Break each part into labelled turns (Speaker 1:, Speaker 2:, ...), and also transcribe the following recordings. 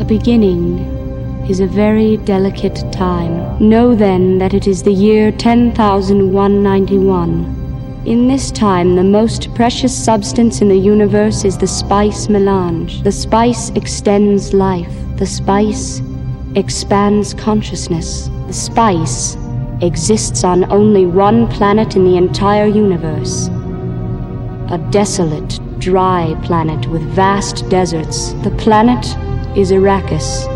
Speaker 1: A beginning is a very delicate time. Know then that it is the year 10191. In this time, the most precious substance in the universe is the spice melange. The spice extends life. The spice expands consciousness. The spice exists on only one planet in the entire universe a desolate, dry planet with vast deserts. The planet is Arrakis,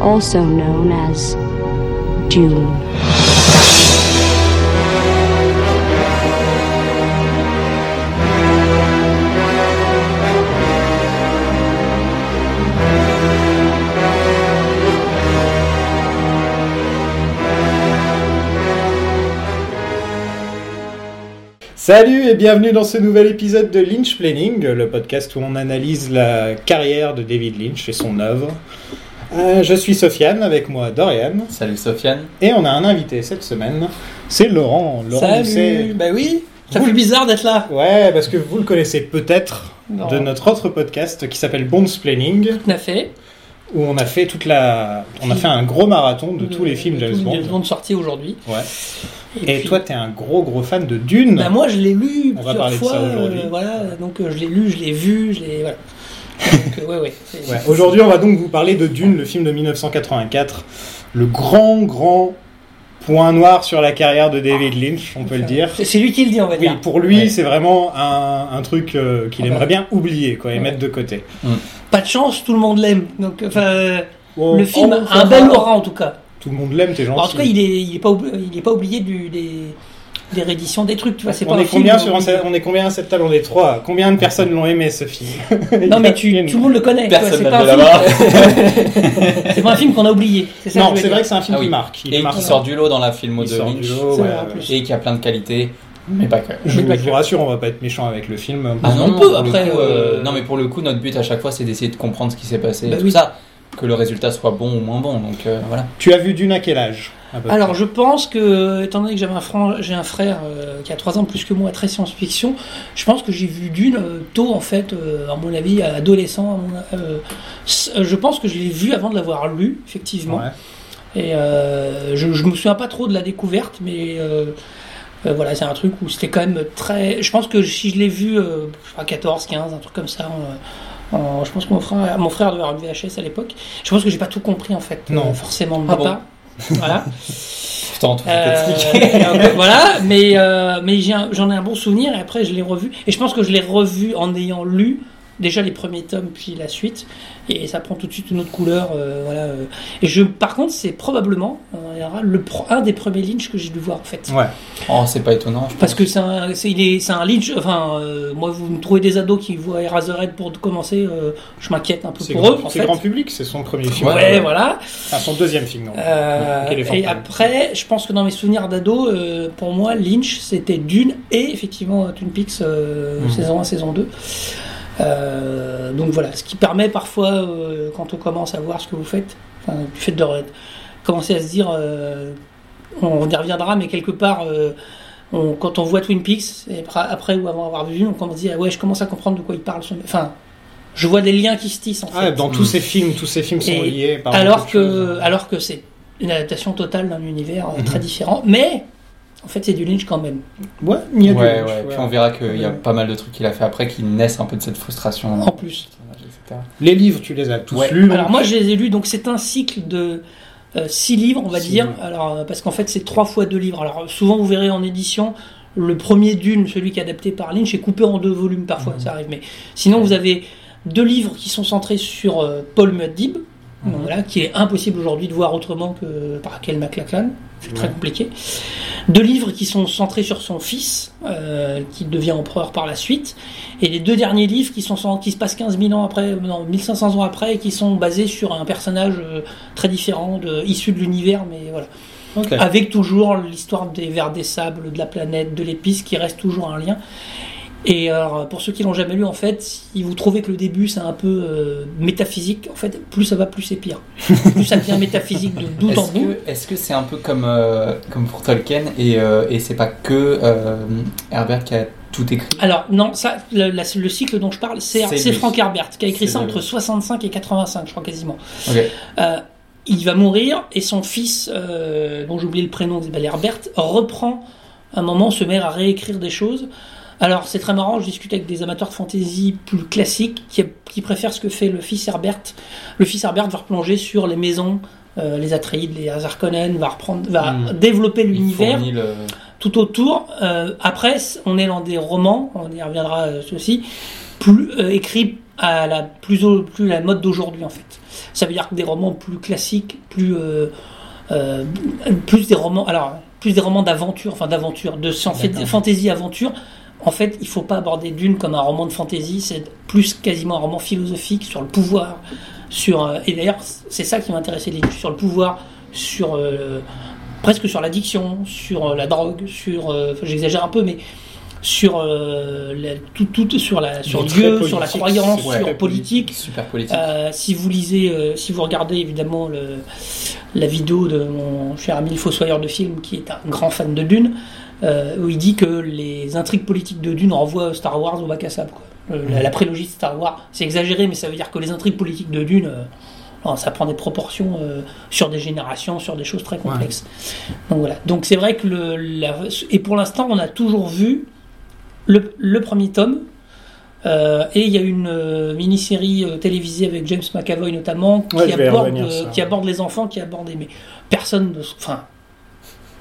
Speaker 1: also known as June.
Speaker 2: Salut et bienvenue dans ce nouvel épisode de Lynch Planning, le podcast où on analyse la carrière de David Lynch et son œuvre. Euh, je suis Sofiane, avec moi Dorian,
Speaker 3: Salut Sofiane.
Speaker 2: et on a un invité cette semaine, c'est Laurent. Laurent Doucet.
Speaker 3: Bah oui, ça
Speaker 2: Vous-
Speaker 3: fait bizarre d'être là.
Speaker 2: Ouais, parce que vous le connaissez peut-être
Speaker 3: Non.
Speaker 2: de notre autre podcast qui s'appelle Bond's Planning,
Speaker 3: Tout à fait.
Speaker 2: où on a fait toute la, on a fait un gros marathon de tous les films
Speaker 3: de
Speaker 2: James
Speaker 3: tous les James
Speaker 2: Bond.
Speaker 3: Bond sortis aujourd'hui.
Speaker 2: Ouais.
Speaker 3: Et,
Speaker 2: Et
Speaker 3: puis-
Speaker 2: toi, t'es un gros gros fan de Dune.
Speaker 3: Bah moi je l'ai lu
Speaker 2: On va
Speaker 3: plusieurs
Speaker 2: parler de
Speaker 3: fois.
Speaker 2: ça aujourd'hui.
Speaker 3: euh, voilà, donc euh, je l'ai lu, je l'ai vu, je l'ai voilà. Donc, euh, ouais ouais. c'est-
Speaker 2: Ouais, Aujourd'hui, on va donc vous parler de Dune, le film de 1984, le grand, grand point noir sur la carrière de David Lynch, on peut le dire.
Speaker 3: C'est c'est lui qui le dit on va
Speaker 2: Oui,
Speaker 3: dire.
Speaker 2: pour lui,
Speaker 3: Ouais.
Speaker 2: c'est vraiment un, un truc euh, qu'il
Speaker 3: Ah bah.
Speaker 2: aimerait bien oublier, quoi, et
Speaker 3: Ouais.
Speaker 2: mettre de côté.
Speaker 3: Pas de chance, tout le monde l'aime. Donc enfin euh,
Speaker 2: Oh,
Speaker 3: le film
Speaker 2: oh,
Speaker 3: a un bel aura en tout cas.
Speaker 2: Tout le monde l'aime, t'es gentil.
Speaker 3: Alors, en tout cas il est il est pas oubli- il est pas oublié du, des des rééditions des trucs tu vois. C'est pas
Speaker 2: on,
Speaker 3: un
Speaker 2: est
Speaker 3: film,
Speaker 2: combien
Speaker 3: euh, mais
Speaker 2: sur
Speaker 3: on-
Speaker 2: un- on est combien à cette table On est trois. Combien de personnes l'ont aimé ce film
Speaker 3: Non mais tu, tout le monde le connaît. tu vois,
Speaker 4: Personne
Speaker 3: c'est
Speaker 4: n'a
Speaker 3: pas
Speaker 4: le
Speaker 3: un
Speaker 4: là-bas.
Speaker 3: film- C'est pas un film qu'on a oublié. C'est ça
Speaker 2: Non,
Speaker 3: que je
Speaker 2: c'est
Speaker 3: veux
Speaker 2: vrai
Speaker 3: dire.
Speaker 2: que c'est un film
Speaker 4: Ah
Speaker 2: qui
Speaker 4: oui.
Speaker 2: marque. Il
Speaker 4: Et
Speaker 2: marque.
Speaker 4: qui sort du lot dans la filmo
Speaker 2: Il
Speaker 4: de
Speaker 2: sort du
Speaker 4: Lynch.
Speaker 2: lot,
Speaker 3: C'est
Speaker 2: ouais,
Speaker 3: vrai, en
Speaker 2: ouais.
Speaker 3: plus.
Speaker 4: Et qui a plein de qualités, mais pas que.
Speaker 2: Je,
Speaker 3: Mais pas
Speaker 2: je
Speaker 3: que.
Speaker 2: vous rassure, on va pas être méchant avec le film.
Speaker 3: Ah non, on peut,
Speaker 4: pour le
Speaker 3: après,
Speaker 4: coup,
Speaker 3: euh,
Speaker 4: Non, mais pour le coup, notre but à chaque fois, c'est d'essayer de comprendre ce qui s'est passé
Speaker 3: Bah
Speaker 4: et tout
Speaker 3: oui.
Speaker 4: ça. Que le résultat soit bon ou moins bon. Donc euh, voilà.
Speaker 2: Tu as vu Dune à quel âge à peu
Speaker 3: Alors
Speaker 2: près
Speaker 3: je pense que, étant donné que j'avais un frère, j'ai un frère euh, qui a 3 ans de plus que moi, très science-fiction, je pense que j'ai vu Dune euh, tôt en fait, euh, à mon avis, à adolescent. à mon- euh, s- euh, je pense que je l'ai vu avant de l'avoir lu, effectivement.
Speaker 2: Ouais.
Speaker 3: Et euh, je, je me souviens pas trop de la découverte, mais euh, euh, voilà, c'est un truc où c'était quand même très. Je pense que si je l'ai vu euh, à 14, 15, un truc comme ça, en- en- je pense que mon frère, mon frère devait avoir une VHS à l'époque. Je pense que j'ai pas tout compris en fait,
Speaker 2: Non.
Speaker 3: euh, forcément, de
Speaker 4: Ah bon.
Speaker 3: papa. Voilà.
Speaker 4: Putain, on te fait
Speaker 3: Euh,
Speaker 4: expliquer.
Speaker 3: un peu- voilà, mais, euh, mais j'ai un- j'en ai, un bon souvenir et après je l'ai revu. Et je pense que je l'ai revu en ayant lu déjà les premiers tomes puis la suite. Et ça prend tout de suite une autre couleur. euh, voilà, euh. Et je, par contre, c'est probablement euh, verra, le, pro- un des premiers Lynch que j'ai dû voir en fait.
Speaker 2: Ouais.
Speaker 4: Oh, c'est pas étonnant. je
Speaker 3: Parce
Speaker 4: pense.
Speaker 3: que c'est un, c'est- il est- c'est un Lynch. Enfin, euh, moi, vous me trouvez des ados qui voient Eraserhead pour commencer, euh, je m'inquiète un peu
Speaker 2: C'est
Speaker 3: pour
Speaker 2: grand,
Speaker 3: eux. En
Speaker 2: c'est
Speaker 3: fait.
Speaker 2: grand public, c'est son premier film.
Speaker 3: Ouais,
Speaker 2: Euh,
Speaker 3: voilà.
Speaker 2: Enfin, son deuxième film, non.
Speaker 3: Euh,
Speaker 2: Quel effort,
Speaker 3: et
Speaker 2: quand même.
Speaker 3: après, je pense que dans mes souvenirs d'ado, euh, pour moi, Lynch, c'était Dune et effectivement Twin Peaks euh,
Speaker 4: Mhm.
Speaker 3: saison 1, saison 2. Euh, donc voilà, ce qui permet parfois, euh, quand on commence à voir ce que vous faites, enfin, du fait de re- commencer à se dire, euh, on y reviendra, mais quelque part, euh, on- quand on voit Twin Peaks, et pra- après ou avant avoir vu Dune, on commence à se dire, ah ouais, je commence à comprendre de quoi il parle. ce- Enfin, je vois des liens qui se tissent en
Speaker 2: Ah,
Speaker 3: fait.
Speaker 2: dans
Speaker 4: Mm.
Speaker 2: tous ces films, tous ces films sont
Speaker 3: Hmm. Et
Speaker 2: liés par
Speaker 3: Alors
Speaker 2: quelque chose. hein. Mhm.
Speaker 3: que, alors que c'est une adaptation totale d'un univers euh, très différent, mais en fait c'est du Lynch quand même.
Speaker 2: Ouais, il y a
Speaker 4: Ouais,
Speaker 2: du
Speaker 4: ouais.
Speaker 2: Lynch,
Speaker 4: Puis
Speaker 2: ouais.
Speaker 4: on verra qu'il y a
Speaker 2: Ouais.
Speaker 4: pas mal de trucs qu'il a fait après qui naissent un peu de cette frustration.
Speaker 3: En plus.
Speaker 4: etc.
Speaker 2: Les livres, tu les as tous
Speaker 4: Ouais.
Speaker 2: lus.
Speaker 3: Alors moi je les ai lus, donc c'est un cycle de euh, six livres, on va
Speaker 2: Six
Speaker 3: dire.
Speaker 2: livres.
Speaker 3: Alors euh, parce qu'en fait c'est trois fois deux livres. Alors souvent vous verrez en édition. Le premier d'une, celui qui est adapté par Lynch, est coupé en deux volumes
Speaker 2: Mhm.
Speaker 3: parfois, ça arrive. Mais sinon, vous avez deux livres qui sont centrés sur euh, Paul Muddib,
Speaker 4: Mhm.
Speaker 3: voilà, qui est impossible aujourd'hui de voir autrement que par Kel MacLachlan. C'est très compliqué. Deux livres qui sont centrés sur son fils, euh, qui devient empereur par la suite, et les deux derniers livres qui, sont, sans- qui se passent 15 000 ans après, non, 1500 ans après, et qui sont basés sur un personnage euh, très différent, de, issu de l'univers, mais voilà.
Speaker 2: Ok.
Speaker 3: Avec toujours l'histoire des vers des sables, de la planète, de l'épice, qui reste toujours un lien. Et alors, pour ceux qui l'ont jamais lu, en fait, si vous trouvez que le début c'est un peu euh, métaphysique, en fait, plus ça va, plus c'est pire. plus ça devient métaphysique de bout en
Speaker 4: Est-ce
Speaker 3: bout.
Speaker 4: que est-ce que c'est un peu comme, euh, comme pour Tolkien et, euh, et c'est pas que euh, Herbert qui a tout écrit.
Speaker 3: Alors, non, ça, le, la- le cycle dont je parle, c'est
Speaker 4: C'est
Speaker 3: c'est
Speaker 4: lui.
Speaker 3: Frank Herbert qui a écrit
Speaker 4: C'est
Speaker 3: ça
Speaker 4: le-
Speaker 3: entre 65 et 85, je crois quasiment.
Speaker 4: Ok.
Speaker 3: Euh, il va mourir et son fils, euh, dont j'oublie le prénom, il s'appelle Herbert, reprend un moment, se met à réécrire des choses. Alors c'est très marrant, je discute avec des amateurs de fantasy plus classiques qui, qui préfèrent ce que fait le fils Herbert. Le fils Herbert va replonger sur les maisons, euh, les Atreides, les Azarkonen, va, reprendre, va
Speaker 4: Mm.
Speaker 3: développer
Speaker 4: Il
Speaker 3: l'univers
Speaker 4: fournit le-
Speaker 3: tout autour. Euh, après, c- on est dans des romans, on y reviendra euh, ceci, plus euh, écrits à la plus, au- plus la mode d'aujourd'hui en fait. Ça veut dire que des romans plus classiques, plus euh, euh, plus des romans, alors plus des romans d'aventure, enfin d'aventure, de science-
Speaker 4: D'accord.
Speaker 3: fantasy aventure. En fait, il faut pas aborder d'une comme un roman de fantasy, c'est plus quasiment un roman philosophique sur le pouvoir, sur euh, et d'ailleurs c'est ça qui m'intéressait les- sur le pouvoir, sur euh, presque sur l'addiction, sur euh, la drogue, sur euh, enfin, j'exagère un peu, mais sur euh, la- tout, tout- sur la sur
Speaker 2: Il est
Speaker 3: Dieu,
Speaker 2: très
Speaker 3: sur la
Speaker 2: politique,
Speaker 3: croyance,
Speaker 4: c'est très
Speaker 3: sur politique.
Speaker 4: Super politique.
Speaker 3: Euh, si vous lisez, euh, si vous regardez évidemment le- la vidéo de mon cher ami le Fossoyeur de film, qui est un grand fan de Dune, euh, où il dit que les intrigues politiques de Dune renvoient Star Wars au bac à sable. quoi. Euh, la, la prélogie de Star Wars, c'est exagéré, mais ça veut dire que les intrigues politiques de Dune, euh, non, ça prend des proportions euh, sur des générations, sur des choses très complexes. Donc voilà. Donc c'est vrai que le, la- et pour l'instant, on a toujours vu le, le premier tome, euh, et il y a une euh, mini-série euh, télévisée avec James McAvoy notamment qui,
Speaker 2: Ouais, je vais y
Speaker 3: aborde,
Speaker 2: revenir,
Speaker 3: euh,
Speaker 2: ça.
Speaker 3: qui aborde les enfants, qui aborde mais personne, ne s- enfin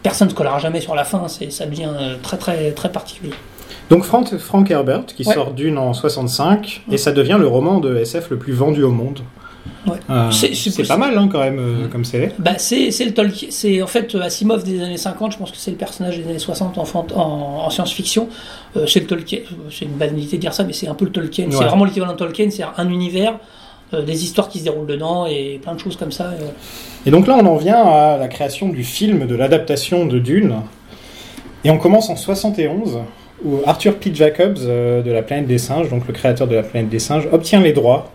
Speaker 3: personne ne se collera jamais sur la fin. C'est ça devient euh, très très très particulier.
Speaker 2: Donc Frank, Frank Herbert, qui
Speaker 3: Ouais.
Speaker 2: sort d'une en 65, et ça devient le roman de SF le plus vendu au monde.
Speaker 3: Ouais.
Speaker 2: Euh,
Speaker 3: C'est-
Speaker 2: c'est
Speaker 3: c'est
Speaker 2: pas
Speaker 3: possible.
Speaker 2: mal hein, quand même, euh,
Speaker 4: Mm.
Speaker 2: comme c'est.
Speaker 3: Bah, c'est c'est le Tolkien, c'est en fait euh, Asimov des années 50. Je pense que c'est le personnage des années 60 en, fant- en, en science-fiction. Euh, c'est le Tolkien, euh, c'est une banalité de dire ça, mais c'est un peu le Tolkien. C'est
Speaker 2: Ouais.
Speaker 3: vraiment l'équivalent de Tolkien, c'est un univers, euh, des histoires qui se déroulent dedans et plein de choses comme ça. euh.
Speaker 2: Et donc là, on en vient à la création du film, de l'adaptation de Dune. Et on commence en 71, où Arthur P. Jacobs, euh, de la planète des singes, donc le créateur de la planète des singes, obtient les droits.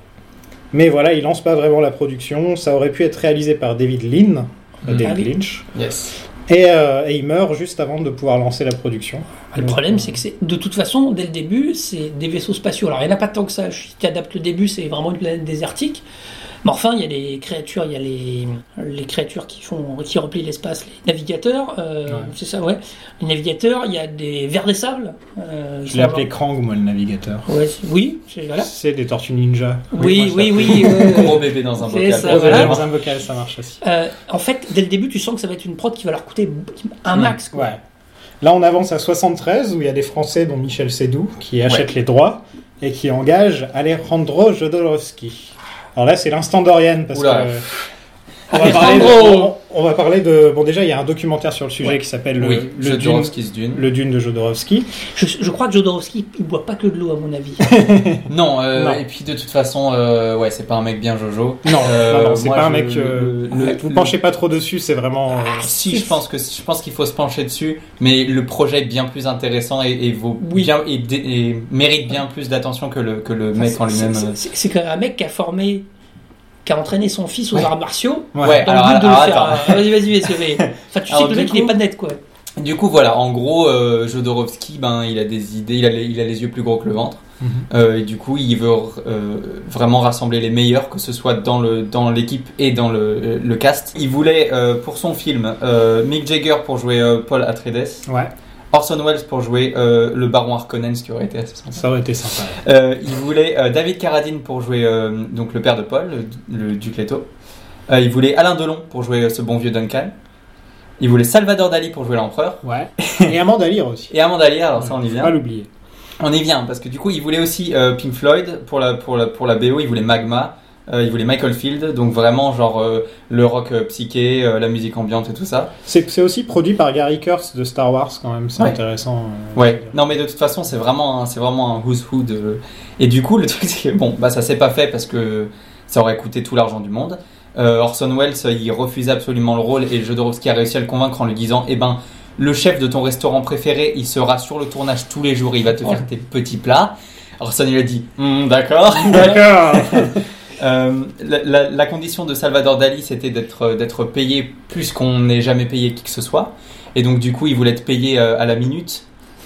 Speaker 2: Mais voilà, il lance pas vraiment la production. Ça aurait pu être réalisé par David Lean, euh,
Speaker 4: Mm.
Speaker 2: David
Speaker 3: Ah oui.
Speaker 2: Lynch.
Speaker 4: Yes.
Speaker 2: Et, euh, et il meurt juste avant de pouvoir lancer la production.
Speaker 3: Le
Speaker 2: Donc,
Speaker 3: problème, c'est que c'est de toute façon, dès le début, c'est des vaisseaux spatiaux. Alors, il n'y en a pas tant que ça. Si tu adaptes le début, c'est vraiment une planète désertique. Mais enfin, il y a les créatures, il y a les, les créatures qui font, qui replient l'espace, les navigateurs. euh,
Speaker 2: Ouais.
Speaker 3: C'est ça, ouais. Les navigateurs, il y a des vers des sables. euh, qui
Speaker 2: Je l'ai
Speaker 3: sont
Speaker 2: appelé Krang, moi, le navigateur.
Speaker 3: genre- Ouais, c'est- oui, c'est- voilà.
Speaker 2: C'est des tortues ninja.
Speaker 3: Oui,
Speaker 2: moi, je
Speaker 3: oui, oui. ouais, ouais.
Speaker 4: Gros bébé dans un
Speaker 3: C'est
Speaker 4: bocal.
Speaker 3: ça,
Speaker 2: l'appelle.
Speaker 3: voilà.
Speaker 2: Dans un vocal, ça marche aussi.
Speaker 3: Euh, en fait, dès le début, tu sens que ça va être une prod qui va leur coûter un max. quoi.
Speaker 2: Ouais. Là, on avance à 73, où il y a des Français, dont Michel Sédou, qui achètent les droits et qui engagent Alejandro Jodorowsky. Alors là, c'est l'instant Dorian, parce
Speaker 4: Oula.
Speaker 2: que. euh, On va, parler de,
Speaker 3: Alejandro
Speaker 2: on, on va parler de. Bon, déjà, il y a un documentaire sur le sujet qui s'appelle le,
Speaker 4: Oui,
Speaker 2: le,
Speaker 4: le
Speaker 2: Dune,
Speaker 4: Jodorowsky se dune.
Speaker 2: le Dune de Jodorowsky.
Speaker 3: Je, je crois que Jodorowsky, il boit pas que de l'eau, à mon avis.
Speaker 4: Non, euh,
Speaker 2: Non.
Speaker 4: et puis de toute façon, euh, ouais, c'est pas un mec bien Jojo.
Speaker 2: Non,
Speaker 4: Euh,
Speaker 2: non, non, c'est
Speaker 4: moi,
Speaker 2: pas un
Speaker 4: je-
Speaker 2: mec. euh,
Speaker 4: le-
Speaker 2: vous
Speaker 4: le-
Speaker 2: penchez pas trop dessus, c'est vraiment. euh,
Speaker 4: Si, je pense que je pense qu'il faut se pencher dessus, mais le projet est bien plus intéressant et, et vaut
Speaker 3: Oui.
Speaker 4: bien et, dé- et mérite bien plus d'attention que le que le mec
Speaker 3: Enfin,
Speaker 4: en
Speaker 3: c'est-
Speaker 4: lui-même. euh,
Speaker 3: c'est- C'est c'est quand même un mec qui a formé, qui a entraîné son fils aux
Speaker 4: Ouais.
Speaker 3: arts martiaux.
Speaker 4: Ouais,
Speaker 3: Dans
Speaker 4: alors,
Speaker 3: le but de
Speaker 4: alors,
Speaker 3: le faire.
Speaker 4: attends.
Speaker 3: euh, Vas-y, vas-y, vas-y, vas-y. Enfin, tu sais
Speaker 4: Alors,
Speaker 3: que le
Speaker 4: du
Speaker 3: mec, il est
Speaker 4: coup-
Speaker 3: pas net, quoi.
Speaker 4: Du coup, voilà, en gros, euh, Jodorowsky, ben, il a des idées, il a les, il a les yeux plus gros que le ventre.
Speaker 2: Mhm.
Speaker 4: Euh, et du coup, il veut euh, vraiment rassembler les meilleurs, que ce soit dans le dans l'équipe et dans le, euh, le cast. Il voulait euh, pour son film euh, Mick Jagger pour jouer euh, Paul Atreides,
Speaker 2: ouais,
Speaker 4: Orson Welles pour jouer euh, le baron Harkonnen, ce qui aurait été assez sympa.
Speaker 2: ça aurait été sympa.
Speaker 4: Euh, il voulait euh, David Carradine pour jouer euh, donc le père de Paul, le, le duc Leto. Euh, il voulait Alain Delon pour jouer euh, ce bon vieux Duncan. Il voulait Salvador Dali pour jouer l'empereur.
Speaker 2: Ouais. Et Amanda Lear aussi.
Speaker 4: Et Amanda Lear, alors ça on y
Speaker 2: Faut pas
Speaker 4: vient.
Speaker 2: l'oublier.
Speaker 4: On y vient parce que du coup il voulait aussi euh, Pink Floyd pour la, pour, la, pour la BO, il voulait Magma, euh, il voulait Michael Field, donc vraiment genre euh, le rock euh, psyché, euh, la musique ambiante et tout ça.
Speaker 2: C'est c'est aussi produit par Gary Kurtz de Star Wars, quand même, c'est
Speaker 4: Ouais.
Speaker 2: intéressant. euh,
Speaker 4: Ouais, non mais de toute façon c'est vraiment un- c'est vraiment un who's who de et du coup le truc c'est que bon bah ça s'est pas fait parce que ça aurait coûté tout l'argent du monde. Euh, Orson Welles il refusait absolument le rôle et Jodorowsky a réussi à le convaincre en lui disant eh ben le chef de ton restaurant préféré il sera sur le tournage tous les jours il va te faire tes petits plats. Orson lui a dit Hum, d'accord.
Speaker 2: D'accord
Speaker 4: Euh, la, la- la condition de Salvador Dali, c'était d'être d'être payé plus qu'on n'ait jamais payé qui que ce soit. Et donc, du coup, il voulait être payé euh, à la minute.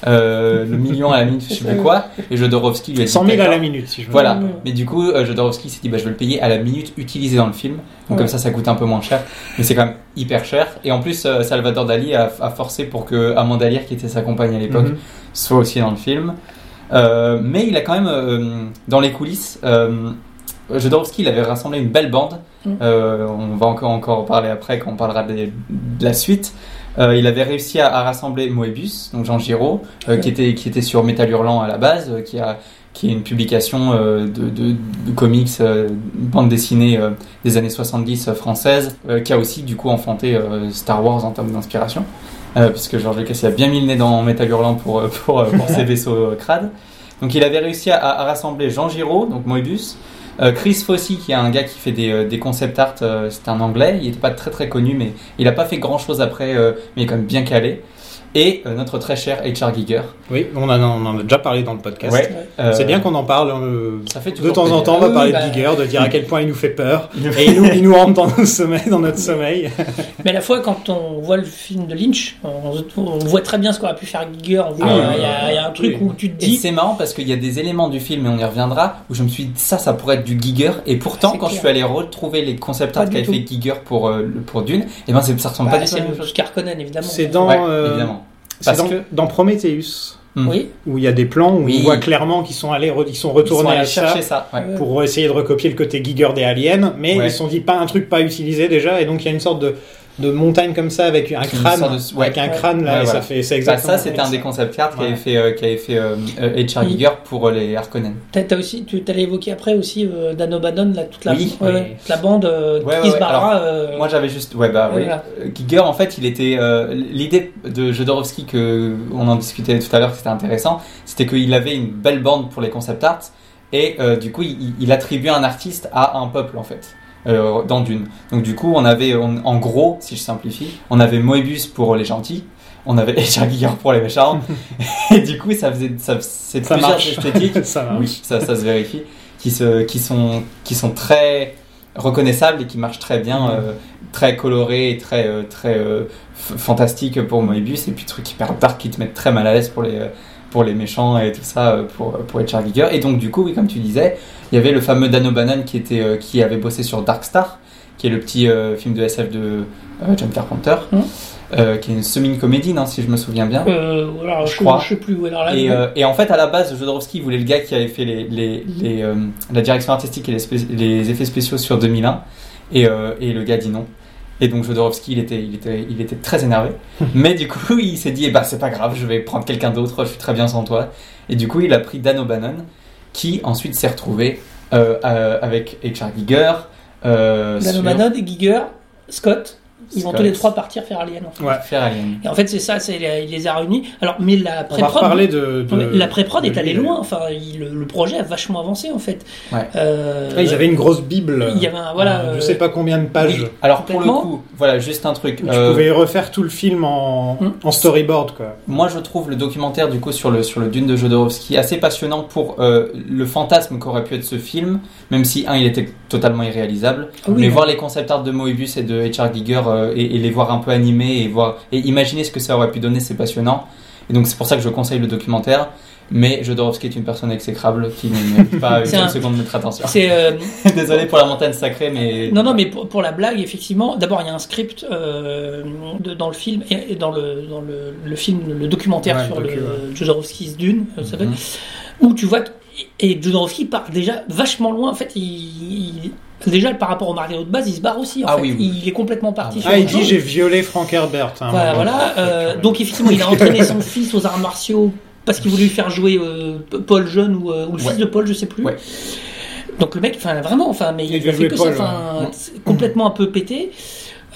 Speaker 4: euh, le million à la minute, je sais plus quoi, et Jodorowsky lui a dit
Speaker 2: 100 000 à
Speaker 4: d'accord.
Speaker 2: la minute, si je veux.
Speaker 4: Voilà,
Speaker 3: Mm.
Speaker 4: mais du coup, euh, Jodorowsky s'est dit bah, je vais le payer à la minute utilisée dans le film, donc comme
Speaker 3: Ouais.
Speaker 4: ça, ça coûte un peu moins cher, mais c'est quand même hyper cher. Et en plus, euh, Salvador Dali a, a forcé pour que Amanda Lear, qui était sa compagne à l'époque,
Speaker 2: Mhm.
Speaker 4: soit aussi dans le film. Euh, mais il a quand même, euh, dans les coulisses, euh, Jodorowsky, il avait rassemblé une belle bande.
Speaker 3: Mm.
Speaker 4: Euh, on va encore, encore en parler après quand on parlera des- de la suite. Euh, il avait réussi à, à rassembler Moebius, donc Jean Giraud, euh, qui, était, qui était sur Métal Hurlant à la base, euh, qui, a, qui est une publication euh, de, de- de comics, euh, bande dessinée euh, des années 70 euh, française, euh, qui a aussi du coup enfanté euh, Star Wars en termes d'inspiration. Euh, puisque George Lucas il a bien mis le nez dans Metal Hurlant pour, euh, pour, euh, pour ses vaisseaux euh, crades. Donc il avait réussi à, à rassembler Jean Giraud, donc Moebius, euh, Chris Fossey, qui est un gars qui fait des, euh, des concept art, euh, c'est un anglais, il n'était pas très très connu, mais il n'a pas fait grand chose après, euh, mais il est quand même bien calé. Et euh, notre très cher H.R. Giger.
Speaker 2: Oui, on, en a- on en a déjà parlé dans le podcast.
Speaker 4: Ouais. Euh,
Speaker 2: C'est bien qu'on en parle. euh,
Speaker 4: Ça fait
Speaker 2: de
Speaker 4: toujours
Speaker 2: temps en
Speaker 4: plaisir.
Speaker 2: temps, on
Speaker 3: Ah
Speaker 2: va
Speaker 3: oui,
Speaker 2: parler
Speaker 3: bah-
Speaker 2: de Giger, de dire à quel point il nous fait peur.
Speaker 4: Il nous
Speaker 2: Et il nous, il nous hante dans notre sommeil. Dans notre sommeil.
Speaker 3: Mais à la fois, quand on voit le film de Lynch, on, on voit très bien ce qu'aurait pu faire Giger. On voit,
Speaker 4: Ah,
Speaker 3: il y a-
Speaker 4: ouais,
Speaker 3: il y, a-
Speaker 2: ouais,
Speaker 3: il y a un truc
Speaker 2: oui.
Speaker 3: où tu te
Speaker 4: Et
Speaker 3: dis.
Speaker 4: c'est marrant parce qu'il y a des éléments du film, et on y reviendra, où je me suis dit ça, ça pourrait être du Giger. Et pourtant,
Speaker 3: C'est
Speaker 4: quand
Speaker 3: clair.
Speaker 4: je suis allé retrouver les concept
Speaker 3: Pas
Speaker 4: art
Speaker 3: du
Speaker 4: qu'a
Speaker 3: tout.
Speaker 4: fait Giger pour, euh, le- pour Dune, et ben c'est- ça ressemble
Speaker 3: bah,
Speaker 4: pas du tout.
Speaker 3: c'est
Speaker 4: à
Speaker 3: la
Speaker 4: la
Speaker 3: même chose qu'Arconen, évidemment.
Speaker 2: C'est dans,
Speaker 4: Ouais,
Speaker 2: euh,
Speaker 4: évidemment.
Speaker 2: c'est
Speaker 4: Parce
Speaker 2: dans,
Speaker 4: que-
Speaker 2: dans Prometheus,
Speaker 4: Mm.
Speaker 3: Oui,
Speaker 2: où il y a des plans où
Speaker 4: Oui.
Speaker 2: on voit clairement qu'ils sont, allés, re- ils sont
Speaker 4: Ils sont
Speaker 2: retournés
Speaker 4: allés
Speaker 2: à ça
Speaker 4: chercher ça. ouais.
Speaker 3: Ouais.
Speaker 2: pour essayer de recopier le côté Giger des aliens, mais
Speaker 4: Ouais.
Speaker 2: ils se sont dit pas un truc pas utilisé déjà, et donc il y a une sorte de, de montagne comme ça avec un
Speaker 4: Une
Speaker 2: crâne,
Speaker 4: sorte de- ouais.
Speaker 2: avec un
Speaker 3: Ouais.
Speaker 2: crâne là,
Speaker 4: Ouais,
Speaker 2: et
Speaker 4: voilà.
Speaker 2: ça fait c'est
Speaker 4: Bah,
Speaker 2: exactement.
Speaker 4: ça, c'était un des concept cards
Speaker 2: Ouais.
Speaker 4: qu'avait fait, euh, qu'avait fait euh, euh, H.R. Giger pour euh, les Harkonnen.
Speaker 3: t'as t'as aussi, tu t'allais évoquer après aussi euh, Dan O'Bannon, là, toute la,
Speaker 4: Oui,
Speaker 3: ouais,
Speaker 2: oui.
Speaker 3: ouais, toute la bande euh,
Speaker 4: Ouais, ouais,
Speaker 3: Chris
Speaker 4: ouais.
Speaker 3: Barra. euh,
Speaker 4: Moi, j'avais juste. Ouais, bah oui.
Speaker 3: Voilà.
Speaker 4: Euh, Giger, en fait, il était. euh, L'idée de Jodorowsky, que on en discutait tout à l'heure, que c'était intéressant, c'était qu'il avait une belle bande pour les concept arts, et euh, du coup, il, il attribuait un artiste à un peuple, en fait. euh, dans Dune. Donc du coup, on avait, on- en gros, si je simplifie, on avait Moebius pour les gentils, on avait H.R. Giger pour les méchants, et du coup, ça faisait, ça, c'est
Speaker 2: Ça
Speaker 4: plusieurs
Speaker 2: marche.
Speaker 4: esthétiques
Speaker 2: ça marche.
Speaker 4: oui, ça, ça se vérifie, qui, se, qui, sont, qui sont très reconnaissables et qui marchent très
Speaker 2: Mhm.
Speaker 4: bien, euh, très colorés et très, euh, très euh, f- fantastiques pour Moebius, et puis trucs hyper dark qui te mettent très mal à l'aise pour les, euh, pour les méchants et tout ça, euh, pour, pour H.R. Giger. Et donc, du coup, oui, comme tu disais, il y avait le fameux Dan O'Bannon qui, était, euh, qui avait bossé sur Dark Star, qui est le petit euh, film de SF de euh, John Carpenter,
Speaker 3: Mhm.
Speaker 4: euh, qui est une semi-comédie, non, si je me souviens bien.
Speaker 3: euh, alors,
Speaker 4: Je
Speaker 3: je,
Speaker 4: crois.
Speaker 3: je sais plus. ouais, Alors là,
Speaker 4: Et, euh, et en fait, à la base, Jodorowsky voulait le gars qui avait fait les, les, les, euh, la direction artistique et les, spé- les effets spéciaux sur 2001. Et, euh, et le gars dit non. Et donc Jodorowsky, il était, il était, il était très énervé. Mais du coup, il s'est dit, eh ben, c'est pas grave, je vais prendre quelqu'un d'autre, je suis très bien sans toi. Et du coup, il a pris Dan O'Bannon, qui ensuite s'est retrouvé euh, euh, avec H.R. Giger. Euh,
Speaker 3: Dan
Speaker 4: sur
Speaker 3: O'Bannon, Giger, Scott, ils vont
Speaker 4: Scott.
Speaker 3: tous les trois partir faire Alien. en fait.
Speaker 4: Faire Alien.
Speaker 3: Et en fait, c'est ça, c'est il les a réunis. Alors, mais
Speaker 2: On
Speaker 3: la
Speaker 2: va
Speaker 3: pré-prod,
Speaker 2: reparler de, de-
Speaker 3: Non, mais la pré-prod
Speaker 2: de
Speaker 3: est
Speaker 2: lui,
Speaker 3: allée
Speaker 2: d'ailleurs.
Speaker 3: loin, enfin il- le, le projet a vachement avancé en fait.
Speaker 4: Ouais.
Speaker 3: Euh,
Speaker 2: Ouais, Ah, ils avaient une grosse bible.
Speaker 3: Il y avait un- voilà,
Speaker 2: Euh, je
Speaker 3: euh,
Speaker 2: sais pas combien de pages.
Speaker 4: Alors pour le
Speaker 3: Complètement.
Speaker 4: coup, voilà, juste un truc.
Speaker 2: Tu
Speaker 4: Euh,
Speaker 2: pouvais refaire tout le film en,
Speaker 3: Hmm.
Speaker 2: en storyboard quoi.
Speaker 4: Moi, je trouve le documentaire du coup sur le sur le Dune de Jodorowsky assez passionnant pour euh, le fantasme qu'aurait pu être ce film, même si un il était totalement irréalisable.
Speaker 3: oui,
Speaker 4: mais
Speaker 3: hein.
Speaker 4: voir les concept arts de Moebius et de H.R. Giger euh, et, et les voir un peu animés et voir et imaginer ce que ça aurait pu donner, c'est passionnant. Et donc c'est pour ça que je conseille le documentaire. Mais Jodorowsky est une personne exécrable qui ne mérite pas une
Speaker 3: C'est un-
Speaker 4: seconde de notre attention.
Speaker 3: c'est euh,
Speaker 4: Désolé pour la montagne sacrée, mais
Speaker 3: non non mais pour, pour la blague effectivement, d'abord il y a un script euh, de- dans le film et, et dans le dans le, le film le documentaire
Speaker 2: Ouais, Mm-hmm.
Speaker 3: sur
Speaker 2: le docu,
Speaker 3: le Jodorowsky's Dune, euh, ça s'appelle,
Speaker 4: Mhm.
Speaker 3: où tu vois et Jodorowsky part déjà vachement loin en fait. Il, il- déjà par rapport au Mario de base, il se barre aussi. En
Speaker 4: Ah
Speaker 3: fait.
Speaker 4: oui, oui.
Speaker 3: il est complètement parti.
Speaker 4: Ah,
Speaker 3: sur
Speaker 2: Ah, il
Speaker 3: autre
Speaker 2: dit
Speaker 3: chose.
Speaker 2: j'ai violé Frank Herbert. hein.
Speaker 3: Hmm. Voilà, voilà. euh, donc effectivement, il a entraîné son fils aux arts martiaux parce qu'il voulait lui faire jouer euh, Paul jeune ou, euh, ou le
Speaker 4: Ouais.
Speaker 3: fils de Paul, je sais plus.
Speaker 4: Ouais.
Speaker 3: Donc le mec, enfin vraiment, enfin mais
Speaker 2: Il
Speaker 3: il,
Speaker 2: devait
Speaker 3: fait
Speaker 2: jouer
Speaker 3: que
Speaker 2: Paul, hein.
Speaker 3: ça, enfin
Speaker 4: ouais.
Speaker 3: c'est complètement un peu pété.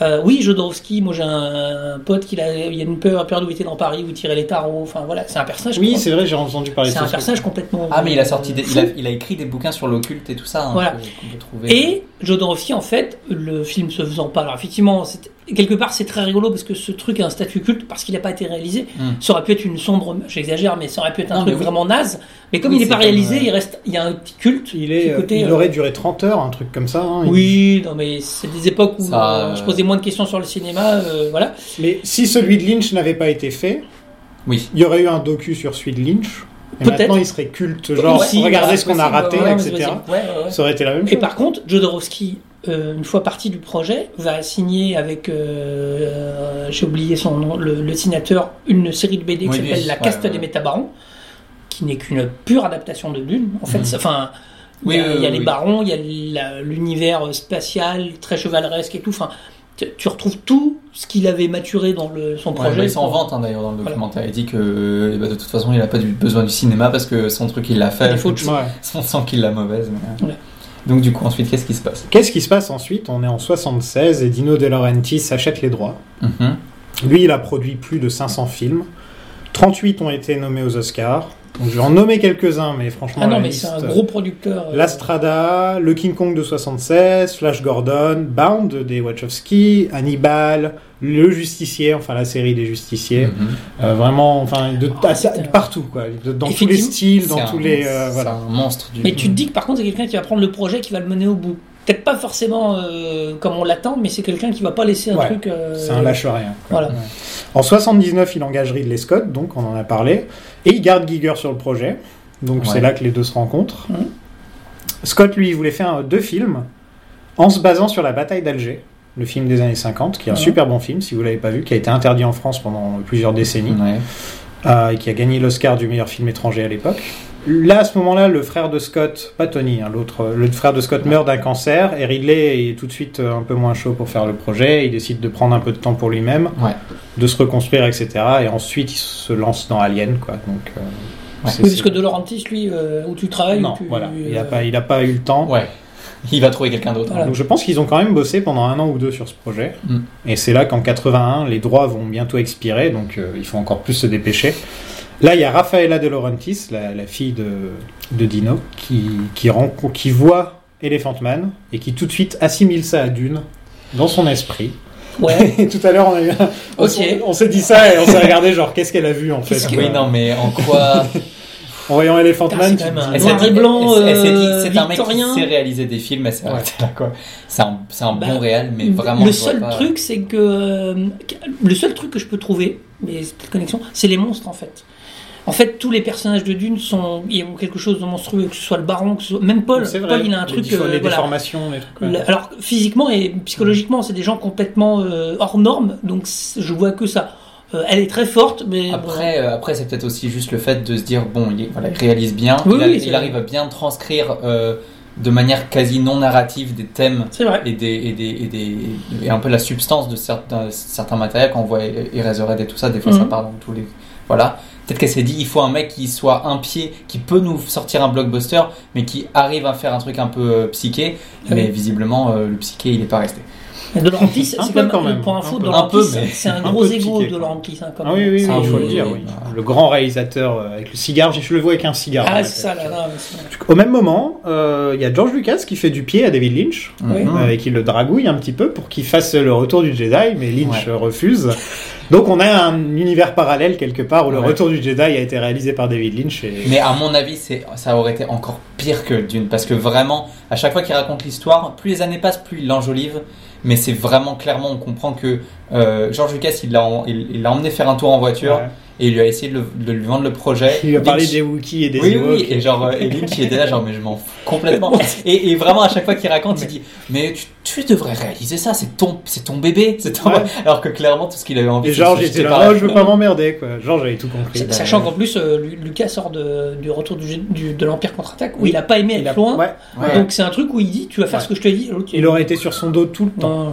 Speaker 3: Euh, oui, Jodorowsky, moi j'ai un pote qui a, il y a une peur, période où il était dans Paris où il tirait les tarots, enfin voilà, c'est un personnage.
Speaker 2: Oui,
Speaker 3: com-
Speaker 2: c'est vrai, j'ai entendu parler de
Speaker 3: c'est un
Speaker 2: ce
Speaker 3: personnage complètement.
Speaker 4: ah mais il a sorti, des-
Speaker 3: euh,
Speaker 4: il, a, il a écrit des bouquins sur l'occulte et tout ça. hein,
Speaker 3: Voilà.
Speaker 4: que- qu'on peut trouver.
Speaker 3: Et Jodorowsky, en fait, le film se faisant pas. Alors, effectivement, c'est- quelque part, c'est très rigolo parce que ce truc a un statut culte parce qu'il n'a pas été réalisé.
Speaker 4: Hmm.
Speaker 3: Ça aurait pu être une sombre. J'exagère, mais ça aurait pu être un
Speaker 4: Non,
Speaker 3: truc
Speaker 4: mais oui.
Speaker 3: vraiment naze. Mais comme
Speaker 4: Oui,
Speaker 3: il n'est
Speaker 4: c'est
Speaker 3: pas
Speaker 4: comme,
Speaker 3: réalisé,
Speaker 4: euh,
Speaker 3: il reste. Il y a un petit culte.
Speaker 2: Il, est,
Speaker 3: petit côté,
Speaker 2: il
Speaker 3: euh,
Speaker 2: aurait duré 30 heures, un truc comme ça. hein. Il-
Speaker 3: Oui, non, mais c'est des époques où
Speaker 4: Ça,
Speaker 3: euh, on
Speaker 4: euh,
Speaker 3: se posait moins de questions sur le cinéma. euh, voilà.
Speaker 2: Mais si celui de Lynch n'avait pas été fait,
Speaker 4: Oui.
Speaker 2: Il y aurait eu un docu sur Sweet Lynch. Et
Speaker 3: Peut-être.
Speaker 2: maintenant, il serait culte, genre,
Speaker 3: Aussi,
Speaker 2: regardez
Speaker 3: voilà,
Speaker 2: ce qu'on a
Speaker 3: possible,
Speaker 2: raté,
Speaker 3: ouais, ouais,
Speaker 2: etc.
Speaker 3: possible. Ouais, ouais, ouais.
Speaker 2: Ça aurait été la même
Speaker 3: Et
Speaker 2: chose.
Speaker 3: par contre, Jodorowsky, euh, une fois parti du projet, va signer avec, euh, euh, j'ai oublié son nom, le, le signateur, une série de BD qui
Speaker 4: Oui,
Speaker 3: s'appelle
Speaker 4: oui,
Speaker 3: La
Speaker 4: ouais,
Speaker 3: Caste
Speaker 4: ouais.
Speaker 3: des Métabarons, qui n'est qu'une pure adaptation de Dune. En fait,
Speaker 4: Mhm.
Speaker 3: ça- enfin,
Speaker 4: Oui,
Speaker 3: il y a,
Speaker 4: oui,
Speaker 3: il y a
Speaker 4: oui,
Speaker 3: les
Speaker 4: oui.
Speaker 3: barons, il y a la- l'univers spatial très chevaleresque et tout. Enfin, tu, tu retrouves tout ce qu'il avait maturé dans le, son
Speaker 4: Ouais,
Speaker 3: projet.
Speaker 4: mais il s'en
Speaker 3: pour-
Speaker 4: vante hein, d'ailleurs dans le
Speaker 3: Voilà.
Speaker 4: documentaire. Il dit que euh, bah, de toute façon il n'a pas du- besoin du cinéma parce que son truc il l'a fait.
Speaker 3: Il faut autre chose.
Speaker 2: Ouais.
Speaker 4: On sent qu'il l'a mauvaise. mais, euh.
Speaker 3: Ouais.
Speaker 4: Donc du coup ensuite qu'est-ce qui se passe
Speaker 2: Qu'est-ce qui se passe ensuite On est en 76 et Dino De Laurentiis s'achète les droits.
Speaker 4: Mhm.
Speaker 2: Lui, il a produit plus de 500 films. 38 ont été nommés aux Oscars. Donc, je vais en nommer quelques-uns, mais franchement,
Speaker 3: Ah non,
Speaker 2: la
Speaker 3: mais
Speaker 2: liste-
Speaker 3: c'est un gros producteur. euh,
Speaker 2: La Strada, le King Kong de 76, Flash Gordon, Bound des Wachowski, Hannibal, Le Justicier, enfin la série des Justiciers.
Speaker 4: Mhm.
Speaker 2: Euh, vraiment, enfin, de,
Speaker 3: Ah,
Speaker 2: à-
Speaker 3: c'était un-
Speaker 2: partout, quoi. De- dans tous les
Speaker 3: Effectivement,
Speaker 2: styles,
Speaker 4: C'est
Speaker 2: dans
Speaker 4: un-
Speaker 2: tous les. euh,
Speaker 4: c'est
Speaker 2: voilà.
Speaker 4: un monstre
Speaker 2: Mm.
Speaker 4: du.
Speaker 3: Mais tu te dis que par contre, c'est quelqu'un qui va prendre le projet, qui va le mener au bout. Peut-être pas forcément euh, comme on l'attend, mais c'est quelqu'un qui va pas laisser un
Speaker 2: Ouais,
Speaker 3: truc. euh,
Speaker 2: C'est un lâche rien.
Speaker 3: Voilà.
Speaker 2: En 79, il engage Ridley Scott, donc on en a parlé, et il garde Giger sur le projet. Donc
Speaker 4: Ouais.
Speaker 2: c'est là que les deux se rencontrent.
Speaker 3: Mhm.
Speaker 2: Scott, lui, il voulait faire euh, deux films en se basant sur la bataille d'Alger, le film des années 50, qui est un
Speaker 3: Ouais.
Speaker 2: super bon film, si vous l'avez pas vu, qui a été interdit en France pendant plusieurs décennies,
Speaker 4: Ouais.
Speaker 2: euh, et qui a gagné l'Oscar du meilleur film étranger à l'époque. Là, à ce moment-là, le frère de Scott, pas Tony, hein, l'autre, euh, le frère de Scott meurt d'un cancer, et Ridley est tout de suite euh, un peu moins chaud pour faire le projet, il décide de prendre un peu de temps pour lui-même
Speaker 4: Ouais.
Speaker 2: de se reconstruire, etc. Et ensuite, il se lance dans Alien, quoi. Donc, euh,
Speaker 4: Ouais.
Speaker 2: c'est-
Speaker 3: Oui,
Speaker 2: c'est-
Speaker 3: parce que De Laurentiis, lui, euh, où tu travailles.
Speaker 2: non,
Speaker 3: où tu-
Speaker 2: voilà, il n'a
Speaker 3: euh,
Speaker 2: pas, il a pas eu le temps.
Speaker 4: Ouais. Il va trouver quelqu'un d'autre.
Speaker 3: Voilà.
Speaker 2: Donc, je pense qu'ils ont quand même bossé pendant un an ou deux sur ce projet.
Speaker 4: Mm.
Speaker 2: Et c'est là qu'en 81, les droits vont bientôt expirer, donc euh, il faut encore plus se dépêcher. Là, il y a Raffaella De Laurentiis, la, la fille de, de Dino, qui, qui, rencontre- qui voit Elephant Man et qui tout de suite assimile ça à Dune dans son esprit.
Speaker 3: Ouais.
Speaker 2: Et tout à l'heure, on, a eu un- on-
Speaker 3: Ok.
Speaker 2: on, s'est dit ça et on s'est regardé genre qu'est-ce qu'elle a vu en fait.
Speaker 3: Qu'est-ce que-
Speaker 2: quoi.
Speaker 4: Oui non mais en quoi
Speaker 2: En voyant Elephant
Speaker 3: Putain,
Speaker 2: Man,
Speaker 3: c'est
Speaker 2: tu
Speaker 3: quand
Speaker 2: te
Speaker 3: même
Speaker 2: dis-
Speaker 3: un noir
Speaker 4: s'est
Speaker 3: et blanc,
Speaker 4: elle s'est
Speaker 3: euh,
Speaker 4: c'est un mec qui
Speaker 3: victorien.
Speaker 4: sait réaliser des films, elle s'est
Speaker 2: Ouais.
Speaker 4: arrêtée là quoi. C'est un, c'est un
Speaker 3: Bah,
Speaker 4: bon réel, mais vraiment.
Speaker 3: le
Speaker 4: je vois
Speaker 3: seul
Speaker 4: pas-
Speaker 3: truc, c'est que euh, le seul truc que je peux trouver, mais c'est peut-être connexion, c'est les monstres en fait. En fait, tous les personnages de Dune sont ils ont quelque chose de monstrueux, que ce soit le baron, que ce soit- même Paul.
Speaker 2: C'est vrai,
Speaker 3: Paul, il a un
Speaker 2: les
Speaker 3: truc.
Speaker 2: diffo-
Speaker 3: euh,
Speaker 2: les
Speaker 3: voilà.
Speaker 2: déformations, les trucs. ouais.
Speaker 3: Le- Alors physiquement et psychologiquement, c'est des gens complètement euh, hors normes, donc c- je vois que ça. Euh, elle est très forte, mais
Speaker 4: Après, euh, après c'est peut-être aussi juste le fait de se dire bon, il, est- voilà, il réalise bien,
Speaker 3: Oui,
Speaker 4: il, a-
Speaker 3: oui,
Speaker 4: il
Speaker 3: c'est-
Speaker 4: arrive à bien transcrire euh, de manière quasi non narrative des thèmes
Speaker 3: c'est vrai.
Speaker 4: et, des, et, des, et, des- et un peu la substance de certains, certains matériels. Quand on voit Er-, Eraserhead et tout ça, des fois ça
Speaker 3: Mhm.
Speaker 4: part dans tous les. Voilà. Peut-être qu'elle s'est dit il faut un mec qui soit un pied, qui peut nous sortir un blockbuster, mais qui arrive à faire un truc un peu euh, psyché.
Speaker 3: Ah oui.
Speaker 4: Mais visiblement, euh, le psyché, il n'est pas resté.
Speaker 3: Mais De Laurentiis, c'est
Speaker 2: Un peu
Speaker 3: quand même,
Speaker 2: quand même,
Speaker 3: le point
Speaker 2: un
Speaker 3: info.
Speaker 2: peu.
Speaker 3: De
Speaker 4: Un peu,
Speaker 3: Laurentiis,
Speaker 4: mais-
Speaker 3: c'est un
Speaker 2: un
Speaker 3: gros
Speaker 2: peu de
Speaker 3: égo
Speaker 2: piqué,
Speaker 3: de
Speaker 2: quoi.
Speaker 3: Laurentiis. hein, quand
Speaker 2: Ah
Speaker 3: même.
Speaker 2: oui, oui,
Speaker 3: C'est
Speaker 2: oui,
Speaker 4: Ah
Speaker 3: un
Speaker 2: il
Speaker 4: oui,
Speaker 2: faut
Speaker 3: gros
Speaker 2: le dire,
Speaker 3: égo.
Speaker 2: oui. Le grand réalisateur euh, avec le cigare, je le vois avec un cigare.
Speaker 3: Ah,
Speaker 2: ouais.
Speaker 3: c'est ça, là, là. mais c'est-
Speaker 2: Au même moment, euh, il y a George Lucas qui fait du pied à David Lynch
Speaker 3: Oui.
Speaker 4: Mhm.
Speaker 2: euh, et qui le dragouille un petit peu pour qu'il fasse le retour du Jedi, mais Lynch euh, refuse. Donc on a un univers parallèle quelque part où le
Speaker 4: Ouais.
Speaker 2: retour du Jedi a été réalisé par David Lynch. Et...
Speaker 4: Mais à mon avis, c'est, ça aurait été encore pire que Dune, parce que vraiment, à chaque fois qu'il raconte l'histoire, plus les années passent, plus il l'enjolive. Mais c'est vraiment clairement, on comprend que euh, George Lucas, il l'a, en- il, il l'a emmené faire un tour en voiture
Speaker 2: Ouais.
Speaker 4: et il lui a essayé de, le- de lui vendre le projet.
Speaker 2: Il lui a parlé
Speaker 4: Lynch-
Speaker 2: des Wookiees et des
Speaker 4: oui,
Speaker 2: Ewoks.
Speaker 4: oui, et genre, euh, et Lynch, il était là, genre, mais je m'en fous complètement. Et, et vraiment, à chaque fois qu'il raconte, il dit, mais tu, tu devrais réaliser ça, c'est ton, c'est ton bébé, c'est ton-
Speaker 2: Ouais.
Speaker 4: Alors que clairement, tout ce qu'il avait envie
Speaker 2: Et
Speaker 4: c'est
Speaker 2: George
Speaker 4: de se
Speaker 2: était là,
Speaker 4: jeter par la
Speaker 2: oh, je veux pas m'emmerder, quoi. George avait tout compris.
Speaker 4: bah,
Speaker 3: Sachant
Speaker 4: euh,
Speaker 3: qu'en plus, euh, Lu- Lucas sort de- du retour du, du- de l'Empire contre-attaque où
Speaker 2: Oui.
Speaker 3: il a pas aimé
Speaker 2: Il
Speaker 3: être
Speaker 2: a-
Speaker 3: loin.
Speaker 2: ouais.
Speaker 4: Ouais.
Speaker 3: Donc c'est un truc où il dit Tu vas faire
Speaker 2: Ouais.
Speaker 3: ce que je te dis. et l'autre,
Speaker 2: Il aurait été sur son dos tout le temps.
Speaker 3: Non.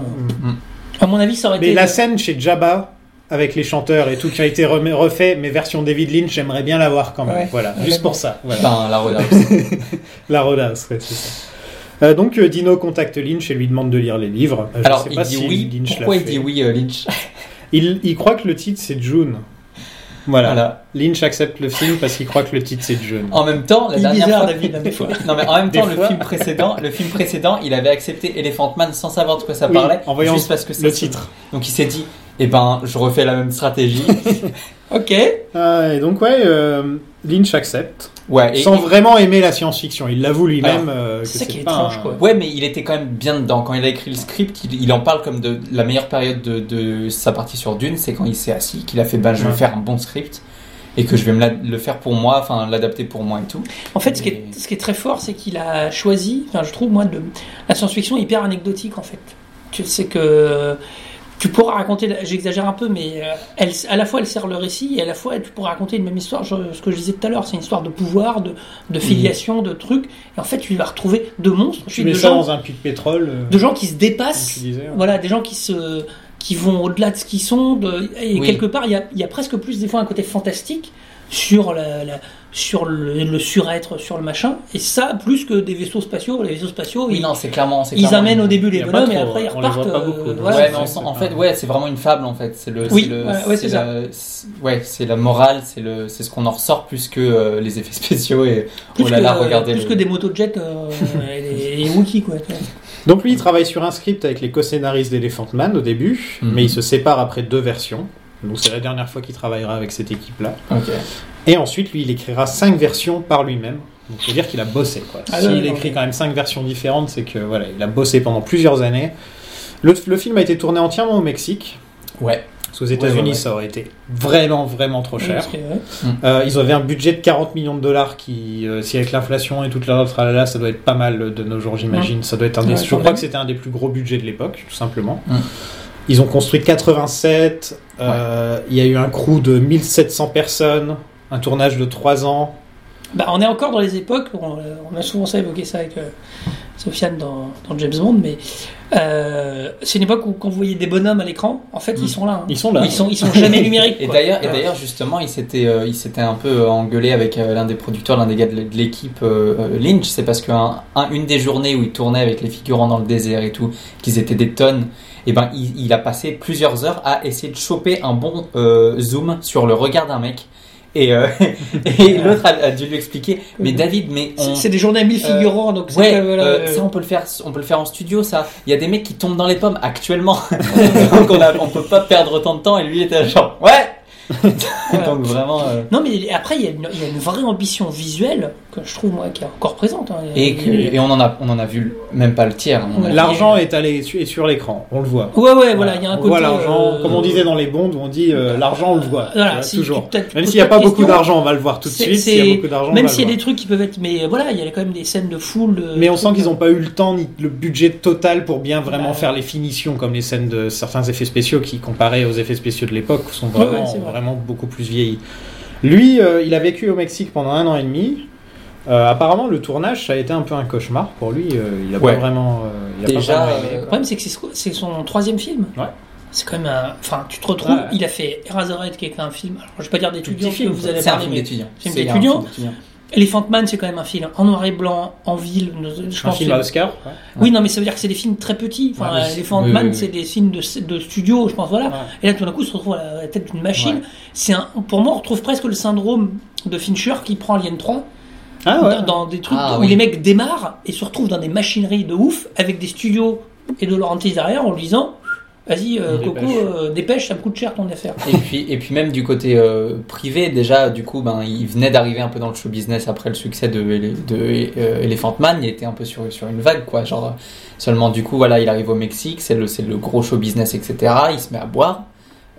Speaker 2: Mm.
Speaker 3: À mon avis, ça aurait
Speaker 2: Mais
Speaker 3: été.
Speaker 2: la scène chez Jabba, avec les chanteurs et tout, qui a été remé- refait, mais version David Lynch, j'aimerais bien la voir quand même.
Speaker 3: Ouais.
Speaker 2: Voilà,
Speaker 3: Ouais.
Speaker 2: juste pour ça. Voilà.
Speaker 4: Enfin, la regarde.
Speaker 2: La rodasse, ouais, c'est ça. Euh, donc euh, Dino contacte Lynch et lui demande de lire les livres. Euh, je
Speaker 4: Alors,
Speaker 2: sais
Speaker 4: il
Speaker 2: pas
Speaker 4: dit
Speaker 2: si
Speaker 4: oui.
Speaker 2: Lynch l'a
Speaker 4: Pourquoi il
Speaker 2: fait.
Speaker 4: dit oui, euh, Lynch
Speaker 2: Il, il croit que le titre c'est June. Voilà.
Speaker 4: Voilà.
Speaker 2: Lynch accepte le film parce qu'il croit que le titre c'est
Speaker 3: Oh,
Speaker 2: June.
Speaker 4: En même temps, la
Speaker 3: Il est
Speaker 4: dernière
Speaker 3: bizarre,
Speaker 4: fois.
Speaker 3: David, des fois.
Speaker 4: Non mais en même
Speaker 2: Des
Speaker 4: temps, le
Speaker 2: fois.
Speaker 4: film précédent, le film précédent, il avait accepté Elephant Man sans savoir de quoi ça
Speaker 2: Oui,
Speaker 4: parlait,
Speaker 2: en voyant
Speaker 4: juste parce que c'est
Speaker 2: le titre.
Speaker 4: Donc il s'est dit, eh ben, je refais la même stratégie.
Speaker 3: Ok.
Speaker 2: Ah, et donc ouais, euh, Lynch accepte.
Speaker 4: Ouais. Et,
Speaker 2: sans vraiment aimer la science-fiction, il l'avoue lui-même. euh, que
Speaker 3: c'est ça qui est
Speaker 2: pas
Speaker 3: étrange,
Speaker 2: un-
Speaker 3: quoi.
Speaker 4: Ouais, mais il était quand même bien dedans. Quand il a écrit le script, il, il en parle comme de la meilleure période de, de sa partie sur Dune, c'est quand il s'est assis, qu'il a fait, ben, je vais
Speaker 2: Ouais.
Speaker 4: faire un bon script. et que je vais me la- le faire pour moi, enfin l'adapter pour moi et tout.
Speaker 3: En fait, ce qui est, ce qui est très fort, c'est qu'il a choisi, enfin, je trouve, moi, de, la science-fiction est hyper anecdotique, en fait. Tu sais que tu pourras raconter, la- j'exagère un peu, mais euh, elle, à la fois elle sert le récit et à la fois tu pourras raconter une même histoire. Je- ce que je disais tout à l'heure, c'est une histoire de pouvoir, de, de
Speaker 2: Mm.
Speaker 3: filiation, de trucs. Et en fait, tu vas retrouver de monstres,
Speaker 2: Tu
Speaker 3: de
Speaker 2: mets ça
Speaker 3: gens,
Speaker 2: dans un puits de pétrole. euh,
Speaker 3: de gens qui se
Speaker 2: comme tu
Speaker 3: dépassent
Speaker 2: disais, ouais.
Speaker 3: voilà, des gens qui se qui vont au-delà de ce qu'ils sont, de- et
Speaker 4: Oui.
Speaker 3: quelque part, il y a, il y a presque plus des fois un côté fantastique sur, la, la- sur le, le surêtre, sur le machin, et ça, plus que des vaisseaux spatiaux. Les vaisseaux spatiaux,
Speaker 4: Oui,
Speaker 3: ils,
Speaker 4: non, c'est clairement. c'est
Speaker 3: ils
Speaker 4: clairement-
Speaker 3: amènent au début les
Speaker 5: y a pas
Speaker 3: bonhommes, et
Speaker 5: trop,
Speaker 3: après ils
Speaker 5: on les voit
Speaker 3: repartent.
Speaker 5: pas beaucoup,
Speaker 3: euh,
Speaker 5: donc
Speaker 3: voilà.
Speaker 4: Ouais, mais
Speaker 5: c'est-
Speaker 4: on sent- en
Speaker 2: c'est
Speaker 4: fait,
Speaker 2: pas-
Speaker 4: ouais, c'est vraiment une fable en fait. C'est le,
Speaker 3: Oui,
Speaker 4: c'est le-
Speaker 3: ouais, ouais, c'est ça.
Speaker 4: la- c'est- ouais, c'est la morale, c'est le, c'est ce qu'on en ressort plus que euh, les effets spéciaux et
Speaker 3: Plus,
Speaker 4: oh là
Speaker 3: que,
Speaker 4: là, regardez.
Speaker 3: plus
Speaker 4: le-
Speaker 3: que des motos de jet euh, et les- et les Wookiees, quoi. tu vois.
Speaker 2: Donc lui, il travaille sur un script avec les co-scénaristes d'Elephant Man au début,
Speaker 4: Mhm.
Speaker 2: mais il se sépare après deux versions. Donc c'est la dernière fois qu'il travaillera avec cette équipe-là.
Speaker 4: Ok.
Speaker 2: Et ensuite, lui, il écrira cinq versions par lui-même. Donc faut dire qu'il a bossé. quoi.
Speaker 3: Ah oui,
Speaker 2: S'il
Speaker 3: oui,
Speaker 2: écrit
Speaker 3: oui.
Speaker 2: quand même cinq versions différentes, c'est que voilà, il a bossé pendant plusieurs années. Le, le film a été tourné entièrement au Mexique.
Speaker 4: Ouais.
Speaker 2: Parce qu'aux États-Unis,
Speaker 4: Ouais, ouais, ouais.
Speaker 2: ça aurait été vraiment, vraiment trop cher.
Speaker 3: Parce que, ouais.
Speaker 2: Euh, ils avaient un budget de 40 millions de dollars qui, euh, si avec l'inflation et toute la tralala, ça doit être pas mal de nos jours, j'imagine. Ça doit être un des,
Speaker 3: Ouais,
Speaker 2: je
Speaker 3: quand
Speaker 2: crois
Speaker 3: même.
Speaker 2: que c'était un des plus gros budgets de l'époque, tout simplement.
Speaker 4: Mm.
Speaker 2: Ils ont construit 87. euh, Il y a eu un crew de 1700 personnes, un tournage de 3 ans.
Speaker 3: Bah, on est encore dans les époques, on, euh, on a souvent ça évoqué ça avec euh, Sofiane dans, dans James Bond, mais euh, c'est une époque où quand vous voyez des bonhommes à l'écran, en fait ils sont là. hein.
Speaker 2: Ils sont là.
Speaker 3: Ils sont, ils sont jamais numériques.
Speaker 4: Et
Speaker 3: quoi.
Speaker 4: d'ailleurs, et
Speaker 3: Ouais.
Speaker 4: d'ailleurs, justement, il s'était, euh, il s'était un peu engueulé avec euh, l'un des producteurs, l'un des gars de l- de l'équipe euh, euh, Lynch. C'est parce qu'une des journées où il tournait avec les figurants dans le désert et tout, qu'ils étaient des tonnes. Et ben, il, il a passé plusieurs heures à essayer de choper un bon euh, zoom sur le regard d'un mec. Et, euh, et l'autre a, a dû lui expliquer. Mais David, mais on,
Speaker 3: C'est- c'est des journées à 1000
Speaker 4: Euh,
Speaker 3: figurants, donc c'est
Speaker 4: Ouais,
Speaker 3: pas- voilà,
Speaker 4: euh,
Speaker 3: euh,
Speaker 4: ça on peut le faire, on peut le faire en studio ça. Il y a des mecs qui tombent dans les pommes actuellement, donc on, a, on peut pas perdre autant de temps. Et lui il était genre ouais. donc vraiment. euh,
Speaker 3: Non, mais après il y, a une, il y a une vraie ambition visuelle que je trouve moi qui est encore présente. hein.
Speaker 4: Et, que- et on en a, on en a vu même pas le tiers. on en a-
Speaker 3: Ouais.
Speaker 2: L'argent est allé su- est sur l'écran, on le voit.
Speaker 3: Ouais, ouais, voilà, il y a un
Speaker 2: on
Speaker 3: côté.
Speaker 2: voit l'argent,
Speaker 3: euh,
Speaker 2: comme on disait dans les bondes, on dit euh, l'argent, on le voit.
Speaker 3: Voilà,
Speaker 2: Tu vois,
Speaker 3: si
Speaker 2: toujours.
Speaker 3: tu- tu-
Speaker 2: Même
Speaker 3: tu
Speaker 2: s'il n'y a pas
Speaker 3: poses pas de
Speaker 2: beaucoup
Speaker 3: questions,
Speaker 2: d'argent, on va le voir tout de
Speaker 3: c'est-
Speaker 2: suite. S'il y
Speaker 3: c'est-
Speaker 2: a beaucoup d'argent, on
Speaker 3: Même
Speaker 2: va
Speaker 3: s'il
Speaker 2: le
Speaker 3: y a
Speaker 2: voir.
Speaker 3: des trucs qui peuvent être. Mais voilà, il y a quand même des scènes de foule. de-
Speaker 2: Mais on sent
Speaker 3: trucs,
Speaker 2: qu'ils
Speaker 3: euh,
Speaker 2: n'ont pas eu le temps ni le budget total pour bien vraiment
Speaker 3: Bah.
Speaker 2: faire les finitions, comme les scènes de certains effets spéciaux qui, comparés aux effets spéciaux de l'époque, sont vraiment,
Speaker 3: Ouais, ouais, c'est vrai.
Speaker 2: vraiment beaucoup plus vieillis. Lui, euh, il a vécu au Mexique pendant un an et demi. Euh, apparemment, le tournage, ça a été un peu un cauchemar pour lui. Euh, il a
Speaker 4: Ouais.
Speaker 2: pas vraiment. euh, il a pas
Speaker 4: Déjà,
Speaker 2: vraiment aimé.
Speaker 4: euh,
Speaker 3: Le problème, c'est que c'est ce- c'est son troisième film.
Speaker 2: Ouais.
Speaker 3: C'est quand même un. Enfin, tu te retrouves.
Speaker 2: Ouais.
Speaker 3: Il a fait Eraserhead, qui est un film. Alors, je vais pas dire des
Speaker 2: Tout petit
Speaker 3: d'étudiants que
Speaker 2: film,
Speaker 3: vous
Speaker 2: quoi.
Speaker 3: avez
Speaker 4: c'est un
Speaker 3: parlé,
Speaker 4: film
Speaker 3: mais
Speaker 4: d'étudiant.
Speaker 3: film
Speaker 4: C'est un
Speaker 3: d'étudiant.
Speaker 4: film d'étudiant.
Speaker 3: Elephant Man, c'est quand même un film en noir et blanc, en ville. Je
Speaker 2: un
Speaker 3: pense
Speaker 2: film
Speaker 3: que-
Speaker 2: à Oscar.
Speaker 3: Oui, non, mais ça veut dire que c'est des films très petits. Enfin,
Speaker 2: Ouais, mais c'est-
Speaker 3: Elephant
Speaker 4: oui,
Speaker 3: Man,
Speaker 4: oui, oui.
Speaker 3: c'est des films de, de studio, je pense, voilà.
Speaker 2: Ouais.
Speaker 3: Et là, tout d'un coup, il se retrouve à la tête d'une machine. C'est un, pour moi, on retrouve presque le syndrome de Fincher qui prend Alien 3
Speaker 2: Ah ouais.
Speaker 3: dans, dans des trucs
Speaker 4: Ah,
Speaker 3: où
Speaker 4: oui.
Speaker 3: les mecs démarrent et se retrouvent dans des machineries de ouf avec des studios et de Laurentiis derrière en lui disant Vas-y, euh,
Speaker 2: Dépêche.
Speaker 3: Coco, euh, dépêche, ça me coûte cher ton affaire.
Speaker 4: Et puis, et puis même du côté euh, privé, déjà, du coup, ben, il venait d'arriver un peu dans le show business après le succès de, Ele- de euh, Elephant Man. Il était un peu sur, sur une vague, quoi. Genre, euh, seulement du coup, voilà, il arrive au Mexique, c'est le, c'est le gros show business, etc. Il se met à boire.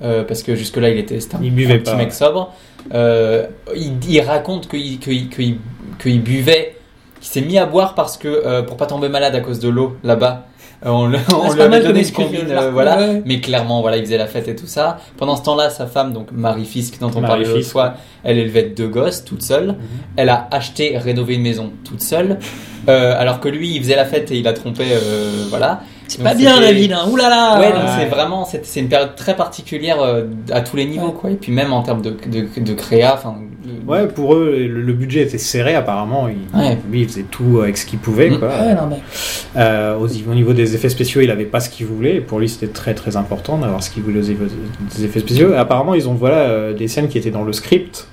Speaker 4: euh, parce que jusque-là, il était c'était un,
Speaker 2: Il buvait
Speaker 4: un
Speaker 2: pas.
Speaker 4: petit mec sobre. Euh, il, il raconte qu'il qu'il- qu'il- qu'il buvait, qu'il s'est mis à boire parce que euh, pour pas tomber malade à cause de l'eau là-bas. Euh, on le- on
Speaker 3: c'est
Speaker 4: lui
Speaker 3: pas
Speaker 4: avait
Speaker 3: mal comme
Speaker 4: donné une
Speaker 3: excuse,
Speaker 4: combine,
Speaker 3: Marc.
Speaker 4: euh, voilà.
Speaker 3: Ouais.
Speaker 4: Mais clairement, voilà, il faisait la fête et tout ça. Pendant ce temps-là, sa femme, donc Marie Fisk, dont on
Speaker 2: Marie
Speaker 4: parlait l'autre
Speaker 2: Fisk,
Speaker 4: fois, elle élevait deux gosses toute seule. Elle a acheté, rénové une maison toute seule. Euh, alors que lui, il faisait la fête et il a trompé, euh, voilà.
Speaker 3: C'est
Speaker 4: Donc
Speaker 3: pas bien,
Speaker 4: c'était-
Speaker 3: David, hein. oulala
Speaker 4: ouais, donc
Speaker 2: ouais.
Speaker 4: c'est vraiment, c'est c'est une période très particulière euh, à tous les niveaux,
Speaker 3: Ouais.
Speaker 4: quoi. Et puis même en termes de, de, de créa, enfin. de-
Speaker 2: Ouais, pour eux, le, le budget était serré apparemment. Il-
Speaker 4: Ouais.
Speaker 2: Lui, il faisait tout avec ce qu'il pouvait.
Speaker 4: Mm.
Speaker 2: Quoi.
Speaker 3: Ouais, non, mais-
Speaker 2: Euh, au, au niveau des effets spéciaux, il avait pas ce qu'il voulait. Et pour lui, c'était très très important d'avoir ce qu'il voulait aux effets- des effets spéciaux. Et apparemment, ils ont voilà euh, des scènes qui étaient dans le script,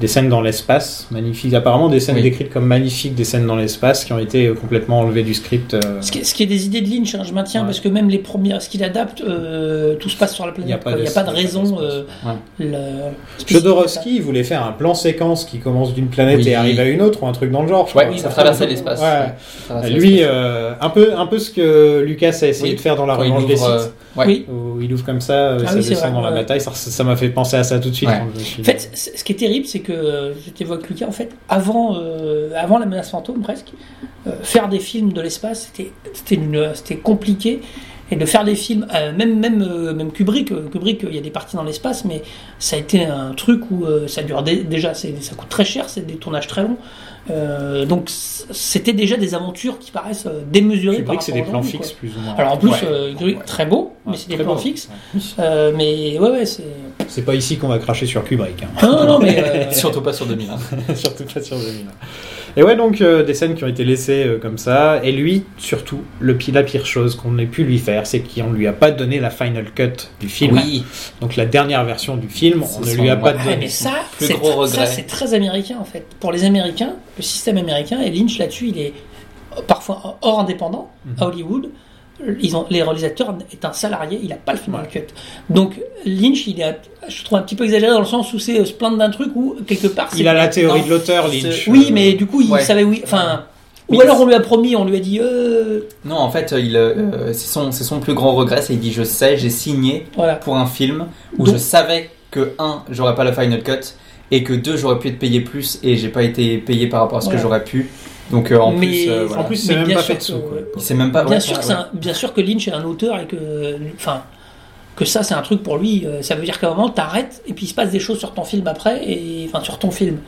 Speaker 2: des scènes dans l'espace, magnifiques. Apparemment, des scènes
Speaker 4: Oui.
Speaker 2: décrites comme magnifiques, des scènes dans l'espace qui ont été euh, complètement enlevées du script. euh,
Speaker 3: Ce qui, est- ce qui est des idées de Lynch, hein, je maintiens,
Speaker 2: Ouais.
Speaker 3: parce que même les premières, ce qu'il adapte, euh, tout se passe sur la
Speaker 2: Il y a
Speaker 3: planète.
Speaker 2: pas
Speaker 3: quoi. Il n'y a,
Speaker 2: d'es-
Speaker 3: pas de
Speaker 2: il y a
Speaker 3: raison.
Speaker 2: pas d'espace.
Speaker 3: euh,
Speaker 4: Ouais.
Speaker 3: le-
Speaker 2: Jodorowsky il voulait faire un plan séquence qui commence d'une planète
Speaker 4: Oui.
Speaker 2: et arrive à une autre ou un truc dans le genre. je
Speaker 4: Ouais,
Speaker 2: crois.
Speaker 4: ça traversait l'espace.
Speaker 2: Ouais.
Speaker 4: Ça traversait
Speaker 2: Lui,
Speaker 4: l'espace.
Speaker 2: euh, un peu un peu ce que Lucas a essayé
Speaker 4: Oui.
Speaker 2: de faire dans la
Speaker 4: Quand il
Speaker 2: Revanche des
Speaker 4: ouvre, euh,
Speaker 2: sites.
Speaker 4: Ouais.
Speaker 3: Oui.
Speaker 2: où il ouvre comme ça, euh,
Speaker 3: Ah
Speaker 2: ça
Speaker 3: oui, c'est
Speaker 2: descend dans
Speaker 3: vrai,
Speaker 2: la
Speaker 3: ouais.
Speaker 2: bataille. Ça- Ça m'a fait penser à ça tout de suite.
Speaker 4: Ouais.
Speaker 2: quand je me suis dit.
Speaker 3: En fait, c- ce qui est terrible, c'est que, euh, je t'évoque Lucas, en fait, avant, euh, avant la menace fantôme presque, euh, faire des films de l'espace, c'était- c'était une- c'était compliqué. Et de faire des films, euh, même, même, euh, même Kubrick, euh, Kubrick, euh, il y a des parties dans l'espace, mais ça a été un truc où euh, ça dure dé- déjà, c'est- ça coûte très cher, c'est des tournages très longs. Euh, donc c- c'était déjà des aventures qui paraissent euh, démesurées. par
Speaker 2: Kubrick, c'est des
Speaker 3: rapport
Speaker 2: plans
Speaker 3: aujourd'hui,
Speaker 2: fixes,
Speaker 3: quoi.
Speaker 2: plus ou moins.
Speaker 3: Alors en plus,
Speaker 4: Ouais.
Speaker 3: euh, Kubrick,
Speaker 4: Ouais.
Speaker 3: très beau, mais
Speaker 2: Ouais,
Speaker 3: c'est des
Speaker 2: très
Speaker 3: plans
Speaker 2: beau.
Speaker 3: fixes.
Speaker 2: Ouais.
Speaker 3: Euh, mais ouais, ouais, c'est.
Speaker 2: C'est pas ici qu'on va cracher sur Kubrick. hein.
Speaker 3: Non, non, non, mais. euh,
Speaker 4: Surtout pas sur hein. 2001.
Speaker 2: Surtout pas sur 2000. Et ouais, donc euh, des scènes qui ont été laissées euh, comme ça. Et lui, surtout, le, pi- la pire chose qu'on ait pu lui faire, c'est qu'on lui a pas donné la final cut du film.
Speaker 4: Oui,
Speaker 2: Donc la dernière version du film,
Speaker 4: C'est
Speaker 2: on ne
Speaker 4: son-
Speaker 2: lui a pas
Speaker 4: ouais.
Speaker 3: Ouais,
Speaker 2: donné.
Speaker 3: mais ça,
Speaker 4: Plus
Speaker 3: c'est
Speaker 4: gros
Speaker 3: tr- ça,
Speaker 4: regret.
Speaker 3: c'est très américain en fait. Pour les Américains, le système américain, et Lynch là-dessus, il est parfois hors indépendant
Speaker 4: Mhm.
Speaker 3: à Hollywood. Ils ont, les réalisateurs est un salarié, il n'a pas le final cut. Donc Lynch, il est, un- je trouve un petit peu exagéré dans le sens où c'est euh, se plaindre d'un truc où quelque part. c'est-
Speaker 2: Il a la théorie
Speaker 4: Non,
Speaker 2: de l'auteur,
Speaker 4: c'est-
Speaker 2: Lynch.
Speaker 3: Oui,
Speaker 2: Euh,
Speaker 3: mais du coup, il
Speaker 4: Ouais.
Speaker 3: savait oui. Enfin,
Speaker 4: Mais
Speaker 3: ou
Speaker 4: il-
Speaker 3: alors on lui a promis, on lui a dit. euh,
Speaker 4: non, en fait, il, euh, c'est son, c'est son plus grand regret, c'est qu'il dit Je sais, j'ai signé
Speaker 3: voilà.
Speaker 4: pour un film où
Speaker 3: Donc-
Speaker 4: je savais que, un, j'aurais pas le final cut et que, deux, j'aurais pu être payé plus et j'ai pas été payé par rapport à ce
Speaker 3: Voilà.
Speaker 4: que j'aurais pu. Donc, euh, en
Speaker 3: Mais-
Speaker 4: plus, euh, voilà.
Speaker 2: En plus, c'est
Speaker 3: Mais
Speaker 2: même
Speaker 3: bien
Speaker 2: pas
Speaker 3: sûr
Speaker 2: fait de
Speaker 3: que-
Speaker 2: sous. quoi.
Speaker 4: il sait
Speaker 2: Ah
Speaker 4: même pas.
Speaker 3: Bien
Speaker 4: ouais,
Speaker 3: sûr, que
Speaker 4: ouais.
Speaker 3: c'est un- bien sûr que Lynch est un auteur et que, enfin, que ça c'est un truc pour lui. euh, Ça veut dire qu'à un moment t'arrêtes et puis il se passe des choses sur ton film après et enfin sur ton film.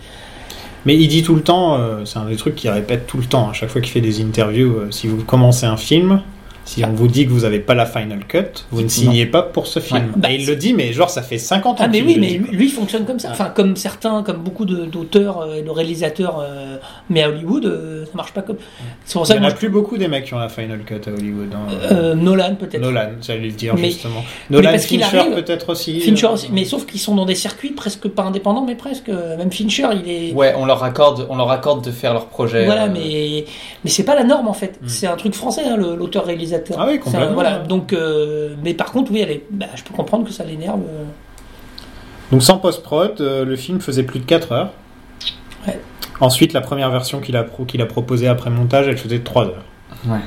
Speaker 2: Mais il dit tout le temps, euh, c'est un des trucs qu'il répète tout le temps, à chaque fois qu'il fait des interviews, euh, si vous commencez un film, si on vous dit que vous n'avez pas la final cut, vous ne signez pas pour ce film.
Speaker 4: Ouais.
Speaker 2: Bah, il le dit, mais genre ça fait 50 ans
Speaker 3: Ah mais
Speaker 2: qu'il
Speaker 3: oui,
Speaker 2: le
Speaker 3: mais
Speaker 2: dit,
Speaker 3: lui,
Speaker 2: quoi.
Speaker 3: lui, il fonctionne comme ça. Enfin comme certains, comme beaucoup de- d'auteurs euh, et de réalisateurs, euh, mais à Hollywood euh, ça marche pas comme. C'est pour ça
Speaker 2: Il
Speaker 3: que
Speaker 2: n'y en
Speaker 3: moi,
Speaker 2: a plus beaucoup des mecs qui ont la final cut à Hollywood. hein.
Speaker 3: je- euh, Nolan peut-être.
Speaker 2: Nolan, j'allais le dire
Speaker 3: Mais-
Speaker 2: justement. Nolan,
Speaker 3: parce qu'il
Speaker 2: Fincher
Speaker 3: arrive-
Speaker 2: peut-être aussi.
Speaker 3: Fincher
Speaker 2: euh,
Speaker 3: aussi, mais sauf qu'ils sont dans des circuits presque pas indépendants, mais presque. euh, Même Fincher, il est.
Speaker 4: Ouais, on leur accorde, on leur accorde de faire leur projet.
Speaker 3: Voilà,
Speaker 4: euh,
Speaker 3: mais, mais c'est pas la norme en fait. C'est un truc français, hein, le-
Speaker 2: Hmm.
Speaker 3: l'auteur-réalisateur.
Speaker 2: Ah oui,
Speaker 3: C'est un-
Speaker 2: complètement.
Speaker 3: Voilà, donc, euh, mais par contre, oui, elle est- bah, je peux comprendre que ça l'énerve. euh.
Speaker 2: Donc sans post-prod, euh, le film faisait plus de 4 heures.
Speaker 3: Ouais.
Speaker 2: Ensuite, la première version qu'il a, pro- qu'il a proposée après montage, elle faisait 3 heures.
Speaker 4: Ouais.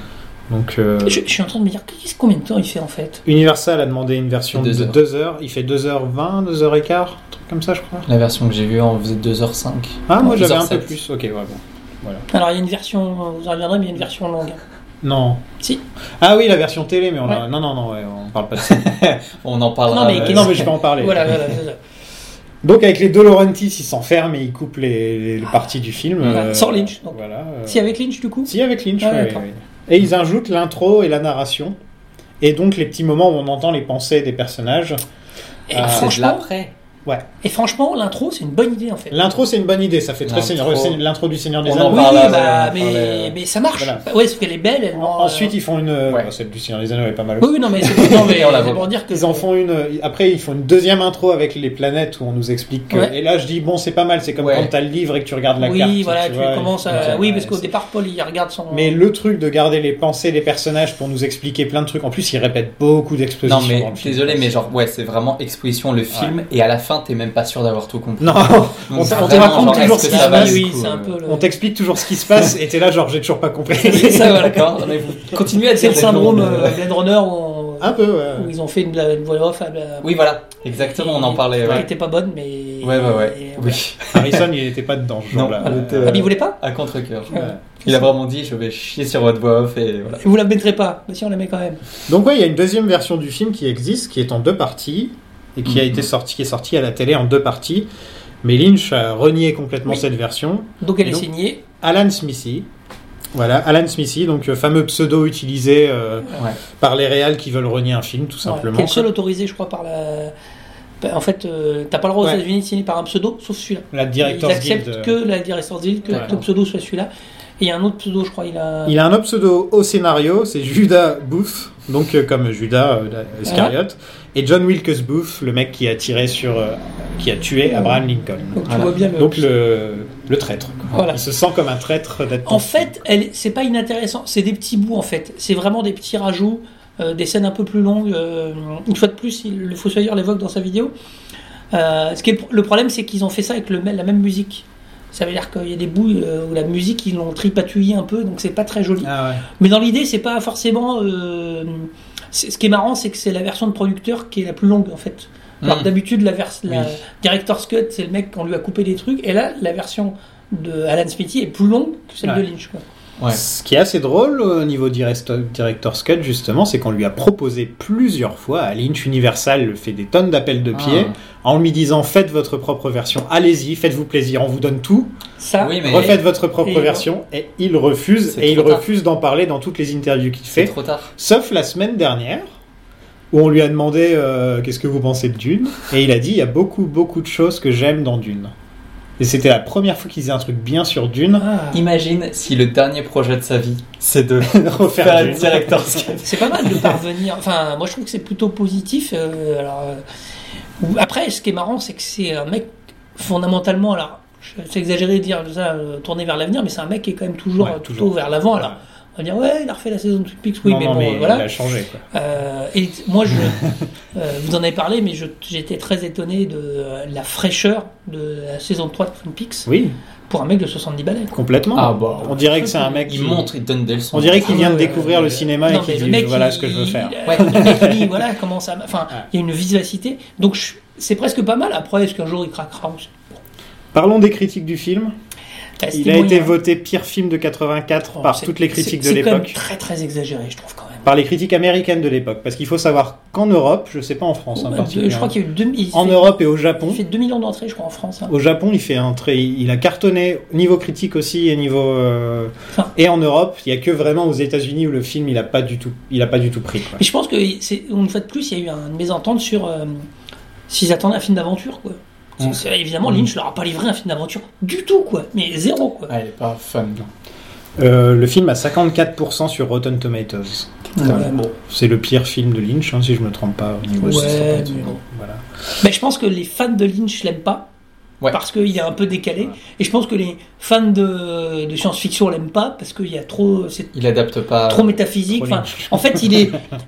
Speaker 2: Donc, euh,
Speaker 3: Je, je suis en train de me dire, qu'est-ce combien de temps il fait en fait
Speaker 2: Universal a demandé une version
Speaker 4: Deux
Speaker 2: de
Speaker 4: heures.
Speaker 2: 2 heures. Il fait 2h20, 2h15, un truc comme ça, je crois.
Speaker 4: La version que j'ai vue, on faisait 2h05.
Speaker 2: Ah, moi
Speaker 4: Deux
Speaker 2: j'avais
Speaker 4: heures
Speaker 2: un peu
Speaker 4: sept.
Speaker 2: plus. Ok, ouais, bon.
Speaker 3: Alors, il y a une version, vous en reviendrez, mais il y a une version longue.
Speaker 2: Non.
Speaker 3: Si.
Speaker 2: Ah oui, la version télé, mais on a. Non, non, non, ouais, on parle pas de ça.
Speaker 4: On en parlera.
Speaker 3: Non, mais
Speaker 4: euh,
Speaker 3: qu'est-ce-
Speaker 2: non, mais je vais en parler.
Speaker 3: Voilà, voilà, c'est ça.
Speaker 2: Donc, avec les deux Laurentis, ils s'enferment et ils coupent les, les- les parties du film.
Speaker 3: Voilà. Sans Lynch, donc.
Speaker 2: Voilà. euh,
Speaker 3: Si avec Lynch, du coup
Speaker 2: Si, avec Lynch,
Speaker 3: Ah,
Speaker 2: ouais,
Speaker 3: d'accord.
Speaker 2: ouais. Et ils ajoutent l'intro et la narration. Et donc, les petits moments où on entend les pensées des personnages. Ah,
Speaker 3: Et,
Speaker 4: c'est de
Speaker 3: franchement,
Speaker 4: l'après.
Speaker 3: et franchement, l'intro, c'est une bonne idée en fait.
Speaker 2: L'intro, c'est une bonne idée. Ça fait très
Speaker 4: L'intro.
Speaker 2: Seigneur- c'est l'intro du Seigneur des
Speaker 4: On en
Speaker 2: Anneaux.
Speaker 3: Oui,
Speaker 4: parle, là,
Speaker 3: bah,
Speaker 4: ouais, on
Speaker 3: mais,
Speaker 4: parlait, euh,
Speaker 3: mais ça marche.
Speaker 2: voilà.
Speaker 3: Bah ouais, parce qu'elle est belle. Elle, euh,
Speaker 2: En- Ensuite, ils font une.
Speaker 4: Ouais.
Speaker 2: bah, celle du Seigneur des Anneaux elle est pas mal.
Speaker 3: Oui, oui, non, mais c'est non, mais
Speaker 4: On la
Speaker 3: c'est
Speaker 4: voit.
Speaker 3: pour dire que.
Speaker 2: Ils en font une. Après, ils font une deuxième intro avec les planètes où on nous explique que.
Speaker 3: Ouais.
Speaker 2: Et là, je dis bon, c'est pas mal. C'est comme
Speaker 4: Ouais.
Speaker 2: quand t'as le livre et que tu regardes la
Speaker 3: oui,
Speaker 2: carte.
Speaker 3: voilà, tu,
Speaker 2: vois,
Speaker 3: commences à.
Speaker 2: ok,
Speaker 3: oui,
Speaker 2: ouais,
Speaker 3: parce qu'au
Speaker 2: c'est-
Speaker 3: départ, Paul, il regarde son.
Speaker 2: Mais le truc de garder les pensées des personnages pour nous expliquer plein de trucs. En plus, ils répètent beaucoup d'expositions.
Speaker 4: Non, mais
Speaker 2: dans le film.
Speaker 4: désolé, mais genre, ouais, c'est vraiment exposition le film et à la fin, t'es même pas sûr d'avoir tout compris.
Speaker 2: Non,
Speaker 4: Donc,
Speaker 2: on t-
Speaker 4: c'est
Speaker 2: on te
Speaker 4: vraiment,
Speaker 2: raconte
Speaker 4: genre,
Speaker 2: toujours
Speaker 4: est-ce
Speaker 2: ce
Speaker 4: que
Speaker 2: qui
Speaker 4: ça
Speaker 2: se
Speaker 4: va,
Speaker 2: passe.
Speaker 4: du
Speaker 3: oui,
Speaker 4: coup,
Speaker 3: c'est un
Speaker 4: euh,
Speaker 3: peu le.
Speaker 2: on t'explique toujours ce qui se passe. Et t'es là, genre, j'ai toujours pas compris.
Speaker 3: C'est ça, voilà.
Speaker 4: Ah, D'accord, mais vous continuez à dire
Speaker 3: C'est le
Speaker 4: des
Speaker 3: syndrome
Speaker 4: noms, euh, Ah
Speaker 3: euh, Blade Runner où, on-
Speaker 2: Un peu, ouais.
Speaker 3: où ils ont fait une, une voix off à la-
Speaker 4: Oui, voilà, exactement, on en parlait.
Speaker 3: Qui
Speaker 4: Ouais,
Speaker 3: était pas bonne, mais.
Speaker 4: ouais, ouais. ouais.
Speaker 3: et voilà.
Speaker 4: Oui,
Speaker 2: Harrison, il était pas dedans, ce
Speaker 4: Non,
Speaker 2: jour-là.
Speaker 4: il était,
Speaker 3: Ah,
Speaker 4: euh,
Speaker 3: mais ils voulaient pas
Speaker 4: à contre-coeur.
Speaker 3: Ouais.
Speaker 4: Il a vraiment dit Je vais chier sur votre voix off et voilà.
Speaker 3: Vous la mettrez pas Mais si, on la met quand même.
Speaker 2: Donc ouais, il y a une deuxième version du film qui existe, qui est en deux parties et qui a
Speaker 4: Mhm.
Speaker 2: été sortie, qui est sortie à la télé en deux parties. Mais Lynch a renié complètement
Speaker 3: Oui.
Speaker 2: cette version.
Speaker 3: Donc elle
Speaker 2: Et
Speaker 3: est
Speaker 2: donc-
Speaker 3: signée.
Speaker 2: Alan Smithy, voilà, Alan Smithy, donc euh, fameux pseudo utilisé euh,
Speaker 4: Ouais.
Speaker 2: par les réals qui veulent renier un film, tout
Speaker 3: Voilà,
Speaker 2: simplement.
Speaker 3: qui est le seul autorisé, je crois, par la. bah, En fait, euh, t'as pas le droit aux
Speaker 2: Ouais.
Speaker 3: États-Unis de signer par un pseudo, sauf celui-là.
Speaker 2: La
Speaker 3: Ils
Speaker 2: Directors Guild.
Speaker 3: acceptent
Speaker 2: euh,
Speaker 3: que la Director's Guild, que
Speaker 2: Ouais.
Speaker 3: ton pseudo soit celui-là. Et il y a un autre pseudo, je crois, il a.
Speaker 2: euh, Il a un autre pseudo au scénario, c'est Judas Booth, donc euh, comme Judas euh, Iscariot, et John Wilkes Booth, le mec qui a tiré sur, euh, qui a tué Abraham Lincoln.
Speaker 3: Donc tu
Speaker 4: Voilà.
Speaker 3: vois bien le.
Speaker 2: Donc le, le traître. quoi.
Speaker 3: Voilà.
Speaker 2: Il se sent comme un traître d'être.
Speaker 3: En fait, elle- c'est pas inintéressant, c'est des petits bouts en fait. C'est vraiment des petits rajouts, euh, des scènes un peu plus longues. euh, une fois de plus, il- le Fossoyeur l'évoque dans sa vidéo. Euh, ce qui est le pro- le problème, c'est qu'ils ont fait ça avec le, la même musique. Ça veut dire qu'il y a des bouts euh, où la musique, ils l'ont tripatouillé un peu, donc c'est pas très joli.
Speaker 2: Ah ouais.
Speaker 3: Mais dans l'idée, c'est pas forcément euh, c'est- ce qui est marrant, c'est que c'est la version de producteur qui est la plus longue en fait. Alors
Speaker 4: Mm.
Speaker 3: que d'habitude, la, vers- la
Speaker 4: Oui.
Speaker 3: director's cut, c'est le mec qu'on lui a coupé des trucs, et là, la version de Alan Smithy est plus longue que celle
Speaker 2: Ouais.
Speaker 3: de Lynch. quoi.
Speaker 4: Ouais.
Speaker 2: Ce qui est assez drôle au niveau direct- Director's Cut, justement, c'est qu'on lui a proposé plusieurs fois, à Lynch Universal fait des tonnes d'appels
Speaker 4: Ah.
Speaker 2: de pied, en lui disant faites votre propre version, allez-y, faites-vous plaisir, on vous donne tout,
Speaker 3: Ça,
Speaker 4: Oui, mais-
Speaker 2: refaites votre propre
Speaker 3: et-
Speaker 2: version, et il refuse,
Speaker 4: C'est
Speaker 2: et il
Speaker 4: trop tard.
Speaker 2: refuse d'en parler dans toutes les interviews qu'il
Speaker 4: C'est
Speaker 2: fait,
Speaker 4: trop tard.
Speaker 2: sauf la semaine dernière, où on lui a demandé euh, qu'est-ce que vous pensez de Dune, et il a dit il y a beaucoup, beaucoup de choses que j'aime dans Dune. Et c'était la première fois qu'il disait un truc bien sur Dune,
Speaker 3: Ah.
Speaker 4: Imagine si le dernier projet de sa vie, c'est de
Speaker 2: refaire
Speaker 4: faire un
Speaker 2: Dune.
Speaker 4: director's cut.
Speaker 3: C'est pas mal de parvenir. Enfin, moi je trouve que c'est plutôt positif. euh, alors, euh, ou- après, ce qui est marrant, c'est que c'est un mec fondamentalement. Alors, je- c'est exagéré de dire ça, euh, tourné vers l'avenir, mais c'est un mec qui est quand même toujours
Speaker 2: Ouais,
Speaker 3: euh, plutôt
Speaker 2: toujours.
Speaker 3: vers l'avant. Alors, on va dire ouais, il a refait la saison de Twin Peaks, oui,
Speaker 2: non,
Speaker 3: mais
Speaker 2: non,
Speaker 3: bon,
Speaker 2: mais
Speaker 3: euh, voilà.
Speaker 2: il a changé. Quoi.
Speaker 3: Euh, et moi, je, euh, vous en avez parlé, mais je- j'étais très étonné de euh, la fraîcheur de la saison 3 de Twin Peaks
Speaker 2: Oui,
Speaker 3: pour un mec de 70 balais. quoi.
Speaker 2: complètement.
Speaker 4: Ah bah.
Speaker 2: on dirait que c'est un mec qui
Speaker 4: Il montre, il donne des leçons.
Speaker 2: On dirait qu'il vient de
Speaker 3: Ah ouais,
Speaker 2: découvrir
Speaker 3: ouais,
Speaker 2: le
Speaker 3: ouais.
Speaker 2: cinéma
Speaker 3: Non,
Speaker 2: et qu'il
Speaker 3: mais le
Speaker 2: dit
Speaker 3: mec,
Speaker 2: voilà
Speaker 3: il-
Speaker 2: ce que je veux faire.
Speaker 4: Ouais.
Speaker 3: le mec, lui, voilà comment ça. Enfin,
Speaker 2: Ouais.
Speaker 3: il y a une vivacité. Donc je- c'est presque pas mal. Après, est-ce qu'un jour il craquera on sait
Speaker 2: Parlons des critiques du film.
Speaker 3: pas. C'était
Speaker 2: Il a
Speaker 3: moyen.
Speaker 2: été voté pire film de 84
Speaker 3: Bon,
Speaker 2: par
Speaker 3: c'est-
Speaker 2: toutes les critiques
Speaker 3: c'est-
Speaker 2: de
Speaker 3: C'est quand même
Speaker 2: l'époque.
Speaker 3: très très exagéré, je trouve quand même.
Speaker 2: Par les critiques américaines de l'époque. Parce qu'il faut savoir qu'en Europe, je sais pas en France en
Speaker 3: Ouais,
Speaker 2: particulier,
Speaker 3: Oh, bah, je crois qu'il y a eu 2 millions.
Speaker 2: en Europe et au Japon,
Speaker 3: Il fait 2 millions d'entrées, je crois, en France. hein.
Speaker 2: au Japon, il fait un très, il a cartonné niveau critique aussi et niveau euh,
Speaker 4: Ah.
Speaker 3: Enfin.
Speaker 2: et en Europe, il y a que vraiment aux États-Unis où le film il a pas du tout, il a pas du tout pris. quoi.
Speaker 3: Mais je pense que c'est une fois de plus, il y a eu un- une mésentente sur euh, s'ils attendent un film d'aventure, quoi. C'est-
Speaker 4: Mm.
Speaker 3: c'est- Évidemment,
Speaker 4: Mm.
Speaker 3: Lynch leur a pas livré un film d'aventure du tout, quoi. Mais zéro, quoi.
Speaker 4: Ah, il est pas fun. non.
Speaker 2: Euh, le film a 54% sur Rotten Tomatoes.
Speaker 3: Ouais, bon.
Speaker 2: C'est le pire film de Lynch, hein, si je me trompe pas. au niveau
Speaker 3: Ouais,
Speaker 2: systématique.
Speaker 3: mais bon.
Speaker 2: Voilà.
Speaker 3: Mais je pense que les fans de Lynch l'aiment pas.
Speaker 4: Ouais.
Speaker 3: Parce qu'il est un peu décalé. Et je pense que les fans de, de science-fiction l'aiment pas parce qu'il y a trop, c'est
Speaker 4: Il adapte pas.
Speaker 3: trop métaphysique.
Speaker 2: trop
Speaker 3: Enfin,
Speaker 2: Lynch.
Speaker 3: en fait, il est.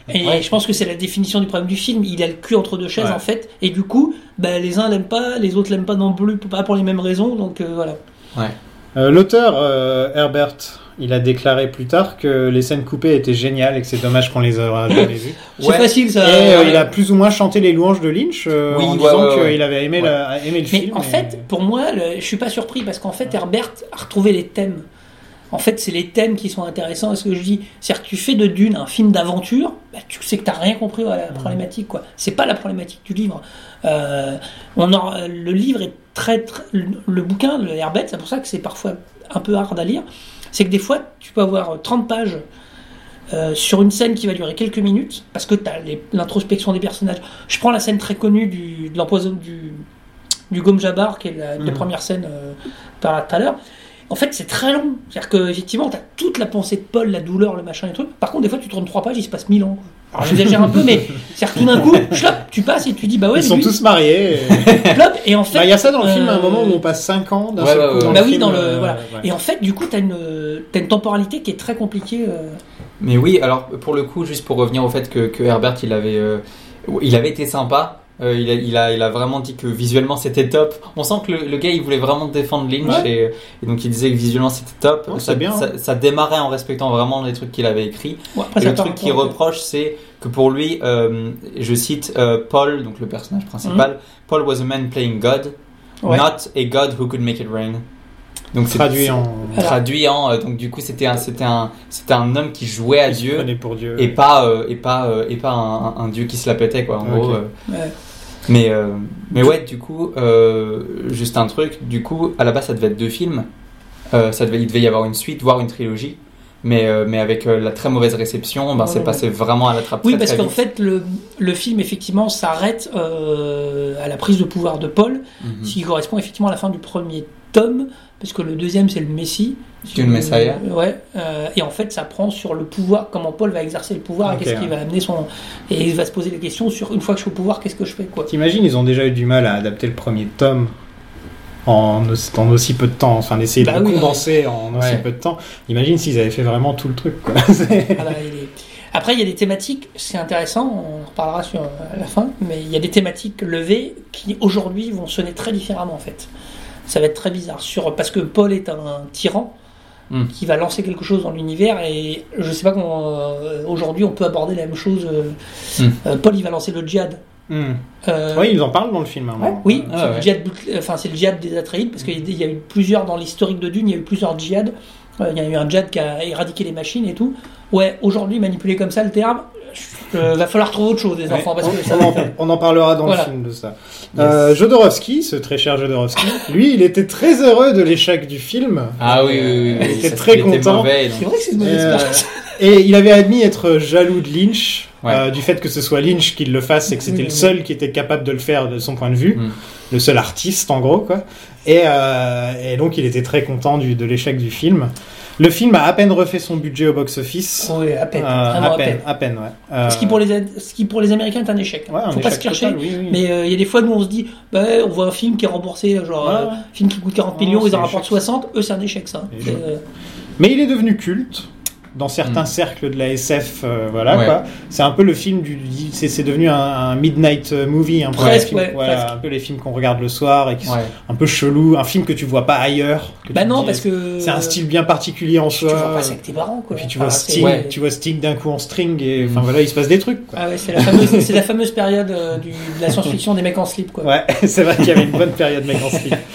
Speaker 3: Et
Speaker 4: Ah, Ouais.
Speaker 3: je pense que c'est la définition du problème du film. Il a le cul entre deux chaises
Speaker 2: Ouais.
Speaker 3: en fait. Et du coup, ben, les uns l'aiment pas, les autres l'aiment pas non plus, pas pour les mêmes raisons. Donc euh, voilà.
Speaker 2: Euh, L'auteur euh, Herbert, il a déclaré plus tard que les scènes coupées étaient géniales et que c'est dommage qu'on les aura jamais vues.
Speaker 3: C'est
Speaker 4: Ouais.
Speaker 3: facile
Speaker 2: Et
Speaker 3: ça.
Speaker 2: euh, il a plus ou moins chanté les louanges de Lynch euh,
Speaker 4: Oui,
Speaker 2: en
Speaker 4: ouais,
Speaker 2: disant
Speaker 4: ouais, ouais.
Speaker 2: qu'il avait aimé,
Speaker 4: Ouais.
Speaker 2: la- aimé le
Speaker 3: Mais
Speaker 2: film.
Speaker 3: en
Speaker 2: et-
Speaker 3: fait, pour moi, le- je suis pas surpris parce qu'en fait, Herbert a retrouvé les thèmes. En fait, c'est les thèmes qui sont intéressants. Et ce que je dis, c'est-à-dire que tu fais de Dune un film d'aventure, bah, tu sais que t'as rien compris à la problématique. quoi. C'est pas la problématique du livre. Euh, on en- le livre est très, très- le, le bouquin, le Herbert, c'est pour ça que c'est parfois un peu hard à lire. C'est que des fois, tu peux avoir 30 pages euh, sur une scène qui va durer quelques minutes, parce que tu as l'introspection des personnages. Je prends la scène très connue du, de l'empoisonnement du, du Gomme Jabbar, qui est la, la
Speaker 2: Mhm.
Speaker 3: première scène euh, par là tout à l'heure. En fait, c'est très long. C'est-à-dire qu'effectivement, tu as toute la pensée de Paul, la douleur, le machin et tout. Par contre, des fois, tu tournes trois pages, il se passe mille ans. quoi. Alors, j'exagère un peu, mais c'est-à-dire que tout d'un coup, chlop, tu passes et tu dis, bah ouais,
Speaker 2: Ils sont
Speaker 3: lui,
Speaker 2: tous mariés. et- Bah,
Speaker 3: chlop, et en
Speaker 2: Il
Speaker 3: fait,
Speaker 2: y a ça dans le
Speaker 3: euh,
Speaker 2: film, à un moment où on passe 5 ans d'un
Speaker 4: Ouais,
Speaker 2: seul
Speaker 4: ouais,
Speaker 2: coup
Speaker 4: ouais.
Speaker 2: dans
Speaker 3: Bah
Speaker 2: le
Speaker 3: oui,
Speaker 2: film,
Speaker 3: dans le-
Speaker 2: euh,
Speaker 3: voilà.
Speaker 2: ouais.
Speaker 3: Et en fait, du coup, t'as une, t'as une temporalité qui est très compliquée. euh.
Speaker 4: Mais oui, alors pour le coup, juste pour revenir au fait que, que Herbert, il avait, euh, il avait été sympa. euh, il, a, il, a, il a vraiment dit que visuellement c'était top. On sent que le, le gars il voulait vraiment défendre Lynch
Speaker 2: Ouais.
Speaker 4: et, et donc il disait que visuellement c'était top.
Speaker 2: Non, c'est
Speaker 4: ça,
Speaker 2: bien.
Speaker 4: ça- ça démarrait en respectant vraiment les trucs qu'il avait écrits.
Speaker 3: Bon, après,
Speaker 4: et
Speaker 3: Ah, ça
Speaker 4: le
Speaker 3: part
Speaker 4: truc
Speaker 3: en-
Speaker 4: qu'il reproche c'est que pour lui, euh, je cite euh, Paul, donc le personnage principal, Paul was a man playing God,
Speaker 3: Ouais.
Speaker 4: not a God who could make it rain. Donc c'est-
Speaker 2: Traduit
Speaker 4: c'est-
Speaker 2: en.
Speaker 3: Alors-
Speaker 4: traduit en euh, donc du coup c'était un c'était un c'était un homme qui jouait à
Speaker 2: Il se
Speaker 4: Dieu
Speaker 2: prenait pour Dieu.
Speaker 4: et pas euh, et pas euh, et pas un, un- un dieu qui se la pétait quoi en
Speaker 2: Ok.
Speaker 4: gros euh.
Speaker 3: Ouais.
Speaker 4: mais euh, mais ouais du coup euh, juste un truc du coup à la base ça devait être deux films Euh, ça devait il devait y avoir une suite voire une trilogie mais euh, mais avec euh, la très mauvaise réception ben
Speaker 3: Ouais,
Speaker 4: c'est
Speaker 3: ouais.
Speaker 4: passé vraiment à la trappe
Speaker 3: Oui,
Speaker 4: très,
Speaker 3: parce
Speaker 4: très
Speaker 3: qu'en
Speaker 4: vite.
Speaker 3: fait, le, le film, effectivement, s'arrête euh, à la prise de pouvoir de Paul,
Speaker 4: Mhm.
Speaker 3: ce qui correspond effectivement à la fin du premier tome, parce que le deuxième, c'est le Messie.
Speaker 4: Dune Messiah.
Speaker 3: Ouais, euh, et en fait, ça prend sur le pouvoir, comment Paul va exercer le
Speaker 2: Ok,
Speaker 3: pouvoir, et qu'est-ce qui
Speaker 2: ouais.
Speaker 3: va amener son. Et il va se poser la question sur une fois que je suis au pouvoir, qu'est-ce que je fais, quoi.
Speaker 2: T'imagines, ils ont déjà eu du mal à adapter le premier tome en, en aussi peu de temps, enfin d'essayer de
Speaker 3: Bah
Speaker 2: le
Speaker 3: oui.
Speaker 2: condenser en aussi
Speaker 4: Ouais.
Speaker 2: peu de temps. Imagine s'ils avaient fait vraiment tout le truc. Quoi.
Speaker 3: Ah bah, il est- Après, il y a des thématiques, c'est intéressant, on en reparlera sur euh, à la fin, mais il y a des thématiques levées qui aujourd'hui vont sonner très différemment en fait. Ça va être très bizarre, sur... parce que Paul est un tyran,
Speaker 4: Mm.
Speaker 3: qui va lancer quelque chose dans l'univers. Et je sais pas comment euh, aujourd'hui on peut aborder la même chose. euh,
Speaker 4: Mm.
Speaker 3: euh, Paul, il va lancer le djihad.
Speaker 2: Hmm.
Speaker 3: Euh,
Speaker 2: Oui, ils en parlent dans le film. à un
Speaker 3: Ouais,
Speaker 2: moment.
Speaker 3: oui,
Speaker 4: Ah
Speaker 3: c'est
Speaker 4: ouais.
Speaker 3: le djihad, bout- enfin c'est le djihad des Atreides parce qu'il y a- il y a eu plusieurs dans l'historique de Dune, il y a eu plusieurs djihads. Euh, Il y a eu un djihad qui a éradiqué les machines et tout. Ouais, aujourd'hui manipuler comme ça le terme, euh, va falloir trouver autre chose les
Speaker 2: Ouais. Oh,
Speaker 3: enfants parce que ça.
Speaker 2: on, on en, on en parlera dans
Speaker 3: Voilà.
Speaker 2: le film de ça. Euh, Jodorowsky, ce très cher Jodorowsky, lui, il était très heureux de l'échec du film.
Speaker 4: Ah oui, oui, oui.
Speaker 2: Il
Speaker 4: oui,
Speaker 2: était
Speaker 4: ça,
Speaker 2: très
Speaker 4: il était
Speaker 2: content.
Speaker 4: mauvais, donc.
Speaker 3: C'est vrai que c'est une
Speaker 2: Et,
Speaker 3: mauvaise
Speaker 2: euh,
Speaker 3: expérience.
Speaker 2: et il avait admis être jaloux de Lynch,
Speaker 4: Ouais.
Speaker 2: euh, du fait que ce soit Lynch qui le fasse et que c'était
Speaker 3: Oui,
Speaker 2: le
Speaker 3: oui.
Speaker 2: seul qui était capable de le faire de son point de vue,
Speaker 4: Mm.
Speaker 2: le seul artiste en gros quoi. Et, euh, et donc il était très content du, de l'échec du film. Le film a à peine refait son budget au box-office.
Speaker 3: Oui, à
Speaker 2: Euh,
Speaker 3: peine. vraiment
Speaker 2: à
Speaker 3: à peine.
Speaker 2: peine, à peine, ouais. Euh,
Speaker 3: Ce qui pour les ce qui pour les Américains est un échec.
Speaker 2: ouais, un
Speaker 3: Faut pas
Speaker 2: échec
Speaker 3: se chercher.
Speaker 2: total, oui, oui.
Speaker 3: Mais euh, il y a des fois où on se dit, bah, on voit un film qui est remboursé, genre
Speaker 2: Ouais,
Speaker 3: euh,
Speaker 2: ouais.
Speaker 3: film qui coûte 40
Speaker 2: Non,
Speaker 3: millions,
Speaker 2: c'est
Speaker 3: ils en
Speaker 2: un
Speaker 3: rapportent
Speaker 2: échec.
Speaker 3: 60, eux c'est un échec ça.
Speaker 2: Et
Speaker 3: C'est,
Speaker 2: je-
Speaker 3: euh,
Speaker 2: Mais il est devenu culte dans certains
Speaker 3: Hmm.
Speaker 2: cercles de la SF, euh, voilà
Speaker 4: Ouais.
Speaker 2: quoi. C'est un peu le film du, c'est c'est devenu un, un midnight movie, un peu les
Speaker 3: Presque,
Speaker 2: films-
Speaker 3: ouais,
Speaker 2: voilà,
Speaker 3: presque.
Speaker 2: un peu les films qu'on regarde le soir et qui sont
Speaker 4: Ouais.
Speaker 2: un peu chelou, un film que tu vois pas ailleurs. que
Speaker 3: Bah
Speaker 2: tu
Speaker 3: non
Speaker 2: dis,
Speaker 3: parce que
Speaker 2: c'est un style bien particulier en
Speaker 3: tu
Speaker 2: soi.
Speaker 3: vois pas ça avec tes parents
Speaker 2: Et
Speaker 3: quoi.
Speaker 2: puis tu
Speaker 3: Enfin, Hmm.
Speaker 2: vois
Speaker 3: c'est-
Speaker 2: Sting,
Speaker 4: ouais.
Speaker 2: tu vois Sting d'un coup en string et enfin
Speaker 4: Mm.
Speaker 2: voilà, il se passe des trucs. Quoi.
Speaker 3: Ah ouais, c'est la fameuse, c'est la fameuse période euh, du- de la science-fiction des mecs en slip quoi.
Speaker 2: Ouais, c'est vrai qu'il y avait une bonne période mec en slip.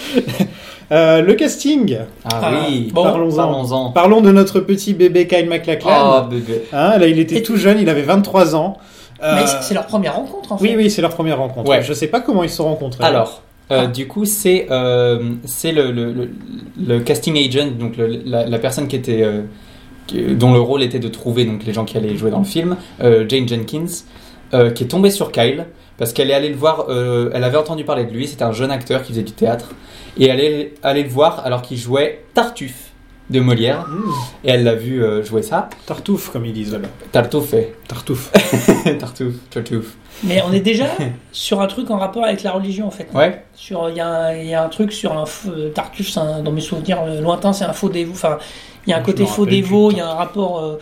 Speaker 2: Euh, le casting.
Speaker 4: Ah,
Speaker 3: Ah,
Speaker 4: oui,
Speaker 3: bon,
Speaker 2: parlons-en.
Speaker 4: parlons-en.
Speaker 2: Parlons de notre petit bébé Kyle MacLachlan.
Speaker 3: Oh,
Speaker 4: Ah, bébé.
Speaker 2: Hein, là, il était
Speaker 3: Et-
Speaker 2: tout jeune, il avait 23 ans. Euh,
Speaker 3: Mais c'est- c'est leur première rencontre en fait.
Speaker 2: Oui, oui, c'est leur première rencontre.
Speaker 4: Ouais.
Speaker 2: Je sais pas comment ils se sont rencontrés.
Speaker 4: Alors, euh,
Speaker 3: Ah.
Speaker 4: du coup, c'est euh, c'est le, le, le- le casting agent, donc le- la, la personne qui était, euh, qui- dont le rôle était de trouver donc, les gens qui allaient jouer dans le film, euh, Jane Jenkins, euh, qui est tombée sur Kyle parce qu'elle est allée le voir, euh, elle avait entendu parler de lui, c'était un jeune acteur qui faisait du théâtre, et elle est allée le voir alors qu'il jouait Tartuffe de Molière,
Speaker 2: Mmh,
Speaker 4: et elle l'a vu euh, jouer ça.
Speaker 2: Tartouffe, comme ils disent là-bas.
Speaker 4: Tartuffe, eh.
Speaker 2: Tartouffe.
Speaker 4: Tartuffe, Tartuffe.
Speaker 3: Mais on est déjà sur un truc en rapport avec la religion en fait.
Speaker 4: Ouais,
Speaker 3: Sur il y, a un- il y a un truc sur un f- euh, Tartuffe, c'est un- dans mes souvenirs euh, lointains, c'est un faux dévot. Enfin, il y a un
Speaker 2: Je
Speaker 3: côté
Speaker 2: me
Speaker 3: faux
Speaker 2: rappelle
Speaker 3: dévot,
Speaker 2: du
Speaker 3: il y a un rapport. euh,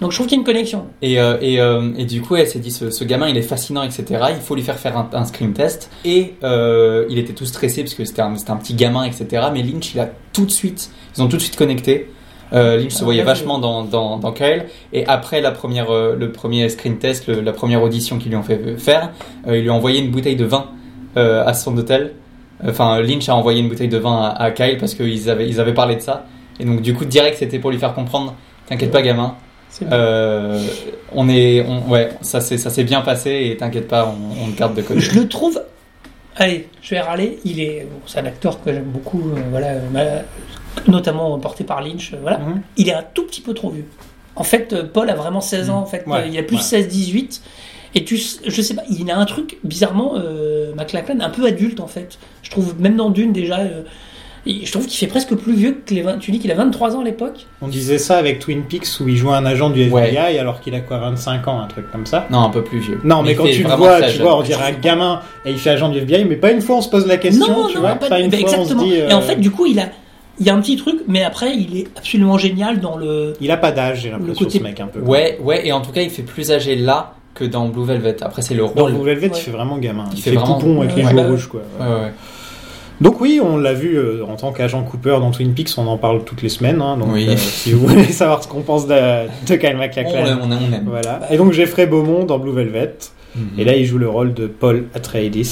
Speaker 3: Donc je trouve qu'il y a une connexion.
Speaker 4: Et, euh, et, euh, et du coup, elle s'est dit, ce, ce gamin, il est fascinant, etc. Il faut lui faire faire un, un screen test. Et euh, il était tout stressé parce que c'était un, c'était un petit gamin, etc. Mais Lynch, il a tout de suite, ils ont tout de suite connecté. Euh, Lynch se voyait
Speaker 3: Ah,
Speaker 4: vachement dans, dans, dans Kyle. Et après la première, euh, le premier screen test, le- la première audition qu'ils lui ont fait faire, euh, il lui a envoyé une bouteille de vin euh, à son hôtel. Enfin, Lynch a envoyé une bouteille de vin à, à Kyle parce qu'ils avaient, ils avaient parlé de ça. Et donc, du coup, direct, c'était pour lui faire comprendre, t'inquiète pas, gamin.
Speaker 3: C'est
Speaker 4: Euh, on est, on- ouais, ça s'est, ça s'est bien passé et t'inquiète pas, on, on le garde de
Speaker 2: Euh,
Speaker 4: côté.
Speaker 3: Je le trouve. Allez, je vais râler. Il est, bon, c'est un acteur que j'aime beaucoup, euh, voilà, euh, ma- notamment porté par Lynch. euh, voilà,
Speaker 2: Mhm.
Speaker 3: il est un tout petit peu trop vieux. En fait, euh, Paul a vraiment 16 ans. En fait,
Speaker 2: Ouais,
Speaker 3: Euh, il a plus
Speaker 2: ouais.
Speaker 3: 16-18. Et tu, s- je sais pas, il a un truc bizarrement, euh, McLachlan, un peu adulte en fait. Je trouve même dans Dune déjà, euh, et je trouve qu'il fait presque plus vieux que les 20. Tu dis qu'il a 23 ans à l'époque.
Speaker 2: On disait ça avec Twin Peaks où il joue un agent du
Speaker 4: Ouais.
Speaker 2: FBI alors qu'il a quoi 25 ans, un truc comme ça.
Speaker 4: Non, un peu plus vieux.
Speaker 2: Non, mais,
Speaker 4: Il
Speaker 2: quand
Speaker 4: fait
Speaker 2: tu le
Speaker 4: vraiment
Speaker 2: vois,
Speaker 4: très
Speaker 2: tu
Speaker 4: jeune.
Speaker 2: vois, on dirait un gamin et il fait agent du FBI, mais pas une fois on se pose la question,
Speaker 3: non,
Speaker 2: tu
Speaker 3: non,
Speaker 2: vois,
Speaker 3: pas,
Speaker 2: une
Speaker 3: bah,
Speaker 2: fois
Speaker 3: exactement.
Speaker 2: on se dit. euh,
Speaker 3: Et en fait, du coup, il a, il y a un petit truc, mais après, il est absolument génial dans le.
Speaker 2: il a pas d'âge, j'ai l'impression,
Speaker 3: côté-
Speaker 2: ce mec un peu.
Speaker 4: Ouais, ouais, et en tout cas, il fait plus âgé là que dans Blue Velvet. Après, c'est le
Speaker 2: Dans
Speaker 4: rôle.
Speaker 2: le Velvet,
Speaker 3: Ouais.
Speaker 2: il fait vraiment gamin. Il,
Speaker 4: Il
Speaker 2: fait,
Speaker 4: fait vraiment-
Speaker 2: poupon avec les
Speaker 3: Ouais,
Speaker 2: joues
Speaker 3: bah,
Speaker 2: rouges, quoi.
Speaker 4: Ouais, ouais.
Speaker 2: Donc oui, on l'a vu euh, en tant qu'agent Cooper dans Twin Peaks, on en parle toutes les semaines. hein, donc
Speaker 4: Oui.
Speaker 2: euh, si vous voulez savoir ce qu'on pense de, de Kyle
Speaker 4: On,
Speaker 2: MacLachlan,
Speaker 4: aime, on aime, on aime.
Speaker 2: voilà. Et donc Jeffrey Beaumont dans Blue Velvet.
Speaker 4: Mhm.
Speaker 2: Et là, il joue le rôle de Paul Atreides.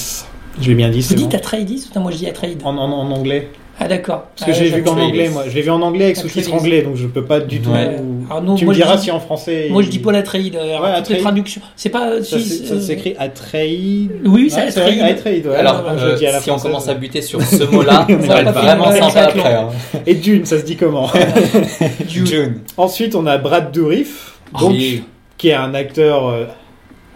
Speaker 2: Je l'ai bien dit,
Speaker 3: Vous
Speaker 2: c'est bon.
Speaker 3: dites Atreides Putain, moi je dis Atreides.
Speaker 2: En, en- en anglais.
Speaker 3: Ah d'accord.
Speaker 2: Parce que
Speaker 3: Ah,
Speaker 2: j'ai vu qu'en
Speaker 4: Atreides.
Speaker 2: anglais, moi. Je l'ai vu en anglais avec sous-titres
Speaker 3: Atreides.
Speaker 2: anglais, donc je peux pas du tout.
Speaker 4: Ouais.
Speaker 3: Ah non,
Speaker 2: euh, tu
Speaker 3: moi,
Speaker 2: me
Speaker 3: je
Speaker 2: diras
Speaker 3: dis-
Speaker 2: si en français.
Speaker 3: Moi je
Speaker 2: il-
Speaker 3: dis Paul Atreides. Alors,
Speaker 2: Ouais,
Speaker 3: toutes les
Speaker 2: Atreides.
Speaker 3: traductions. C'est pas.
Speaker 2: Ça
Speaker 3: si,
Speaker 2: s'é-
Speaker 3: euh,
Speaker 2: ça s'écrit Atreides.
Speaker 3: Oui, c'est
Speaker 2: Ouais, c'est vrai,
Speaker 3: Atreides.
Speaker 2: Atreides. ouais,
Speaker 4: Alors,
Speaker 2: non, je
Speaker 4: euh,
Speaker 2: le dis à la
Speaker 4: si on
Speaker 2: française. bah,
Speaker 4: commence à buter sur ce mot-là,
Speaker 2: On
Speaker 4: ça
Speaker 3: va
Speaker 4: va être
Speaker 3: pas
Speaker 4: vraiment
Speaker 3: faire
Speaker 4: sympa
Speaker 3: Dune.
Speaker 4: après. hein.
Speaker 2: Et Dune, ça se dit comment
Speaker 3: Dune.
Speaker 4: Dune.
Speaker 2: Ensuite, on a Brad Dourif,
Speaker 3: Ah
Speaker 2: donc,
Speaker 4: Ah Oui.
Speaker 2: qui est un acteur euh,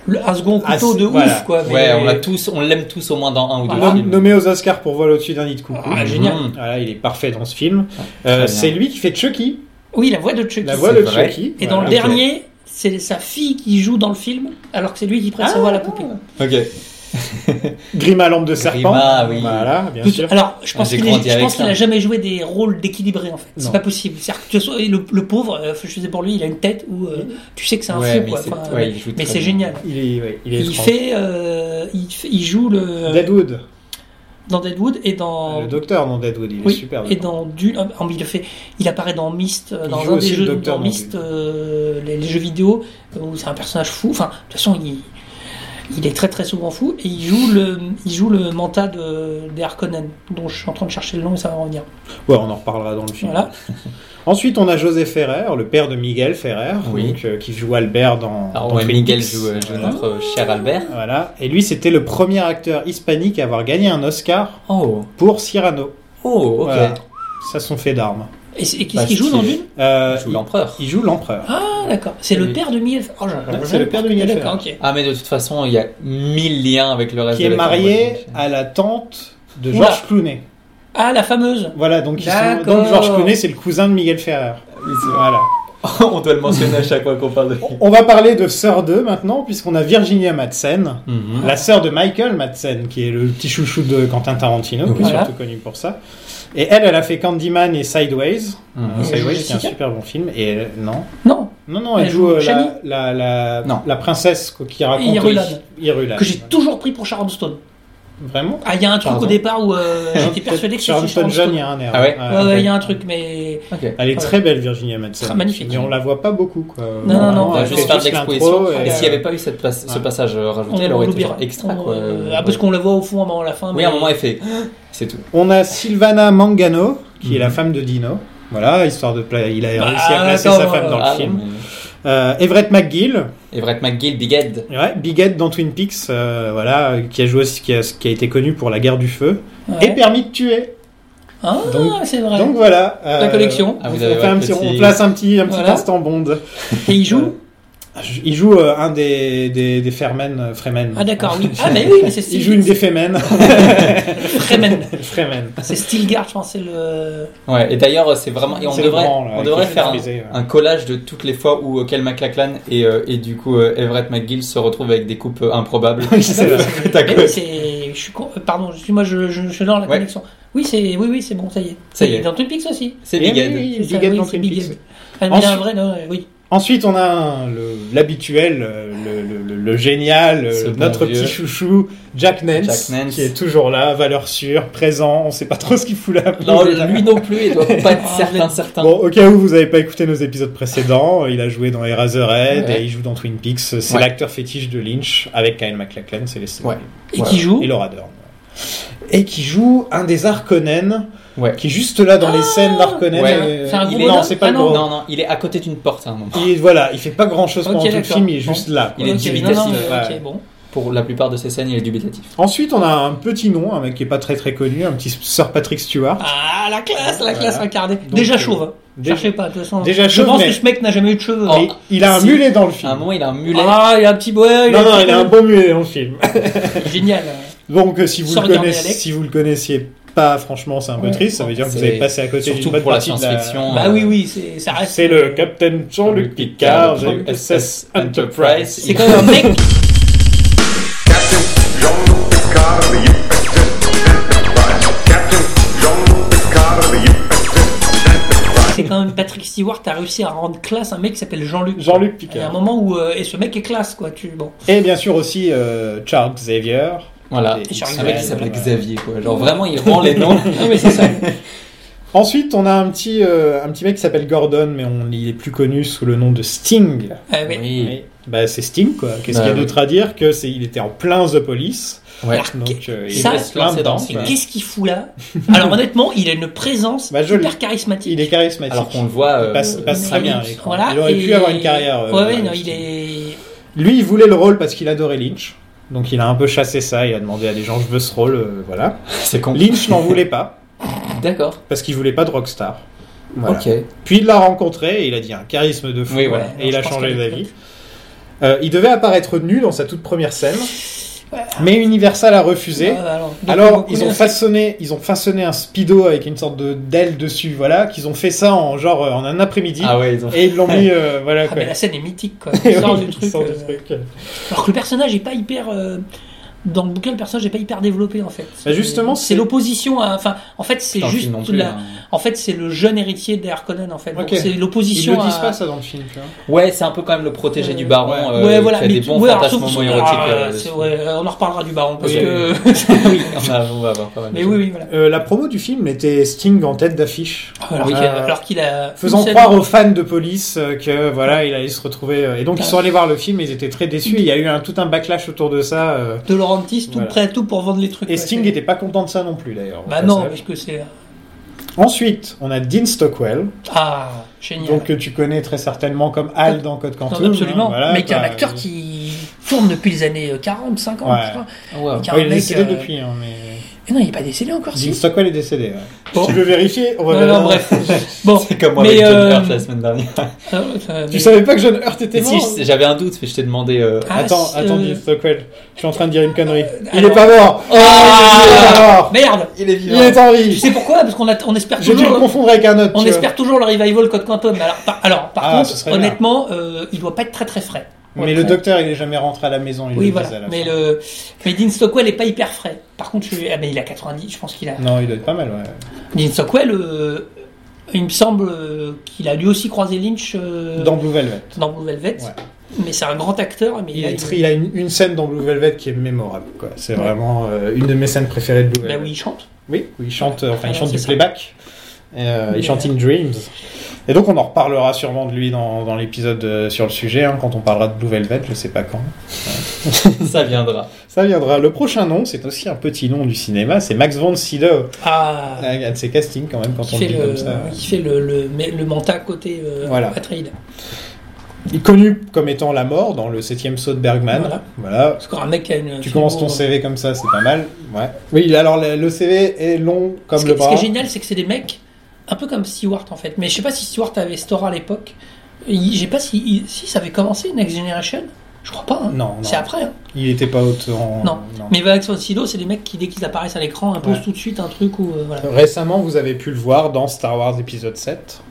Speaker 3: Le- Un second
Speaker 2: Ah,
Speaker 3: couteau
Speaker 2: c'est-
Speaker 3: de
Speaker 2: voilà.
Speaker 3: ouf quoi. mais-
Speaker 4: Ouais, on l'a tous, on l'aime tous au moins dans un ou deux
Speaker 3: Ah,
Speaker 2: nom-
Speaker 4: films.
Speaker 2: nommé aux Oscars pour Vol au-dessus d'un nid de coucou.
Speaker 3: Ah, génial.
Speaker 4: Mhm.
Speaker 2: Voilà, il est parfait dans ce film.
Speaker 4: très
Speaker 2: Euh,
Speaker 4: bien.
Speaker 2: c'est lui qui fait Chucky,
Speaker 3: Oui, la voix de Chucky.
Speaker 2: la voix de
Speaker 4: c'est vrai.
Speaker 2: Chucky.
Speaker 3: Et dans
Speaker 2: Voilà.
Speaker 3: le dernier, c'est sa fille qui joue dans le film, alors que c'est lui qui prête sa voix à
Speaker 4: Ah,
Speaker 3: la poupée.
Speaker 4: Ok.
Speaker 2: Grima lampe de serpent.
Speaker 4: Grima, oui.
Speaker 2: Voilà, bien
Speaker 3: Tout-
Speaker 2: sûr.
Speaker 3: Alors, je pense
Speaker 4: J'ai
Speaker 3: qu'il est-
Speaker 4: grandi
Speaker 3: je
Speaker 4: avec
Speaker 3: pense qu'il
Speaker 4: ça.
Speaker 3: a jamais joué des rôles déséquilibrés en fait.
Speaker 2: Non.
Speaker 3: C'est pas possible. C'est-à-dire que tu sois- le, le pauvre, euh, je sais pour lui, il a une tête où euh, tu sais que c'est un
Speaker 4: Mm. Ouais,
Speaker 3: fou,
Speaker 4: mais
Speaker 3: quoi.
Speaker 4: c'est-
Speaker 3: Enfin,
Speaker 4: ouais, il joue
Speaker 3: mais
Speaker 4: très
Speaker 3: c'est
Speaker 4: bien.
Speaker 3: génial.
Speaker 2: Il est, ouais, il est
Speaker 3: Il
Speaker 2: étrange.
Speaker 3: fait, euh, il fait- il joue le.
Speaker 2: Deadwood.
Speaker 3: dans Deadwood et dans.
Speaker 2: Le docteur dans Deadwood, il
Speaker 3: Oui,
Speaker 2: est super.
Speaker 3: et
Speaker 2: dedans.
Speaker 3: dans Dune, ah, il, le fait, il apparaît dans Myst, euh,
Speaker 2: Il
Speaker 3: dans
Speaker 2: joue
Speaker 3: un
Speaker 2: aussi
Speaker 3: des
Speaker 2: le
Speaker 3: jeux,
Speaker 2: docteur
Speaker 3: dans
Speaker 2: dans
Speaker 3: Myst,
Speaker 2: Dune.
Speaker 3: euh, les, les jeux vidéo, euh, où c'est un personnage fou. Enfin, de toute façon, il, il est très très souvent fou et il joue le, il joue le manta de, des Harkonnen, dont je suis en train de chercher le nom et ça va revenir.
Speaker 2: Ouais, on en reparlera dans le film.
Speaker 3: Voilà.
Speaker 2: Ensuite, on a José Ferrer, le père de Miguel Ferrer,
Speaker 4: Oui.
Speaker 2: donc, euh, qui joue Albert dans.
Speaker 4: Alors,
Speaker 2: dans
Speaker 4: ouais,
Speaker 2: Twin
Speaker 4: Miguel
Speaker 2: Peaks.
Speaker 4: joue, euh, joue
Speaker 3: Hein
Speaker 2: Voilà.
Speaker 4: notre cher Albert.
Speaker 2: Voilà. Et lui, c'était le premier acteur hispanique à avoir gagné un Oscar
Speaker 4: Oh,
Speaker 2: pour Cyrano.
Speaker 4: oh, ok.
Speaker 2: Voilà. Ça, son fait d'armes.
Speaker 3: Et, c'est- et qu'est-ce
Speaker 4: Bah,
Speaker 3: qu'il joue
Speaker 4: c'est-
Speaker 3: dans Dune
Speaker 2: Euh,
Speaker 4: Il joue l'empereur.
Speaker 2: il, il joue l'empereur.
Speaker 3: Ah, d'accord. C'est le
Speaker 4: Oui.
Speaker 3: père de Miguel. Oh, je-
Speaker 2: Ouais,
Speaker 3: je-
Speaker 2: Ah, c'est le père de Miguel
Speaker 3: D'accord, ok.
Speaker 4: Ah, mais de toute façon, il y a mille liens avec le reste
Speaker 2: qui
Speaker 4: de
Speaker 2: est
Speaker 4: la
Speaker 2: marié
Speaker 4: Cambodge.
Speaker 2: à la tante de
Speaker 3: Oula.
Speaker 2: Georges Clooney.
Speaker 3: Ah, la fameuse.
Speaker 2: Voilà, donc, ils sont...
Speaker 3: D'accord.
Speaker 2: donc Georges Clooney, c'est le cousin de Miguel Ferrer.
Speaker 4: Oui, c'est vrai.
Speaker 2: Voilà.
Speaker 4: On doit le mentionner à chaque fois qu'on parle de lui.
Speaker 2: On- On va parler de Sœur 2 maintenant, puisqu'on a Virginia Madsen,
Speaker 4: Mhm.
Speaker 2: la sœur de Michael Madsen, qui est le petit chouchou de Quentin Tarantino, qui est
Speaker 3: Voilà.
Speaker 2: surtout connu pour ça. Et elle, elle a fait Candyman et Sideways.
Speaker 4: Mhm.
Speaker 2: Euh, Sideways, qui
Speaker 3: joue
Speaker 2: est un
Speaker 3: Ah, Jessica
Speaker 2: super bon film. Et elle- non.
Speaker 3: Non,
Speaker 2: Non, non, elle,
Speaker 3: Elle
Speaker 2: joue,
Speaker 3: joue
Speaker 2: euh,
Speaker 3: Shani
Speaker 2: la, la, la,
Speaker 4: Non.
Speaker 2: la princesse quoi, qui raconte.
Speaker 3: Irulade.
Speaker 2: Irulade.
Speaker 3: que j'ai toujours pris pour Sharon Stone.
Speaker 2: Vraiment
Speaker 3: Ah, il y a un truc
Speaker 4: Pardon
Speaker 3: au départ où euh, j'étais persuadé que c'était
Speaker 2: Sharon Stone
Speaker 3: Sharon Stone.
Speaker 2: John, il y a un air.
Speaker 4: Ah ouais
Speaker 3: Ouais, ouais, il y a un truc, mais.
Speaker 4: Ah, Ok.
Speaker 2: Elle est très belle, Virginia Madsen.
Speaker 3: Très magnifique.
Speaker 2: Mais on la voit pas beaucoup, quoi.
Speaker 3: Non, non, non,
Speaker 4: Ah, On
Speaker 2: Elle
Speaker 4: va
Speaker 3: ouais,
Speaker 4: juste
Speaker 2: fait
Speaker 4: faire de
Speaker 2: l'intro
Speaker 4: l'exposition.
Speaker 2: et-
Speaker 4: Et s'il n'y avait pas eu cette place- ce
Speaker 2: Ouais.
Speaker 4: passage euh,
Speaker 3: On
Speaker 4: rajouté, elle
Speaker 3: on
Speaker 4: aurait été
Speaker 3: l'oubliera.
Speaker 4: genre extra.
Speaker 3: On-
Speaker 4: Quoi.
Speaker 3: euh, ah, parce qu'on la voit au fond avant la fin.
Speaker 4: Oui,
Speaker 3: mais-
Speaker 4: à un moment, elle fait. C'est tout.
Speaker 2: On a Silvana Mangano, qui est la
Speaker 4: Mhm.
Speaker 2: femme de Dino. Voilà, histoire de. pla- Il a
Speaker 3: Bah,
Speaker 2: réussi à placer
Speaker 3: attends,
Speaker 2: sa femme dans le
Speaker 4: Ah,
Speaker 2: film.
Speaker 4: mais-
Speaker 2: Euh, Everett McGill,
Speaker 4: Everett McGill, Big Ed.
Speaker 2: ouais, Bigette dans Twin Peaks, euh, voilà, euh, qui a joué aussi, qui a, qui a été connu pour La Guerre du Feu
Speaker 3: Ouais.
Speaker 2: et Permis de tuer.
Speaker 3: Ah,
Speaker 2: Donc-
Speaker 3: c'est vrai.
Speaker 2: Donc voilà. euh,
Speaker 3: La collection.
Speaker 4: Ah,
Speaker 2: on,
Speaker 4: vous avez
Speaker 2: fait un
Speaker 4: votre
Speaker 2: petit- on
Speaker 4: petit-
Speaker 2: place un petit, un petit
Speaker 3: Voilà.
Speaker 2: instant Bond.
Speaker 3: Et il joue
Speaker 2: euh, Il joue euh, un des des, des Fremen. euh, Fremen.
Speaker 3: Ah, d'accord, oui. Ah, mais oui, mais c'est
Speaker 2: Il joue une
Speaker 3: Steel
Speaker 2: des Fremen.
Speaker 3: Fremen.
Speaker 2: Fremen.
Speaker 3: C'est Stilgar, je pense, c'est le.
Speaker 4: Ouais, et d'ailleurs, c'est vraiment. Et on
Speaker 2: C'est le
Speaker 4: devrait,
Speaker 2: grand, là,
Speaker 4: on
Speaker 2: qui
Speaker 4: devrait
Speaker 2: fait
Speaker 4: faire un,
Speaker 2: friser, ouais.
Speaker 4: un collage de toutes les fois où euh, Kel MacLachlan et, euh, et du coup euh, Everett McGill se retrouvent avec des coupes euh, improbables.
Speaker 2: Oui, c'est vrai.
Speaker 4: T'as
Speaker 3: Eh
Speaker 4: quoi
Speaker 3: oui, c'est. Je suis con- euh, Pardon, je suis- moi, je, je, je suis dans la
Speaker 4: Ouais.
Speaker 3: connexion. Oui, c'est. Oui, oui, c'est bon, ça y est.
Speaker 4: Ça y est.
Speaker 3: Dans Twin Peaks aussi.
Speaker 4: C'est
Speaker 2: Et
Speaker 4: Big Ed.
Speaker 2: oui,
Speaker 3: C'est ça,
Speaker 2: Bigette
Speaker 3: Eh oui,
Speaker 2: dans
Speaker 3: c'est
Speaker 2: Twin
Speaker 3: Big
Speaker 2: Peaks.
Speaker 3: Ed. Ah, mais il y a un
Speaker 2: Ensuite-
Speaker 3: vrai, non, euh, oui.
Speaker 2: Ensuite, on a un- le- l'habituel, euh, le, le- le- le génial, euh,
Speaker 4: Ce bon
Speaker 2: notre
Speaker 4: vieux.
Speaker 2: petit chouchou, Jack Nance,
Speaker 4: Jack Nance.
Speaker 2: qui est toujours là, valeur sûre, présent. On sait pas trop ce qu'il fout là.
Speaker 4: Non, lui non plus, il doit pas être
Speaker 3: Ah,
Speaker 4: certain,
Speaker 3: mais-
Speaker 4: certain.
Speaker 2: Bon, au cas où vous n'avez pas écouté nos épisodes précédents, euh, il a joué dans Eraserhead
Speaker 4: Ouais.
Speaker 2: et il joue dans Twin Peaks. C'est
Speaker 4: Ouais.
Speaker 2: l'acteur fétiche de Lynch avec Kyle MacLachlan, c'est les
Speaker 4: Ouais.
Speaker 3: Et
Speaker 4: Ouais.
Speaker 3: qui joue
Speaker 2: et Laura Dern. Et qui joue un des Harkonnen,
Speaker 4: Ouais.
Speaker 2: qui est juste là dans les scènes d'Harkonnen.
Speaker 4: Ouais.
Speaker 2: euh,
Speaker 3: Ah C'est un
Speaker 2: il
Speaker 4: gros
Speaker 2: est-
Speaker 4: bonhomme
Speaker 2: non, c'est pas
Speaker 3: Ah
Speaker 2: le
Speaker 3: non.
Speaker 2: gros.
Speaker 4: Non, non, il est à côté d'une porte à un moment.
Speaker 2: Il, voilà, il fait pas grand chose
Speaker 3: Ok,
Speaker 2: pendant tout le
Speaker 3: d'accord.
Speaker 2: film, il est juste là. quoi.
Speaker 4: Il est
Speaker 3: Ok,
Speaker 4: dubitatif.
Speaker 3: non, non, mais
Speaker 2: Ouais.
Speaker 3: ok, bon.
Speaker 4: Pour la plupart de ses scènes, il est dubitatif.
Speaker 2: Ensuite, on a un petit nom, un mec qui est pas très très connu, un petit Sir Patrick Stewart.
Speaker 3: Ah, la classe, la
Speaker 2: Voilà.
Speaker 3: classe incarnée.
Speaker 2: Donc,
Speaker 3: Déjà
Speaker 2: euh,
Speaker 3: chauve. hein.
Speaker 2: déjà-
Speaker 3: Cherchez pas, de toute façon.
Speaker 2: Déjà
Speaker 3: Je
Speaker 2: chauve,
Speaker 3: pense
Speaker 2: mais-
Speaker 3: que ce mec n'a jamais eu de cheveux.
Speaker 4: Oh,
Speaker 2: Et il a un
Speaker 4: si.
Speaker 2: mulet dans le
Speaker 4: À un
Speaker 2: film.
Speaker 4: moment, il a un mulet.
Speaker 3: Ah, il a un petit boy.
Speaker 2: non, non, il a un bon mulet dans le film.
Speaker 3: Génial.
Speaker 2: Donc, euh, si vous,
Speaker 3: Sans
Speaker 2: le
Speaker 3: regarder
Speaker 2: connaissez-
Speaker 3: Alex.
Speaker 2: si vous le connaissiez pas, franchement, c'est un peu
Speaker 3: Ouais.
Speaker 2: triste. Ça veut dire que vous
Speaker 4: C'est-
Speaker 2: avez passé à côté d'une
Speaker 4: Surtout
Speaker 2: bonne
Speaker 4: pour la
Speaker 2: partie de la...
Speaker 4: science-fiction.
Speaker 3: Bah
Speaker 4: euh,
Speaker 3: oui, oui, c'est- ça reste.
Speaker 2: C'est le Captain Jean-Luc Picard, USS Enterprise.
Speaker 3: C'est quand même un mec.
Speaker 5: Captain Jean-Luc Picard of the USS Enterprise. Captain Jean-Luc Picard of the USS Enterprise.
Speaker 3: C'est quand même Patrick Stewart a réussi à rendre classe un mec qui s'appelle Jean-Luc.
Speaker 2: Jean-Luc
Speaker 3: Il y a un
Speaker 2: Picard.
Speaker 3: moment où. euh, et ce mec est classe, quoi. Tu, bon.
Speaker 2: Et bien sûr aussi euh, Charles Xavier.
Speaker 4: Voilà.
Speaker 2: Et
Speaker 3: Charles
Speaker 4: Un mec qui
Speaker 3: Xavier,
Speaker 4: s'appelait
Speaker 2: voilà.
Speaker 4: Xavier, quoi. Genre vraiment, il rend les noms.
Speaker 3: Non, mais c'est ça.
Speaker 2: Ensuite, on a un petit, euh, un petit mec qui s'appelle Gordon, mais on, il est plus connu sous le nom de Sting.
Speaker 3: Euh, mais-
Speaker 4: Oui.
Speaker 2: Bah, c'est Sting, quoi. Qu'est-ce
Speaker 4: Bah,
Speaker 2: qu'il y a
Speaker 4: oui.
Speaker 2: d'autre à dire que c'est, il était en plein The Police.
Speaker 4: Ouais.
Speaker 2: Donc, euh, il
Speaker 3: Ça,
Speaker 2: est plein
Speaker 4: c'est
Speaker 2: dedans.
Speaker 4: dans le film.
Speaker 2: quoi.
Speaker 3: Qu'est-ce qu'il fout là Alors honnêtement, il a une présence
Speaker 2: Bah, je
Speaker 3: hyper
Speaker 2: l'ai-
Speaker 3: charismatique.
Speaker 2: Il est charismatique.
Speaker 4: Alors qu'on le voit. euh,
Speaker 2: Il passe- il passe
Speaker 4: cinq
Speaker 2: très bien.
Speaker 4: minutes.
Speaker 2: à l'écran.
Speaker 3: Voilà,
Speaker 2: Il aurait
Speaker 3: et-
Speaker 2: pu avoir une carrière, euh,
Speaker 3: ouais, ouais, non,
Speaker 2: dans
Speaker 3: il
Speaker 2: le
Speaker 3: est.
Speaker 2: Lui, il voulait le rôle parce qu'il adorait Lynch. Donc, il a un peu chassé ça. Il a demandé à des gens, je veux ce rôle, euh, voilà.
Speaker 4: C'est con.
Speaker 2: Lynch n'en voulait pas
Speaker 4: D'accord.
Speaker 2: parce qu'il voulait pas de rockstar. Voilà.
Speaker 4: Ok.
Speaker 2: Puis il l'a rencontré et il a dit un charisme de fou.
Speaker 4: Oui, voilà.
Speaker 2: Et il
Speaker 3: Je
Speaker 2: a
Speaker 3: pense
Speaker 2: changé
Speaker 3: qu'elle est
Speaker 2: d'avis. Euh, il devait apparaître nu dans sa toute première scène, mais Universal a refusé.
Speaker 3: Ah, alors, donc,
Speaker 2: Alors,
Speaker 3: beaucoup
Speaker 2: ils
Speaker 3: de-
Speaker 2: ont façonné, ils ont façonné un speedo avec une sorte de d'aile dessus, voilà, qu'ils ont fait ça en genre euh, en un après-midi,
Speaker 4: Ah ouais, ils ont
Speaker 2: et ils l'ont mis, euh, voilà
Speaker 3: Ah,
Speaker 2: quoi.
Speaker 3: mais la scène est mythique, quoi. Il sort du
Speaker 2: Ils
Speaker 3: truc.
Speaker 2: sortent du
Speaker 3: euh,
Speaker 2: truc.
Speaker 3: Alors que le personnage est pas hyper. euh, dans le bouquin, le personnage n'est pas hyper développé en fait.
Speaker 2: Bah, justement,
Speaker 3: c'est
Speaker 2: c'est-
Speaker 3: l'opposition. à- Enfin, en fait, c'est
Speaker 4: Putain,
Speaker 3: juste
Speaker 4: film non plus,
Speaker 3: la-
Speaker 4: hein.
Speaker 3: En fait, c'est le jeune héritier d'Arconan en fait. Donc,
Speaker 2: Ok.
Speaker 3: c'est
Speaker 2: Ils le
Speaker 3: l'opposition.
Speaker 2: disent
Speaker 3: à-
Speaker 2: pas ça dans le film, tu vois.
Speaker 4: Ouais, c'est un peu quand même le protégé
Speaker 3: Euh,
Speaker 4: du baron euh,
Speaker 3: ouais, voilà.
Speaker 4: qui a
Speaker 3: mais
Speaker 4: des
Speaker 3: tu-
Speaker 4: bons
Speaker 3: ouais, alors,
Speaker 4: fantasmes
Speaker 3: sauf- sauf-
Speaker 4: homoérotiques.
Speaker 3: ah,
Speaker 4: euh,
Speaker 3: c'est- ouais, on en reparlera du baron parce
Speaker 4: Ok.
Speaker 3: que.
Speaker 4: oui, on, a- on va avoir pas mal. de
Speaker 3: mais
Speaker 4: choses.
Speaker 3: oui, oui, voilà.
Speaker 2: Euh, la promo du film était Sting en tête d'affiche.
Speaker 3: Oh, Alors,
Speaker 2: Oui.
Speaker 3: qu'il a-
Speaker 2: Euh,
Speaker 3: alors qu'il a
Speaker 2: Faisant
Speaker 3: une scène-
Speaker 2: croire aux fans de police euh, que voilà, il allait se retrouver. euh, Et donc ils sont allés voir le film, et ils étaient très déçus. Il y a eu un, tout un backlash autour de ça. euh,
Speaker 3: de Laurentis tout
Speaker 2: Voilà.
Speaker 3: prêt à tout pour vendre les trucs.
Speaker 2: Et
Speaker 3: ouais,
Speaker 2: Sting
Speaker 3: c'est-
Speaker 2: n'était pas content de ça non plus d'ailleurs. au
Speaker 3: Bah non,
Speaker 2: passage.
Speaker 3: puisque c'est
Speaker 2: Ensuite, on a Dean Stockwell,
Speaker 3: ah génial.
Speaker 2: donc que tu connais très certainement comme Al dans Code
Speaker 3: Non,
Speaker 2: Quantum.
Speaker 3: absolument.
Speaker 2: hein, voilà,
Speaker 3: mais qui est un
Speaker 2: quoi.
Speaker 3: acteur qui tourne depuis les années 40, 50,
Speaker 2: Ouais.
Speaker 3: je crois.
Speaker 4: Ouais.
Speaker 3: Et qui est
Speaker 2: Ouais,
Speaker 3: un
Speaker 2: il est
Speaker 3: mec,
Speaker 2: décédé
Speaker 3: euh,
Speaker 2: depuis, hein, mais
Speaker 3: mais non, il est pas décédé encore,
Speaker 2: Dean
Speaker 3: si.
Speaker 2: Stockwell est décédé. ouais.
Speaker 3: Bon.
Speaker 2: Tu veux vérifier On
Speaker 3: Non,
Speaker 2: reverra.
Speaker 3: non, bref. Bon,
Speaker 4: C'est comme moi
Speaker 3: mais,
Speaker 4: avec John
Speaker 3: euh,
Speaker 4: Hurt la semaine dernière.
Speaker 3: euh, euh,
Speaker 2: Tu savais pas que John Hurt était
Speaker 4: Et
Speaker 2: mort hein
Speaker 4: si, je- J'avais un doute, mais je t'ai demandé. euh,
Speaker 3: Ah,
Speaker 2: Attends,
Speaker 3: c'est-
Speaker 2: attends, Dean Stockwell, je suis en train de dire une connerie. Il
Speaker 3: alors- Ah,
Speaker 2: est pas mort Il est pas mort
Speaker 3: Merde.
Speaker 4: Il est
Speaker 2: Il est en vie
Speaker 3: Tu sais pourquoi Parce qu'on a- on espère
Speaker 2: J'ai dû le
Speaker 3: toujours.
Speaker 2: confondre avec un autre.
Speaker 3: On
Speaker 2: tu vois.
Speaker 3: espère toujours le revival Code Quantum. Mais alors, par, alors, par
Speaker 2: Ah, ce
Speaker 3: contre,
Speaker 2: serait bien.
Speaker 3: honnêtement, euh, il doit pas être très très frais.
Speaker 2: Mais le docteur, il est jamais rentré à la maison. Il
Speaker 3: Oui,
Speaker 2: le
Speaker 3: voilà.
Speaker 2: disait à la
Speaker 3: Mais
Speaker 2: fin.
Speaker 3: le, mais Dean Stockwell est pas hyper frais. Par contre, je suis- ah, mais il a 90. Je pense qu'il a.
Speaker 2: Non, il doit être pas mal, ouais.
Speaker 3: Dean Stockwell, euh, il me semble euh, qu'il a lui aussi croisé Lynch euh,
Speaker 2: Dans Blue Velvet.
Speaker 3: dans Blue Velvet.
Speaker 2: Ouais.
Speaker 3: Mais c'est un grand acteur. Mais
Speaker 2: Il,
Speaker 3: il a-
Speaker 2: est très- il a une, une scène dans Blue Velvet qui est mémorable. quoi. C'est vraiment euh, une de mes scènes préférées de Blue
Speaker 3: Bah
Speaker 2: Velvet.
Speaker 3: oui, il chante.
Speaker 2: Oui, où il chante, euh, enfin, il
Speaker 3: Ouais,
Speaker 2: chante
Speaker 3: c'est
Speaker 2: du
Speaker 3: ça.
Speaker 2: playback. Et, euh,
Speaker 3: Mais,
Speaker 2: il chante In Dreams. Et donc, on en reparlera sûrement de lui dans, dans l'épisode euh, sur le sujet, hein, quand on parlera de Blue Velvet, je sais pas quand.
Speaker 4: Ça viendra.
Speaker 2: Ça viendra. Le prochain nom, c'est aussi un petit nom du cinéma, c'est Max von Sydow.
Speaker 3: Ah.
Speaker 2: Un de ses castings, quand même, quand
Speaker 3: qui
Speaker 2: on
Speaker 3: fait
Speaker 2: le dit
Speaker 3: le,
Speaker 2: comme ça.
Speaker 3: qui fait le, le, mais- le manta côté euh,
Speaker 2: Voilà.
Speaker 3: Atreide.
Speaker 2: Il est connu comme étant la mort dans le septième saut de Bergman.
Speaker 3: Voilà.
Speaker 2: voilà.
Speaker 3: Parce qu'un mec qui a une.
Speaker 2: Tu commences ton CV comme ça, c'est pas mal. Ouais. Oui, alors le, le CV est long comme
Speaker 3: ce,
Speaker 2: le
Speaker 3: qui, ce
Speaker 2: bras.
Speaker 3: qui est génial, c'est que c'est des mecs un peu comme Stewart en fait. Mais je sais pas si Stewart avait Stora à l'époque. Il- Je sais pas si, il- si ça avait commencé Next Generation. Je crois pas. hein.
Speaker 2: Non, non.
Speaker 3: C'est après. hein.
Speaker 2: Il était pas autant.
Speaker 3: Non. Mais Max von Sydow, c'est des mecs qui dès qu'ils apparaissent à l'écran imposent
Speaker 2: Ouais.
Speaker 3: tout de suite un truc où euh, voilà.
Speaker 2: Récemment, vous avez pu le voir dans Star Wars épisode 7.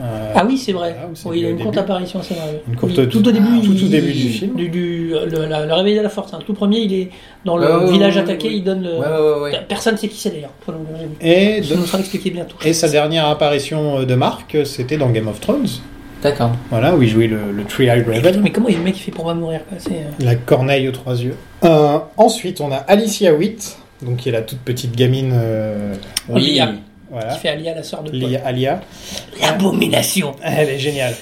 Speaker 2: Euh,
Speaker 3: Ah oui, c'est vrai.
Speaker 2: Ah oui, c'est
Speaker 3: Oui, il a
Speaker 2: au
Speaker 3: une
Speaker 2: début.
Speaker 3: courte apparition, c'est vrai.
Speaker 2: Une courte- Ah,
Speaker 3: Oui, tout au début,
Speaker 2: tout au
Speaker 3: il-
Speaker 2: début du film.
Speaker 3: Du, du- le, la- le réveil de la force. hein. Le tout premier, il est dans le
Speaker 2: Ah,
Speaker 4: Ouais, ouais,
Speaker 3: village
Speaker 4: ouais,
Speaker 3: attaqué,
Speaker 4: ouais.
Speaker 3: il donne le.
Speaker 4: ouais,
Speaker 3: Personne sait qui c'est d'ailleurs. Prenons le résumé.
Speaker 2: Et,
Speaker 3: Ça
Speaker 2: de-
Speaker 3: nous sera expliqué bientôt.
Speaker 2: et sa dernière apparition euh, de marque, c'était dans Game of Thrones.
Speaker 4: D'accord.
Speaker 2: Voilà, où il jouait le, le Tree-Eyed Raven.
Speaker 3: Mais comment il y a le mec qui fait pour pas mourir quoi C'est, euh,
Speaker 2: La corneille aux trois yeux. Euh, ensuite, on a Alicia Witt, donc qui est la toute petite gamine. euh,
Speaker 4: Oui.
Speaker 3: Lia.
Speaker 2: voilà.
Speaker 3: Qui fait Alia la sœur de Paul.
Speaker 2: Lia- Ah. Alia.
Speaker 3: L'abomination.
Speaker 2: Elle est géniale.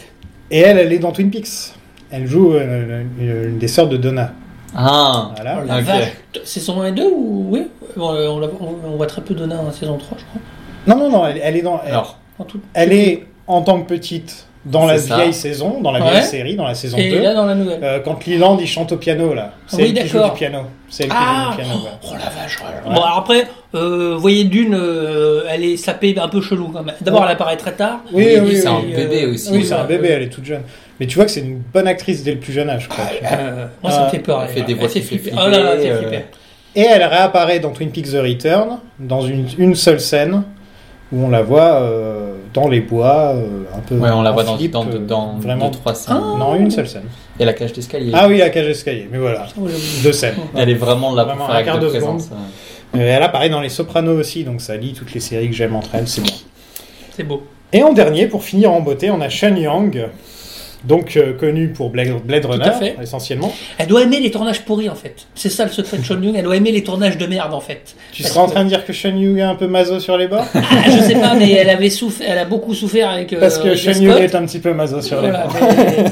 Speaker 2: Et elle, elle est dans Twin Peaks. Elle joue euh, une une des sœurs de Donna.
Speaker 4: Ah.
Speaker 2: Voilà.
Speaker 3: Oh la
Speaker 4: Ok.
Speaker 3: vache. Saison 1 et 2 ou oui Bon, euh, on, la- on- on voit très peu Donna en saison 3 je crois.
Speaker 2: Non, non, non, elle, elle est dans. Elle,
Speaker 4: Alors,
Speaker 3: En tout.
Speaker 2: elle est en tant que petite dans la
Speaker 4: C'est ça.
Speaker 2: vieille saison, dans la
Speaker 3: Ouais.
Speaker 2: vieille série, dans la saison
Speaker 3: Et
Speaker 2: 2.
Speaker 3: là dans la nouvelle.
Speaker 2: euh, quand Leland il chante au piano là, c'est
Speaker 3: Oui,
Speaker 2: elle qui joue
Speaker 3: d'accord.
Speaker 2: du piano. C'est elle qui
Speaker 3: Ah
Speaker 2: joue du piano. ouais.
Speaker 3: Oh la vache. oh là là. Bon alors après, euh, voyez d'une, euh, elle est sapée un peu chelou quand même. D'abord elle apparaît très tard.
Speaker 2: Oui,
Speaker 4: Oui,
Speaker 2: oui, oui.
Speaker 4: c'est un
Speaker 2: oui.
Speaker 4: bébé aussi.
Speaker 2: Oui, c'est un
Speaker 3: euh,
Speaker 2: bébé, elle est toute jeune. Mais tu vois que c'est une bonne actrice dès le plus jeune âge. quoi.
Speaker 3: Euh, moi ça
Speaker 2: Ah,
Speaker 3: me fait peur.
Speaker 4: elle fait des voix
Speaker 3: fait
Speaker 4: qui fait
Speaker 3: flipper. Oh là là,
Speaker 4: flipper,
Speaker 3: c'est
Speaker 4: euh,
Speaker 3: flipper.
Speaker 2: Et elle réapparaît dans Twin Peaks The Return, dans une, une seule scène, où on la voit euh, dans les bois, euh, un peu.
Speaker 4: ouais, on la
Speaker 2: en
Speaker 4: voit dans,
Speaker 2: flip,
Speaker 4: dans,
Speaker 2: euh,
Speaker 4: dans
Speaker 2: vraiment.
Speaker 4: deux, trois scènes.
Speaker 2: Non, une seule scène.
Speaker 4: Et la cage d'escalier.
Speaker 2: Ah oui, la cage escalier, mais voilà.
Speaker 3: Oh là là.
Speaker 2: Deux scènes.
Speaker 4: Elle est vraiment là
Speaker 2: Vraiment,
Speaker 4: pour
Speaker 2: un
Speaker 4: faire acte
Speaker 2: quart
Speaker 4: de
Speaker 2: de seconde.
Speaker 4: présence. euh.
Speaker 2: Euh, elle apparaît dans Les Sopranos aussi, donc ça lie toutes les séries que j'aime entre elles, c'est bon.
Speaker 3: C'est beau.
Speaker 2: Et en dernier, pour finir en beauté, on a Shen Yang, donc euh, connue pour Blade, Blade
Speaker 3: à
Speaker 2: Runner,
Speaker 3: fait.
Speaker 2: essentiellement.
Speaker 3: Elle doit aimer les tournages pourris en fait. C'est ça le secret de Sean Young, elle doit aimer les tournages de merde en fait.
Speaker 2: Tu
Speaker 3: Parce
Speaker 2: seras en
Speaker 3: que-
Speaker 2: train de dire que Shen Yang est un peu maso sur les bords
Speaker 3: Ah, je sais pas, mais elle avait souffert, elle a beaucoup souffert avec. euh,
Speaker 2: Parce que
Speaker 3: avec
Speaker 2: Shen
Speaker 3: Scott.
Speaker 2: Yang est un petit peu maso sur les
Speaker 3: Voilà,
Speaker 2: bords.
Speaker 3: mais-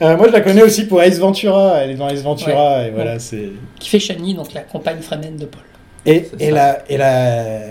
Speaker 2: Euh, moi, je la connais aussi pour Ace Ventura. Elle est dans Ace Ventura et voilà, c'est.
Speaker 3: qui fait Shani, donc la compagne fremen de Paul.
Speaker 2: Et,
Speaker 4: C'est
Speaker 2: et
Speaker 4: ça.
Speaker 2: la, et la-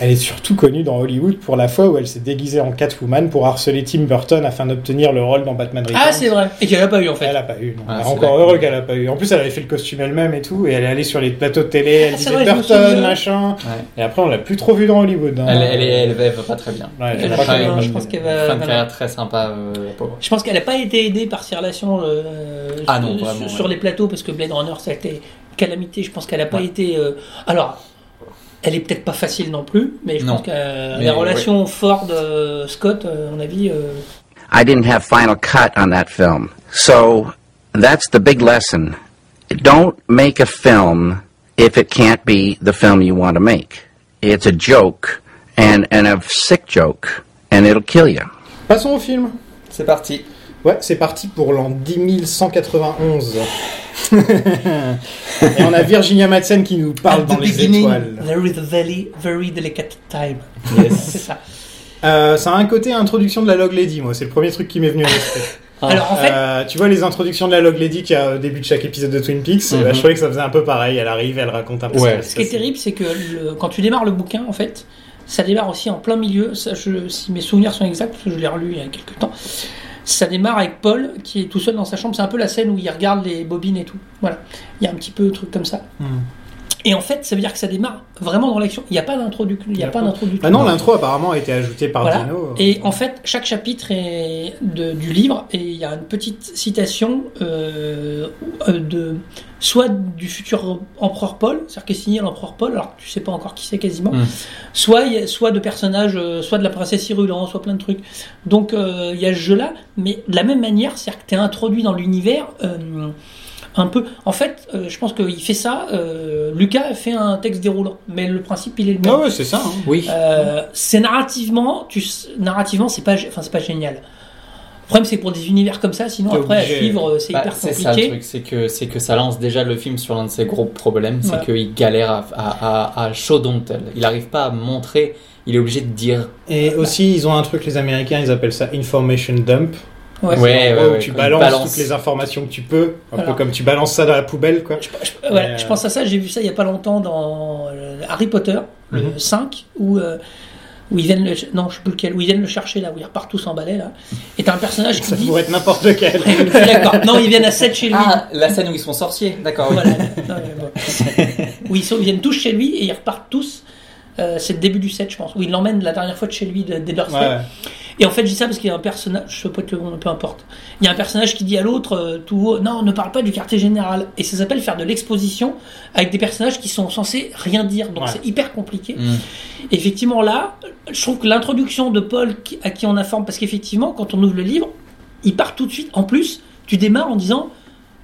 Speaker 2: elle est surtout connue dans Hollywood pour la fois où elle s'est déguisée en Catwoman pour harceler Tim Burton afin d'obtenir le rôle dans Batman Returns.
Speaker 3: Ah, c'est vrai. Et qu'elle a pas eu en
Speaker 2: Elle
Speaker 3: fait.
Speaker 2: a pas eu. non.
Speaker 4: Ah, c'est
Speaker 2: Encore
Speaker 4: vrai.
Speaker 2: heureux qu'elle a pas eu. En plus, elle avait fait le costume elle-même et tout, et elle est allée sur les plateaux de télé, elle
Speaker 3: Ah, c'est
Speaker 2: disait
Speaker 3: vrai, je me
Speaker 2: Burton,
Speaker 3: souviens.
Speaker 2: machin.
Speaker 4: Ouais.
Speaker 2: Et après, on l'a plus trop vue dans Hollywood. hein.
Speaker 4: Elle, elle, est- elle, elle va pas très bien.
Speaker 2: Ouais,
Speaker 3: Elle
Speaker 2: je
Speaker 3: a
Speaker 2: crois
Speaker 3: pas
Speaker 2: qu'elle
Speaker 3: eu,
Speaker 2: est-
Speaker 3: je pense qu'elle va-
Speaker 4: Fin de
Speaker 3: non,
Speaker 4: carrière très sympa, euh, la pauvre.
Speaker 3: Je pense qu'elle a pas été aidée par ses relations euh,
Speaker 4: Ah non,
Speaker 3: sur,
Speaker 4: vraiment,
Speaker 3: sur
Speaker 4: ouais.
Speaker 3: les plateaux parce que Blade Runner ça a été une calamité. Je pense qu'elle a pas
Speaker 4: Ouais.
Speaker 3: été. euh, Alors, elle est peut-être pas facile non plus, mais je
Speaker 4: Non.
Speaker 3: pense que euh,
Speaker 4: Mais
Speaker 3: la relation Ford euh, Scott, euh, à mon avis, euh,
Speaker 6: I didn't have final cut on that film. So that's the big lesson. don't make a film if it can't be the film you want to make. It's a joke and, and a sick joke, and it'll kill you.
Speaker 2: Passons au film.
Speaker 4: C'est parti.
Speaker 2: Ouais, c'est parti pour l'an 10191. Et on a Virginia Madsen qui nous parle
Speaker 3: At
Speaker 2: dans
Speaker 3: the
Speaker 2: les
Speaker 3: beginning,
Speaker 2: étoiles.
Speaker 3: There is a very, very delicate time. C'est ça.
Speaker 2: Euh, ça a un côté introduction de la Log Lady, moi. C'est le premier truc qui m'est venu à l'esprit.
Speaker 4: Ah.
Speaker 3: Alors en fait,
Speaker 2: Euh, tu vois les introductions de la Log Lady qu'il y a au début de chaque épisode de Twin Peaks
Speaker 4: Mhm.
Speaker 2: euh, Je trouvais que ça faisait un peu pareil. Elle arrive, elle raconte un peu
Speaker 4: Ouais.
Speaker 2: que
Speaker 3: ce qui est terrible, c'est que le- quand tu démarres le bouquin, en fait, ça démarre aussi en plein milieu. Ça, je- si mes souvenirs sont exacts, parce que je l'ai relu il y a quelques temps, ça démarre avec Paul qui est tout seul dans sa chambre. C'est un peu la scène où il regarde les bobines et tout. Voilà, il y a un petit peu un truc comme ça. Et en fait, ça veut dire que ça démarre vraiment dans l'action. Il n'y a pas d'introduction. Il y a pas Bah d'introduction.
Speaker 2: Ah non, l'intro apparemment a été ajoutée par
Speaker 3: Voilà.
Speaker 2: Dino.
Speaker 3: Et en fait, chaque chapitre est de- du livre et il y a une petite citation euh, euh, de soit du futur empereur Paul, c'est-à-dire qui est signé l'empereur Paul, alors que tu sais pas encore qui c'est quasiment,
Speaker 2: Hmm.
Speaker 4: Mm.
Speaker 3: soit il y a- soit de personnages, euh, soit de la princesse Irulan, soit plein de trucs. Donc euh, il y a ce jeu-là, mais de la même manière, c'est-à-dire que tu es introduit dans l'univers. euh, un peu. En fait, euh, je pense qu'il fait ça. euh, Lucas fait un texte déroulant, mais le principe il est le même.
Speaker 2: Ah ouais, c'est ça. hein.
Speaker 4: Oui.
Speaker 3: Euh, c'est narrativement, tu, s- narrativement, c'est pas, gé- enfin, c'est pas génial. Le problème, c'est que pour des univers comme ça, sinon
Speaker 2: T'es
Speaker 3: après à
Speaker 2: obligé.
Speaker 3: suivre, euh, c'est
Speaker 4: Bah,
Speaker 3: hyper
Speaker 4: c'est ça le
Speaker 3: compliqué.
Speaker 4: truc, c'est que, c'est que ça lance déjà le film sur l'un de ses gros problèmes, c'est
Speaker 3: Ouais.
Speaker 4: qu'il galère à, à, à, à show don't tell. Il n'arrive pas à montrer, il est obligé de dire.
Speaker 2: Et aussi, ils ont un truc, les Américains, ils appellent ça information dump.
Speaker 3: Ouais.
Speaker 4: Ouais,
Speaker 2: En
Speaker 4: ouais,
Speaker 2: gros,
Speaker 4: ouais,
Speaker 2: tu
Speaker 4: quand il
Speaker 2: balances
Speaker 4: balance.
Speaker 2: toutes les informations que tu peux, un
Speaker 3: Voilà.
Speaker 2: peu comme tu balances ça dans la poubelle, quoi.
Speaker 3: Euh, voilà,
Speaker 2: Mais,
Speaker 3: Je
Speaker 2: euh,
Speaker 3: pense à ça, j'ai vu ça il y a pas longtemps dans euh, Harry Potter,
Speaker 2: Mhm.
Speaker 3: le 5, où, euh, où ils viennent le, ch- non, je sais plus lequel, où ils viennent le chercher là, où ils repartent tous en balai là. Et t'as un personnage qui
Speaker 2: Ça
Speaker 3: dit.
Speaker 2: pourrait être n'importe lequel.
Speaker 3: Je suis D'accord, non, ils viennent à 7 chez lui.
Speaker 4: Ah, la scène où ils sont sorciers, d'accord. oui.
Speaker 3: Voilà. Non, mais bon. Où ils, sont- ils viennent tous chez lui et ils repartent tous. Euh, c'est le début du 7, je pense. Où il l'emmène la dernière fois de chez lui, de, de leur
Speaker 2: Ouais.
Speaker 3: Et en fait, je dis ça parce qu'il y a un personnage, je sais pas que le nom, peu importe. Il y a un personnage qui dit à l'autre, euh, tout haut, non, ne parle pas du quartier général. Et ça s'appelle faire de l'exposition avec des personnages qui sont censés rien dire. Donc
Speaker 2: Ouais.
Speaker 3: c'est hyper compliqué.
Speaker 4: Mm.
Speaker 3: Et effectivement, là, je trouve que l'introduction de Paul qui- à qui on informe, parce qu'effectivement, quand on ouvre le livre, il part tout de suite. En plus, tu démarres en disant,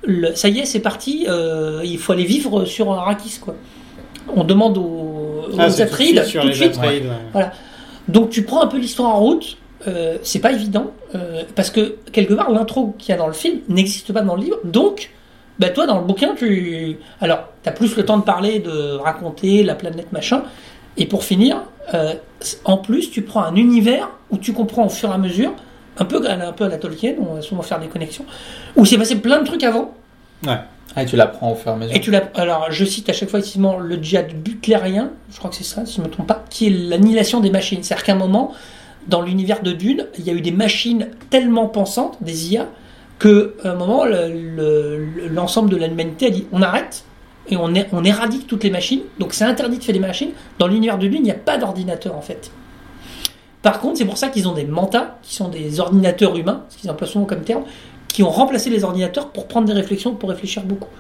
Speaker 3: le- ça y est, c'est parti, euh, il faut aller vivre sur Arrakis, quoi. On demande aux,
Speaker 2: Ah,
Speaker 3: aux
Speaker 2: c'est tout de suite
Speaker 3: Atrides,
Speaker 2: sur
Speaker 3: tout de
Speaker 2: les
Speaker 3: suite,
Speaker 2: Atrides, ouais.
Speaker 3: donc tu prends un peu l'histoire en route, euh, c'est pas évident, euh, parce que quelque part l'intro qu'il y a dans le film n'existe pas dans le livre, donc bah, toi dans le bouquin tu... Alors t'as plus le temps de parler, de raconter la planète machin, et pour finir, euh, en plus tu prends un univers où tu comprends au fur et à mesure, un peu, à la- un peu à la Tolkien, on va souvent faire des connexions, où s'est passé plein de trucs avant,
Speaker 4: Ah, et tu l'apprends au fur et à mesure.
Speaker 3: et tu l'as. Alors, je cite à chaque fois effectivement le djihad butlérien, je crois que c'est ça, si je ne me trompe pas, qui est l'annihilation des machines. C'est-à-dire qu'à un moment, dans l'univers de Dune, il y a eu des machines tellement pensantes, des IA, que à un moment, le- le- l'ensemble de l'humanité a dit on arrête et on, é- on éradique toutes les machines. Donc, c'est interdit de faire des machines. Dans l'univers de Dune, il n'y a pas d'ordinateur en fait. Par contre, c'est pour ça qu'ils ont des mantas, qui sont des ordinateurs humains, ce qu'ils emploient souvent comme terme, qui ont remplacé les ordinateurs pour prendre des réflexions, pour réfléchir beaucoup.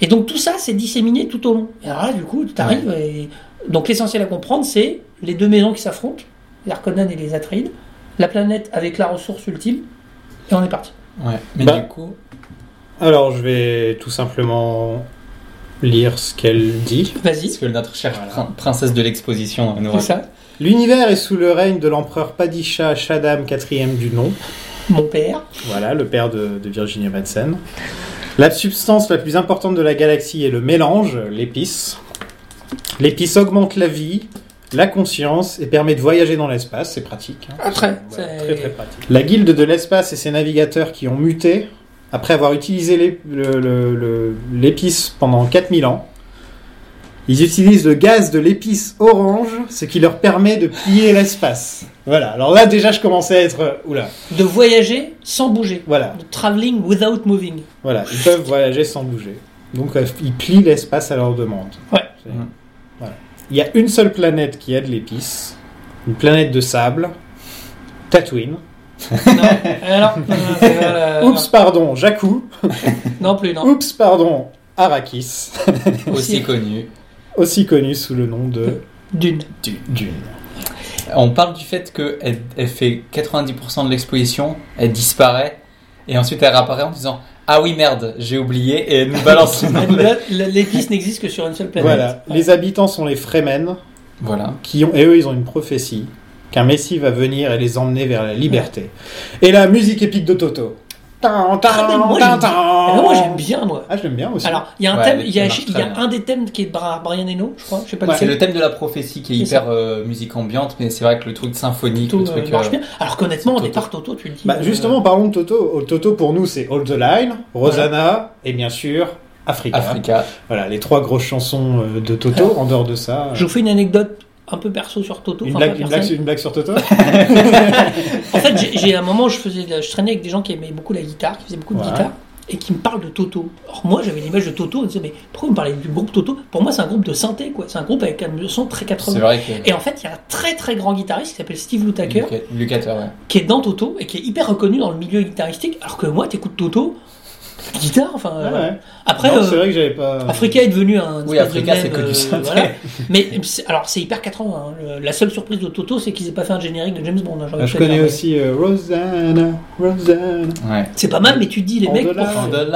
Speaker 3: Et donc tout ça, c'est disséminé tout au long. Et alors là, du coup, tu arrives. Et... Donc l'essentiel à comprendre, c'est les deux maisons qui s'affrontent, les Harkonnen et les Atreides, la planète avec la ressource ultime, et on est parti.
Speaker 4: Ouais. Mais
Speaker 2: Bah.
Speaker 4: du coup,
Speaker 2: Alors, je vais tout simplement lire ce qu'elle dit.
Speaker 3: Vas-y.
Speaker 4: ce que notre chère prin- princesse de l'exposition euh, nous
Speaker 3: C'est
Speaker 4: raconte.
Speaker 3: ça.
Speaker 2: L'univers est sous le règne de l'empereur Padishah Shaddam IV du nom.
Speaker 3: Mon père.
Speaker 2: Voilà, le père de, de Virginia Madsen. La substance la plus importante de la galaxie est le mélange, l'épice. L'épice augmente la vie, la conscience et permet de voyager dans l'espace, c'est pratique. hein.
Speaker 3: Après,
Speaker 2: Voilà,
Speaker 3: c'est-
Speaker 2: très très pratique. La guilde de l'espace et ses navigateurs qui ont muté, après avoir utilisé l'ép- le- le- le- l'épice pendant 4000 ans, ils utilisent le gaz de l'épice orange, ce qui leur permet de plier l'espace. Voilà, alors là déjà je commençais à être... Oula,
Speaker 3: De voyager sans bouger.
Speaker 2: voilà.
Speaker 3: De traveling without moving.
Speaker 2: Voilà, ils peuvent voyager sans bouger. Donc euh, ils plient l'espace à leur demande.
Speaker 3: Ouais.
Speaker 2: C'est-
Speaker 4: Mm.
Speaker 2: Voilà. Il y a une seule planète qui a de l'épice, une planète de sable, Tatooine.
Speaker 3: Non. Alors. non, non, non, non, non.
Speaker 2: Oups, pardon, Jakku.
Speaker 3: Non plus, Euh, non.
Speaker 2: Oups, pardon, Arrakis,
Speaker 4: Aussi connu.
Speaker 2: aussi connu sous le nom de
Speaker 3: Dune.
Speaker 2: Du- Dune.
Speaker 4: On parle du fait qu'elle elle fait 90% de l'exposition, elle disparaît, et ensuite elle réapparaît en disant Ah oui, merde, j'ai oublié et elle nous balance le nom de la-
Speaker 3: Là, L'épice n'existe que sur une seule planète.
Speaker 2: Voilà. Les habitants sont les Fremen,
Speaker 4: Voilà.
Speaker 2: qui ont, et eux, ils ont une prophétie qu'un Messie va venir et les emmener vers la liberté. Et la musique épique de Toto. Tan, tan,
Speaker 3: Ah, mais moi,
Speaker 2: tan,
Speaker 3: j'aime-
Speaker 2: tan.
Speaker 3: Ah non, moi j'aime bien moi.
Speaker 2: Ah, je l'aime bien aussi.
Speaker 3: Alors, il y a un
Speaker 4: Ouais,
Speaker 3: thème,
Speaker 4: elle-
Speaker 3: il y a,
Speaker 4: elle marche
Speaker 3: il y a
Speaker 4: très bien.
Speaker 3: un des thèmes qui est de Bra- Brian Eno, je crois, je sais pas
Speaker 2: Ouais.
Speaker 4: C'est
Speaker 3: lequel.
Speaker 4: le thème de la prophétie qui est
Speaker 3: C'est ça.
Speaker 4: hyper euh, musique ambiante, mais c'est vrai que le truc symphonique,
Speaker 3: Toto,
Speaker 4: le
Speaker 3: euh,
Speaker 4: truc.
Speaker 3: marche
Speaker 4: euh,
Speaker 3: bien. Alors qu'honnêtement, au
Speaker 4: Toto.
Speaker 3: départ, Toto, tu le dis.
Speaker 2: Bah,
Speaker 3: euh,
Speaker 2: justement, parlons de Toto. Oh, Toto, pour nous, c'est All the Line, Rosanna et bien sûr Africa.
Speaker 4: Africa.
Speaker 2: Voilà, les trois grosses chansons euh, de Toto. en dehors de ça, euh,
Speaker 3: Je vous fais une anecdote un peu perso sur Toto.
Speaker 2: une,
Speaker 3: enfin,
Speaker 2: blague,
Speaker 3: pas
Speaker 2: une, blague,
Speaker 3: perso.
Speaker 2: sur- une blague sur Toto
Speaker 3: En fait, j'ai- j'ai à un moment, je, faisais, de la- je traînais avec des gens qui aimaient beaucoup la guitare, qui faisaient beaucoup de
Speaker 2: Ouais.
Speaker 3: guitare, et qui me parlent de Toto. Or, moi, j'avais l'image de Toto, je me disais, mais pourquoi vous me parlez du groupe Toto Pour moi, c'est un groupe de synthé, quoi. C'est un groupe avec un son très
Speaker 4: C'est
Speaker 3: 80.
Speaker 4: vrai que.
Speaker 3: Et en fait, il y a un très très grand guitariste qui s'appelle Steve Lukather,
Speaker 4: Luca- Lucateur, ouais.
Speaker 3: qui est dans Toto et qui est hyper reconnu dans le milieu guitaristique, alors que moi, t'écoutes Toto, guitare, enfin.
Speaker 2: Ouais,
Speaker 3: voilà.
Speaker 2: Ah, ouais.
Speaker 3: Après,
Speaker 2: Non,
Speaker 3: euh,
Speaker 2: c'est vrai que j'avais pas.
Speaker 3: Africa est devenu un.
Speaker 4: Oui,
Speaker 3: espèce de
Speaker 4: Africa,
Speaker 3: mème, euh,
Speaker 4: c'est que du synthé.
Speaker 3: voilà. Mais c'est- alors, c'est hyper 80. hein. Le- La seule surprise de Toto, c'est qu'ils aient pas fait un générique de James Bond. hein, j'aurais
Speaker 2: Ah, je
Speaker 3: pu le
Speaker 2: connais
Speaker 3: dire, mais-
Speaker 2: aussi euh, Rosanna, Rosanna.
Speaker 4: Ouais.
Speaker 3: C'est pas mal, mais tu te dis, les
Speaker 2: En
Speaker 3: mecs,
Speaker 2: dollars.
Speaker 3: pour
Speaker 4: On the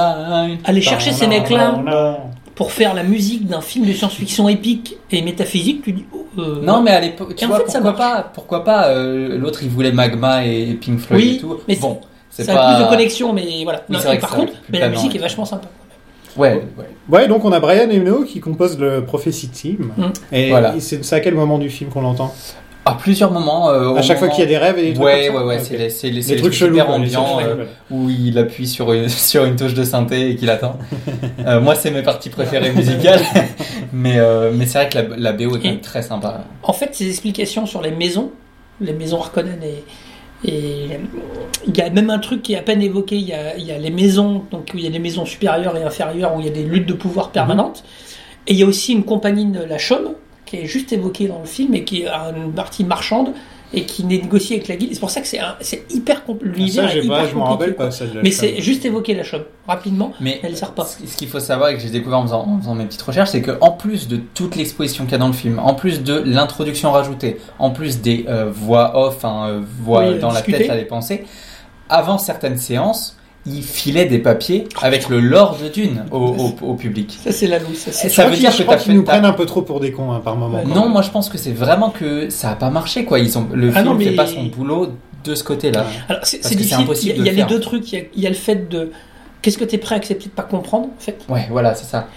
Speaker 4: line.
Speaker 3: aller chercher ces
Speaker 2: Non,
Speaker 3: mecs-là
Speaker 2: non, non.
Speaker 3: pour faire la musique d'un film de science-fiction épique et métaphysique, tu dis. oh, euh,
Speaker 4: Non,
Speaker 3: ouais.
Speaker 4: mais à l'époque, tu
Speaker 3: Et en
Speaker 4: vois,
Speaker 3: fait, ça
Speaker 4: pourquoi,
Speaker 3: marche.
Speaker 4: pas, pourquoi pas euh, L'autre, il voulait Magma et Pink Floyd
Speaker 3: Oui,
Speaker 4: et tout.
Speaker 3: mais
Speaker 4: bon, c'est
Speaker 3: ça
Speaker 4: pas.
Speaker 3: a plus de connexion, mais voilà.
Speaker 4: Oui,
Speaker 3: Non,
Speaker 4: c'est vrai
Speaker 3: et
Speaker 4: que
Speaker 3: par
Speaker 4: ça a
Speaker 3: contre,
Speaker 4: plus
Speaker 3: mais la
Speaker 4: tellement,
Speaker 3: musique est
Speaker 4: ouais.
Speaker 3: vachement sympa.
Speaker 4: Ouais, ouais.
Speaker 2: Ouais, donc on a Brian Eno qui compose le Prophecy Team.
Speaker 3: Mm.
Speaker 2: Et
Speaker 4: Voilà.
Speaker 2: il- c'est c'est à quel moment du film qu'on l'entend
Speaker 4: À plusieurs moments. euh, au
Speaker 2: À chaque fois
Speaker 4: moment-
Speaker 2: qu'il y a des rêves et des trucs
Speaker 4: Ouais,
Speaker 2: comme
Speaker 4: ouais,
Speaker 2: ça Ah, Ok.
Speaker 4: ouais, c'est les, c'est les-
Speaker 2: Des
Speaker 4: c'est les
Speaker 2: trucs
Speaker 4: trucs
Speaker 2: chelous,
Speaker 4: hyper
Speaker 2: quoi, les
Speaker 4: ambiants
Speaker 2: trucs
Speaker 4: euh,
Speaker 2: chelous, ouais.
Speaker 4: où il appuie sur une, sur une touche de synthé et qu'il attend. Euh, moi, c'est mes parties préférées musicales, mais, euh, mais c'est vrai que la, la BO est quand même très sympa.
Speaker 3: En fait, ces explications sur les maisons, les maisons Harkonnen et. Et il y a même un truc qui est à peine évoqué, il y a, il y a les maisons, donc où il y a des maisons supérieures et inférieures, où il y a des luttes de pouvoir permanentes. Et il y a aussi une compagnie, de la Chaume, qui est juste évoquée dans le film et qui a une partie marchande et qui négocie avec la ville. C'est pour ça que c'est un- c'est hyper compliqué.
Speaker 2: Ah, Ça, j'ai pas- je m'en rappelle pas, celle de la
Speaker 3: Mais
Speaker 2: femme.
Speaker 3: c'est juste évoqué la Chaume, rapidement,
Speaker 4: Mais
Speaker 3: elle sert pas.
Speaker 4: ce ce qu'il faut savoir et que j'ai découvert en faisant, en faisant mes petites recherches, c'est que en plus de toute l'exposition qu'il y a dans le film, en plus de l'introduction rajoutée, en plus des euh, voix off, hein, euh, voix
Speaker 3: Oui,
Speaker 4: dans
Speaker 3: discuter.
Speaker 4: la tête, là, des pensées, avant certaines séances, il filait des papiers avec le lore de Dune au, au- au public.
Speaker 3: Ça, c'est la loose. ça, c'est-
Speaker 4: Et ça
Speaker 2: Je
Speaker 4: veut
Speaker 2: crois
Speaker 4: dire
Speaker 2: qu'ils-
Speaker 4: que
Speaker 2: je crois
Speaker 4: t'as
Speaker 2: qu'ils
Speaker 4: fait-
Speaker 2: nous
Speaker 4: t'as-
Speaker 2: prennent un peu trop pour des cons hein, par moment.
Speaker 3: Ouais.
Speaker 2: quand
Speaker 4: Non,
Speaker 2: même.
Speaker 4: moi je pense que c'est vraiment que ça a pas marché quoi. Ils ont le
Speaker 3: Ah
Speaker 4: film
Speaker 3: non, mais-
Speaker 4: fait pas son boulot de ce côté-là.
Speaker 3: Alors,
Speaker 4: Parce
Speaker 3: c'est c'est
Speaker 4: que c'est
Speaker 3: difficile.
Speaker 4: impossible
Speaker 3: Il y a,
Speaker 4: de
Speaker 3: il y a
Speaker 4: le
Speaker 3: les
Speaker 4: faire.
Speaker 3: deux trucs. Il y a, il y a le fait de. Qu'est-ce que tu es prêt à accepter de pas comprendre, en fait
Speaker 4: Ouais, voilà, c'est ça.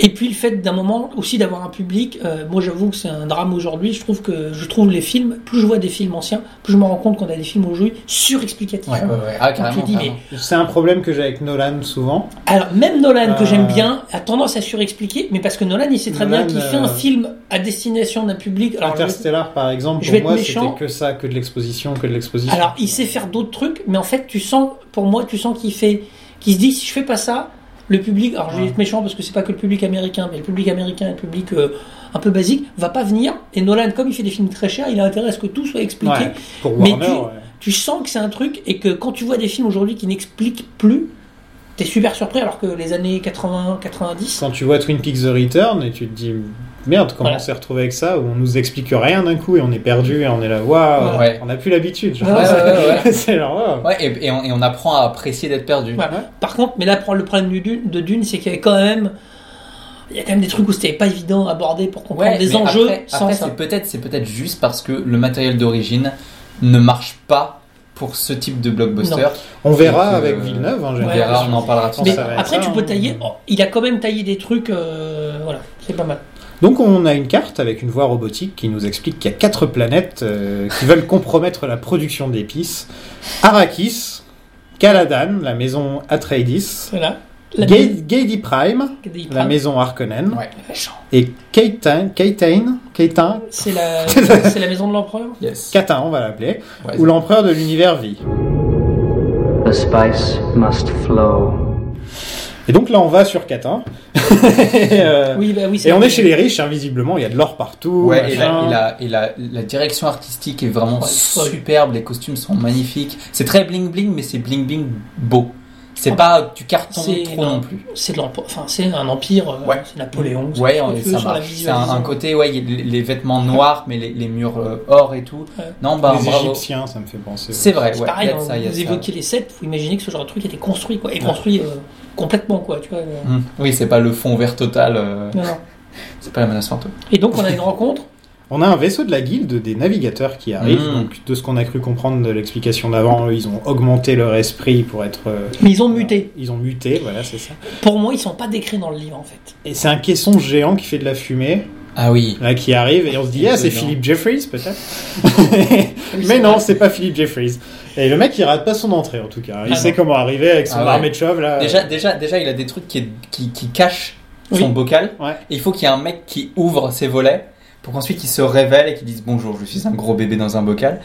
Speaker 3: Et puis le fait d'un moment aussi d'avoir un public. euh, moi, j'avoue que c'est un drame aujourd'hui. Je trouve que je trouve les films. Plus je vois des films anciens, plus je me rends compte qu'on a des films aujourd'hui surexplicatifs.
Speaker 4: Ouais, ouais, ouais. Ah, carrément.
Speaker 3: Tu dis, mais-
Speaker 4: carrément.
Speaker 2: C'est un problème que j'ai avec Nolan souvent.
Speaker 3: Alors même Nolan que
Speaker 2: Euh.
Speaker 3: j'aime bien a tendance à surexpliquer, mais parce que Nolan, il sait très
Speaker 2: Nolan,
Speaker 3: bien qu'il fait un
Speaker 2: euh,
Speaker 3: film à destination d'un public. Alors, je-
Speaker 2: Interstellar, par exemple,
Speaker 3: je
Speaker 2: pour
Speaker 3: vais être
Speaker 2: moi,
Speaker 3: méchant.
Speaker 2: c'était que ça, que de l'exposition, que de l'exposition.
Speaker 3: alors, il sait faire d'autres trucs, mais en fait, tu sens, pour moi, tu sens qu'il fait, qu'il se dit si je fais pas ça, le public, alors je vais
Speaker 2: Ouais.
Speaker 3: être méchant parce que c'est pas que le public américain, mais le public américain, et le public euh, un peu basique, va pas venir. Et Nolan, comme il fait des films très chers, il a intérêt à ce que tout soit expliqué.
Speaker 2: Ouais, pour
Speaker 3: Mais
Speaker 2: Warner,
Speaker 3: tu-
Speaker 2: ouais.
Speaker 3: tu sens que c'est un truc et que quand tu vois des films aujourd'hui qui n'expliquent plus, t'es super surpris alors que les années 80, 90.
Speaker 2: quand tu vois Twin Peaks The Return et tu te dis merde, comment
Speaker 3: Voilà.
Speaker 2: on s'est retrouvé avec ça, où on nous explique rien d'un coup et on est perdu et on est là, waouh,
Speaker 4: Ouais.
Speaker 2: on n'a plus l'habitude. genre.
Speaker 4: ouais,
Speaker 3: Ouais,
Speaker 2: C'est genre, waouh.
Speaker 4: Ouais, et, et on, et on apprend à apprécier d'être perdu.
Speaker 3: Voilà. Par contre, mais là pour le problème du Dune- de Dune, c'est qu'il y avait quand même, il y a quand même des trucs où c'était pas évident à aborder pour comprendre
Speaker 4: Ouais,
Speaker 3: des
Speaker 4: mais
Speaker 3: enjeux
Speaker 4: après-
Speaker 3: sans
Speaker 4: après,
Speaker 3: ça.
Speaker 4: c'est peut-être c'est peut-être juste parce que le matériel d'origine ne marche pas pour ce type de blockbuster.
Speaker 3: Non.
Speaker 2: On verra
Speaker 4: Donc, euh,
Speaker 2: avec Villeneuve, hein, j'ai
Speaker 4: On
Speaker 3: Ouais.
Speaker 4: verra, on
Speaker 2: l'impression.
Speaker 4: en parlera tout
Speaker 2: Mais-
Speaker 4: à
Speaker 3: Mais
Speaker 2: ça
Speaker 4: l'heure.
Speaker 2: va être
Speaker 3: après,
Speaker 2: ça,
Speaker 3: tu
Speaker 2: hein.
Speaker 3: peux tailler. oh, il a quand même taillé des trucs. euh, voilà, c'est pas mal.
Speaker 2: Donc on a une carte avec une voie robotique qui nous explique qu'il y a quatre planètes euh, qui veulent compromettre la production d'épices. Arrakis, Caladan, la maison Atreides,
Speaker 3: Voilà. La
Speaker 2: Gadi Gadi Prime,
Speaker 3: musique des Ah,
Speaker 2: la
Speaker 3: Pram-
Speaker 2: maison Harkonnen,
Speaker 4: Ouais.
Speaker 2: et Kaitain, Kaitain, Kaitain,
Speaker 3: C'est la, c'est la maison de l'empereur.
Speaker 4: Yes.
Speaker 2: Katain on va l'appeler,
Speaker 4: Ouais.
Speaker 2: où l'empereur de l'univers vit.
Speaker 6: The spice must flow.
Speaker 2: Et donc là on va sur Katain. et, euh,
Speaker 3: Oui, bah oui. c'est
Speaker 2: et on
Speaker 3: vrai.
Speaker 2: est chez les riches, hein, visiblement, il y a de l'or partout.
Speaker 4: Ouais, et, la,
Speaker 2: machin.
Speaker 4: et la- et la- la direction artistique est vraiment
Speaker 3: Ouais, folle.
Speaker 4: superbe, les costumes sont magnifiques. C'est très bling bling, mais c'est bling bling beau. C'est pas du carton
Speaker 3: C'est-
Speaker 4: trop non plus.
Speaker 3: C'est de l'emp- enfin, c'est un empire, euh,
Speaker 4: Ouais.
Speaker 3: c'est Napoléon. c'est
Speaker 4: Ouais,
Speaker 3: un
Speaker 4: on-
Speaker 3: peu
Speaker 4: ça
Speaker 3: sur la
Speaker 4: marche. C'est un, un
Speaker 3: visualisation.
Speaker 4: côté, ouais, il y a les, les vêtements noirs, mais les, les murs euh, or et tout.
Speaker 3: Ouais.
Speaker 4: Non, bah,
Speaker 2: les
Speaker 4: bravo.
Speaker 2: Égyptiens, ça me fait penser.
Speaker 4: C'est vrai,
Speaker 3: C'est
Speaker 4: ouais. il
Speaker 3: pareil,
Speaker 4: y a de
Speaker 3: hein,
Speaker 4: ça, il y a de
Speaker 3: vous
Speaker 4: ça.
Speaker 3: évoquez les sets, vous imaginez que ce genre de truc était construit, quoi, et construit euh, complètement, quoi, tu vois. euh,
Speaker 4: Hum. Oui, c'est pas le fond vert total. euh,
Speaker 3: non, non.
Speaker 4: C'est pas la menace fantôme.
Speaker 3: Et donc, on a une rencontre.
Speaker 2: On a un vaisseau de la guilde des navigateurs qui arrive.
Speaker 4: Mm.
Speaker 2: Donc, de ce qu'on a cru comprendre de l'explication d'avant, eux, ils ont augmenté leur esprit pour être. euh,
Speaker 3: Mais ils ont muté.
Speaker 2: Ils ont muté, voilà, c'est ça.
Speaker 3: Pour moi, ils sont pas décrits dans le livre, en fait.
Speaker 2: Et c'est un caisson géant qui fait de la fumée,
Speaker 4: Ah oui.
Speaker 2: là, qui arrive, et on se dit, ah, c'est
Speaker 4: Étonnant.
Speaker 2: Philippe Jeffries, peut-être. Mais non, c'est pas Philippe Jeffries. Et le mec, il rate pas son entrée, en tout cas. Il
Speaker 3: Ah
Speaker 2: sait
Speaker 3: non.
Speaker 2: comment arriver avec son
Speaker 4: Ah ouais.
Speaker 2: armée de chauves, là.
Speaker 4: Déjà, déjà, déjà, il a des trucs qui, qui, qui cachent son
Speaker 3: Oui.
Speaker 4: bocal.
Speaker 2: Ouais.
Speaker 4: Et il faut qu'il y ait un mec qui ouvre ses volets pour qu'ensuite il se révèle et qu'il dise bonjour, je suis un gros bébé dans un bocal.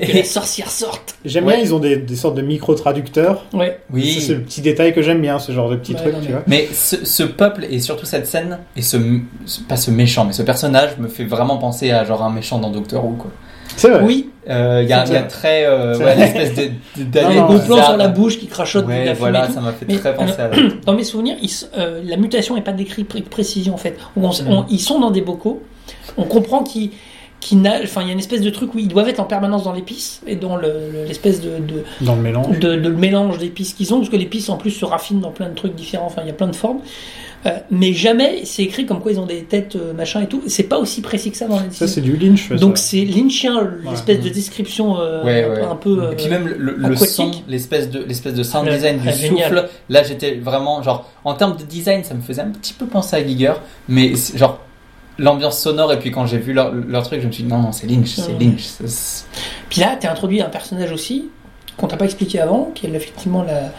Speaker 3: Et les sorcières sortent.
Speaker 2: J'aime
Speaker 4: Ouais.
Speaker 2: bien, ils ont des, des sortes de micro-traducteurs.
Speaker 3: Ouais.
Speaker 4: Oui.
Speaker 2: Ça, C'est le petit détail que j'aime bien, ce genre de petit
Speaker 3: Ouais,
Speaker 2: truc,
Speaker 3: non,
Speaker 2: tu
Speaker 3: mais-
Speaker 2: vois.
Speaker 4: Mais ce, ce peuple et surtout cette scène et ce, ce- pas ce méchant mais ce personnage me fait vraiment penser à genre un méchant dans Doctor Who quoi.
Speaker 2: C'est vrai.
Speaker 3: Oui,
Speaker 4: Euh, Il y, a
Speaker 2: C'est
Speaker 4: il y a
Speaker 2: vrai.
Speaker 4: très euh,
Speaker 2: C'est
Speaker 4: ouais,
Speaker 2: vrai.
Speaker 4: l'espèce de, de-
Speaker 2: Non,
Speaker 3: les
Speaker 4: d'alien
Speaker 2: Ah non, hein.
Speaker 3: beaux
Speaker 4: bizarre.
Speaker 3: plans sur la bouche qui crachotent de
Speaker 4: Ouais,
Speaker 3: la fumée et
Speaker 4: voilà,
Speaker 3: tout.
Speaker 4: ça m'a fait
Speaker 3: Mais,
Speaker 4: très penser à.
Speaker 3: Dans mes souvenirs, ils s- euh, la mutation n'est pas décrite pré- précision en fait. On- on- ils sont dans des bocaux. On comprend qu'ils qu'ils nagent. Enfin, il y a une espèce de truc où ils doivent être en permanence dans l'épice et dans le- le- l'espèce de- de,
Speaker 2: Dans le mélange.
Speaker 3: de, de le mélange d'épices qu'ils ont, parce que l'épice en plus se raffine dans plein de trucs différents, enfin il y a plein de formes. Euh, mais jamais c'est écrit comme quoi ils ont des têtes euh, machin et tout. C'est pas aussi précis que ça dans la
Speaker 2: Ça,
Speaker 3: description.
Speaker 2: c'est du Lynch. ça.
Speaker 3: Donc c'est lynchien, l'espèce de description euh,
Speaker 4: Ouais,
Speaker 3: un peu-
Speaker 4: ouais.
Speaker 3: un peu. euh,
Speaker 4: Et puis même le, le
Speaker 3: aquatique.
Speaker 4: son, l'espèce de l'espèce de sound
Speaker 3: Le-
Speaker 4: design du
Speaker 3: ah, génial.
Speaker 4: souffle. Là, j'étais vraiment genre en termes de design, ça me faisait un petit peu penser à Giger, mais c'est- genre l'ambiance sonore et puis quand j'ai vu leur, leur truc, je me suis dit non non c'est Lynch, c'est
Speaker 3: Mm.
Speaker 4: Lynch. c'est- c'est-
Speaker 3: Puis là, t'es introduit à un personnage aussi qu'on t'a pas expliqué avant, qui est effectivement la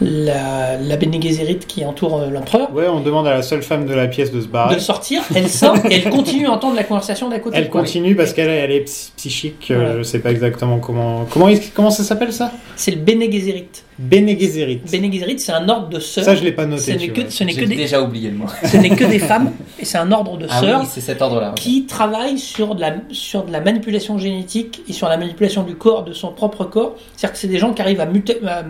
Speaker 3: la, la Bene Gesserit qui entoure euh, l'empereur.
Speaker 2: Ouais, on demande à la seule femme de la pièce de se barrer.
Speaker 3: De sortir, elle sort et elle continue à entendre la conversation d'à côté.
Speaker 2: Ah Elle
Speaker 3: quoi.
Speaker 2: continue parce qu'elle elle est psy- psychique, euh,
Speaker 3: Voilà.
Speaker 2: je sais pas exactement comment comment est- comment ça s'appelle ça
Speaker 3: C'est le Bene Gesserit.
Speaker 2: Bene Gesserit.
Speaker 3: Bene Gesserit, c'est un ordre de sœurs.
Speaker 2: Ça je l'ai pas
Speaker 3: ce
Speaker 2: noté.
Speaker 3: n'est
Speaker 2: tu
Speaker 3: que,
Speaker 2: vois.
Speaker 3: ce n'est que
Speaker 4: J'ai
Speaker 3: des,
Speaker 4: déjà oublié le mot.
Speaker 3: ce n'est que des femmes, et c'est un ordre de
Speaker 4: Ah
Speaker 3: sœurs
Speaker 4: oui, c'est cet ordre-là. ok.
Speaker 3: qui travaillent sur de, la, sur de la manipulation génétique et sur la manipulation du corps, de son propre corps. C'est-à-dire que c'est des gens qui arrivent à muter. à-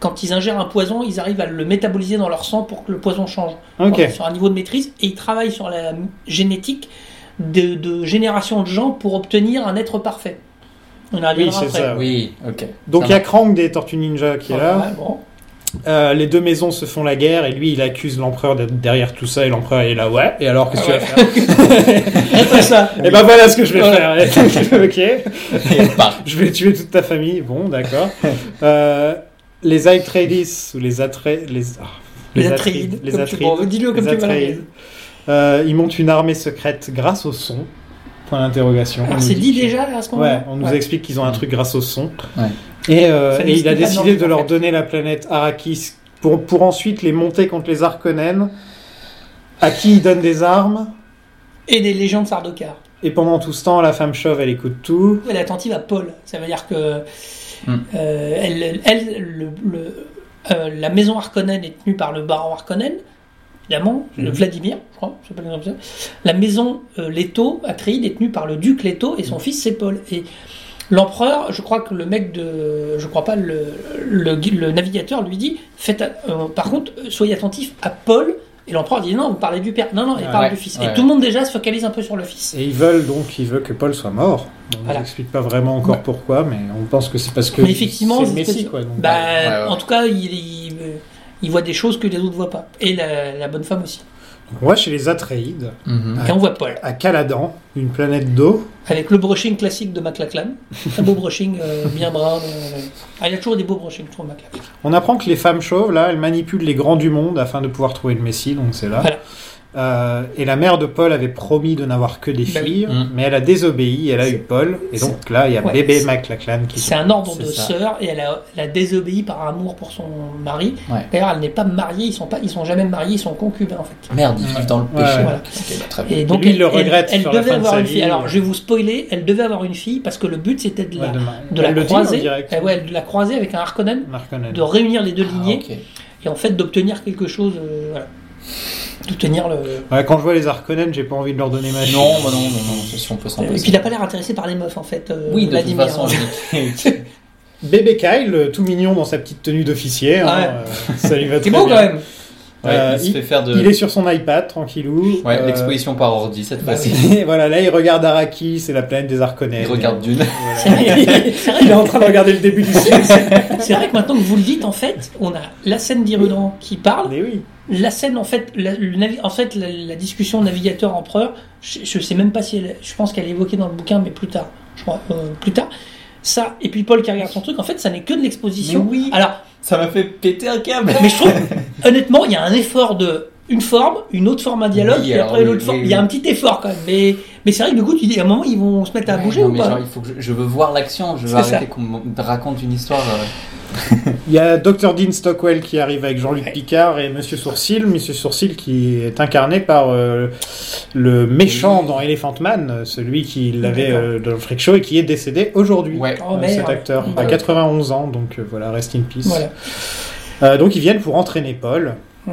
Speaker 3: quand ils ingèrent un poison, ils arrivent à le métaboliser dans leur sang pour que le poison change.
Speaker 2: Ok.
Speaker 3: Sur un niveau de maîtrise, et ils travaillent sur la génétique de, de générations de gens pour obtenir un être parfait. On y
Speaker 2: Oui,
Speaker 3: reviendra
Speaker 2: c'est
Speaker 3: après.
Speaker 2: ça.
Speaker 4: Ah Oui, ok.
Speaker 2: Donc
Speaker 4: Ça
Speaker 2: il y a Krang des Tortues Ninja qui est là.
Speaker 3: Ouais, bon.
Speaker 2: Euh, les deux maisons se font la guerre et lui il accuse l'empereur d'être derrière tout ça et l'empereur il est là ouais. Et alors qu'est-ce que tu vas faire
Speaker 3: Après ça,
Speaker 2: Et ben voilà ce que je vais
Speaker 3: Voilà.
Speaker 2: faire. ok.
Speaker 4: marche. Et paf.
Speaker 2: Je vais tuer toute ta famille. Bon d'accord. Euh, les Atreides ou les Atre les ah,
Speaker 3: les Atreides.
Speaker 2: les
Speaker 3: comme tu-
Speaker 2: Atreides,
Speaker 3: bon, Dis-le comme
Speaker 2: les
Speaker 3: tu veux.
Speaker 2: Atreides.
Speaker 3: Adrien.
Speaker 2: Euh, ils montent une armée secrète grâce au son. Point d'interrogation. On
Speaker 3: Alors,
Speaker 2: nous
Speaker 3: Ah, c'est dit déjà là, à ce moment-là
Speaker 2: Ouais, on nous
Speaker 3: Ouais.
Speaker 2: explique qu'ils ont un truc grâce au son.
Speaker 4: Ouais.
Speaker 2: Et, euh,
Speaker 3: Ça
Speaker 2: et il a
Speaker 3: n'existe pas dans le
Speaker 2: décidé de
Speaker 3: livre, en
Speaker 2: leur
Speaker 3: fait.
Speaker 2: donner la planète Arrakis pour, pour ensuite les monter contre les Arconen, à qui il donne des armes.
Speaker 3: Et des légendes Sardaukar.
Speaker 2: Et pendant tout ce temps, la femme chauve, elle écoute tout.
Speaker 3: Elle est attentive à Paul. Ça veut dire que
Speaker 4: Hmm.
Speaker 3: euh, elle, elle- le- le- euh, la maison Harkonnen est tenue par le baron Harkonnen, évidemment, le Vladimir, je crois, je sais pas le nom comme ça. La maison euh, Leto, Atreide, est tenue par le duc Leto et son fils c'est Paul. Et l'empereur, je crois que le mec de. Je crois pas, le, le, gui- le navigateur lui dit faites, a- euh, par contre, euh, soyez attentif à Paul. Et l'empereur dit non, vous parlez du père. Non, non, il
Speaker 2: Ouais,
Speaker 3: parle
Speaker 4: ouais,
Speaker 3: du fils.
Speaker 4: ouais.
Speaker 3: Et tout le monde déjà se focalise un peu sur le fils.
Speaker 2: Et ils veulent donc, ils veulent que Paul soit mort. On
Speaker 3: Voilà.
Speaker 2: n'explique pas vraiment encore pourquoi, mais on pense que c'est parce que
Speaker 3: Mais effectivement,
Speaker 2: c'est le
Speaker 3: c'est-
Speaker 2: Messie, quoi. donc.
Speaker 3: Bah,
Speaker 4: Ouais, ouais, ouais.
Speaker 3: En tout cas, il, il, il voit des choses que les autres voient pas. Et la, la bonne femme aussi.
Speaker 2: On va chez les Atreides,
Speaker 4: Mhm.
Speaker 2: Ouais.
Speaker 3: Et on voit Paul.
Speaker 2: à Caladan, une planète d'eau.
Speaker 3: Avec le brushing classique de McLachlan. Un beau brushing, euh, bien brun. euh, ah, il y a toujours des beaux brushings, je trouve, McLachlan.
Speaker 2: On apprend que les femmes chauves, là, elles manipulent les grands du monde afin de pouvoir trouver le Messie, donc c'est là.
Speaker 3: Voilà.
Speaker 2: Euh, et la mère de Paul avait promis de n'avoir que des
Speaker 3: Bah oui.
Speaker 2: filles,
Speaker 4: Mm.
Speaker 2: mais elle a désobéi, elle a eu Paul, et donc là, il y a
Speaker 3: Ouais,
Speaker 2: bébé
Speaker 3: c'est-
Speaker 2: McLachlan qui...
Speaker 3: C'est un ordre de
Speaker 4: C'est ça.
Speaker 3: sœur et elle a, elle a désobéi par amour pour son mari.
Speaker 4: Ouais.
Speaker 3: D'ailleurs, elle n'est pas mariée, ils sont, pas, ils sont jamais mariés, ils sont concubins en fait.
Speaker 4: Merde, ils vivent dans le
Speaker 2: Ouais,
Speaker 4: péché.
Speaker 2: ouais.
Speaker 3: Voilà.
Speaker 4: Ok, bah, très bien.
Speaker 3: Et donc,
Speaker 2: lui, il
Speaker 3: elle,
Speaker 2: le regrette
Speaker 3: elle, elle
Speaker 2: sur la
Speaker 3: devait
Speaker 2: fin de
Speaker 3: avoir
Speaker 2: sa
Speaker 3: une
Speaker 2: vie. euh.
Speaker 3: fille. Alors, je vais vous spoiler, elle devait avoir une fille parce que le but c'était de
Speaker 2: Ouais,
Speaker 3: la,
Speaker 2: de- elle
Speaker 3: de la
Speaker 2: le dit en
Speaker 3: croiser.
Speaker 2: direct.
Speaker 3: Eh ouais, de la croiser avec un Harkonnen,
Speaker 2: Markonnen.
Speaker 3: de réunir les deux
Speaker 4: Ah,
Speaker 3: lignées.
Speaker 4: ok.
Speaker 3: et en fait d'obtenir quelque chose, euh, voilà. d'obtenir le.
Speaker 2: Ouais, quand je vois les Harkonnen, j'ai pas envie de leur donner ma fille.
Speaker 4: Non, bah non, non, non, si on peut s'en
Speaker 3: Et puis
Speaker 4: passer.
Speaker 3: il a pas l'air intéressé par les meufs en fait. euh,
Speaker 4: Oui, de toute
Speaker 3: Vladimir,
Speaker 4: façon,
Speaker 3: hein.
Speaker 4: lui-
Speaker 2: Bébé Kyle, euh, tout mignon dans sa petite tenue d'officier. hein,
Speaker 4: Ah ouais.
Speaker 2: euh, ça lui va
Speaker 4: C'est
Speaker 2: très
Speaker 4: beau
Speaker 2: bien.
Speaker 4: quand même. Ouais,
Speaker 2: Euh,
Speaker 4: il, se fait faire de.
Speaker 2: Il est sur son iPad, tranquillou.
Speaker 4: Ouais,
Speaker 2: Euh,
Speaker 4: l'exposition par ordi cette
Speaker 3: bah
Speaker 4: fois-ci.
Speaker 2: Et voilà, là, il regarde Araki, c'est la planète des Arconais.
Speaker 4: Il regarde Dune.
Speaker 2: Il est en train de regarder le début du film.
Speaker 3: C'est vrai que maintenant que vous le dites, en fait, on a la scène d'Irulan qui parle,
Speaker 2: Mais oui.
Speaker 3: la scène, en fait, la, le navi- en fait, la, la discussion navigateur-empereur, je, je sais même pas si elle, je pense qu'elle est évoquée dans le bouquin, mais plus tard, je crois, euh, plus tard. Ça, et puis Paul qui regarde son truc, en fait, ça n'est que de l'exposition.
Speaker 4: Mais oui.
Speaker 3: Alors,
Speaker 4: Ça m'a fait péter un câble.
Speaker 3: mais je trouve, honnêtement, il y a un effort de une forme, une autre forme un dialogue,
Speaker 4: Oui,
Speaker 3: et
Speaker 4: alors,
Speaker 3: après
Speaker 4: oui,
Speaker 3: l'autre
Speaker 4: oui,
Speaker 3: forme.
Speaker 4: oui.
Speaker 3: Il y a un petit effort quand même. Mais, mais c'est vrai que du coup, tu dis, à un moment, ils vont se mettre à bouger
Speaker 4: Non,
Speaker 3: ou
Speaker 4: mais
Speaker 3: pas
Speaker 4: genre, il faut que je, je veux voir l'action, je veux
Speaker 3: C'est
Speaker 4: arrêter
Speaker 3: ça.
Speaker 4: qu'on me raconte une histoire. euh,
Speaker 2: Il y a Dr. Dean Stockwell qui arrive avec Jean-Luc Picard et Monsieur Sourcil. Monsieur Sourcil qui est incarné par euh, le méchant dans Elephant Man, celui qui l'avait
Speaker 3: D'accord.
Speaker 2: euh, dans le Freak Show et qui est décédé aujourd'hui.
Speaker 4: Ouais.
Speaker 3: Oh,
Speaker 2: Euh,
Speaker 3: merde.
Speaker 2: cet acteur à
Speaker 3: Ouais.
Speaker 2: 91 ans, donc euh, voilà, rest in peace.
Speaker 3: Voilà.
Speaker 2: Euh, donc ils viennent pour entraîner Paul.
Speaker 3: Mm.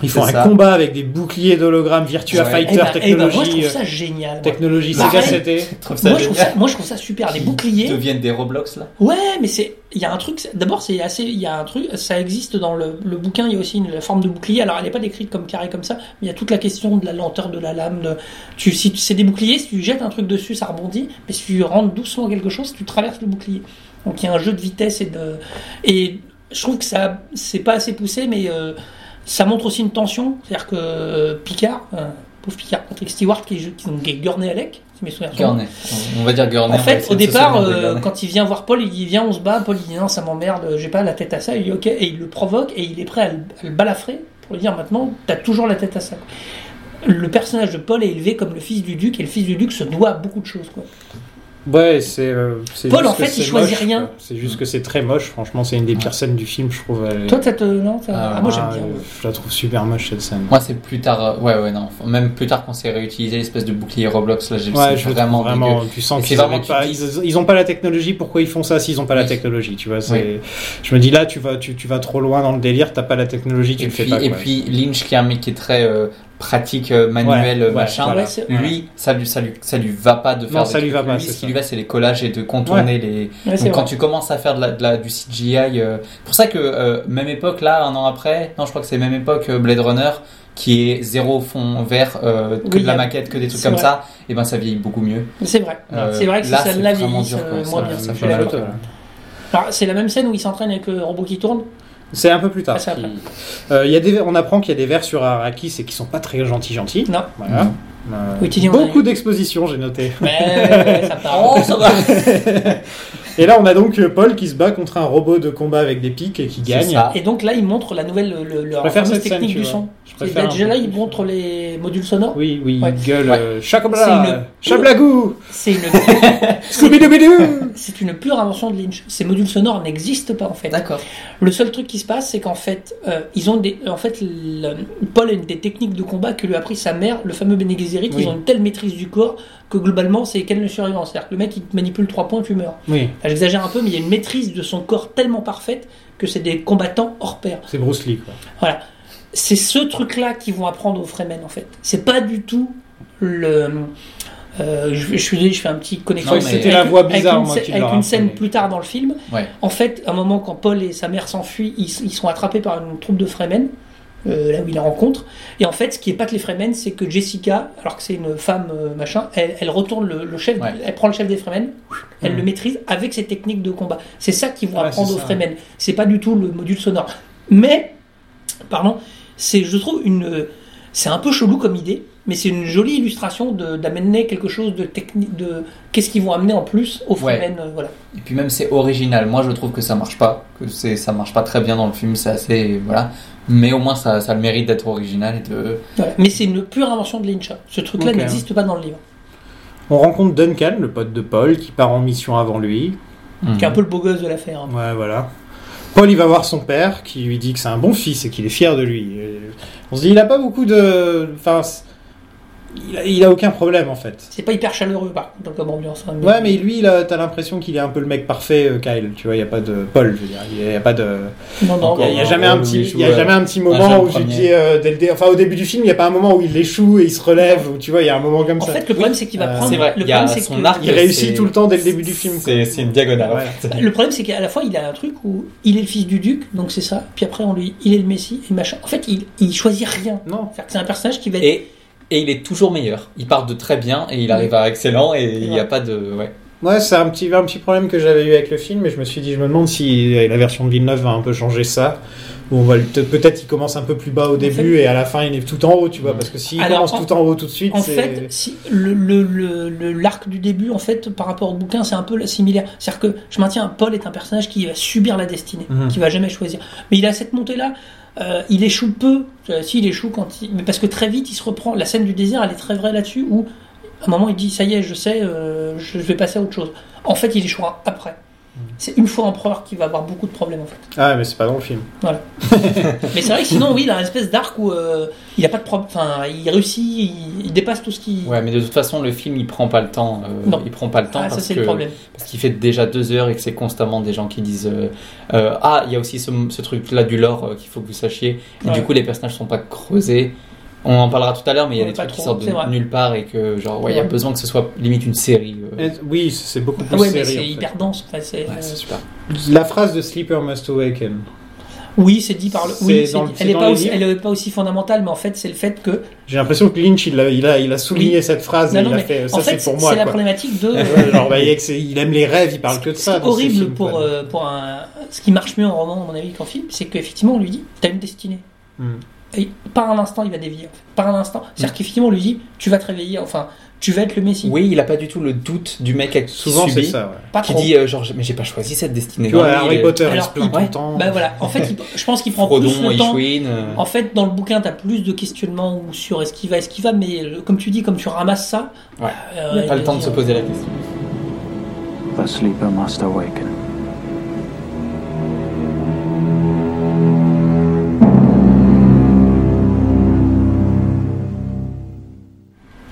Speaker 2: Ils font
Speaker 4: C'est
Speaker 2: un
Speaker 4: ça.
Speaker 2: combat avec des boucliers d'hologrammes Virtua
Speaker 4: Ouais.
Speaker 3: Eh
Speaker 2: Fighter,
Speaker 3: ben, eh ben, moi, je
Speaker 2: technologie,
Speaker 3: trouve
Speaker 2: euh,
Speaker 3: ça génial. moi.
Speaker 2: technologie
Speaker 3: Bah,
Speaker 2: Sega
Speaker 3: ouais.
Speaker 2: CD.
Speaker 4: Je trouve ça
Speaker 3: Moi je, trouve
Speaker 4: génial.
Speaker 3: ça, moi, je trouve ça super. Les
Speaker 4: Ils
Speaker 3: boucliers.
Speaker 4: deviennent des Roblox là.
Speaker 3: Ouais, mais c'est. Il y a un truc. c'est- D'abord, c'est assez. Il y a un truc. Ça existe dans le, le bouquin. Il y a aussi une la forme de bouclier. Alors, elle n'est pas décrite comme carré comme ça. Mais il y a toute la question de la lenteur de la lame. de- tu, si tu- c'est des boucliers, si tu jettes un truc dessus, ça rebondit. Mais si tu rentres doucement quelque chose, tu traverses le bouclier. Donc, il y a un jeu de vitesse et de. Et je trouve que ça. C'est pas assez poussé, mais euh, ça montre aussi une tension. C'est-à-dire que euh, Picard, euh, pauvre Picard, Patrick Stewart, qui, est- qui, donc, qui est Gurney Alec, si mes souvenirs sont bons.
Speaker 4: Gurney. On va dire Gurney.
Speaker 3: Ah En
Speaker 4: on va
Speaker 3: fait,
Speaker 4: essayer
Speaker 3: au
Speaker 4: de se
Speaker 3: départ,
Speaker 4: souvenir de
Speaker 3: euh,
Speaker 4: Gurney.
Speaker 3: quand il vient voir Paul, il dit Viens, on se bat. Paul, il dit Non, ça m'emmerde, j'ai pas la tête à ça. Il dit Ok, et il le provoque et il est prêt à le, à le balafrer pour lui dire Maintenant, t'as toujours la tête à ça. Le personnage de Paul est élevé comme le fils du duc et le fils du duc se doit à beaucoup de choses. Quoi.
Speaker 2: Ouais, c'est. euh, c'est
Speaker 3: Paul,
Speaker 2: juste
Speaker 3: en
Speaker 2: que
Speaker 3: fait,
Speaker 2: c'est
Speaker 3: il choisit
Speaker 2: moche,
Speaker 3: rien.
Speaker 2: quoi. C'est juste que c'est très moche. Franchement, c'est une des pires scènes du film, je trouve. Elle-
Speaker 3: Toi, ça te. Non, ça-
Speaker 4: Ah,
Speaker 3: ah, Moi,
Speaker 2: Ah,
Speaker 3: j'aime bien.
Speaker 2: euh, Je la trouve super moche cette scène.
Speaker 4: Moi, c'est plus tard. euh, Ouais, ouais, non. Même plus tard, quand c'est réutilisé l'espèce de bouclier Roblox, là, j'ai
Speaker 2: Ouais,
Speaker 4: c'est
Speaker 2: je
Speaker 4: vraiment,
Speaker 2: vraiment, vraiment
Speaker 4: dégueu.
Speaker 2: tu sens
Speaker 4: Et c'est
Speaker 2: qu'ils
Speaker 4: vraiment
Speaker 2: avaient pas,
Speaker 4: tu te
Speaker 2: ils, ils ont pas la technologie. Pourquoi ils font ça s'ils ont pas la
Speaker 4: Oui.
Speaker 2: technologie Tu vois, c'est. Je me dis là, tu vas, tu, tu vas trop loin dans le délire. T'as pas la technologie, tu
Speaker 4: Et
Speaker 2: le fais
Speaker 4: puis,
Speaker 2: pas.
Speaker 4: et
Speaker 2: quoi.
Speaker 4: puis Lynch, qui est un mec qui est très euh, pratique, euh, manuel,
Speaker 2: Ouais,
Speaker 4: euh,
Speaker 2: ouais,
Speaker 4: machin.
Speaker 2: voilà.
Speaker 3: Ouais, c'est-
Speaker 4: Lui, ça lui, ça lui, ça lui va pas de faire.
Speaker 2: Non,
Speaker 4: des
Speaker 2: ça lui
Speaker 4: trucs.
Speaker 2: va pas,
Speaker 4: Lui,
Speaker 2: c'est
Speaker 4: ce qui
Speaker 2: ça.
Speaker 4: lui va, c'est les collages et de contourner les.
Speaker 3: Ouais, c'est
Speaker 4: Donc, quand
Speaker 3: vrai.
Speaker 4: tu commences à faire de la, de la- du CGI, euh, pour ça que euh, même époque là, un an après, non, je crois que c'est même époque euh, Blade Runner, qui est zéro fond vert, euh, que
Speaker 3: Oui,
Speaker 4: de la
Speaker 3: y a-
Speaker 4: maquette, que des trucs
Speaker 3: c'est
Speaker 4: comme
Speaker 3: vrai.
Speaker 4: ça, et ben ça vieillit beaucoup mieux.
Speaker 3: C'est vrai.
Speaker 4: Euh,
Speaker 3: c'est vrai que si
Speaker 4: là,
Speaker 3: ça
Speaker 4: c'est
Speaker 3: ne la
Speaker 4: vraiment
Speaker 3: vieillit,
Speaker 4: dur, quoi.
Speaker 3: euh,
Speaker 4: Ça,
Speaker 3: moins
Speaker 2: Ouais,
Speaker 3: bien.
Speaker 2: ça
Speaker 3: ça
Speaker 2: fait
Speaker 3: fait la
Speaker 2: mal au
Speaker 3: loi.
Speaker 2: taux, là.
Speaker 3: Alors, C'est la même scène où il s'entraîne avec le robot qui tourne.
Speaker 2: C'est un peu plus tard.
Speaker 3: Ah, c'est après.
Speaker 2: Euh, il y a des, on apprend qu'il y a des vers sur Arrakis et qui sont pas très gentils, gentils.
Speaker 3: Non.
Speaker 2: Voilà.
Speaker 4: Mhm.
Speaker 2: Euh,
Speaker 3: Oui, tu dis, on a
Speaker 2: beaucoup
Speaker 3: eu.
Speaker 2: d'expositions, j'ai noté.
Speaker 3: Ouais, ça part.
Speaker 4: Oh,
Speaker 2: Et là, on a donc euh, Paul qui se bat contre un robot de combat avec des pics et qui
Speaker 4: C'est
Speaker 2: gagne.
Speaker 4: ça.
Speaker 3: Et donc là, il montre la nouvelle le, le,
Speaker 2: Je préfère
Speaker 3: fameuse
Speaker 2: cette scène,
Speaker 3: technique
Speaker 2: tu
Speaker 3: du
Speaker 2: vois.
Speaker 3: son.
Speaker 2: Je
Speaker 3: Et
Speaker 2: préfère
Speaker 3: déjà
Speaker 2: un
Speaker 3: là,
Speaker 2: peu
Speaker 3: il
Speaker 2: plus.
Speaker 3: montre les modules sonores.
Speaker 2: Oui, oui,
Speaker 3: Ouais.
Speaker 2: il gueule.
Speaker 4: Ouais.
Speaker 2: euh,
Speaker 3: C'est une-
Speaker 2: Chacobla Chablagou
Speaker 3: C'est une,
Speaker 2: Scooby-Dooby-Doo
Speaker 3: c'est une pure invention de Lynch. Ces modules sonores n'existent pas en fait.
Speaker 4: D'accord.
Speaker 3: Le seul truc qui se passe, c'est qu'en fait, euh, ils ont des, en fait, le- Paul a une des techniques de combat que lui a appris sa mère, le fameux Bene Gesserit.
Speaker 2: Oui.
Speaker 3: Ils ont une telle maîtrise du corps que globalement, c'est Ken le survivant. C'est-à-dire que le mec, il te manipule trois points, tu meurs.
Speaker 2: Oui,
Speaker 3: Enfin, J'exagère un peu, mais il y a une maîtrise de son corps tellement parfaite que c'est des combattants hors pair.
Speaker 2: c'est Bruce Lee, quoi.
Speaker 3: Voilà. C'est ce truc-là qu'ils vont apprendre aux Fremen, en fait. C'est pas du tout le. euh, je, je suis désolé, je fais un petit connexion.
Speaker 4: Non, mais- C'était
Speaker 2: la
Speaker 3: Avec-
Speaker 2: voix bizarre,
Speaker 3: avec une,
Speaker 2: moi,
Speaker 3: scè-
Speaker 2: qui
Speaker 3: avec
Speaker 2: leur
Speaker 3: une
Speaker 2: a
Speaker 3: scène
Speaker 2: appris.
Speaker 3: plus tard dans le film.
Speaker 4: Ouais.
Speaker 3: En fait, à un moment, quand Paul et sa mère s'enfuient, ils, ils sont attrapés par une troupe de Fremen. euh, là où ils les rencontrent. Et en fait, ce qui est pas que les Fremen, c'est que Jessica, alors que c'est une femme euh, machin, elle, elle retourne le, le chef,
Speaker 4: Ouais.
Speaker 3: elle prend le chef des Fremen, elle
Speaker 2: Mhm.
Speaker 3: le maîtrise avec ses techniques de combat. C'est ça qu'ils vont
Speaker 2: Ouais,
Speaker 3: apprendre
Speaker 2: c'est
Speaker 3: aux
Speaker 2: ça.
Speaker 3: Fremen. C'est pas du tout le module sonore. Mais, pardon, c'est, je trouve, une. C'est un peu chelou comme idée, mais c'est une jolie illustration de, d'amener quelque chose de technique, de qu'est-ce qu'ils vont amener en plus aux
Speaker 4: Ouais.
Speaker 3: Fremen. euh, voilà.
Speaker 4: Et puis même c'est original. Moi je trouve que ça marche pas, que c'est ça marche pas très bien dans le film. C'est assez voilà. Mais au moins ça, ça a le mérite d'être original et de.
Speaker 3: Voilà. Mais c'est une pure invention de Lynch. hein. Ce truc-là
Speaker 2: Ok.
Speaker 3: n'existe pas dans le livre.
Speaker 2: On rencontre Duncan, le pote de Paul, qui part en mission avant lui.
Speaker 3: Qui est
Speaker 4: Mhm.
Speaker 3: un peu le beau gosse de l'affaire. hein.
Speaker 2: Ouais, voilà. Paul, il va voir son père, qui lui dit que c'est un bon fils et qu'il est fier de lui. Et on se dit, il a pas beaucoup de... Enfin, c- il a, il a aucun problème en fait.
Speaker 3: C'est pas hyper chaleureux, par contre, comme ambiance. hein,
Speaker 2: Ouais, mais lui, là, t'as l'impression qu'il est un peu le mec parfait, euh, Kyle. Tu vois, il y a pas de Paul, je veux dire. Il y a- il y a pas de.
Speaker 3: Non, non,
Speaker 4: Encore
Speaker 2: Il n'y a,
Speaker 4: un
Speaker 2: jamais un
Speaker 4: rôle où il
Speaker 2: petit,
Speaker 4: joue,
Speaker 2: il y a
Speaker 4: euh,
Speaker 2: jamais un petit moment
Speaker 4: jeune
Speaker 2: où tu
Speaker 4: premier.
Speaker 2: dis, euh, dès le dé- enfin au début du film, il n'y a pas un moment où il échoue et il se relève, ou tu vois, il y a un moment comme
Speaker 3: En
Speaker 2: ça.
Speaker 3: fait, le problème, c'est qu'il va
Speaker 2: Euh,
Speaker 3: prendre.
Speaker 2: c'est
Speaker 4: vrai,
Speaker 3: Ah, le
Speaker 4: il y a
Speaker 3: problème, c'est
Speaker 4: son
Speaker 3: que-
Speaker 4: arc.
Speaker 2: il réussit
Speaker 4: c'est-
Speaker 2: tout le temps dès le début du film. quoi.
Speaker 4: C'est c'est une diagonale. en
Speaker 2: Ouais.
Speaker 4: fait.
Speaker 3: Le problème, c'est qu'à la fois, il a un truc où il est le fils du duc, donc c'est ça. Puis après, on lui, il est le messie, et machin. En fait, il, il choisit rien.
Speaker 2: Non.
Speaker 3: C'est-à-dire que C'est un personnage qui va être.
Speaker 4: Et, et il est toujours meilleur. Il part de très bien et il arrive à excellent et il n'y a pas de. Ouais.
Speaker 2: Ouais, c'est un petit, un petit problème que j'avais eu avec le film, et je me suis dit, je me demande si euh, la version de Villeneuve va un peu changer ça. Ou on va le- peut- peut-être il commence un peu plus bas au début et à la fin il est tout en haut, tu vois, parce que s'il
Speaker 3: Alors,
Speaker 2: commence
Speaker 3: en-
Speaker 2: tout en haut tout de suite,
Speaker 3: En
Speaker 2: c'est-
Speaker 3: fait, si, le, le- le- le- l'arc du début, en fait, par rapport au bouquin, c'est un peu similaire. C'est-à-dire que je maintiens, Paul est un personnage qui va subir la destinée,
Speaker 4: Mhm.
Speaker 3: qui va jamais choisir. Mais il a cette montée-là. euh, il échoue peu. Euh, si, il échoue quand il. Mais parce que très vite, il se reprend. La scène du désert, elle est très vraie là-dessus, où à un moment, il dit Ça y est, je sais, euh, je je vais passer à autre chose. En fait, il échouera après.
Speaker 4: Mhm.
Speaker 3: C'est une fois empereur qu'il va avoir beaucoup de problèmes, en fait.
Speaker 2: Ah, mais c'est pas dans le film.
Speaker 3: Voilà. Mais c'est vrai que sinon, oui, il a une espèce d'arc où euh, il a pas de problème. Enfin, il réussit, il, il dépasse tout ce qui.
Speaker 4: ouais, mais de toute façon, le film il prend pas le temps. euh,
Speaker 3: Non.
Speaker 4: Il prend pas le temps
Speaker 3: Ah, ça,
Speaker 4: parce
Speaker 3: c'est
Speaker 4: que-
Speaker 3: le problème.
Speaker 4: parce qu'il fait déjà deux heures et que c'est constamment des gens qui disent euh, euh, ah il y a aussi ce, ce truc là du lore euh, qu'il faut que vous sachiez et
Speaker 3: Ouais.
Speaker 4: du coup les personnages sont pas creusés on en parlera tout à l'heure mais il y a
Speaker 3: Ouais,
Speaker 4: des
Speaker 3: pas
Speaker 4: trucs qui
Speaker 3: trop,
Speaker 4: sortent de
Speaker 3: c'est vrai.
Speaker 4: nulle part et que genre ouais il y a
Speaker 3: Ouais.
Speaker 4: besoin que ce soit limite une série euh.
Speaker 2: Et- Oui, c'est beaucoup
Speaker 3: Ah
Speaker 2: plus
Speaker 3: ouais, mais
Speaker 2: sérieux.
Speaker 3: c'est
Speaker 2: en fait.
Speaker 3: hyper dense. Enfin, c'est- euh,
Speaker 4: ouais c'est super
Speaker 2: La phrase de Sleeper Must Awaken.
Speaker 3: Oui, c'est dit par le. Oui,
Speaker 2: C'est
Speaker 3: c'est
Speaker 2: dans
Speaker 3: dit-
Speaker 2: le- c'est
Speaker 3: elle n'est
Speaker 2: dans
Speaker 3: pas,
Speaker 2: les
Speaker 3: aussi-
Speaker 2: livres.
Speaker 3: elle est pas aussi fondamentale, mais en fait, c'est le fait que.
Speaker 2: J'ai l'impression que Lynch, il a, il a, il a souligné
Speaker 3: Oui.
Speaker 2: cette phrase
Speaker 3: Non,
Speaker 2: et
Speaker 3: non,
Speaker 2: il a
Speaker 3: mais
Speaker 2: fait ça,
Speaker 3: en fait,
Speaker 2: c'est
Speaker 3: c'est
Speaker 2: pour moi.
Speaker 3: la
Speaker 2: quoi.
Speaker 3: problématique de.
Speaker 2: Ouais, genre, bah, il, est- il aime les rêves, il parle que de
Speaker 3: Ce
Speaker 2: ça.
Speaker 3: qui est
Speaker 2: dans ses
Speaker 3: horrible
Speaker 2: films,
Speaker 3: pour,
Speaker 2: quoi.
Speaker 3: euh, pour un. Ce qui marche mieux en roman, à mon avis, qu'en film, c'est qu'effectivement, on lui dit T'as une destinée.
Speaker 2: Hmm.
Speaker 3: Et par un instant, il va dévier. en fait. Par un instant. C'est-à-dire qu'effectivement, on lui dit Tu vas te réveiller, enfin, tu vas être le Messie.
Speaker 4: oui il a pas du tout le doute du mec qui
Speaker 2: Souvent, c'est
Speaker 4: subit,
Speaker 2: ça. ouais.
Speaker 3: Pas
Speaker 4: qui
Speaker 3: trop.
Speaker 4: dit euh, genre mais j'ai pas choisi cette destinée euh,
Speaker 2: Tu vois,
Speaker 4: Non, lui, il
Speaker 2: Harry
Speaker 4: est-
Speaker 2: Potter, il
Speaker 3: Alors,
Speaker 2: se plaint tout
Speaker 4: ouais.
Speaker 2: le temps.
Speaker 3: Bah voilà, en fait, il- je pense qu'il prend plus
Speaker 4: Frodon
Speaker 3: le
Speaker 4: et
Speaker 3: temps.
Speaker 4: Chouine euh,
Speaker 3: En fait, dans le bouquin, t'as plus de questionnements ou sur est-ce qu'il va, est-ce qu'il va, mais euh, comme tu dis, comme tu ramasses ça,
Speaker 4: ouais.
Speaker 3: euh,
Speaker 4: Il a pas le temps de
Speaker 3: dit,
Speaker 4: se
Speaker 3: euh,
Speaker 4: poser la question
Speaker 7: The sleeper must awaken.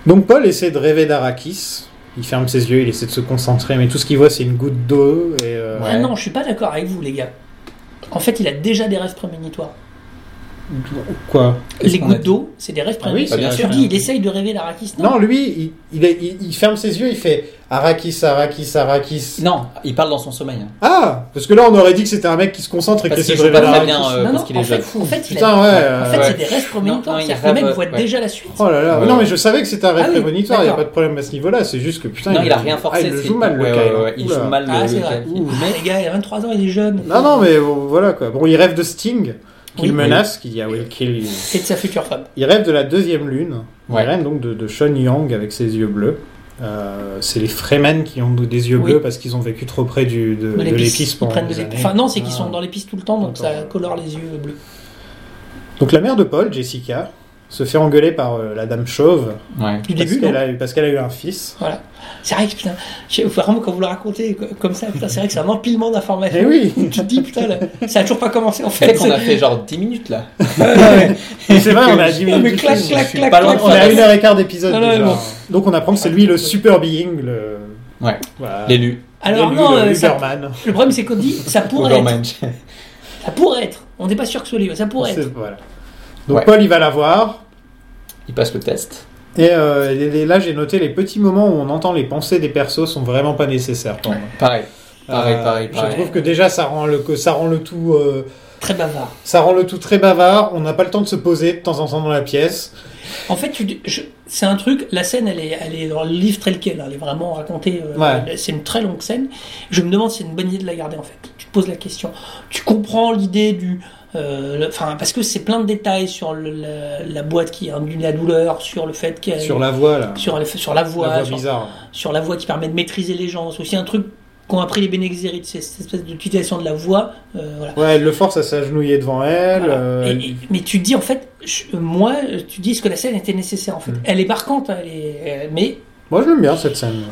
Speaker 2: Donc Paul essaie de rêver d'Arakis. Il ferme ses yeux, il essaie de se concentrer, mais tout ce qu'il voit, c'est une goutte d'eau. Et, euh,
Speaker 4: Ouais.
Speaker 3: Ah non, je suis pas d'accord avec vous, les gars. En fait, il a déjà des rêves prémonitoires.
Speaker 2: Quoi
Speaker 4: Qu'est-ce
Speaker 3: Les
Speaker 4: qu'on a
Speaker 3: gouttes
Speaker 4: dit
Speaker 3: d'eau, c'est des rêves
Speaker 2: Ah oui,
Speaker 3: prémonitoires.
Speaker 2: c'est
Speaker 4: bien
Speaker 2: vrai.
Speaker 4: sûr.
Speaker 3: Tu dis, il essaye de rêver d'Arakis. Non,
Speaker 2: Non, lui, il, il, est- il- il ferme ses yeux, il fait Arakis, Arakis, Arakis.
Speaker 4: non il parle dans son sommeil hein.
Speaker 2: Ah Parce que là, on aurait dit que c'était un mec qui se concentre et qui
Speaker 4: parce
Speaker 2: essaie
Speaker 4: qu'il
Speaker 2: de
Speaker 4: joue
Speaker 2: rêver
Speaker 4: pas
Speaker 2: d'Arakis.
Speaker 4: très bien euh,
Speaker 3: non,
Speaker 4: parce
Speaker 3: non,
Speaker 4: qu'il est
Speaker 3: en fait,
Speaker 4: jeune
Speaker 3: en fait, il a-
Speaker 2: Putain, ouais.
Speaker 3: en
Speaker 2: euh,
Speaker 3: fait,
Speaker 4: ouais.
Speaker 3: c'est des rêves prémonitoires.
Speaker 4: Non, non, il
Speaker 3: C'est-à-dire que le mec
Speaker 4: rêve,
Speaker 3: voit
Speaker 4: ouais.
Speaker 3: déjà la suite.
Speaker 2: Oh là là,
Speaker 4: Ouais.
Speaker 2: non mais je savais que c'était un rêve
Speaker 3: Ah oui,
Speaker 2: prémonitoire, il n'y a
Speaker 3: d'accord.
Speaker 2: pas de problème à ce niveau-là, c'est juste que putain,
Speaker 4: non il a rien forcé
Speaker 2: Ah, il le
Speaker 4: c'est-
Speaker 2: joue mal
Speaker 4: ouais,
Speaker 2: le
Speaker 4: ouais,
Speaker 2: Kyle.
Speaker 4: ouais, il
Speaker 2: Oula.
Speaker 4: joue mal le-
Speaker 3: Ah, c'est
Speaker 4: le
Speaker 3: vrai.
Speaker 4: Kyle.
Speaker 3: Mais les gars, il a 23 ans, il est jeune.
Speaker 2: Non, non, mais bon, voilà quoi. Bon, il rêve de Sting, qu'il
Speaker 3: Oui.
Speaker 2: menace, qu'il dit I will kill you.
Speaker 3: C'est de sa future femme.
Speaker 2: Il rêve de la deuxième lune,
Speaker 4: Ouais.
Speaker 2: il rêve donc de, de Sean Yang avec ses yeux bleus. Euh, c'est les Fremen qui ont des yeux
Speaker 3: Oui.
Speaker 2: bleus parce qu'ils ont vécu trop près du, de,
Speaker 4: Euh,
Speaker 3: Dans
Speaker 2: de l'épice
Speaker 3: Ils
Speaker 2: pendant
Speaker 3: prennent
Speaker 2: des
Speaker 3: des
Speaker 2: années.
Speaker 3: Enfin, non, c'est qu'ils
Speaker 2: Ah.
Speaker 3: sont dans l'épice tout le temps, donc
Speaker 2: D'accord.
Speaker 3: ça colore les yeux bleus.
Speaker 2: Donc la mère de Paul, Jessica, se fait engueuler par euh, la dame chauve
Speaker 4: Ouais.
Speaker 3: Du
Speaker 2: parce
Speaker 3: début,
Speaker 2: qu'elle
Speaker 3: non
Speaker 2: a, parce qu'elle a eu un fils.
Speaker 3: Voilà. C'est vrai que putain, je- vraiment quand vous le racontez co- comme ça, putain, c'est vrai que c'est un empilement d'informations.
Speaker 2: Eh oui.
Speaker 3: tu te dis putain, là, ça a toujours pas commencé en
Speaker 4: Tu sais
Speaker 3: fait.
Speaker 4: qu'on a fait genre 10 minutes là.
Speaker 2: Et c'est vrai, on a 10
Speaker 3: Ah,
Speaker 2: minutes.
Speaker 3: mais
Speaker 2: du
Speaker 3: clac,
Speaker 2: film.
Speaker 3: clac,
Speaker 4: suis
Speaker 3: clac,
Speaker 4: pas loin
Speaker 3: clac.
Speaker 4: de
Speaker 2: On est à
Speaker 4: faire
Speaker 2: une heure et quart d'épisode
Speaker 3: Non, non,
Speaker 2: déjà.
Speaker 3: mais bon.
Speaker 2: Donc on apprend que c'est lui le super being, le.
Speaker 4: Ouais.
Speaker 2: Voilà.
Speaker 4: L'élu.
Speaker 3: Alors
Speaker 2: L'élu,
Speaker 3: non,
Speaker 2: le
Speaker 3: euh, ça-
Speaker 2: Uberman.
Speaker 3: le problème c'est qu'on dit ça pourrait, être,
Speaker 4: Overman.
Speaker 3: ça pourrait être. On n'est pas sûr que ce soit lui, mais ça pourrait
Speaker 2: C'est-
Speaker 3: être.
Speaker 2: voilà. Donc
Speaker 4: Ouais.
Speaker 2: Paul, il va la voir.
Speaker 4: Il passe le test.
Speaker 2: Et, euh, et- et là, j'ai noté les petits moments où on entend les pensées des persos sont vraiment pas nécessaires. pour moi.
Speaker 4: Pareil. Pareil,
Speaker 2: Euh,
Speaker 4: pareil,
Speaker 2: Je
Speaker 4: pareil.
Speaker 2: trouve que déjà, ça rend le, que ça rend le tout. euh,
Speaker 3: Très bavard.
Speaker 2: ça rend le tout très bavard, on n'a pas le temps de se poser de temps en temps dans la pièce.
Speaker 3: En fait, tu- je- c'est un truc. La scène, elle est, elle est dans le livre tel quel. hein, Elle est vraiment racontée. euh,
Speaker 2: Ouais.
Speaker 3: C'est une très longue scène. Je me demande si c'est une bonne idée de la garder. En fait, tu te poses la question. Tu comprends l'idée du. euh, le- Enfin, parce que c'est plein de détails sur le- la, la boîte qui induit la douleur, sur le fait qu'elle
Speaker 2: Sur la voix, là.
Speaker 3: Euh, sur, la- sur la voix,
Speaker 2: la voix
Speaker 3: sur,
Speaker 2: bizarre.
Speaker 3: sur la voix qui permet de maîtriser les gens. C'est aussi un truc qu'ont appris les Bene Gesserit, c'est cette espèce d'utilisation de la voix. euh, voilà.
Speaker 2: Ouais, elle le force à s'agenouiller devant elle.
Speaker 3: Voilà.
Speaker 2: euh,
Speaker 3: Et- et- mais tu te dis en fait, je- moi, tu dis que la scène était nécessaire en fait.
Speaker 2: Hmm.
Speaker 3: Elle est marquante, elle est, euh, mais
Speaker 2: Moi, je l'aime bien cette scène.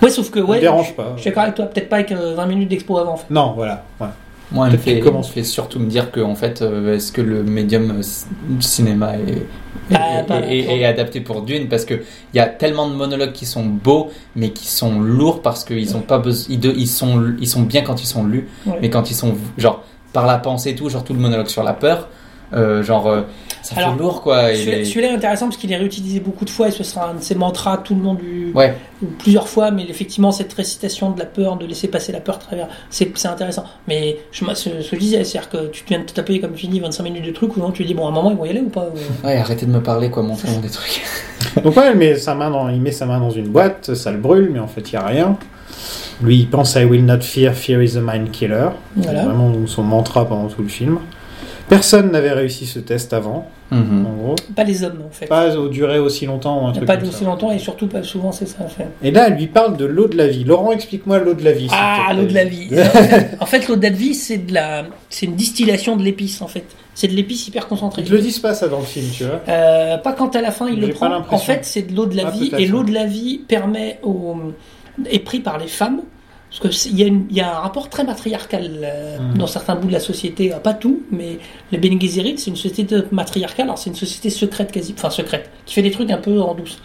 Speaker 3: ouais, sauf que ouais,
Speaker 2: dérange
Speaker 3: je-
Speaker 2: pas.
Speaker 3: Je suis d'accord avec toi, peut-être pas avec euh, 20 minutes d'expo avant en fait.
Speaker 2: Non, voilà. ouais.
Speaker 4: Moi, elle me
Speaker 2: Peut-être
Speaker 4: fait,
Speaker 2: qu'il commence.
Speaker 4: elle me fait surtout me dire que, en fait, euh, est-ce que le médium euh, c- du cinéma est, est-
Speaker 3: Ah,
Speaker 4: est-
Speaker 3: bah,
Speaker 4: est-
Speaker 3: pour-
Speaker 4: est adapté pour Dune Parce qu'il y a tellement de monologues qui sont beaux, mais qui sont lourds parce qu'ils ont pas besoin. Ils, de- ils sont, ils sont bien quand ils sont lus,
Speaker 3: Ouais.
Speaker 4: mais quand ils sont, genre, par la pensée et tout, genre tout le monologue sur la peur, euh, genre, euh, ça
Speaker 3: Alors,
Speaker 4: fait lourd, quoi. et
Speaker 3: Celui-là
Speaker 4: les-
Speaker 3: celui-là est intéressant parce qu'il est réutilisé beaucoup de fois et ce sera un de ses mantras, tout le monde du,
Speaker 4: Ouais,
Speaker 3: plusieurs fois, mais effectivement, cette récitation de la peur, de laisser passer la peur à travers, c'est c'est intéressant. Mais je, moi, ce, ce que je disais, c'est-à-dire que tu viens de te taper, comme tu dis, 25 minutes de truc, ou non, tu dis, bon, à un moment, ils vont y aller ou euh, pas ou-
Speaker 4: ouais, arrêtez de me parler, quoi, montrez-moi des trucs.
Speaker 2: Donc ouais, elle met sa main dans, il met sa main dans une boîte, ça le brûle, mais en fait il n'y a rien. Lui, il pense à I will not fear, fear is a mind killer.
Speaker 3: Voilà.
Speaker 2: C'est vraiment son mantra pendant tout le film. Personne n'avait réussi ce test avant,
Speaker 4: Mhm.
Speaker 2: en gros.
Speaker 3: Pas les hommes, en fait.
Speaker 2: Pas au duré aussi longtemps ou un
Speaker 3: Il n'y a
Speaker 2: truc
Speaker 3: pas
Speaker 2: comme ça.
Speaker 3: d'aussi longtemps et surtout pas souvent, c'est ça. en fait.
Speaker 2: Et là, elle lui parle de l'eau de la vie. Laurent, explique-moi l'eau de la vie. s'il
Speaker 3: Ah,
Speaker 2: te plaît.
Speaker 3: l'eau de la vie. en fait, l'eau de la vie, c'est de la, c'est une distillation de l'épice, en fait. C'est de l'épice hyper concentrée.
Speaker 2: Ils te le disent pas ça dans le film, tu vois.
Speaker 3: Euh, pas quand à la fin il
Speaker 2: J'ai
Speaker 3: le
Speaker 2: pas
Speaker 3: prend. En
Speaker 2: l'impression.
Speaker 3: fait, c'est de l'eau de la
Speaker 2: Ah,
Speaker 3: vie
Speaker 2: peut-être,
Speaker 3: et l'eau
Speaker 2: ouais.
Speaker 3: de la vie permet au est pris par les femmes parce que c'est- il y, a une- il y a un rapport très matriarcal euh,
Speaker 2: Hmm.
Speaker 3: dans certains bouts de la société, Euh, pas tout, mais les Bene Gesserit, c'est une société de- matriarcale. Alors c'est une société secrète quasi, enfin secrète, qui fait des trucs un peu en douce.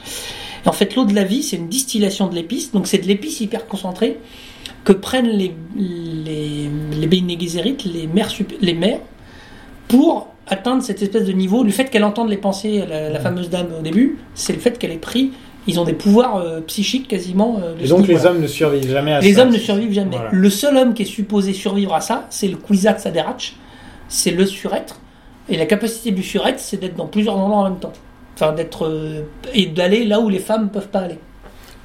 Speaker 3: Et en fait, l'eau de la vie, c'est une distillation de l'épice, donc c'est de l'épice hyper concentrée que prennent les les, les Bene Gesserit, les mères sup- les mères pour atteindre cette espèce de niveau, le fait qu'elle entende les pensées, la, la fameuse dame au début, c'est le fait qu'elle est prise. Ils ont des pouvoirs euh, psychiques quasiment. euh, de
Speaker 2: Et
Speaker 3: ce
Speaker 2: donc les
Speaker 3: niveau-là.
Speaker 2: hommes ne survivent jamais à ça.
Speaker 3: Les hommes ne survivent jamais.
Speaker 2: Voilà.
Speaker 3: Le seul homme qui est supposé survivre à ça, c'est le Kwisatz Haderach, c'est le surêtre. Et la capacité du surêtre, c'est d'être dans plusieurs endroits en même temps. Enfin, d'être. euh, et d'aller là où les femmes peuvent pas aller.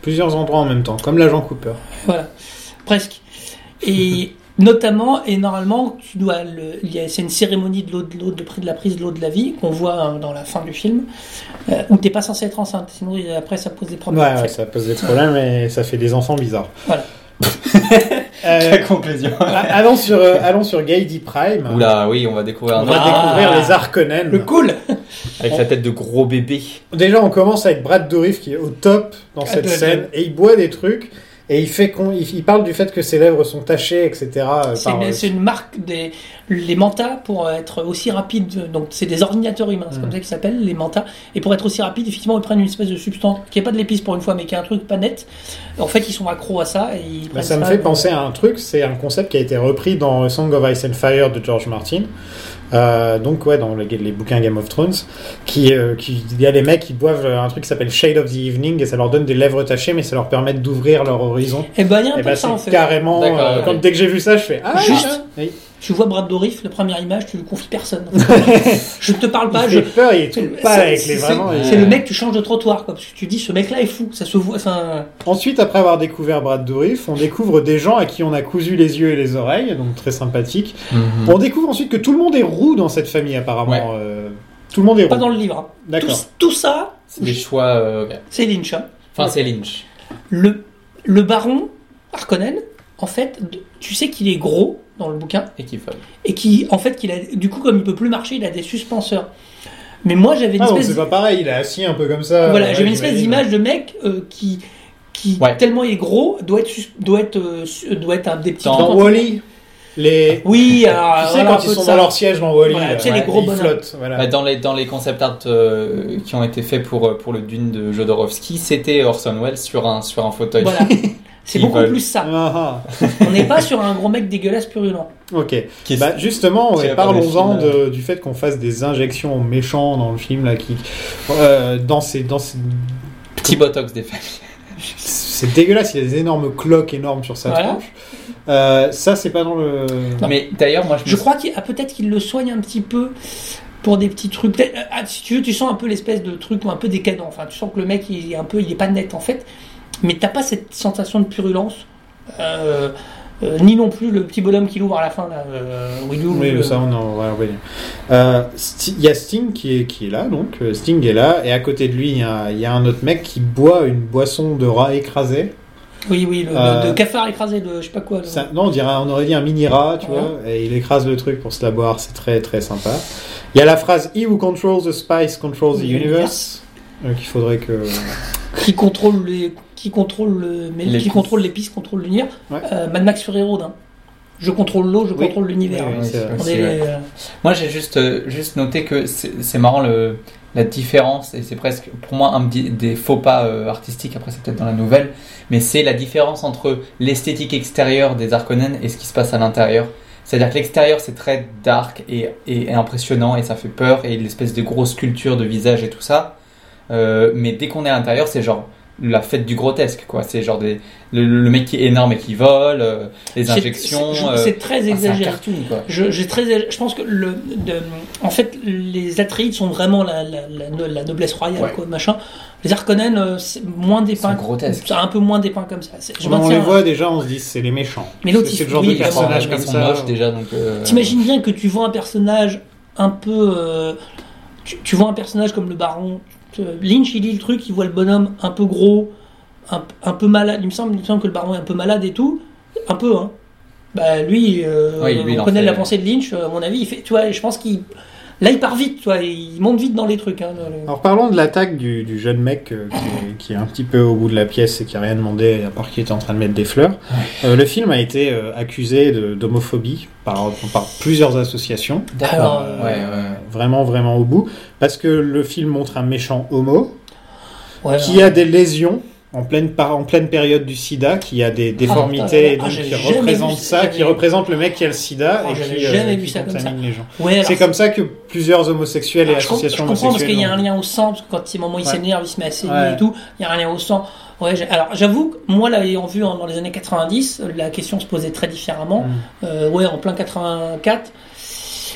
Speaker 2: Plusieurs endroits en même temps, comme l'agent Cooper.
Speaker 3: Voilà, presque. Et notamment, et normalement, tu dois le- il y a- c'est une cérémonie de l'eau de l'eau, de prix de la prise de l'eau de la vie qu'on voit hein, dans la fin du film, euh, où t'es pas censé être enceinte, sinon euh, après ça pose des problèmes.
Speaker 2: Ouais, ouais, ça pose des problèmes et ça fait des enfants bizarres.
Speaker 3: Voilà.
Speaker 2: Euh,
Speaker 4: La conclusion.
Speaker 2: a- allons sur, euh, allons sur Gaidy Prime.
Speaker 4: Oula, oui, on va découvrir
Speaker 2: On
Speaker 4: un
Speaker 2: va
Speaker 4: truc
Speaker 3: Ah.
Speaker 2: découvrir les Harkonnen.
Speaker 3: Le cool.
Speaker 4: avec la tête de gros bébé.
Speaker 2: Déjà, on commence avec Brad Dourif qui est au top dans cette
Speaker 3: Ah, de-
Speaker 2: scène et il boit des trucs et il fait con, il, il parle du fait que ses lèvres sont tachées, etc. euh,
Speaker 3: C'est
Speaker 2: par-
Speaker 3: une, c'est une marque des les Manta pour euh, être aussi rapide. Donc c'est des ordinateurs humains, c'est
Speaker 2: Hmm.
Speaker 3: comme ça qu'ils s'appellent les Manta. Et pour être aussi rapide, effectivement, ils prennent une espèce de substance qui est pas de l'épice pour une fois, mais qui est un truc pas net. En fait, ils sont accros à ça et ils
Speaker 2: Bah,
Speaker 3: prennent
Speaker 2: ça me fait penser à un truc, c'est un concept qui a été repris dans Song of Ice and Fire de George Martin. Euh, donc ouais, dans le- les bouquins Game of Thrones, qui, euh, qui- il y a les mecs qui boivent un truc qui s'appelle Shade of the Evening et ça leur donne des lèvres tachées, mais ça leur permet d'ouvrir leur horizon.
Speaker 3: Et ben il y a un
Speaker 2: Et
Speaker 3: peu
Speaker 2: bah
Speaker 3: de ça en
Speaker 2: c'est
Speaker 3: fait.
Speaker 2: carrément.
Speaker 4: D'accord,
Speaker 2: euh,
Speaker 4: ouais.
Speaker 2: quand- dès que j'ai vu ça, je fais ah
Speaker 3: Juste.
Speaker 2: tiens. Oui.
Speaker 3: Tu vois Brad Dorif, la première image, tu le confies personne. je ne te parle pas.
Speaker 2: Il
Speaker 3: Je...
Speaker 2: fait peur, il est tout
Speaker 3: C'est-
Speaker 2: pâle avec
Speaker 3: c'est-
Speaker 2: les vraiment. euh,
Speaker 3: C'est le mec, tu changes de trottoir, quoi, parce que tu dis ce mec-là est fou, ça se voit. Enfin,
Speaker 2: Ensuite, après avoir découvert Brad Dourif, on découvre des gens à qui on a cousu les yeux et les oreilles, donc très sympathique.
Speaker 3: Mhm.
Speaker 2: On découvre ensuite que tout le monde est roux dans cette famille, apparemment.
Speaker 4: Mm. Ouais.
Speaker 2: euh, tout le monde est
Speaker 3: pas dans
Speaker 2: roux.
Speaker 3: le livre. hein. Tout,
Speaker 2: D'accord.
Speaker 3: tout ça,
Speaker 4: C'est des choix. euh,
Speaker 3: c'est Lynch. hein.
Speaker 4: Enfin, c'est Lynch.
Speaker 3: Le, le baron Harkonnen, en fait, de- tu sais qu'il est gros dans le bouquin,
Speaker 4: Et qui folle.
Speaker 3: et qui, en fait, qu'il a, du coup, comme il peut plus marcher, il a des suspenseurs. Mais moi, j'avais une
Speaker 2: Ah, donc
Speaker 3: espèce
Speaker 2: c'est pas pareil, il est assis un peu comme ça.
Speaker 3: Voilà,
Speaker 2: ouais,
Speaker 3: j'avais une espèce
Speaker 2: j'imagine.
Speaker 3: d'image de mec euh, qui, qui
Speaker 4: Ouais.
Speaker 3: tellement il est gros, doit être, sus- doit être, euh, su- doit être un des petits.
Speaker 4: Dans
Speaker 2: Dans Wally, les.
Speaker 3: Oui,
Speaker 2: Tu
Speaker 3: alors,
Speaker 2: sais,
Speaker 3: Ah, voilà, un
Speaker 2: quand ils
Speaker 3: peu de
Speaker 2: sont
Speaker 3: ça.
Speaker 2: dans leur siège dans Wally,
Speaker 3: Voilà, tu sais, les gros
Speaker 2: ils
Speaker 3: bonhommes.
Speaker 2: flottent. Voilà.
Speaker 4: Bah, dans, les, dans les concept art euh, qui ont été faits pour, euh, pour le Dune de Jodorowsky, c'était Orson Welles sur un, sur un fauteuil.
Speaker 3: Voilà. C'est
Speaker 4: Ils
Speaker 3: beaucoup
Speaker 4: veulent.
Speaker 3: plus ça.
Speaker 2: Ah,
Speaker 3: On n'est pas sur un gros mec dégueulasse purulent.
Speaker 2: ah. Ok.
Speaker 4: Qui est-
Speaker 2: Bah, justement,
Speaker 4: C'est
Speaker 2: ouais,
Speaker 4: la part des
Speaker 2: parlons-en
Speaker 4: films,
Speaker 2: de- du fait qu'on fasse des injections aux méchants dans le film là, qui euh, dans ces dans ces-
Speaker 4: Petit botox des femmes.
Speaker 2: c'est dégueulasse. Il y a des énormes cloques énormes sur sa
Speaker 3: Voilà.
Speaker 2: tronche. Euh, ça, c'est pas dans le.
Speaker 4: Mais d'ailleurs, moi, je, me
Speaker 3: Je
Speaker 4: suis-
Speaker 3: crois qu'il ah, peut-être qu'il le soigne un petit peu pour des petits trucs. Peut-être- ah, si tu veux, tu sens un peu l'espèce de truc un peu décadent. Enfin, tu sens que le mec il est un peu, il est pas net en fait. Mais t'as pas cette sensation de purulence. Euh, euh, ni non plus le petit bonhomme qui l'ouvre à la fin là, euh, où il ouvre
Speaker 2: Oui,
Speaker 3: le-
Speaker 2: ça, on en va revenir. Euh, Sti- Il y a Sting qui est, qui est là, donc euh, Sting est là, et à côté de lui, il y, a un- il y a un autre mec qui boit une boisson de rat écrasé.
Speaker 3: Oui, oui, le,
Speaker 2: Euh,
Speaker 3: le- de cafard écrasé, de je sais pas quoi. le-
Speaker 2: Ça- non, on dirait, on aurait dit un mini rat, tu
Speaker 3: Ouais.
Speaker 2: vois, et il écrase le truc pour se la boire, c'est très très sympa. Il y a la phrase He who controls the spice controls the universe, euh, qu'il faudrait que.
Speaker 3: Qui contrôle les, qui contrôle le, mais-
Speaker 4: L'épice.
Speaker 3: qui contrôle l'épice, contrôle l'univers.
Speaker 2: Ouais.
Speaker 3: Euh, Mad Max sur Road. hein. je contrôle l'eau, je
Speaker 4: Oui.
Speaker 3: contrôle l'univers.
Speaker 2: Oui,
Speaker 3: hein.
Speaker 2: oui, c'est vrai.
Speaker 3: On
Speaker 4: Aussi,
Speaker 3: est,
Speaker 4: ouais.
Speaker 3: euh,
Speaker 4: Moi, j'ai juste, euh, juste noté que c'est c'est marrant le, la différence, et c'est presque pour moi un petit- des faux pas euh, artistiques, après c'est peut-être dans la nouvelle, mais c'est la différence entre l'esthétique extérieure des Harkonnen et ce qui se passe à l'intérieur. C'est-à-dire que l'extérieur c'est très dark et, et- et impressionnant et ça fait peur et l'espèce de grosse sculpture de visage et tout ça. Euh, mais dès qu'on est à l'intérieur, c'est genre la fête du grotesque quoi. C'est genre des, le, le mec qui est énorme et qui vole, euh, les
Speaker 3: c'est-
Speaker 4: injections.
Speaker 3: c'est- je-
Speaker 4: euh,
Speaker 3: C'est très
Speaker 4: ah, c'est un
Speaker 3: exagéré.
Speaker 4: cartoon quoi.
Speaker 3: Je, j'ai très, je pense que le, de- en fait, les Atreides sont vraiment la, la, la, no- la noblesse royale,
Speaker 4: Ouais.
Speaker 3: quoi, machin. Les Harkonnen, euh, c'est moins dépeint.
Speaker 4: Ils sont grotesques.
Speaker 3: C'est un peu moins dépeint comme ça. C'est- Je
Speaker 2: Quand on
Speaker 3: maintiens- hein.
Speaker 2: les voit déjà, on se dit c'est les méchants.
Speaker 3: Mais l'autre,
Speaker 2: C'est-
Speaker 3: il-
Speaker 2: c'est le genre
Speaker 3: oui,
Speaker 2: de
Speaker 3: vraiment,
Speaker 2: personnage
Speaker 4: mais
Speaker 2: comme
Speaker 4: ils sont
Speaker 2: ça.
Speaker 4: moches déjà donc. euh,
Speaker 3: T'imagines bien que tu vois un personnage un peu. euh, tu, tu vois un personnage comme le baron. euh, Lynch, il dit le truc, il voit le bonhomme un peu gros, un, un peu malade. Il me, semble, il me semble que le baron est un peu malade et tout. Un peu, hein. Bah, lui, euh,
Speaker 4: Oui, lui, il
Speaker 3: on
Speaker 4: en
Speaker 3: connaît
Speaker 4: fait-
Speaker 3: la pensée de Lynch, euh, à mon avis. Il fait, tu vois, je pense qu'il. Là, il part vite, tu vois, il monte vite dans les trucs. Hein, dans le-
Speaker 2: Alors parlons de l'attaque du, du jeune mec euh, qui, est, qui est un petit peu au bout de la pièce et qui a rien demandé à part qu'il était en train de mettre des fleurs. Euh, le film a été euh, accusé de- d'homophobie par, par plusieurs associations.
Speaker 4: D'accord.
Speaker 3: Alors, euh,
Speaker 4: ouais, ouais.
Speaker 2: Vraiment, vraiment au bout. Parce que le film montre un méchant homo
Speaker 3: Ouais,
Speaker 2: qui a des lésions en pleine, par- en pleine période du sida, qui a des déformités,
Speaker 3: putain,
Speaker 2: et donc
Speaker 3: ah, j'avais
Speaker 2: qui
Speaker 3: jamais
Speaker 2: représente
Speaker 3: vu ça,
Speaker 2: ça,
Speaker 3: j'avais-
Speaker 2: qui représente le mec qui a le sida
Speaker 3: Oh,
Speaker 2: et
Speaker 3: j'avais
Speaker 2: qui, euh,
Speaker 3: jamais vu
Speaker 2: qui
Speaker 3: ça comme ça.
Speaker 2: contamine les gens.
Speaker 3: ouais, alors,
Speaker 2: C'est comme ça que plusieurs homosexuels et
Speaker 3: Je com- je
Speaker 2: associations
Speaker 3: comprends parce
Speaker 2: homosexuelles.
Speaker 3: qu'il y a un
Speaker 2: ont-
Speaker 3: lien au sang, parce que quand ces moments il
Speaker 2: Ouais.
Speaker 3: s'énerve, il se met à saigner
Speaker 2: Ouais.
Speaker 3: et tout, il y a un lien au sang. Ouais, j'ai- alors j'avoue que moi, l'ayant vu en- dans les années 90, la question se posait très différemment.
Speaker 2: Mm.
Speaker 3: Euh, ouais, en plein 84,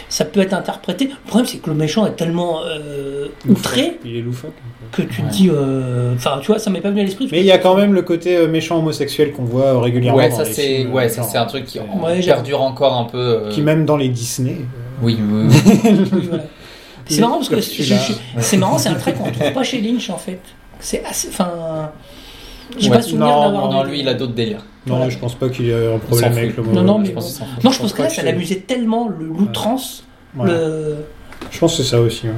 Speaker 3: ça peut être interprété. Le problème, c'est que le méchant est tellement euh,
Speaker 2: Mm.
Speaker 3: outré
Speaker 2: Il est loufoque.
Speaker 3: que tu
Speaker 4: Ouais.
Speaker 3: te dis. euh, Enfin, tu vois, ça m'est pas venu à l'esprit.
Speaker 2: Mais il y a quand même le côté euh, méchant homosexuel qu'on voit euh, régulièrement.
Speaker 4: Ouais,
Speaker 2: dans
Speaker 4: ça
Speaker 2: les
Speaker 4: c'est
Speaker 2: films,
Speaker 4: ouais,
Speaker 2: euh,
Speaker 4: ça
Speaker 2: genre,
Speaker 4: c'est un truc qui en-
Speaker 3: Ouais, j'avoue.
Speaker 4: perdure encore un peu. euh,
Speaker 2: Qui même dans les Disney.
Speaker 4: Oui, oui, oui.
Speaker 3: Oui, voilà. C'est marrant parce que
Speaker 2: Comme
Speaker 3: je-
Speaker 2: celui-là.
Speaker 3: je- c'est marrant, c'est un trait qu'on trouve pas chez Lynch en fait. C'est assez. Enfin. J'ai
Speaker 4: Ouais.
Speaker 3: pas souvenir
Speaker 2: Non,
Speaker 3: d'avoir.
Speaker 4: non,
Speaker 3: vu-
Speaker 4: lui, il a d'autres délires.
Speaker 2: Non,
Speaker 3: Voilà.
Speaker 2: je pense pas qu'il y ait un
Speaker 4: Il s'en
Speaker 2: problème avec
Speaker 4: fout.
Speaker 2: le mot.
Speaker 3: Non, non, mais
Speaker 4: je pense
Speaker 3: bon.
Speaker 4: qu'il s'en fout.
Speaker 3: Non, je pense que là,
Speaker 2: que
Speaker 3: ça
Speaker 2: c'est-
Speaker 3: l'amusait tellement, le- l'outrance.
Speaker 2: Voilà.
Speaker 3: Le...
Speaker 2: Je pense que c'est ça aussi. ouais.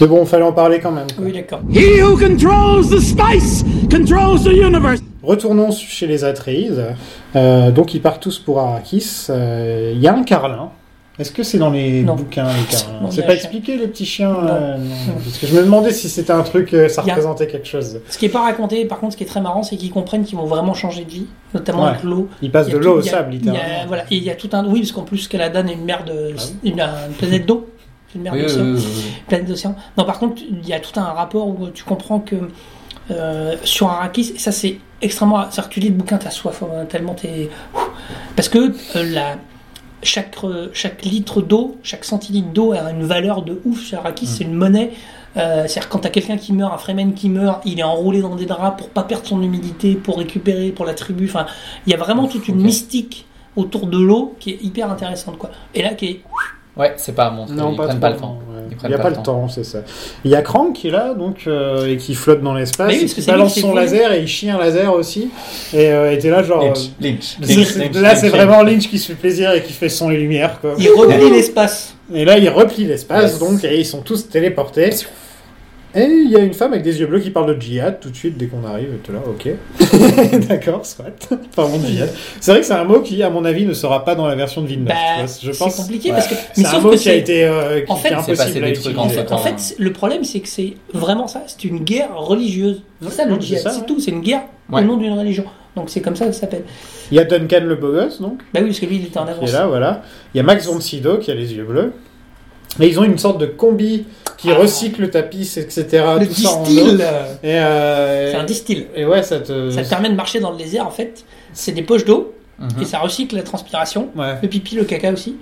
Speaker 2: Mais bon, fallait en parler quand même. quoi.
Speaker 3: Oui, d'accord.
Speaker 8: He who controls the spice controls the universe.
Speaker 2: Retournons chez les Atreides. Euh, donc ils partent tous pour Arrakis. Euh, Il y a un carlin. Est-ce que c'est dans les
Speaker 3: Non.
Speaker 2: bouquins les carlins
Speaker 3: Non, il y
Speaker 2: C'est
Speaker 3: a
Speaker 2: pas
Speaker 3: un chien.
Speaker 2: expliqué les petits chiens euh, non. Parce que je me demandais si c'était un truc, euh, ça
Speaker 3: Il y a-
Speaker 2: représentait quelque chose.
Speaker 3: Ce qui est pas raconté, par contre, ce qui est très marrant, c'est qu'ils comprennent qu'ils vont vraiment changer de vie, notamment
Speaker 2: Ouais.
Speaker 3: avec l'eau.
Speaker 2: Ils passent
Speaker 3: Il y a
Speaker 2: de
Speaker 3: tout-
Speaker 2: l'eau au
Speaker 3: il y a-
Speaker 2: sable
Speaker 3: il y a-
Speaker 2: littéralement.
Speaker 3: Voilà, et il y a tout un. Oui, parce qu'en plus, Caladan est une mer de.
Speaker 2: Ah
Speaker 3: Une, une planète d'eau. C'est Une mer
Speaker 4: Oui, oui,
Speaker 3: d'océan.
Speaker 4: oui, oui,
Speaker 3: planète d'océan. Non, par contre, il y a tout un rapport où tu comprends que euh, sur Arrakis, et ça c'est extrêmement. C'est-à-dire que tu lis le bouquin, t'as soif, hein, tellement t'es. Ouh. Parce que euh, la- chaque, euh, chaque litre d'eau, chaque centilitre d'eau a une valeur de ouf sur Arrakis, c'est une monnaie. Euh, c'est-à-dire que quand t'as quelqu'un qui meurt, un Fremen qui meurt, il est enroulé dans des draps pour pas perdre son humidité, pour récupérer, pour la tribu. Enfin, il y a vraiment toute une
Speaker 4: Ok.
Speaker 3: mystique autour de l'eau qui est hyper intéressante quoi. Et là qui est
Speaker 4: oui. Ouais, c'est pas à montrer.
Speaker 2: Non,
Speaker 4: ils
Speaker 2: pas,
Speaker 4: prennent
Speaker 2: trop,
Speaker 4: pas le temps.
Speaker 2: ouais.
Speaker 4: Ils
Speaker 2: Il
Speaker 4: prennent
Speaker 2: n'y a pas le temps, c'est ça. Il y a Krang qui est là, donc, euh, et qui flotte dans l'espace,
Speaker 3: Mais oui,
Speaker 2: et
Speaker 3: parce
Speaker 2: qui
Speaker 3: que c'est lui
Speaker 2: balance
Speaker 3: qui
Speaker 2: son
Speaker 3: fait
Speaker 2: laser, et il chie un laser aussi. Et euh, et t'es là, genre.
Speaker 4: Lynch,
Speaker 2: euh,
Speaker 4: Lynch,
Speaker 2: c'est-
Speaker 4: Lynch,
Speaker 2: c'est-
Speaker 4: Lynch,
Speaker 2: là,
Speaker 4: Lynch,
Speaker 2: c'est
Speaker 4: Lynch.
Speaker 2: vraiment Lynch qui se fait plaisir et qui fait son et lumière, quoi.
Speaker 3: il replie l'espace.
Speaker 2: Et là, il replie l'espace,
Speaker 4: Yes.
Speaker 2: donc, et ils sont tous téléportés. Et il y a une femme avec des yeux bleus qui parle de djihad tout de suite dès qu'on arrive. Et t'es là, ok. D'accord, soit. Parlons de djihad. C'est vrai que c'est un mot qui, à mon avis, ne sera pas dans la version de Villeneuve.
Speaker 3: Bah,
Speaker 2: tu vois, je
Speaker 3: c'est
Speaker 2: pense.
Speaker 3: compliqué
Speaker 4: ouais.
Speaker 3: parce que
Speaker 2: C'est
Speaker 3: mais
Speaker 2: un
Speaker 3: sauf
Speaker 2: mot
Speaker 3: que
Speaker 2: qui a
Speaker 3: c'est-
Speaker 2: été euh, qui,
Speaker 3: en
Speaker 2: qui est
Speaker 3: fait,
Speaker 4: c'est
Speaker 2: impossible
Speaker 4: passé
Speaker 2: à
Speaker 4: des trucs
Speaker 2: utiliser.
Speaker 4: en
Speaker 3: en fait,
Speaker 4: Ouais.
Speaker 3: c'est- le problème, c'est que c'est vraiment ça. C'est une guerre religieuse. C'est ça
Speaker 2: Ouais,
Speaker 3: le
Speaker 2: c'est
Speaker 3: djihad.
Speaker 2: ça,
Speaker 3: C'est
Speaker 2: ouais.
Speaker 3: tout. C'est une guerre
Speaker 4: Ouais.
Speaker 3: au nom d'une religion. Donc c'est comme ça que ça s'appelle.
Speaker 2: Il y a Duncan le beau gosse, donc,
Speaker 3: Bah oui, parce que lui, il était en
Speaker 2: qui est
Speaker 3: avance.
Speaker 2: là, voilà. Il y a Max von Sydow qui a les yeux bleus. Mais ils ont une sorte de combi qui recycle ta pisse, etc.
Speaker 3: Ah. Le
Speaker 2: tout ça en eau.
Speaker 3: distil. euh,
Speaker 2: Et, euh,
Speaker 3: C'est un distil.
Speaker 2: et ouais, ça te.
Speaker 3: Ça te permet de marcher dans le désert, en fait. C'est des poches d'eau
Speaker 4: Mhm.
Speaker 3: et
Speaker 2: Hein.
Speaker 3: ça recycle la transpiration,
Speaker 2: Ouais.
Speaker 3: le pipi, le caca aussi.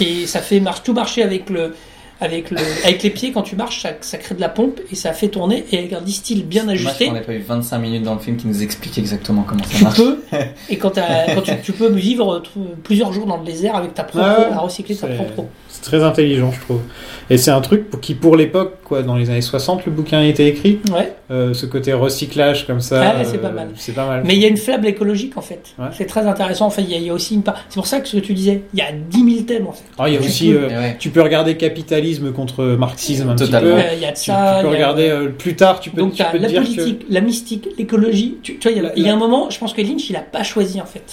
Speaker 3: Et ça fait marche tout marcher avec le. Avec, le, avec les pieds, quand tu marches, ça, ça crée de la pompe et ça fait tourner. Et avec un distil bien
Speaker 4: Dommage
Speaker 3: ajusté,
Speaker 4: qu'on n'ait pas eu 25 minutes dans le film qui nous explique exactement comment ça
Speaker 3: tu
Speaker 4: marche.
Speaker 3: peux, et quand, t'as- quand tu, tu peux vivre t- plusieurs jours dans le désert avec ta propre
Speaker 2: Ah Ouais,
Speaker 3: eau, à recycler ta
Speaker 2: c'est-
Speaker 3: propre eau.
Speaker 2: C'est très intelligent, je trouve. Et c'est un truc pour- qui, pour l'époque, quoi, dans les années 60, le bouquin a été écrit.
Speaker 3: Ouais.
Speaker 2: Euh, ce côté recyclage comme ça.
Speaker 3: Ah Ouais, c'est
Speaker 2: euh,
Speaker 3: pas mal.
Speaker 2: C'est pas mal.
Speaker 3: Mais il y a une flable écologique en fait.
Speaker 2: Ouais.
Speaker 3: C'est très intéressant. Enfin, il y, a- il y a aussi une part. C'est pour ça que ce que tu disais, il y a 10 000 thèmes en fait.
Speaker 2: Alors, il y a
Speaker 3: Tu
Speaker 2: aussi.
Speaker 3: peux-
Speaker 2: euh,
Speaker 4: Mais ouais.
Speaker 2: tu peux regarder capitalisme contre marxisme un
Speaker 4: Totalement.
Speaker 2: petit
Speaker 3: Euh,
Speaker 2: peu.
Speaker 3: Il y a de
Speaker 2: Tu,
Speaker 3: ça.
Speaker 2: tu peux
Speaker 3: il y a-
Speaker 2: regarder euh, plus tard, tu peux,
Speaker 3: Donc,
Speaker 2: tu
Speaker 3: tu as
Speaker 2: peux te
Speaker 3: la
Speaker 2: dire que-
Speaker 3: politique, la mystique, l'écologie. Tu, tu vois, il y a-
Speaker 2: La-
Speaker 3: il y, a
Speaker 2: la-
Speaker 3: un moment, je pense que Lynch, il a pas choisi en fait.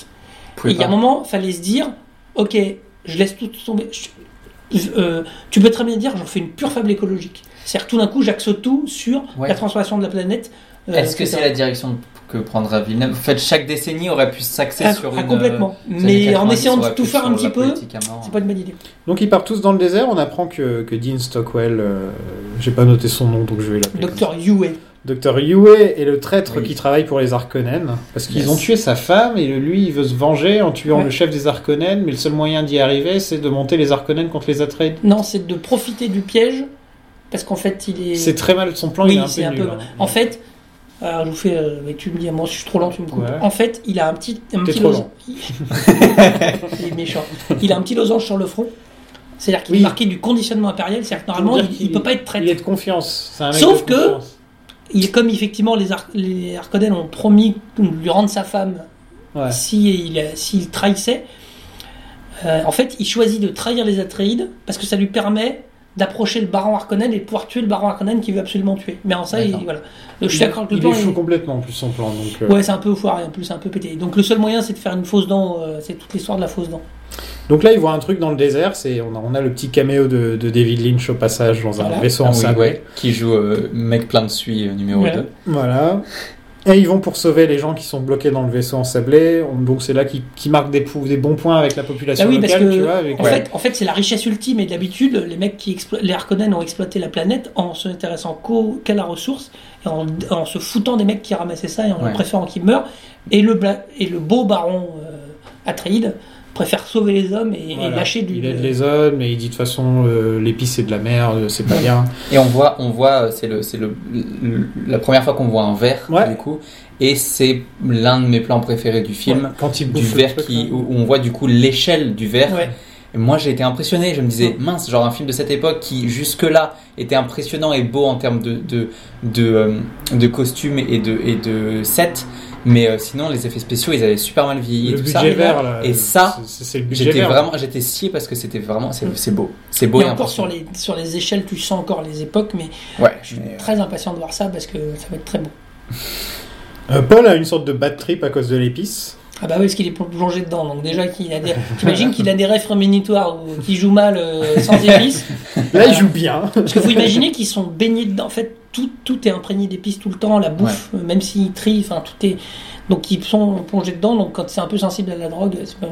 Speaker 4: Vous
Speaker 3: Et
Speaker 4: pouvez
Speaker 3: il y a un
Speaker 4: pas.
Speaker 3: moment, fallait se dire ok, je laisse tout tomber. Je- je- euh, tu peux très bien dire, j'en fais une pure fable écologique. C'est-à-dire, tout d'un coup, j'axe tout sur
Speaker 4: Ouais.
Speaker 3: la transformation de la planète. euh,
Speaker 4: Est-ce que
Speaker 3: etc.
Speaker 4: c'est la direction que prendra Villeneuve En fait, chaque décennie aurait pu s'axer
Speaker 3: Ah,
Speaker 4: sur
Speaker 3: ah,
Speaker 4: une.
Speaker 3: complètement.
Speaker 4: euh, sur les
Speaker 3: Mais en
Speaker 4: 90,
Speaker 3: essayant de
Speaker 4: aurait
Speaker 3: tout
Speaker 4: pu
Speaker 3: faire
Speaker 4: sur
Speaker 3: un
Speaker 4: la
Speaker 3: petit peu,
Speaker 4: politique à mort. hein.
Speaker 3: C'est pas une bonne idée.
Speaker 2: Donc ils partent tous dans le désert. On apprend que, que Dean Stockwell, euh, j'ai pas noté son nom donc je vais l'appeler.
Speaker 3: Docteur Yue.
Speaker 2: Docteur Yue est le traître
Speaker 4: Oui.
Speaker 2: qui travaille pour les Harkonnen parce qu'ils
Speaker 4: Yes.
Speaker 2: ont tué sa femme et le- lui il veut se venger en tuant
Speaker 3: Ouais.
Speaker 2: le chef des Harkonnen mais le seul moyen d'y arriver c'est de monter les Harkonnen contre les Atreides.
Speaker 3: Non, c'est de profiter du piège parce qu'en fait, il est.
Speaker 2: C'est très mal son plan
Speaker 3: oui,
Speaker 2: il est un peu
Speaker 3: c'est un
Speaker 2: nul.
Speaker 3: peu.
Speaker 2: hein.
Speaker 3: En fait, euh, je vous fais. euh, mais tu me dis, moi, je suis trop lent, tu me coupes.
Speaker 2: Ouais.
Speaker 3: En fait, il a un petit, un
Speaker 2: T'es
Speaker 3: petit
Speaker 2: trop
Speaker 3: losange. il est méchant. Il a un petit losange sur le front. C'est-à-dire qu'il
Speaker 2: Oui.
Speaker 3: est marqué du conditionnement impériel. C'est-à-dire que normalement,
Speaker 2: C'est-à-dire
Speaker 3: il,
Speaker 2: qu'il
Speaker 3: il peut pas être
Speaker 2: Il est
Speaker 3: traître.
Speaker 2: de confiance. c'est un mec
Speaker 3: Sauf
Speaker 2: de
Speaker 3: que-
Speaker 2: confiance.
Speaker 3: Il, comme effectivement les, Ar- les Harkonnen ont promis de lui rendre sa femme
Speaker 2: Ouais.
Speaker 3: si il, s'il trahissait. Euh, en fait, il choisit de trahir les Atreides parce que ça lui permet d'approcher le baron Harkonnen et de pouvoir tuer le baron Harkonnen qui veut absolument tuer. Mais en ça, il,
Speaker 4: D'accord.
Speaker 3: voilà. Donc, je suis d'accord avec le
Speaker 2: Il
Speaker 3: plan,
Speaker 2: est fou
Speaker 3: il-
Speaker 2: complètement en plus son plan donc. euh,
Speaker 3: Ouais, c'est un peu foiré, en plus, c'est un peu pété. Donc le seul moyen, c'est de faire une fausse dent. euh, c'est toute l'histoire de la fausse dent.
Speaker 2: Donc là, ils voient un truc dans le désert. C'est on a, on a le petit caméo de, de David Lynch au passage dans un
Speaker 3: Voilà.
Speaker 2: vaisseau
Speaker 4: Ah
Speaker 2: en
Speaker 4: oui,
Speaker 2: sable.
Speaker 4: ouais, qui joue euh, Mec plein de suie euh, numéro
Speaker 3: Ouais.
Speaker 4: 2.
Speaker 2: Voilà. Et ils vont pour sauver les gens qui sont bloqués dans le vaisseau ensablé. On- Donc c'est là qu'ils qu'ils marquent des, pou- des bons points avec la population
Speaker 3: Ah oui, parce
Speaker 2: locale,
Speaker 3: que
Speaker 2: tu vois. avec-
Speaker 3: en,
Speaker 2: Ouais.
Speaker 3: fait, en fait, c'est la richesse ultime. Et d'habitude, les mecs qui explo- les Harkonnen ont exploité la planète en s'intéressant qu'au- qu'à la ressource et en, en se foutant des mecs qui ramassaient ça et en
Speaker 4: Ouais.
Speaker 3: préférant qu'ils meurent. Et le, bla- et le beau baron euh, Atreide préfère sauver les hommes et, et
Speaker 2: Voilà.
Speaker 3: lâcher du.
Speaker 2: Il aide les hommes, mais il dit de toute façon euh, l'épice c'est de la merde, c'est pas bien.
Speaker 4: Et on voit, on voit, euh, c'est le, c'est le, le- la première fois qu'on voit un verre
Speaker 2: Ouais.
Speaker 4: du coup, et c'est l'un de mes plans préférés du film,
Speaker 2: quand il
Speaker 4: du
Speaker 2: bouffe le
Speaker 4: verre
Speaker 2: truc, hein.
Speaker 4: qui,
Speaker 2: là.
Speaker 4: où où on voit du coup l'échelle du verre.
Speaker 3: Ouais.
Speaker 4: Et moi j'ai été impressionné, je me disais mince, genre un film de cette époque qui jusque-là était impressionnant et beau en termes de de de, euh, de costumes et de et de set, mais euh, sinon les effets spéciaux ils avaient super mal vieilli et
Speaker 2: Le
Speaker 4: tout
Speaker 2: budget
Speaker 4: ça.
Speaker 2: vert là.
Speaker 4: et ça,
Speaker 2: c'est- c'est le budget
Speaker 4: J'étais
Speaker 2: vert.
Speaker 4: vraiment, j'étais scié parce que c'était vraiment, c'est c'est beau, c'est beau
Speaker 3: Et
Speaker 4: et
Speaker 3: encore sur
Speaker 4: impressionnant.
Speaker 3: les, sur les échelles, tu sens encore les époques, mais
Speaker 4: Ouais,
Speaker 3: je suis
Speaker 4: mais, euh,
Speaker 3: très impatient de voir ça parce que ça va être très beau.
Speaker 2: Euh, Paul a une sorte de bad trip à cause de l'épice.
Speaker 3: Ah bah oui, parce qu'il est plongé dedans, donc déjà qu'il a des... T'imagines qu'il a des rêves réminiscences ou qu'il joue mal euh, sans épices
Speaker 2: Là,
Speaker 3: Voilà.
Speaker 2: il joue bien.
Speaker 3: Parce que vous imaginez qu'ils sont baignés dedans. En fait, tout, tout est imprégné d'épices tout le temps, la bouffe, euh, même s'ils trient, enfin tout est... Donc ils sont plongés dedans, donc quand c'est un peu sensible à la drogue... c'est pas-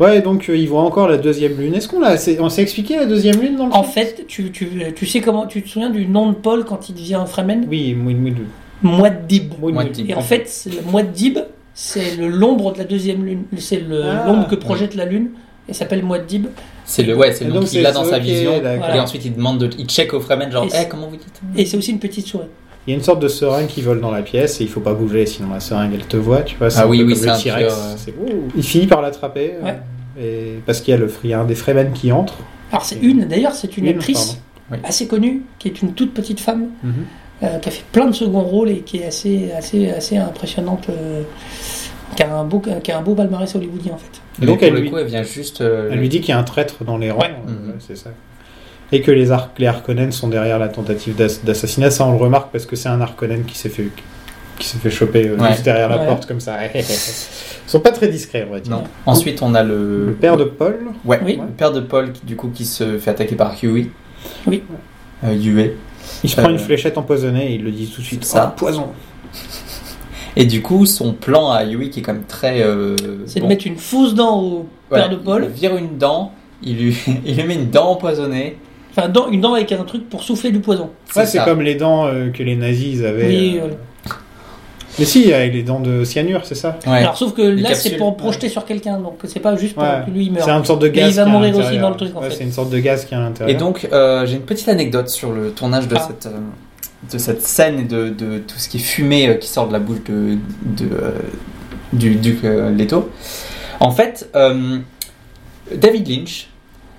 Speaker 2: Ouais, donc euh, ils voient encore la deuxième lune. Est-ce qu'on l'a, c'est- on s'est expliqué la deuxième lune dans le
Speaker 3: En
Speaker 2: film
Speaker 3: fait, tu, tu, tu sais comment... Tu te souviens du nom de Paul quand il devient un Fremen
Speaker 2: Oui, oui, oui, oui.
Speaker 3: Muad'Dib.
Speaker 4: Muad'Dib.
Speaker 3: Et en fait, c'est le Muad'Dib, c'est le l'ombre de la deuxième lune. C'est le-
Speaker 2: Ah.
Speaker 3: l'ombre que projette la lune. Elle s'appelle Muad'Dib.
Speaker 4: c'est le, ouais, c'est
Speaker 2: Et
Speaker 4: le
Speaker 2: donc,
Speaker 4: nom qu'il
Speaker 2: c'est-
Speaker 4: a dans
Speaker 2: c'est
Speaker 4: sa
Speaker 2: ok,
Speaker 4: vision.
Speaker 2: d'accord.
Speaker 4: Et ensuite, il demande, de, il check au Fremen, genre,
Speaker 3: Et
Speaker 4: eh
Speaker 3: c'est-
Speaker 4: comment vous dites
Speaker 3: Et c'est aussi une petite souris.
Speaker 2: Il y a une sorte de seringue qui vole dans la pièce et il faut pas bouger, sinon la seringue elle te voit, tu vois. c'est
Speaker 4: Ah
Speaker 2: un
Speaker 4: oui,
Speaker 2: peu
Speaker 4: oui,
Speaker 2: comme
Speaker 4: c'est
Speaker 2: le
Speaker 4: un
Speaker 2: T-Rex,
Speaker 4: tueur, euh.
Speaker 2: c'est- Ouh. Il finit par l'attraper. euh,
Speaker 3: Ouais.
Speaker 2: et- parce qu'il y a le free, un des Fremen qui entre.
Speaker 3: Alors c'est une, d'ailleurs, c'est une
Speaker 2: Une,
Speaker 3: actrice
Speaker 4: pardon. Oui.
Speaker 3: assez connue, qui est une toute petite femme,
Speaker 2: Mhm.
Speaker 3: euh, qui a fait plein de seconds rôles et qui est assez, assez, assez impressionnante, euh, qui a un beau, qui a un beau palmarès hollywoodien en fait.
Speaker 2: Et donc,
Speaker 4: Et donc, pour
Speaker 2: elle
Speaker 4: le
Speaker 2: lui-
Speaker 4: coup, elle vient juste. euh,
Speaker 2: Elle lui dit qu'il y a un traître dans les rangs,
Speaker 3: Ouais.
Speaker 2: euh,
Speaker 4: Mhm.
Speaker 2: ouais, c'est ça. Et que les, Ar- les Harkonnen sont derrière la tentative d'ass- d'assassinat. Ça, on le remarque parce que c'est un Harkonnen qui s'est fait, qui s'est fait choper euh,
Speaker 4: Ouais.
Speaker 2: juste derrière la
Speaker 3: Ouais.
Speaker 2: porte comme ça. Ils sont pas très discrets, on va dire.
Speaker 4: Non. Ensuite, on a le,
Speaker 2: Le père de Paul.
Speaker 4: ouais,
Speaker 3: Oui.
Speaker 4: le père de Paul, qui, du coup, qui se fait attaquer par Huey.
Speaker 3: Oui.
Speaker 4: Euh, Huey.
Speaker 2: Il se
Speaker 4: Euh,
Speaker 2: prend une fléchette empoisonnée et il le dit tout de suite.
Speaker 4: ça.
Speaker 2: Oh, poison.
Speaker 4: Et du coup, son plan à Huey, qui est quand même très. euh,
Speaker 3: C'est
Speaker 4: bon.
Speaker 3: de mettre une fausse dent au
Speaker 4: Voilà,
Speaker 3: père de
Speaker 4: Il
Speaker 3: Paul,
Speaker 4: vire une dent, il lui, il lui met une dent empoisonnée.
Speaker 3: enfin dent- une dent avec un truc pour souffler du poison.
Speaker 2: Ouais, c'est
Speaker 4: ça.
Speaker 2: comme les dents euh, que les nazis ils avaient.
Speaker 3: Oui,
Speaker 2: euh,
Speaker 3: euh,
Speaker 2: Mais si, avec les dents de cyanure, c'est ça
Speaker 4: Ouais.
Speaker 3: Alors sauf que
Speaker 4: Les
Speaker 3: là c'est
Speaker 4: capsules,
Speaker 3: pour
Speaker 4: ouais.
Speaker 3: projeter sur quelqu'un, donc c'est pas juste pour
Speaker 2: Ouais.
Speaker 3: que lui il meure.
Speaker 2: C'est une sorte de
Speaker 3: Mais
Speaker 2: gaz.
Speaker 3: il va
Speaker 2: qui est à
Speaker 3: mourir aussi
Speaker 2: l'intérieur.
Speaker 3: dans le truc, en
Speaker 2: Ouais,
Speaker 3: fait.
Speaker 2: C'est une sorte de gaz qui est à l'intérieur.
Speaker 4: Et donc, euh, j'ai une petite anecdote sur le tournage de,
Speaker 3: Ah.
Speaker 4: cette, euh, de cette scène et de, de tout ce qui est fumée euh, qui sort de la bouche de, de, euh, du duc euh, Leto. En fait, euh, David Lynch,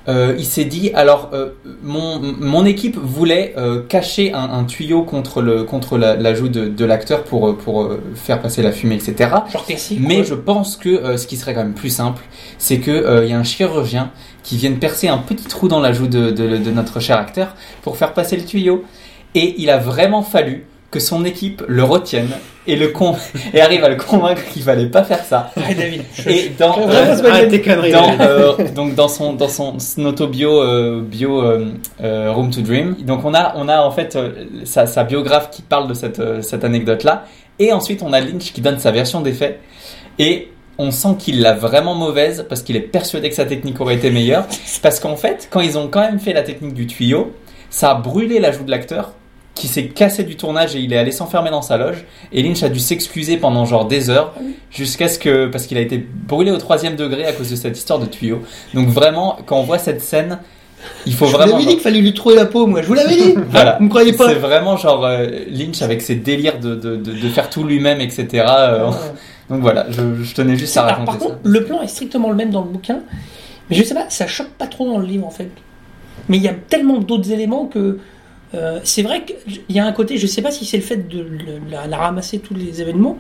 Speaker 4: euh, il s'est dit alors, euh, mon, mon équipe voulait euh, cacher un, un tuyau contre, le, contre la, la joue de, de l'acteur pour, euh, pour euh, faire passer la fumée, etc.
Speaker 3: Genre classique.
Speaker 4: Mais
Speaker 3: quoi.
Speaker 4: je pense que euh, ce qui serait quand même plus simple, c'est que euh, il y a un chirurgien qui vienne percer un petit trou dans la joue de, de- de notre cher acteur pour faire passer le tuyau. Et il a vraiment fallu que son équipe le retienne et, le con et arrive à le convaincre qu'il fallait pas faire ça.
Speaker 3: Ouais, David.
Speaker 4: Et dans,
Speaker 2: Vraiment,
Speaker 4: euh,
Speaker 2: c'est pas arrête une-
Speaker 4: dans,
Speaker 2: tes conneries.
Speaker 4: euh, donc dans son dans son son autobio euh, bio euh, euh, Room to Dream. Donc on a on a en fait euh, sa, sa biographe qui parle de cette euh, cette anecdote là et ensuite on a Lynch qui donne sa version des faits et on sent qu'il l'a vraiment mauvaise parce qu'il est persuadé que sa technique aurait été meilleure parce qu'en fait quand ils ont quand même fait la technique du tuyau, ça a brûlé la joue de l'acteur qui s'est cassé du tournage et il est allé s'enfermer dans sa loge et Lynch a dû s'excuser pendant genre des heures
Speaker 3: Ah
Speaker 4: jusqu'à ce que parce qu'il a été brûlé au troisième degré à cause de cette histoire de tuyau. Donc vraiment, quand on voit cette scène, il faut
Speaker 3: Je vous
Speaker 4: vraiment
Speaker 3: l'avais dit qu'il fallait lui trouver la peau, moi. Je vous l'avais dit.
Speaker 4: Voilà.
Speaker 3: Vous me croyez pas
Speaker 4: c'est vraiment genre euh, Lynch avec ses délires de, de, de, de faire tout lui-même, etc.
Speaker 3: Ah
Speaker 4: euh, donc voilà, je, je tenais juste à
Speaker 3: Alors,
Speaker 4: raconter
Speaker 3: bah, par
Speaker 4: ça.
Speaker 3: contre, le plan est strictement le même dans le bouquin, mais je sais pas, ça choque pas trop dans le livre en fait. Mais il y a tellement d'autres éléments que euh, c'est vrai qu'il y a un côté, je sais pas si c'est le fait de le- la, la ramasser tous les événements.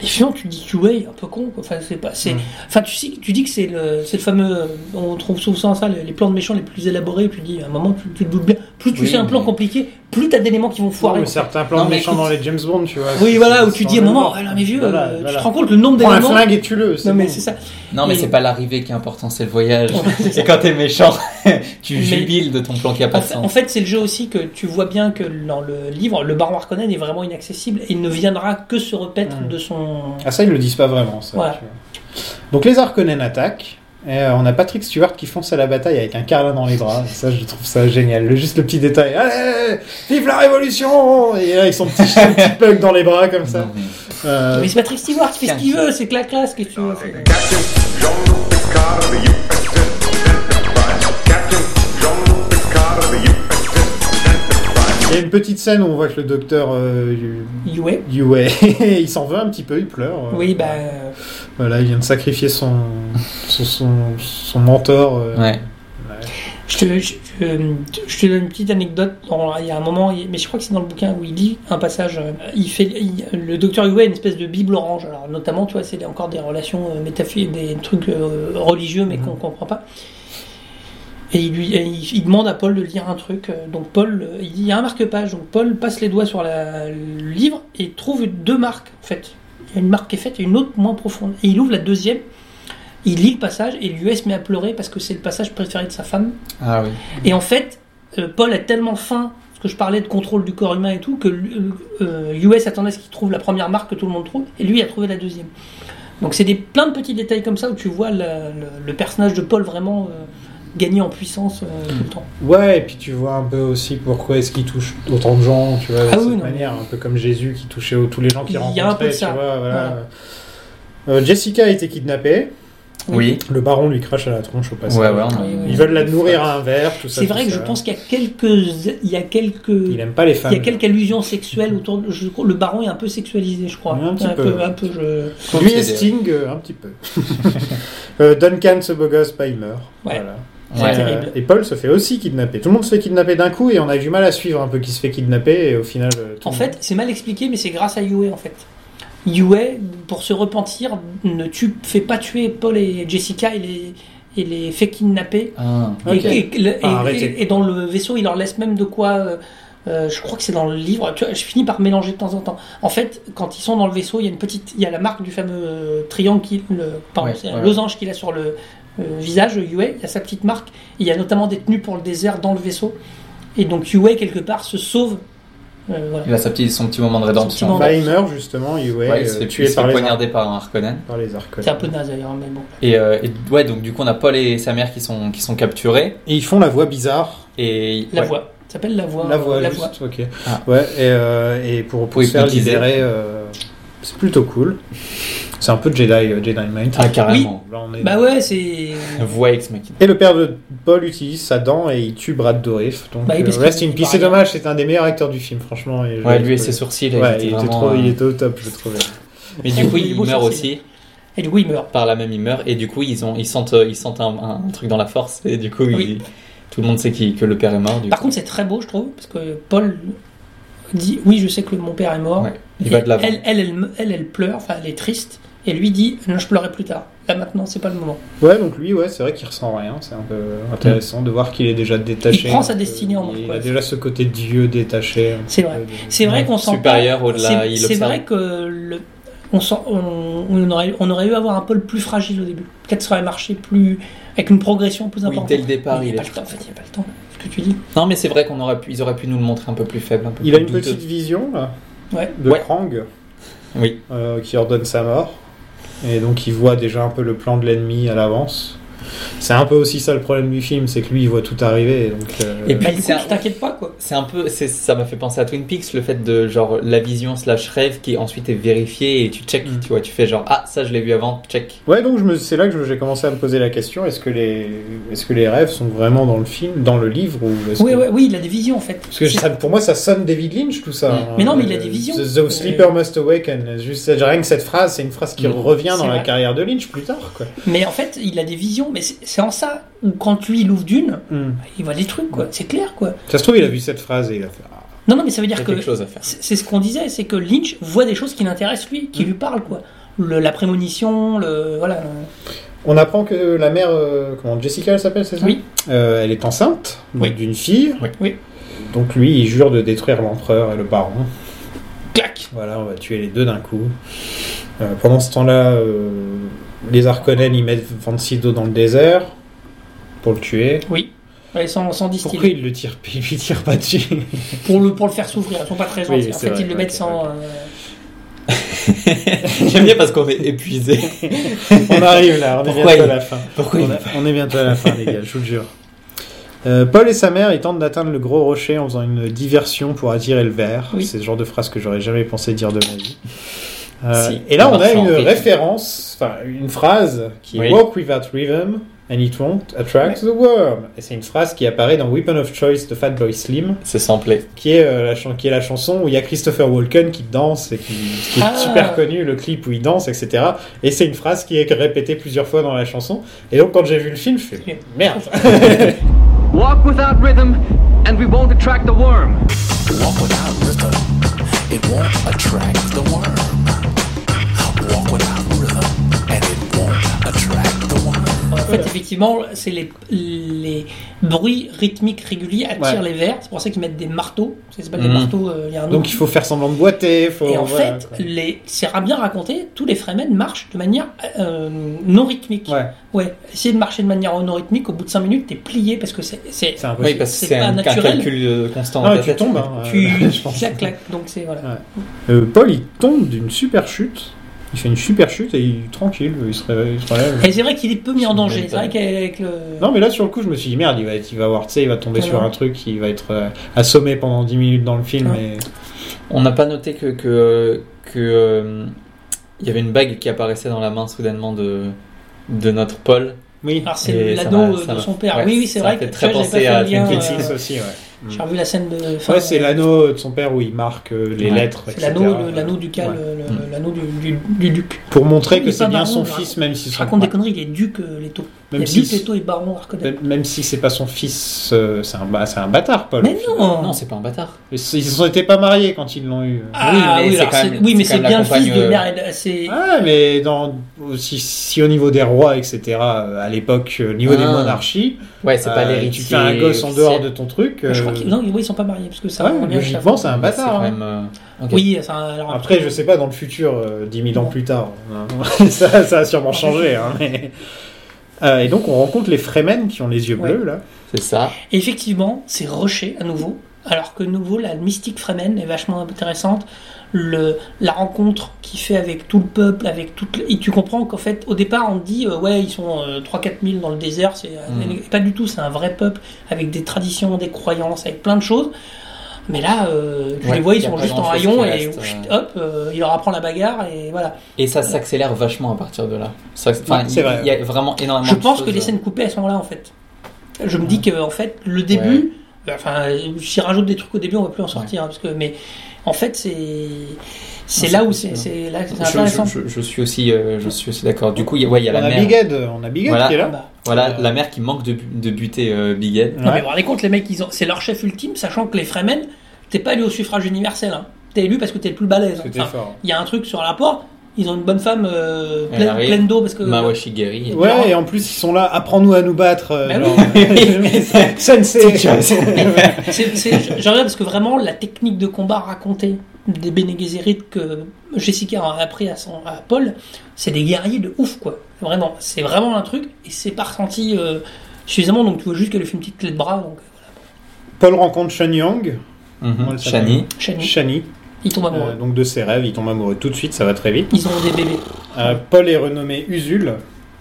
Speaker 3: Mais finalement, tu dis que ouais, un peu con. quoi. Enfin, c'est pas,
Speaker 4: Mm.
Speaker 3: c'est, enfin, tu sais, tu dis que c'est le, c'est le fameux. euh, On trouve souvent ça, les, les plans de méchants les plus élaborés. Tu dis, à un moment, tu, tu te doutes bien. Plus tu
Speaker 4: Oui,
Speaker 3: sais un plan
Speaker 4: mais-
Speaker 3: compliqué, plus t'as d'éléments qui vont
Speaker 2: Non,
Speaker 3: foirer.
Speaker 2: mais certains plans
Speaker 4: Non,
Speaker 2: de
Speaker 4: mais
Speaker 2: méchants
Speaker 4: écoute-
Speaker 2: dans les James Bond, tu vois.
Speaker 3: oui,
Speaker 2: c'est-
Speaker 3: voilà,
Speaker 2: c'est-
Speaker 3: où tu
Speaker 2: c'est
Speaker 3: dis à un
Speaker 2: dans le
Speaker 3: moment,
Speaker 2: genre.
Speaker 3: ah, non, mais vieux,
Speaker 2: Voilà,
Speaker 3: euh, tu
Speaker 2: voilà.
Speaker 3: te rends compte le nombre
Speaker 2: Prends un
Speaker 3: d'éléments.
Speaker 2: flingue et tue-le.
Speaker 3: non, mais
Speaker 2: bon.
Speaker 3: c'est ça.
Speaker 4: Non, mais
Speaker 3: Et-
Speaker 4: c'est pas l'arrivée qui est important, c'est le voyage. Et quand t'es méchant, tu
Speaker 3: Mais-
Speaker 4: jubiles de ton plan qui a pas
Speaker 3: En
Speaker 4: de
Speaker 3: fait, en
Speaker 4: sens.
Speaker 3: fait, c'est le jeu aussi que tu vois bien que dans le livre, le baron Harkonnen est vraiment inaccessible et il ne viendra que se repaître
Speaker 2: Mm.
Speaker 3: de son.
Speaker 2: Ah ça, ils le disent pas vraiment. Ça,
Speaker 3: Voilà.
Speaker 2: tu vois. Donc les Harkonnen attaquent. Et euh, on a Patrick Stewart qui fonce à la bataille avec un carlin dans les bras. Ça, je trouve ça génial. Le- juste le petit détail. Allez, vive la révolution Et euh, avec son petit, son petit pug dans les bras comme ça.
Speaker 4: Non, mais-
Speaker 2: Euh,
Speaker 3: Mais c'est Patrick Stewart qui fait ce qu'il
Speaker 4: Tiens.
Speaker 3: veut, c'est que la classe que tu veux. c'est-
Speaker 5: Captain Jean-Luc Picard, the USS Enterprise. Captain Jean-Luc Picard, the USS Enterprise.
Speaker 2: Il y a une petite scène où on voit que le docteur euh,
Speaker 3: Ouais.
Speaker 2: Yue, il s'en veut un petit peu, il pleure. Euh,
Speaker 3: Oui, bah.
Speaker 2: Voilà, il vient de sacrifier son, son, son, son mentor. euh,
Speaker 4: Ouais.
Speaker 3: Je te, je, euh, je- je te donne une petite anecdote. Dans- il y a un moment, il- mais je crois que c'est dans le bouquin où il dit un passage. euh, Il fait, il- le docteur Huey a une espèce de bible orange. Alors notamment, tu vois, c'est encore des relations euh, métaphysiques, des trucs euh, religieux, mais qu'on comprend pas. Et il, lui, et il, il demande à Paul de lire un truc. euh, Donc Paul, euh, il dit, il y a un marque-page. Donc Paul passe les doigts sur la- le livre et trouve deux marques en fait. Il y a une marque qui est faite et une autre moins profonde. Et il ouvre la deuxième. Il lit le passage et l'US met à pleurer parce que c'est le passage préféré de sa femme.
Speaker 4: Ah oui.
Speaker 3: Et en fait, euh, Paul a tellement faim, parce que je parlais de contrôle du corps humain et tout, que euh, euh, US attendait à ce qu'il trouve la première marque que tout le monde trouve, et lui a trouvé la deuxième. Donc c'est des, plein de petits détails comme ça où tu vois la- le, le personnage de Paul vraiment euh, gagner en puissance euh, tout le temps.
Speaker 2: Ouais, et puis tu vois un peu aussi pourquoi est-ce qu'il touche autant de gens, tu vois, de
Speaker 3: Ah
Speaker 2: cette
Speaker 3: oui, non,
Speaker 2: manière, un peu comme Jésus qui touchait au- tous les gens
Speaker 3: Il y
Speaker 2: qu'il
Speaker 3: a un
Speaker 2: rencontrait,
Speaker 3: peu de
Speaker 2: tu
Speaker 3: ça.
Speaker 2: vois, voilà.
Speaker 3: Voilà.
Speaker 2: Euh, Jessica a été kidnappée,
Speaker 4: Oui.
Speaker 2: le baron lui crache à la tronche au passage.
Speaker 4: Ouais, ouais. on a-
Speaker 3: Oui, oui.
Speaker 2: Ah, Ils veulent la nourrir à un verre, tout ça.
Speaker 3: Euh, C'est
Speaker 2: tout
Speaker 3: vrai que
Speaker 2: ça.
Speaker 3: je pense qu'il y a quelques, il y a quelques,
Speaker 2: Il aime pas les
Speaker 3: il
Speaker 2: femmes.
Speaker 3: y a quelques allusions sexuelles autour. De, je crois- le baron est un peu sexualisé, je crois.
Speaker 2: Un petit peu.
Speaker 3: peu, un peu, je-
Speaker 2: Lui et Sting, euh, un petit peu. Euh, Duncan, ce beau gosse, pas il meurt.
Speaker 3: Ouais.
Speaker 2: Voilà. Euh,
Speaker 3: C'est
Speaker 4: Ouais.
Speaker 3: terrible.
Speaker 2: Et Paul se fait aussi kidnapper. Tout le monde se fait kidnapper d'un coup et on a du mal à suivre un peu qui se fait kidnapper et au final. euh, tout
Speaker 3: En
Speaker 2: le
Speaker 3: fait, c'est mal expliqué, mais c'est grâce à Yue en fait. Yue, pour se repentir, ne tue, fait pas tuer Paul et Jessica, il les, il les fait kidnapper.
Speaker 4: Ah.
Speaker 2: Ok.
Speaker 3: Et- Et, et-
Speaker 2: Ah,
Speaker 3: et-
Speaker 2: arrêtez.
Speaker 3: et dans le vaisseau, il leur laisse même de quoi. euh, euh, je crois que c'est dans le livre. Tu vois, je finis par mélanger de temps en temps. En fait, quand ils sont dans le vaisseau, il y a une petite, il y a la marque du fameux euh, triangle qui, le, pardon,
Speaker 4: Ouais,
Speaker 3: c'est un
Speaker 4: ouais.
Speaker 3: losange qu'il a sur le euh, visage. Yue, il y a sa petite marque. Il y a notamment des tenues pour le désert dans le vaisseau. Et donc Yue quelque part se sauve. Euh, voilà.
Speaker 4: Il a sa petite, son petit moment de rédemption.
Speaker 3: moment.
Speaker 2: Bah, il meurt justement, il est,
Speaker 4: Ouais, il se
Speaker 2: euh,
Speaker 4: fait, il
Speaker 2: tué
Speaker 4: se
Speaker 2: par
Speaker 4: fait
Speaker 2: les,
Speaker 4: poignarder par un Harkonnen.
Speaker 2: Ar- par les Harkonnen.
Speaker 3: C'est un peu naze d'ailleurs, mais bon.
Speaker 4: Et, euh, et- ouais, donc du coup, on a Paul et sa mère qui sont, qui sont capturés.
Speaker 2: Et ils font la voix bizarre.
Speaker 4: Et,
Speaker 3: La
Speaker 4: ouais.
Speaker 3: voix. Ça s'appelle la voix.
Speaker 2: La voix,
Speaker 3: La
Speaker 2: juste,
Speaker 3: voix.
Speaker 2: ok.
Speaker 4: Ah.
Speaker 2: Ouais, et, euh, et pour, pour
Speaker 4: Oui,
Speaker 2: se faire
Speaker 4: utiliser.
Speaker 2: libérer, euh, c'est plutôt cool. C'est un peu Jedi, euh, Jedi Mind.
Speaker 4: Ah, carrément.
Speaker 2: Là, on est-
Speaker 3: Bah ouais, c'est.
Speaker 4: Voix ex machina.
Speaker 2: Et le père de Paul utilise sa dent et il tue Brad Dourif. Donc,
Speaker 3: Bah oui,
Speaker 2: euh,
Speaker 3: parce
Speaker 2: rest
Speaker 3: qu'il-
Speaker 2: in
Speaker 3: il
Speaker 2: peace. C'est
Speaker 3: parle-
Speaker 2: dommage, c'est un des meilleurs acteurs du film, franchement. et je-
Speaker 4: Ouais, lui et
Speaker 2: je-
Speaker 4: ses sourcils. là,
Speaker 2: Ouais,
Speaker 4: étaient
Speaker 2: il était,
Speaker 4: vraiment,
Speaker 2: trop, il
Speaker 4: euh,
Speaker 2: était au top, je trouvais.
Speaker 4: Mais du coup,
Speaker 3: Oui,
Speaker 4: il
Speaker 3: beau
Speaker 4: meurt
Speaker 3: sourcil.
Speaker 4: aussi.
Speaker 3: Et du coup, il meurt.
Speaker 4: Par la même, il meurt. Et du coup, ils, ont, ils sentent, euh, ils sentent un, un- un truc dans la force. Et du coup,
Speaker 3: Oui.
Speaker 4: ils- tout le monde sait qu'il- que le père est mort. Du
Speaker 3: Par
Speaker 4: coup.
Speaker 3: contre, c'est très beau, je trouve, parce que Paul dit Oui, je sais que mon père est mort.
Speaker 4: Ouais, il va de l'avant.
Speaker 3: Elle, elle, elle, me- elle, elle pleure, enfin, elle est triste. Et lui dit Non, je pleurerai plus tard. là maintenant, c'est pas le moment.
Speaker 2: Ouais, donc lui, ouais, c'est vrai qu'il ressent rien. C'est un peu intéressant de voir qu'il est déjà détaché.
Speaker 3: Il prend
Speaker 2: un
Speaker 3: sa
Speaker 2: peu.
Speaker 3: destinée en main,
Speaker 2: Il
Speaker 3: quoi.
Speaker 2: a déjà ce côté dieu détaché. un
Speaker 3: C'est
Speaker 2: peu
Speaker 3: vrai.
Speaker 2: de-
Speaker 3: C'est vrai qu'on sent.
Speaker 9: supérieur au-delà,
Speaker 3: C'est
Speaker 9: il
Speaker 3: c'est
Speaker 9: observe.
Speaker 3: vrai que le, on, sent, on, on aurait, on aurait eu à avoir un pôle plus fragile au début. Peut-être ça aurait marché plus. avec une progression plus
Speaker 9: Oui,
Speaker 3: importante.
Speaker 9: dès le départ,
Speaker 3: Mais il
Speaker 9: il
Speaker 3: n'y a
Speaker 9: est-
Speaker 3: pas le temps, en fait, il n'y a pas le temps. Ce que tu dis.
Speaker 9: Non, mais c'est vrai qu'on aurait pu, ils auraient pu nous le montrer un peu plus faible, un peu
Speaker 2: Il
Speaker 9: plus
Speaker 2: a une
Speaker 9: douteux.
Speaker 2: petite vision là,
Speaker 3: Ouais.
Speaker 2: de
Speaker 9: Ouais.
Speaker 2: Krang
Speaker 9: Oui.
Speaker 2: euh, qui ordonne sa mort. Et donc il voit déjà un peu le plan de l'ennemi à l'avance. C'est un peu aussi ça le problème du film, c'est que lui il voit tout arriver. et Donc, euh,
Speaker 9: Et puis-
Speaker 3: Bah, du coup,
Speaker 9: c'est un-
Speaker 3: tu t'inquiètes pas, quoi.
Speaker 9: C'est un peu, c'est, ça m'a fait penser à Twin Peaks, le fait de genre la vision slash rêve qui ensuite est vérifiée et tu check,
Speaker 2: Mm.
Speaker 9: tu vois, tu fais genre ah ça je l'ai vu avant, check.
Speaker 2: Ouais, donc je me- c'est là que je- j'ai commencé à me poser la question est-ce que, les... est que les rêves sont vraiment dans le film, dans le livre ou est-ce
Speaker 3: Oui,
Speaker 2: que-
Speaker 3: oui, oui, il a des visions en fait.
Speaker 2: Parce que ça- pour moi, ça sonne David Lynch tout ça.
Speaker 3: Mais non, mais
Speaker 2: Euh,
Speaker 3: il a des visions.
Speaker 2: The, the Sleeper Must Awaken. Juste, rien que cette phrase, c'est une phrase qui
Speaker 9: Mm.
Speaker 2: revient
Speaker 3: C'est
Speaker 2: dans la
Speaker 3: vrai.
Speaker 2: carrière de Lynch plus tard. Quoi.
Speaker 3: Mais en fait, il a des visions, mais c'est c'est en ça où quand lui il ouvre d'une, bah, il voit des trucs, quoi. C'est clair, quoi.
Speaker 2: Ça se trouve, il a vu cette phrase et il a fait. ah.
Speaker 3: Non, non, mais ça veut
Speaker 9: Il y a
Speaker 3: dire que
Speaker 9: quelque chose à faire.
Speaker 3: c'est c'est ce qu'on disait, c'est que Lynch voit des choses qui l'intéressent lui,
Speaker 2: Mm.
Speaker 3: qui lui parlent, quoi. Le- la prémonition, le voilà. le-
Speaker 2: On apprend que la mère, euh, comment Jessica elle s'appelle, c'est ça
Speaker 3: Oui.
Speaker 2: Euh, elle est enceinte
Speaker 3: Oui.
Speaker 2: d'une fille.
Speaker 9: Oui.
Speaker 3: Oui.
Speaker 2: Donc lui, il jure de détruire l'empereur et le baron.
Speaker 3: Clac.
Speaker 2: Voilà, on va tuer les deux d'un coup. Euh, pendant ce temps-là, euh, les Harkonnen ils mettent Vancido dans le désert pour le tuer.
Speaker 3: Oui. Ouais, sans, sans distiller.
Speaker 2: Pourquoi ils le tirent Ils lui tirent pas dessus.
Speaker 3: Pour le pour le faire souffrir, ils sont pas très gentils.
Speaker 2: Oui,
Speaker 3: en
Speaker 2: c'est
Speaker 3: fait,
Speaker 2: vrai,
Speaker 3: ils le
Speaker 2: ok,
Speaker 3: mettent sans.
Speaker 2: ok.
Speaker 3: euh,
Speaker 9: J'aime bien parce qu'on est épuisé.
Speaker 2: on arrive là, on est
Speaker 9: Pourquoi
Speaker 2: bientôt
Speaker 9: il-
Speaker 2: à la fin.
Speaker 9: Pourquoi
Speaker 2: on,
Speaker 9: il-
Speaker 2: a- on est bientôt à la fin, les gars, je vous le jure. Euh, Paul et sa mère, ils tentent d'atteindre le gros rocher en faisant une diversion pour attirer le verre.
Speaker 3: Oui.
Speaker 2: C'est le genre de phrase que j'aurais jamais pensé dire de ma vie. Euh,
Speaker 9: Si,
Speaker 2: et là,
Speaker 9: on
Speaker 2: on a
Speaker 9: marche en
Speaker 2: une
Speaker 9: rythme.
Speaker 2: référence, enfin une phrase qui est
Speaker 9: Oui.
Speaker 2: Walk without rhythm and it won't attract the worm. Et c'est une phrase qui apparaît dans Weapon of Choice de Fatboy Slim,
Speaker 9: C'est samplé.
Speaker 2: qui est, euh, la chan- qui est la chanson où il y a Christopher Walken qui danse et qui, qui est
Speaker 3: Ah.
Speaker 2: super connu, le clip où il danse, etc. Et c'est une phrase qui est répétée plusieurs fois dans la chanson. Et donc quand j'ai vu le film, je fais merde.
Speaker 10: Walk without rhythm, and we won't attract the worm.
Speaker 8: Walk without rhythm, it won't attract the worm. Walk without rhythm, and it won't attract the worm.
Speaker 3: En fait, effectivement, c'est les, les bruits rythmiques réguliers
Speaker 2: Ouais.
Speaker 3: attirent
Speaker 2: Mm.
Speaker 3: les vers. C'est pour ça qu'ils mettent des marteaux. Ça s'appelle
Speaker 9: Mhm.
Speaker 3: des marteaux. euh, il y a un nom.
Speaker 2: donc il faut faire semblant de boiter. Faut,
Speaker 3: Et en
Speaker 2: voilà,
Speaker 3: fait,
Speaker 2: quoi.
Speaker 3: les, c'est ra- bien raconté, tous les Fremen marchent de manière euh, non rythmique.
Speaker 2: Ouais,
Speaker 3: Ouais, essayer de marcher de manière non rythmique, au bout de 5 minutes, t'es plié parce que c'est. c'est-
Speaker 2: c'est impossible.
Speaker 9: Oui, parce que
Speaker 3: C'est
Speaker 9: c'est
Speaker 3: pas
Speaker 9: un, un
Speaker 3: naturel.
Speaker 9: calcul euh, constant.
Speaker 2: Ah,
Speaker 9: dans ta
Speaker 2: tu
Speaker 9: tête.
Speaker 2: tombes. hein,
Speaker 3: tu
Speaker 2: euh, je pense.
Speaker 3: clac, clac. Donc c'est voilà.
Speaker 2: Euh, Paul, il tombe d'une super chute. Il fait une super chute et il tranquille, il se réveille, il se relève.
Speaker 3: Et c'est vrai qu'il est peu mis en danger.
Speaker 9: Mental.
Speaker 3: C'est vrai qu'avec le.
Speaker 2: Non mais là sur le coup je me suis dit merde il va être, il va avoir tu sais il va tomber
Speaker 3: Ouais,
Speaker 2: sur
Speaker 3: non.
Speaker 2: un truc il va être euh, assommé pendant 10 minutes dans le film
Speaker 3: Ouais.
Speaker 2: et
Speaker 9: On n'a pas noté que que que euh, il y avait une bague qui apparaissait dans la main soudainement de de notre Paul.
Speaker 2: oui
Speaker 3: Alors c'est
Speaker 9: Et ça
Speaker 3: l'anneau
Speaker 9: m'a-
Speaker 3: euh,
Speaker 9: ça
Speaker 3: de
Speaker 9: m'a-
Speaker 3: son père.
Speaker 9: ouais,
Speaker 3: oui, oui, c'est
Speaker 9: ça
Speaker 3: vrai
Speaker 9: m'a
Speaker 3: que
Speaker 9: fait très
Speaker 3: tu vois, j'avais
Speaker 9: penser
Speaker 3: pas
Speaker 9: à
Speaker 3: fait le
Speaker 9: Twin
Speaker 3: lien,
Speaker 2: Peaks
Speaker 3: euh,
Speaker 2: aussi ouais.
Speaker 3: J'ai revu la scène de.
Speaker 2: Ouais,
Speaker 3: fin,
Speaker 2: c'est
Speaker 3: euh,
Speaker 2: l'anneau euh, de son père où il marque euh, les
Speaker 9: Ouais.
Speaker 2: lettres
Speaker 3: c'est
Speaker 2: etc.
Speaker 3: L'anneau, le- l'anneau ducal,
Speaker 2: Ouais. Mm.
Speaker 3: euh, le-
Speaker 9: Mm.
Speaker 3: l'anneau du, du- du duc.
Speaker 2: pour montrer
Speaker 3: Il
Speaker 2: que
Speaker 3: est
Speaker 2: c'est
Speaker 3: pas
Speaker 2: bien
Speaker 3: baron,
Speaker 2: son
Speaker 3: là.
Speaker 2: fils même si
Speaker 3: Je
Speaker 2: son
Speaker 3: raconte des conneries, il est duc euh, Leto. Il
Speaker 2: même
Speaker 3: est duc
Speaker 2: si
Speaker 3: Leto et baron Harkonnen.
Speaker 2: même si c'est pas son fils euh, c'est un ba- c'est un bâtard Paul
Speaker 3: Mais non,
Speaker 9: Non, c'est pas un bâtard.
Speaker 2: Ils se- ils étaient pas mariés quand ils l'ont eu.
Speaker 3: Ah,
Speaker 9: Oui, mais c'est
Speaker 3: alors
Speaker 9: quand même-
Speaker 3: oui, mais
Speaker 9: c'est
Speaker 3: c'est
Speaker 9: quand même
Speaker 3: bien
Speaker 9: la euh,
Speaker 3: le fils de
Speaker 9: compagne,
Speaker 3: merde. C'est
Speaker 2: Ah, mais dans, si, si au niveau des rois, etc., euh, à l'époque, euh, au niveau des
Speaker 9: Ah.
Speaker 2: monarchies,
Speaker 9: Ouais, c'est pas
Speaker 2: euh,
Speaker 9: l'héritier.
Speaker 2: tu fais un gosse en
Speaker 9: officiel.
Speaker 2: dehors de ton truc.
Speaker 3: Je crois
Speaker 2: euh,
Speaker 3: qu'ils non, oui, ils sont pas mariés parce que ça.
Speaker 2: ouais,
Speaker 3: revient à chaque
Speaker 2: logiquement,
Speaker 3: fois.
Speaker 2: c'est un
Speaker 9: Mais c'est
Speaker 2: bâtard.
Speaker 9: quand
Speaker 2: hein.
Speaker 9: même, euh, ok.
Speaker 3: Oui, ça, alors,
Speaker 2: Après, je sais pas, dans le futur, euh, 10 000 ans
Speaker 3: Non.
Speaker 2: plus tard, hein, ça, ça a sûrement changé. hein, mais- Euh, et donc, on rencontre les Fremen qui ont les yeux
Speaker 3: Ouais.
Speaker 2: bleus, là.
Speaker 9: C'est ça.
Speaker 3: Effectivement, c'est rushé à nouveau. Alors que nouveau, la mystique Fremen est vachement intéressante. Le, la rencontre qu'il fait avec tout le peuple, avec toute. le- Et tu comprends qu'en fait, au départ, on te dit euh, ouais, ils sont 3-4 000 dans le désert. C'est euh,
Speaker 9: Mm.
Speaker 3: pas du tout. C'est un vrai peuple avec des traditions, des croyances, avec plein de choses. Mais là, euh, tu
Speaker 9: Ouais,
Speaker 3: les vois,
Speaker 9: y
Speaker 3: ils
Speaker 9: a
Speaker 3: sont
Speaker 9: pas
Speaker 3: juste en
Speaker 9: grand-chose
Speaker 3: rayon
Speaker 9: qui
Speaker 3: et
Speaker 9: reste,
Speaker 3: chut,
Speaker 9: euh.
Speaker 3: hop, euh, il leur apprend la bagarre et voilà.
Speaker 9: Et ça s'accélère vachement à partir de là. Ça- enfin,
Speaker 2: Ouais, c'est
Speaker 9: il-
Speaker 2: vrai.
Speaker 9: Il y a vraiment énormément
Speaker 3: Je
Speaker 9: de
Speaker 3: pense
Speaker 9: choses,
Speaker 3: que les
Speaker 9: euh,
Speaker 3: scènes coupées elles sont là en fait. Je me dis que en fait le début, enfin si rajoute des trucs au début on va plus en sortir hein, parce que mais en fait c'est c'est
Speaker 9: Non,
Speaker 3: là
Speaker 9: c'est
Speaker 3: où c'est
Speaker 9: possible.
Speaker 3: c'est là que
Speaker 4: euh,
Speaker 3: c'est
Speaker 9: Je- je-
Speaker 3: intéressant.
Speaker 9: Je, je suis aussi, euh, je suis aussi d'accord. Du coup, il y a, ouais, il y a
Speaker 2: on,
Speaker 9: la
Speaker 2: a
Speaker 9: mère.
Speaker 2: Big Ed, on a Big Ed
Speaker 9: Voilà.
Speaker 2: qui est
Speaker 3: Ah
Speaker 2: là.
Speaker 3: bah,
Speaker 9: Voilà, la mère qui manque de, bu- de buter euh, Big Ed.
Speaker 3: non, mais
Speaker 2: Ouais.
Speaker 3: vous vous rendez compte les mecs ils ont c'est leur chef ultime sachant que les Fremen t'es pas élu au suffrage universel hein. T'es élu parce que t'es le plus balèze. hein.
Speaker 2: C'était
Speaker 3: Enfin,
Speaker 2: fort.
Speaker 3: Il y a un truc sur le rapport. Ils ont une bonne femme euh,
Speaker 4: Elle
Speaker 3: pleine,
Speaker 4: arrive. Bah
Speaker 3: pleine d'eau parce que.
Speaker 4: Mawashi Geri.
Speaker 2: Ouais, et en plus, ils sont là, apprends-nous à nous battre. euh,
Speaker 3: Bah
Speaker 2: genre,
Speaker 4: oui.
Speaker 2: Sensei.
Speaker 4: Mhm.
Speaker 3: C'est- c'est- J'en regarde parce que vraiment la technique de combat racontée des Bene Gesserit que Jessica a appris à, son, à Paul, c'est des guerriers de ouf quoi. Vraiment, c'est vraiment un truc et c'est pas ressenti euh, suffisamment donc tu vois juste qu'elle lui fait une petite clé de bras donc euh,
Speaker 2: Paul rencontre Shen Yang,
Speaker 4: Mhm. Shani.
Speaker 3: Shani,
Speaker 2: Shani,
Speaker 3: ils tombent amoureux.
Speaker 2: euh, donc de ses rêves, il tombe amoureux tout de suite, ça va très vite.
Speaker 3: Ils ont des bébés.
Speaker 2: Euh, Paul est renommé Usul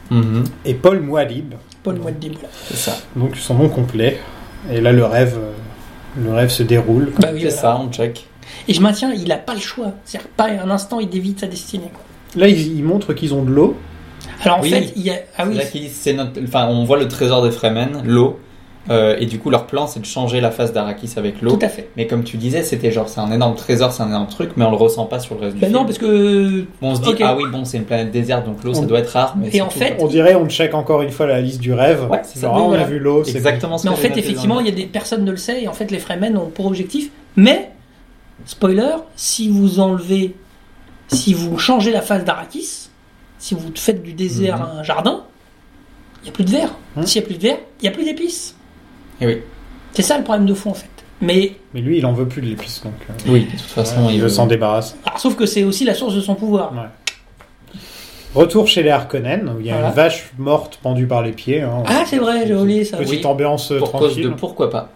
Speaker 4: Mhm.
Speaker 2: et Paul Muad'Dib,
Speaker 3: Paul Muad'Dib. voilà.
Speaker 4: C'est ça.
Speaker 2: donc son nom complet. Et là, le rêve, euh, le rêve se déroule.
Speaker 3: Bah oui,
Speaker 4: C'est
Speaker 3: voilà.
Speaker 4: ça, on check.
Speaker 3: Et je maintiens, il a pas le choix. C'est-à-dire pas un instant il dévie de sa destinée. quoi.
Speaker 2: Là, ils, ils montrent qu'ils ont de l'eau.
Speaker 3: Alors en
Speaker 4: Oui.
Speaker 3: fait, il y a ah oui,
Speaker 4: Là, qui- c'est notre... enfin, on voit le trésor des Fremen, l'eau. Euh, et du coup, leur plan, c'est de changer la face d'Arakis avec l'eau.
Speaker 3: tout à fait.
Speaker 4: Mais comme tu disais, c'était genre, c'est un énorme trésor, c'est un énorme truc, mais on le ressent pas sur le reste du
Speaker 3: Bah
Speaker 4: film.
Speaker 3: non parce que
Speaker 4: On se dit,
Speaker 3: Ok.
Speaker 4: ah oui, bon, c'est une planète déserte, donc l'eau, ça
Speaker 2: On-
Speaker 4: doit être rare. Mais
Speaker 3: Et
Speaker 4: c'est
Speaker 3: en
Speaker 4: tout.
Speaker 3: fait,
Speaker 2: On dirait, on check encore une fois la liste du rêve.
Speaker 4: Ouais, c'est ça.
Speaker 2: Genre,
Speaker 4: Oui,
Speaker 2: ah, on
Speaker 4: voilà.
Speaker 2: a vu l'eau, c'est
Speaker 4: exactement ce
Speaker 3: Mais
Speaker 4: que
Speaker 3: en
Speaker 4: j'ai
Speaker 3: fait,
Speaker 4: noté
Speaker 3: effectivement,
Speaker 4: dans
Speaker 3: il
Speaker 4: le-
Speaker 3: y a des personnes ne le sait et en fait, les Fremen ont pour objectif. Mais spoiler, si vous enlevez, si vous changez la face d'Arakis, si vous faites du désert un jardin, il n'y a plus de verre.
Speaker 2: Mhm.
Speaker 3: S'il n'y a plus de verre, il n'y a plus d'épices.
Speaker 4: Eh oui.
Speaker 3: C'est ça le problème de fond en fait. Mais
Speaker 2: Mais lui, il en veut plus de l'épice, donc euh,
Speaker 4: Oui, de toute façon,
Speaker 2: il veut s'en débarrasser.
Speaker 3: alors, sauf que c'est aussi la source de son pouvoir.
Speaker 2: Retour chez les Harkonnen, où il y a
Speaker 3: Voilà.
Speaker 2: une vache morte pendue par les pieds. hein.
Speaker 3: Ah, c'est vrai, j'ai oublié ça.
Speaker 2: Petite
Speaker 4: Oui.
Speaker 2: ambiance euh,
Speaker 4: Pour cause
Speaker 2: tranquille.
Speaker 4: de pourquoi pas.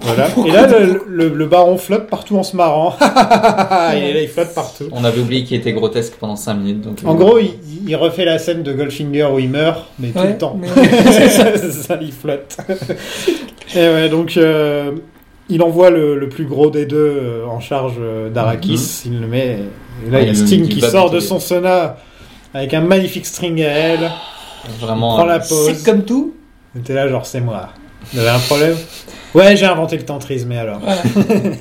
Speaker 2: Voilà. Et là, le, le- le baron flotte partout en se marrant. Et là, il flotte partout.
Speaker 4: On avait oublié qu'il était grotesque pendant 5 minutes. Donc,
Speaker 2: En gros, il, il refait la scène de Goldfinger où il meurt, mais tout
Speaker 3: Ouais,
Speaker 2: le temps.
Speaker 3: mais-
Speaker 2: C'est ça, il flotte. Et ouais, donc, euh, il envoie le, le plus gros des deux euh, en charge euh, d'Arakis. Il le met. Et là,
Speaker 4: Ouais,
Speaker 2: Ah, il y a
Speaker 4: il-
Speaker 2: Sting
Speaker 4: il
Speaker 2: qui
Speaker 4: va
Speaker 2: sort
Speaker 4: buter
Speaker 2: de
Speaker 4: les-
Speaker 2: son sauna avec un magnifique string à elle.
Speaker 4: euh, Vraiment.
Speaker 2: prend la
Speaker 3: C'est
Speaker 2: pause.
Speaker 3: comme tout.
Speaker 2: Et T'es là, genre, c'est moi. Vous avez un problème Ouais, j'ai inventé le tantrisme, mais alors
Speaker 3: Voilà.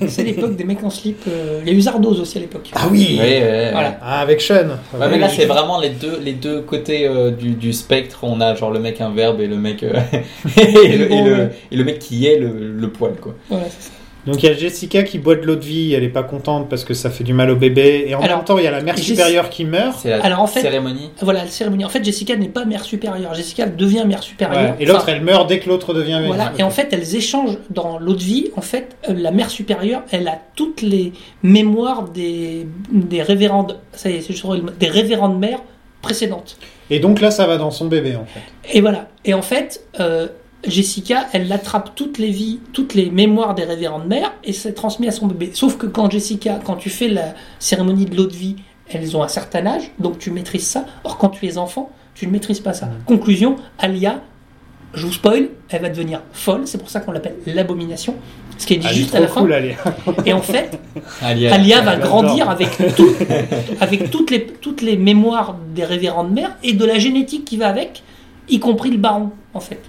Speaker 3: c'est l'époque des mecs en slip. euh, Il y a eu Zardoz aussi à l'époque.
Speaker 2: Ah oui
Speaker 4: Oui, ouais, ouais.
Speaker 3: Voilà.
Speaker 2: Ah, avec Sean.
Speaker 4: Ouais, mais là, c'est vraiment les deux, les deux côtés euh, du, du spectre. On a genre le mec inverbe et le mec. euh, et, le, et le- et le mec qui est le, le poil, quoi.
Speaker 3: Voilà, c'est ça.
Speaker 2: Donc il y a Jessica qui boit de l'eau de vie, elle est pas contente parce que ça fait du mal au bébé, et en
Speaker 3: Alors,
Speaker 2: même temps il y a la mère
Speaker 3: Jess-
Speaker 2: supérieure qui meurt,
Speaker 4: C'est la
Speaker 3: Alors, en fait-
Speaker 4: cérémonie.
Speaker 3: Voilà, la cérémonie. En fait, Jessica n'est pas mère supérieure. Jessica devient mère supérieure.
Speaker 2: Ouais, et l'autre
Speaker 3: Enfin,
Speaker 2: elle meurt dès que l'autre devient mère.
Speaker 3: voilà. Et en fait, elles échangent dans l'autre vie. En fait, euh, la mère supérieure, elle a toutes les mémoires des, des révérendes. Ça y est, c'est juste le mot, des révérendes mères précédentes.
Speaker 2: Et donc là ça va dans son bébé en fait.
Speaker 3: Et voilà. Et en fait, euh, Jessica, elle attrape toutes les vies, toutes les mémoires des révérendes mères et c'est transmis à son bébé. Sauf que quand Jessica, quand tu fais la cérémonie de l'eau de vie, elles ont un certain âge, donc tu maîtrises ça. Or, quand tu es enfant, tu ne maîtrises pas ça.
Speaker 2: Mmh.
Speaker 3: Conclusion, Alia, je vous spoil, elle va devenir folle. C'est pour ça qu'on l'appelle l'abomination. Ce qui est dit
Speaker 2: Elle est
Speaker 3: juste
Speaker 2: trop
Speaker 3: à la fin.
Speaker 2: cool, hein. elle est-
Speaker 3: Et en fait,
Speaker 4: Alia.
Speaker 3: Alia va
Speaker 2: j'adore.
Speaker 3: grandir avec, tout- avec toutes, les, toutes les mémoires des révérendes mères et de la génétique qui va avec, y compris le baron, en fait.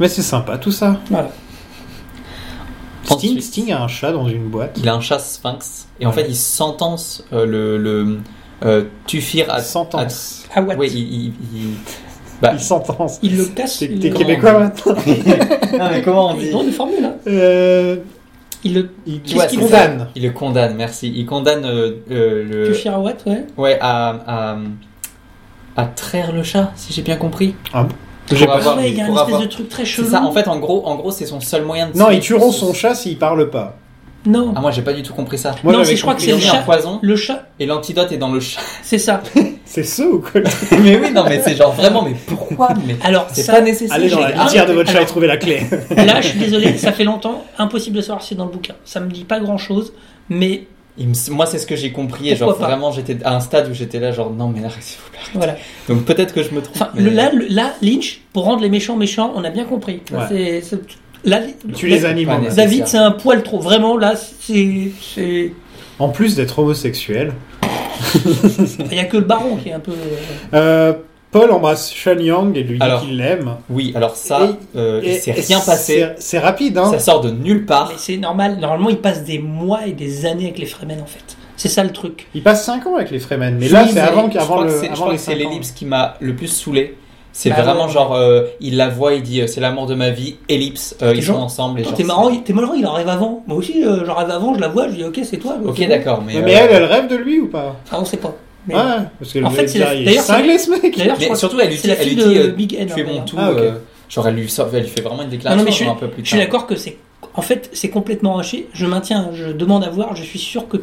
Speaker 2: Mais c'est sympa tout ça.
Speaker 3: Voilà.
Speaker 2: Sting,
Speaker 4: Ensuite.
Speaker 2: Sting a un chat dans une boîte.
Speaker 4: Il a un chat sphinx. Et en fait, il sentence euh, le. le euh, Tufir à.
Speaker 2: Sentence.
Speaker 3: Ah ouais.
Speaker 4: Oui, il. il- il- Bah,
Speaker 2: Il sentence.
Speaker 3: Il le casse.
Speaker 2: T'es
Speaker 3: il
Speaker 2: t'es
Speaker 3: le-
Speaker 2: québécois maintenant
Speaker 4: non, mais comment on
Speaker 3: Il
Speaker 4: dit
Speaker 3: donne une formule. hein.
Speaker 2: Euh,
Speaker 3: Il le
Speaker 2: Il
Speaker 4: Qu'est-ce
Speaker 2: il
Speaker 4: qu'il
Speaker 2: condamne.
Speaker 4: Il le condamne, merci. Il condamne euh, euh, le.
Speaker 3: tue Firawat, ouais.
Speaker 4: Ouais, à, à, à traire le chat, si j'ai bien compris.
Speaker 2: J'ai
Speaker 4: Pour
Speaker 2: pas-
Speaker 4: avoir-
Speaker 3: Ah Ouais, il y a une
Speaker 4: pour
Speaker 3: espèce
Speaker 4: avoir-
Speaker 3: de truc très
Speaker 4: C'est
Speaker 3: chelou.
Speaker 4: ça, en fait, en gros, en gros c'est son seul moyen de.
Speaker 2: Non, ils tueront son chat s'il parle pas.
Speaker 3: Non.
Speaker 4: Ah, moi, j'ai pas du tout compris ça.
Speaker 2: Moi,
Speaker 3: Non,
Speaker 2: j'avais
Speaker 3: c'est- je crois que
Speaker 2: compris.
Speaker 4: Ils
Speaker 3: c'est
Speaker 4: ont
Speaker 3: le
Speaker 4: mis un
Speaker 3: chat.
Speaker 4: poison
Speaker 3: Le chat,
Speaker 4: et l'antidote est dans le chat.
Speaker 3: c'est ça.
Speaker 2: C'est ça ou quoi
Speaker 4: mais oui, non, mais c'est genre vraiment, mais pourquoi mais...
Speaker 3: Alors,
Speaker 4: C'est
Speaker 3: ça-
Speaker 4: pas nécessaire.
Speaker 2: Allez dans la
Speaker 4: j'ai- ah,
Speaker 2: litière de votre chat et trouvez la clé.
Speaker 3: là, je suis désolé, ça fait longtemps. Impossible de savoir si c'est dans le bouquin. Ça me dit pas grand chose, mais
Speaker 4: il me- Moi, c'est ce que j'ai compris. Et genre,
Speaker 3: Pourquoi pas
Speaker 4: vraiment, j'étais à un stade où j'étais là, genre, non, mais là, s'il vous plaît.
Speaker 3: voilà.
Speaker 4: Donc, peut-être que je me trompe.
Speaker 3: Enfin,
Speaker 4: mais-
Speaker 3: le- là, le- là, Lynch, pour rendre les méchants méchants, on a bien compris.
Speaker 2: Ouais.
Speaker 3: C'est- c'est- là,
Speaker 2: Tu les animes.
Speaker 4: Pas
Speaker 2: en
Speaker 4: nécessaire.
Speaker 3: David, c'est un poil trop. Vraiment, là, c'est. c'est-
Speaker 2: En plus d'être homosexuel,
Speaker 3: Il n'y a que le baron qui est un peu.
Speaker 2: euh, Paul embrasse Sean Yang et lui dit
Speaker 4: Alors,
Speaker 2: qu'il l'aime.
Speaker 4: Oui, alors ça, euh, il
Speaker 2: Et-
Speaker 4: s'est
Speaker 2: et
Speaker 4: rien
Speaker 2: c'est-
Speaker 4: passé.
Speaker 2: C'est rapide, hein
Speaker 4: Ça sort de nulle part.
Speaker 3: Mais c'est normal. Normalement, il passe des mois et des années avec les Fremen, en fait. C'est ça le truc.
Speaker 2: Il passe 5 ans avec les Fremen, mais là,
Speaker 4: Oui,
Speaker 2: c'est avant,
Speaker 4: je
Speaker 2: avant,
Speaker 4: crois que
Speaker 2: le,
Speaker 4: c'est- Je
Speaker 2: avant
Speaker 4: crois
Speaker 2: les
Speaker 4: que c'est
Speaker 2: 5 ans.
Speaker 4: l'ellipse qui m'a le plus saoulé. C'est
Speaker 3: Bah
Speaker 4: vraiment
Speaker 3: ouais.
Speaker 4: genre, euh, il la voit, il dit euh, c'est l'amour de ma vie, ellipse, euh,
Speaker 3: Et
Speaker 4: ils
Speaker 3: genre,
Speaker 4: sont ensemble. et
Speaker 3: Attends,
Speaker 4: genre,
Speaker 3: T'es
Speaker 4: c'est-
Speaker 3: marrant, il- t'es marrant, il en rêve avant. Moi aussi, euh, j'en rêve avant, je la vois, je dis ok, c'est toi.
Speaker 4: Ok,
Speaker 3: c'est bon.
Speaker 4: d'accord, mais.
Speaker 2: Mais, mais
Speaker 4: euh,
Speaker 2: elle, elle rêve de lui ou pas
Speaker 3: Ah, on sait pas. Mais-
Speaker 2: Ouais, parce que
Speaker 3: En
Speaker 2: le
Speaker 3: fait,
Speaker 2: mec,
Speaker 3: c'est la-
Speaker 2: il est
Speaker 3: d'ailleurs, c'est-
Speaker 2: cinglé, ce mec.
Speaker 3: D'ailleurs, je
Speaker 4: Mais
Speaker 3: crois
Speaker 4: surtout, elle
Speaker 3: que
Speaker 4: lui
Speaker 3: c'est
Speaker 4: dit,
Speaker 3: la
Speaker 4: elle lui
Speaker 3: fille
Speaker 4: dit,
Speaker 3: de
Speaker 4: euh,
Speaker 3: Big N.
Speaker 4: tu es
Speaker 3: hein,
Speaker 4: mon
Speaker 3: d'ailleurs.
Speaker 4: tout.
Speaker 2: Ah, ok.
Speaker 4: euh, genre, elle lui, sort- elle lui fait vraiment une
Speaker 3: Ah
Speaker 4: déclaration
Speaker 3: non, mais je suis,
Speaker 4: un peu plus
Speaker 3: je suis
Speaker 4: tard.
Speaker 3: d'accord que c'est. En fait, c'est complètement haché. Je maintiens, je demande à voir. Je suis sûr que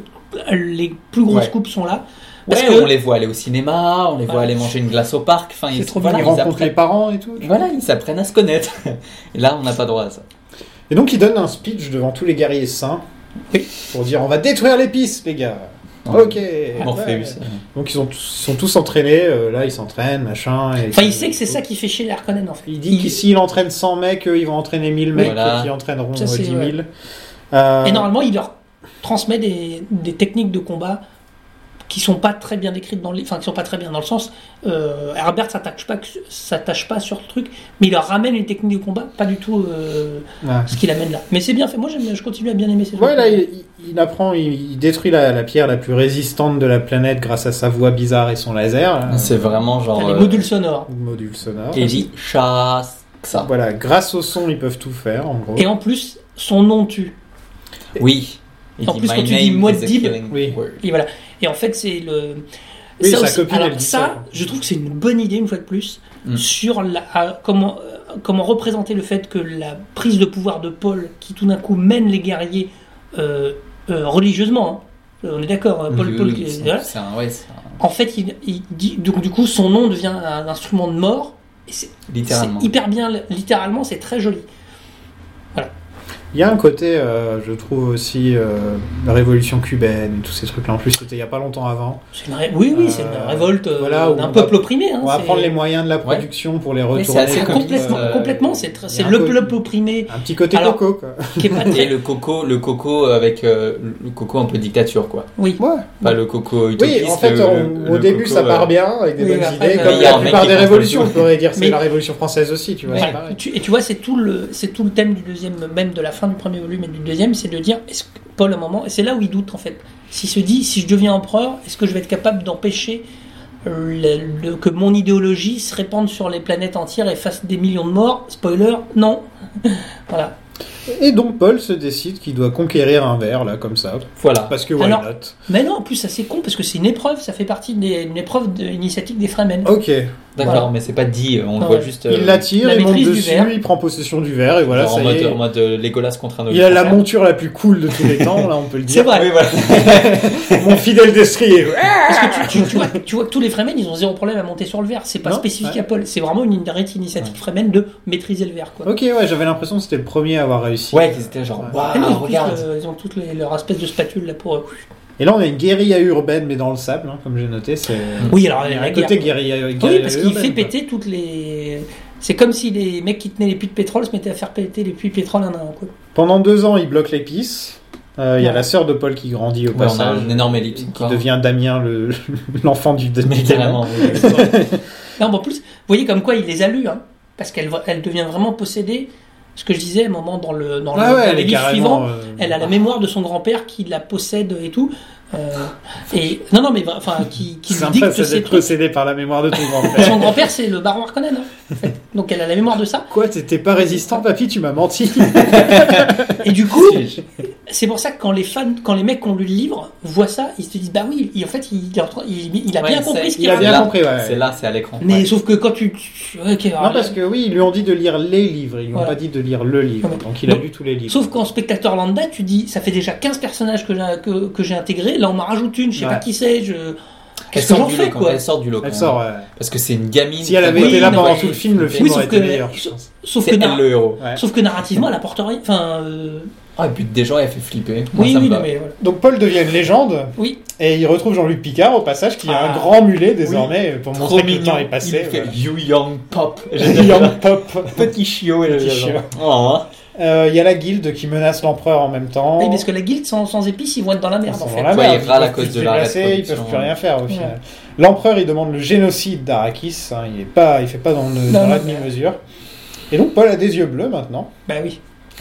Speaker 3: les plus grosses
Speaker 4: Ouais.
Speaker 3: coupes sont là. Parce
Speaker 4: Ouais,
Speaker 3: que-
Speaker 4: on les voit aller au cinéma, on les voit
Speaker 3: Ouais.
Speaker 4: aller manger une glace au parc. Enfin,
Speaker 3: C'est
Speaker 4: ils,
Speaker 3: trop
Speaker 4: voilà,
Speaker 2: il
Speaker 4: ils
Speaker 2: rencontre les
Speaker 4: apprennent,
Speaker 2: parents et tout.
Speaker 4: voilà, ils apprennent à se connaître. Et là, on n'a pas droit à ça.
Speaker 2: Et donc, il donne un speech devant tous les guerriers saints
Speaker 3: Oui.
Speaker 2: pour dire on va détruire l'épice, les gars.
Speaker 4: Ouais.
Speaker 2: Ok. Ouais.
Speaker 4: Morpheus.
Speaker 2: Donc, ils, ont, ils sont tous entraînés. euh, là, ils s'entraînent, machin. et-
Speaker 3: Enfin, il sait que c'est ça qui fait chier Larkonnen en fait.
Speaker 2: Il dit que s'il entraîne 100 mecs, eux, ils vont entraîner 1000 mecs
Speaker 4: Voilà.
Speaker 2: et qui entraîneront
Speaker 3: Ça,
Speaker 2: euh,
Speaker 3: c'est
Speaker 2: 10 000.
Speaker 3: vrai.
Speaker 2: Euh,
Speaker 3: Et normalement, il leur transmet des, des techniques de combat qui sont pas très bien décrites dans le, enfin qui sont pas très bien dans le sens. Euh, Herbert s'attache pas, que- s'attache pas sur le truc, mais il leur ramène une technique de combat, pas du tout euh,
Speaker 2: ouais.
Speaker 3: ce qu'il amène là. Mais c'est bien fait. Moi, j'aime- je continue à bien aimer ces
Speaker 2: Ouais,
Speaker 3: trucs.
Speaker 2: là, il, il- il apprend, il, il détruit la, la pierre la plus résistante de la planète grâce à sa voix bizarre et son laser. là.
Speaker 4: C'est vraiment genre.
Speaker 3: T'as les
Speaker 4: euh,
Speaker 3: modules sonores.
Speaker 2: Module sonore.
Speaker 4: Et il dit chasse ça.
Speaker 2: Voilà, grâce au son, ils peuvent tout faire, en gros.
Speaker 3: Et en plus, son nom tue.
Speaker 4: Oui. Il
Speaker 3: En
Speaker 4: dit,
Speaker 3: plus,
Speaker 4: My
Speaker 3: quand tu
Speaker 4: name
Speaker 3: dis
Speaker 4: is a
Speaker 3: Muad'Dib-
Speaker 4: killing
Speaker 2: Oui.
Speaker 4: word.
Speaker 3: Et voilà. Et en fait, c'est le.
Speaker 2: Oui, sa
Speaker 3: aussi-
Speaker 2: copine, elle
Speaker 3: alors,
Speaker 2: dit
Speaker 3: ça,
Speaker 2: ça.
Speaker 3: je trouve que c'est une bonne idée, une fois de plus,
Speaker 4: Mm.
Speaker 3: sur la, à- comment, euh, comment représenter le fait que la prise de pouvoir de Paul, qui tout d'un coup mène les guerriers euh, euh, religieusement, hein. Euh, on est d'accord, hein, Paul,
Speaker 4: Oui,
Speaker 3: Paul
Speaker 4: oui,
Speaker 3: qui-
Speaker 4: c'est
Speaker 3: voilà.
Speaker 4: un- c'est un- ouais, c'est un-
Speaker 3: en fait, il, il dit, donc du coup, son nom devient un instrument de mort. Et c'est
Speaker 4: Littéralement.
Speaker 3: c'est hyper bien, littéralement, c'est très joli.
Speaker 2: Il y a un côté, euh, je trouve aussi, euh, la révolution cubaine, tous ces trucs-là. En plus, c'était il n'y a pas longtemps avant.
Speaker 3: C'est une ré- Oui, oui,
Speaker 2: Euh,
Speaker 3: c'est une révolte euh,
Speaker 2: voilà, où
Speaker 3: d'un
Speaker 2: on
Speaker 3: peuple
Speaker 2: va-
Speaker 3: opprimé. hein,
Speaker 2: On va
Speaker 3: c'est-
Speaker 2: prendre les moyens de la production pour les
Speaker 4: Ouais, c'est
Speaker 2: retourner.
Speaker 4: assez
Speaker 2: contre,
Speaker 3: Complètement,
Speaker 2: euh,
Speaker 3: complètement, c'est
Speaker 2: il y
Speaker 3: très-
Speaker 2: a
Speaker 3: c'est
Speaker 2: un
Speaker 3: le
Speaker 2: côté-
Speaker 3: peuple opprimé
Speaker 2: Un petit côté
Speaker 3: Alors-
Speaker 2: coco, quoi.
Speaker 3: qui est pas
Speaker 4: Et le coco, le coco avec euh, le coco un peu dictature quoi.
Speaker 3: Oui.
Speaker 2: Ouais.
Speaker 4: Pas le coco utopiste.
Speaker 2: Oui, en fait,
Speaker 4: le-
Speaker 2: on-
Speaker 4: le
Speaker 2: au début,
Speaker 4: coco,
Speaker 2: ça part
Speaker 4: euh,
Speaker 2: bien, avec des
Speaker 3: oui,
Speaker 2: bonnes
Speaker 3: après,
Speaker 2: idées,
Speaker 3: euh,
Speaker 2: comme
Speaker 4: il y a
Speaker 2: la
Speaker 4: un mec
Speaker 2: plupart
Speaker 4: qui
Speaker 2: des
Speaker 4: contrôle
Speaker 2: révolutions,
Speaker 4: tout.
Speaker 2: on pourrait dire, c'est
Speaker 3: Mais-
Speaker 2: la révolution française aussi, tu vois,
Speaker 3: Voilà.
Speaker 2: c'est pareil.
Speaker 3: Tu- et tu vois, c'est tout le, c'est tout le thème du deuxième, même de la fin du premier volume et du deuxième, c'est de dire, est-ce que Paul, à un moment, et c'est là où il doute en fait. S'il se dit, si je deviens empereur, est-ce que je vais être capable d'empêcher euh, le- le- que mon idéologie se répande sur les planètes entières et fasse des millions de morts Spoiler, non. voilà.
Speaker 2: Et donc, Paul se décide qu'il doit conquérir un verre, là, comme ça,
Speaker 4: Voilà.
Speaker 2: parce que why
Speaker 3: Alors-
Speaker 2: not
Speaker 3: Mais non, en plus, ça c'est con parce que c'est une épreuve, ça fait partie d'une épreuve de- initiatique des Fremen.
Speaker 2: Ok,
Speaker 4: D'accord,
Speaker 3: Voilà.
Speaker 4: mais c'est pas dit. euh, On le
Speaker 3: Non,
Speaker 4: voit
Speaker 3: ouais.
Speaker 4: juste. euh,
Speaker 2: il l'attire,
Speaker 3: la
Speaker 2: il monte
Speaker 3: maîtrise du
Speaker 2: dessus,
Speaker 3: verre.
Speaker 2: il prend possession du verre, et voilà,
Speaker 4: genre
Speaker 2: ça
Speaker 4: en
Speaker 2: y
Speaker 4: mode,
Speaker 2: est.
Speaker 4: en mode euh, Legolas contre un.
Speaker 2: Il a la
Speaker 4: Olifant.
Speaker 2: monture la plus cool de tous les temps, là, on peut le dire.
Speaker 3: C'est vrai.
Speaker 4: Oui, voilà.
Speaker 2: Mon fidèle destrier.
Speaker 3: Parce que tu, tu- tu vois, tu vois que tous les Fremen, ils ont zéro problème à monter sur le verre. C'est pas
Speaker 2: Non,
Speaker 3: spécifique
Speaker 2: ouais.
Speaker 3: à Paul. C'est vraiment une directe initiative Fremen de maîtriser le verre. Quoi.
Speaker 2: Ok, ouais, j'avais l'impression que c'était le premier à avoir réussi.
Speaker 4: Ouais, qu'ils étaient genre.
Speaker 2: Ouais.
Speaker 3: Ah non, en
Speaker 4: Waouh,
Speaker 3: plus,
Speaker 4: regarde.
Speaker 3: euh, ils ont toutes les- leur espèce de spatule là pour. euh,
Speaker 2: Et là, on a une guérilla urbaine, mais dans le sable, hein, comme j'ai noté. C'est
Speaker 3: Oui, alors il y a
Speaker 2: un
Speaker 3: la
Speaker 2: côté
Speaker 3: guerre.
Speaker 2: guérilla, guérilla
Speaker 3: Ah Oui, parce qu'il
Speaker 2: urbaine,
Speaker 3: fait
Speaker 2: quoi.
Speaker 3: péter toutes les. C'est comme si les mecs qui tenaient les puits de pétrole se mettaient à faire péter les puits de pétrole un à un. Quoi.
Speaker 2: Pendant deux ans, il bloque l'épice. Euh, Il y a
Speaker 3: Ouais.
Speaker 2: la sœur de Paul qui grandit au
Speaker 4: Ouais, on a
Speaker 2: passage,
Speaker 4: un énorme ellipse.
Speaker 2: qui devient Damien, le- l'enfant du, du
Speaker 4: Mais
Speaker 2: démon.
Speaker 4: carrément. oui.
Speaker 3: Non, mais en plus, vous voyez comme quoi il les a lus, hein, parce qu'elle va- elle devient vraiment possédée. Ce que je disais à un moment dans le dans, le,
Speaker 2: Ah ouais,
Speaker 3: dans
Speaker 2: elle
Speaker 3: les
Speaker 2: est
Speaker 3: livres
Speaker 2: carrément.
Speaker 3: suivants,
Speaker 2: euh,
Speaker 3: elle a la mémoire de son grand-père qui la possède et tout. Euh, et non, non, mais enfin qui, qui
Speaker 2: C'est
Speaker 3: lui
Speaker 2: sympa,
Speaker 3: dicte
Speaker 2: ça
Speaker 3: ses
Speaker 2: d'être
Speaker 3: trucs.
Speaker 2: possédé par la mémoire de ton
Speaker 3: Son
Speaker 2: grand-père.
Speaker 3: grand-père, c'est le baron Harkonnen. hein, en fait. Donc elle a la mémoire de ça.
Speaker 2: Quoi, t'étais pas résistant, papy, tu m'as menti.
Speaker 3: Et du coup, c'est pour ça que quand les fans, quand les mecs qui ont lu le livre voient ça, ils se disent bah oui, il- en fait, il, il est en train- il- il a
Speaker 4: Ouais,
Speaker 3: bien
Speaker 4: c'est-
Speaker 3: compris ce qu'il
Speaker 2: il a bien
Speaker 3: raconte.
Speaker 4: Là,
Speaker 2: compris, ouais.
Speaker 4: C'est là, c'est à l'écran.
Speaker 3: Mais
Speaker 4: Ouais.
Speaker 3: sauf que quand tu, tu- ok, alors
Speaker 2: Non,
Speaker 3: là-
Speaker 2: parce que oui, ils lui ont dit de lire les livres, ils lui ont
Speaker 3: Voilà.
Speaker 2: pas dit de lire le livre.
Speaker 3: Ouais.
Speaker 2: Donc il a
Speaker 3: Donc-
Speaker 2: lu tous les livres.
Speaker 3: sauf qu'en spectateur lambda, tu dis ça fait déjà 15 personnages que j'ai que, que j'ai intégrés. Là, on m'en rajoute une, je sais
Speaker 2: Ouais.
Speaker 3: pas qui c'est. Je...
Speaker 4: Elle
Speaker 3: Qu'est-ce que
Speaker 4: sort
Speaker 3: j'en
Speaker 4: du
Speaker 3: fais
Speaker 4: lot quand
Speaker 3: quoi
Speaker 4: elle sort du lot.
Speaker 2: Elle
Speaker 4: quand
Speaker 2: sort,
Speaker 4: même.
Speaker 2: ouais.
Speaker 4: Parce que c'est une gamine.
Speaker 2: Si elle
Speaker 4: qui-
Speaker 2: avait
Speaker 3: Oui,
Speaker 2: été là
Speaker 3: non,
Speaker 2: pendant
Speaker 4: mais-
Speaker 2: tout le film, le film
Speaker 3: sauf
Speaker 2: aurait été
Speaker 3: que-
Speaker 2: meilleur. je
Speaker 3: sauf-
Speaker 2: pense.
Speaker 3: Sauf que,
Speaker 4: C'est
Speaker 3: nar-
Speaker 4: elle le héros.
Speaker 2: Ouais.
Speaker 3: sauf que narrativement, elle apporte rien. Enfin, euh,
Speaker 4: Ah, elle bute des gens et elle fait flipper. Moi,
Speaker 3: oui,
Speaker 4: ça me
Speaker 3: oui,
Speaker 4: va.
Speaker 3: non, mais voilà.
Speaker 2: Donc Paul devient une légende,
Speaker 3: Oui,
Speaker 2: Et il retrouve Jean-Luc Picard au passage qui a
Speaker 4: Ah.
Speaker 2: un grand mulet désormais pour
Speaker 4: Trop
Speaker 2: montrer que le
Speaker 4: mignon.
Speaker 2: temps est passé.
Speaker 4: Il fait
Speaker 2: voilà.
Speaker 4: You Young Pop.
Speaker 2: Young Pop.
Speaker 4: Petit chiot. et
Speaker 2: Petit
Speaker 4: le-
Speaker 2: chiot.
Speaker 4: Oh, hein.
Speaker 2: Euh, Il y a la guilde qui menace l'empereur en même temps.
Speaker 3: Oui, parce que la guilde sans, sans épices, ils vont être dans la
Speaker 2: Ils
Speaker 3: merde
Speaker 2: sont
Speaker 3: en
Speaker 2: dans
Speaker 3: fait.
Speaker 2: la
Speaker 4: Ouais,
Speaker 2: merde,
Speaker 4: ils
Speaker 2: ils
Speaker 4: râlent à
Speaker 2: peuvent
Speaker 4: cause
Speaker 2: plus
Speaker 4: de
Speaker 2: se
Speaker 4: la
Speaker 2: déplacer, ils peuvent
Speaker 4: reproduction.
Speaker 2: plus rien faire au
Speaker 3: Ouais.
Speaker 2: final. L'empereur il demande le génocide d'Arakis, hein, il est pas, il fait pas dans, le,
Speaker 3: Non,
Speaker 2: dans la
Speaker 3: non,
Speaker 2: demi-mesure. Et donc Paul a des yeux bleus maintenant
Speaker 3: Bah oui.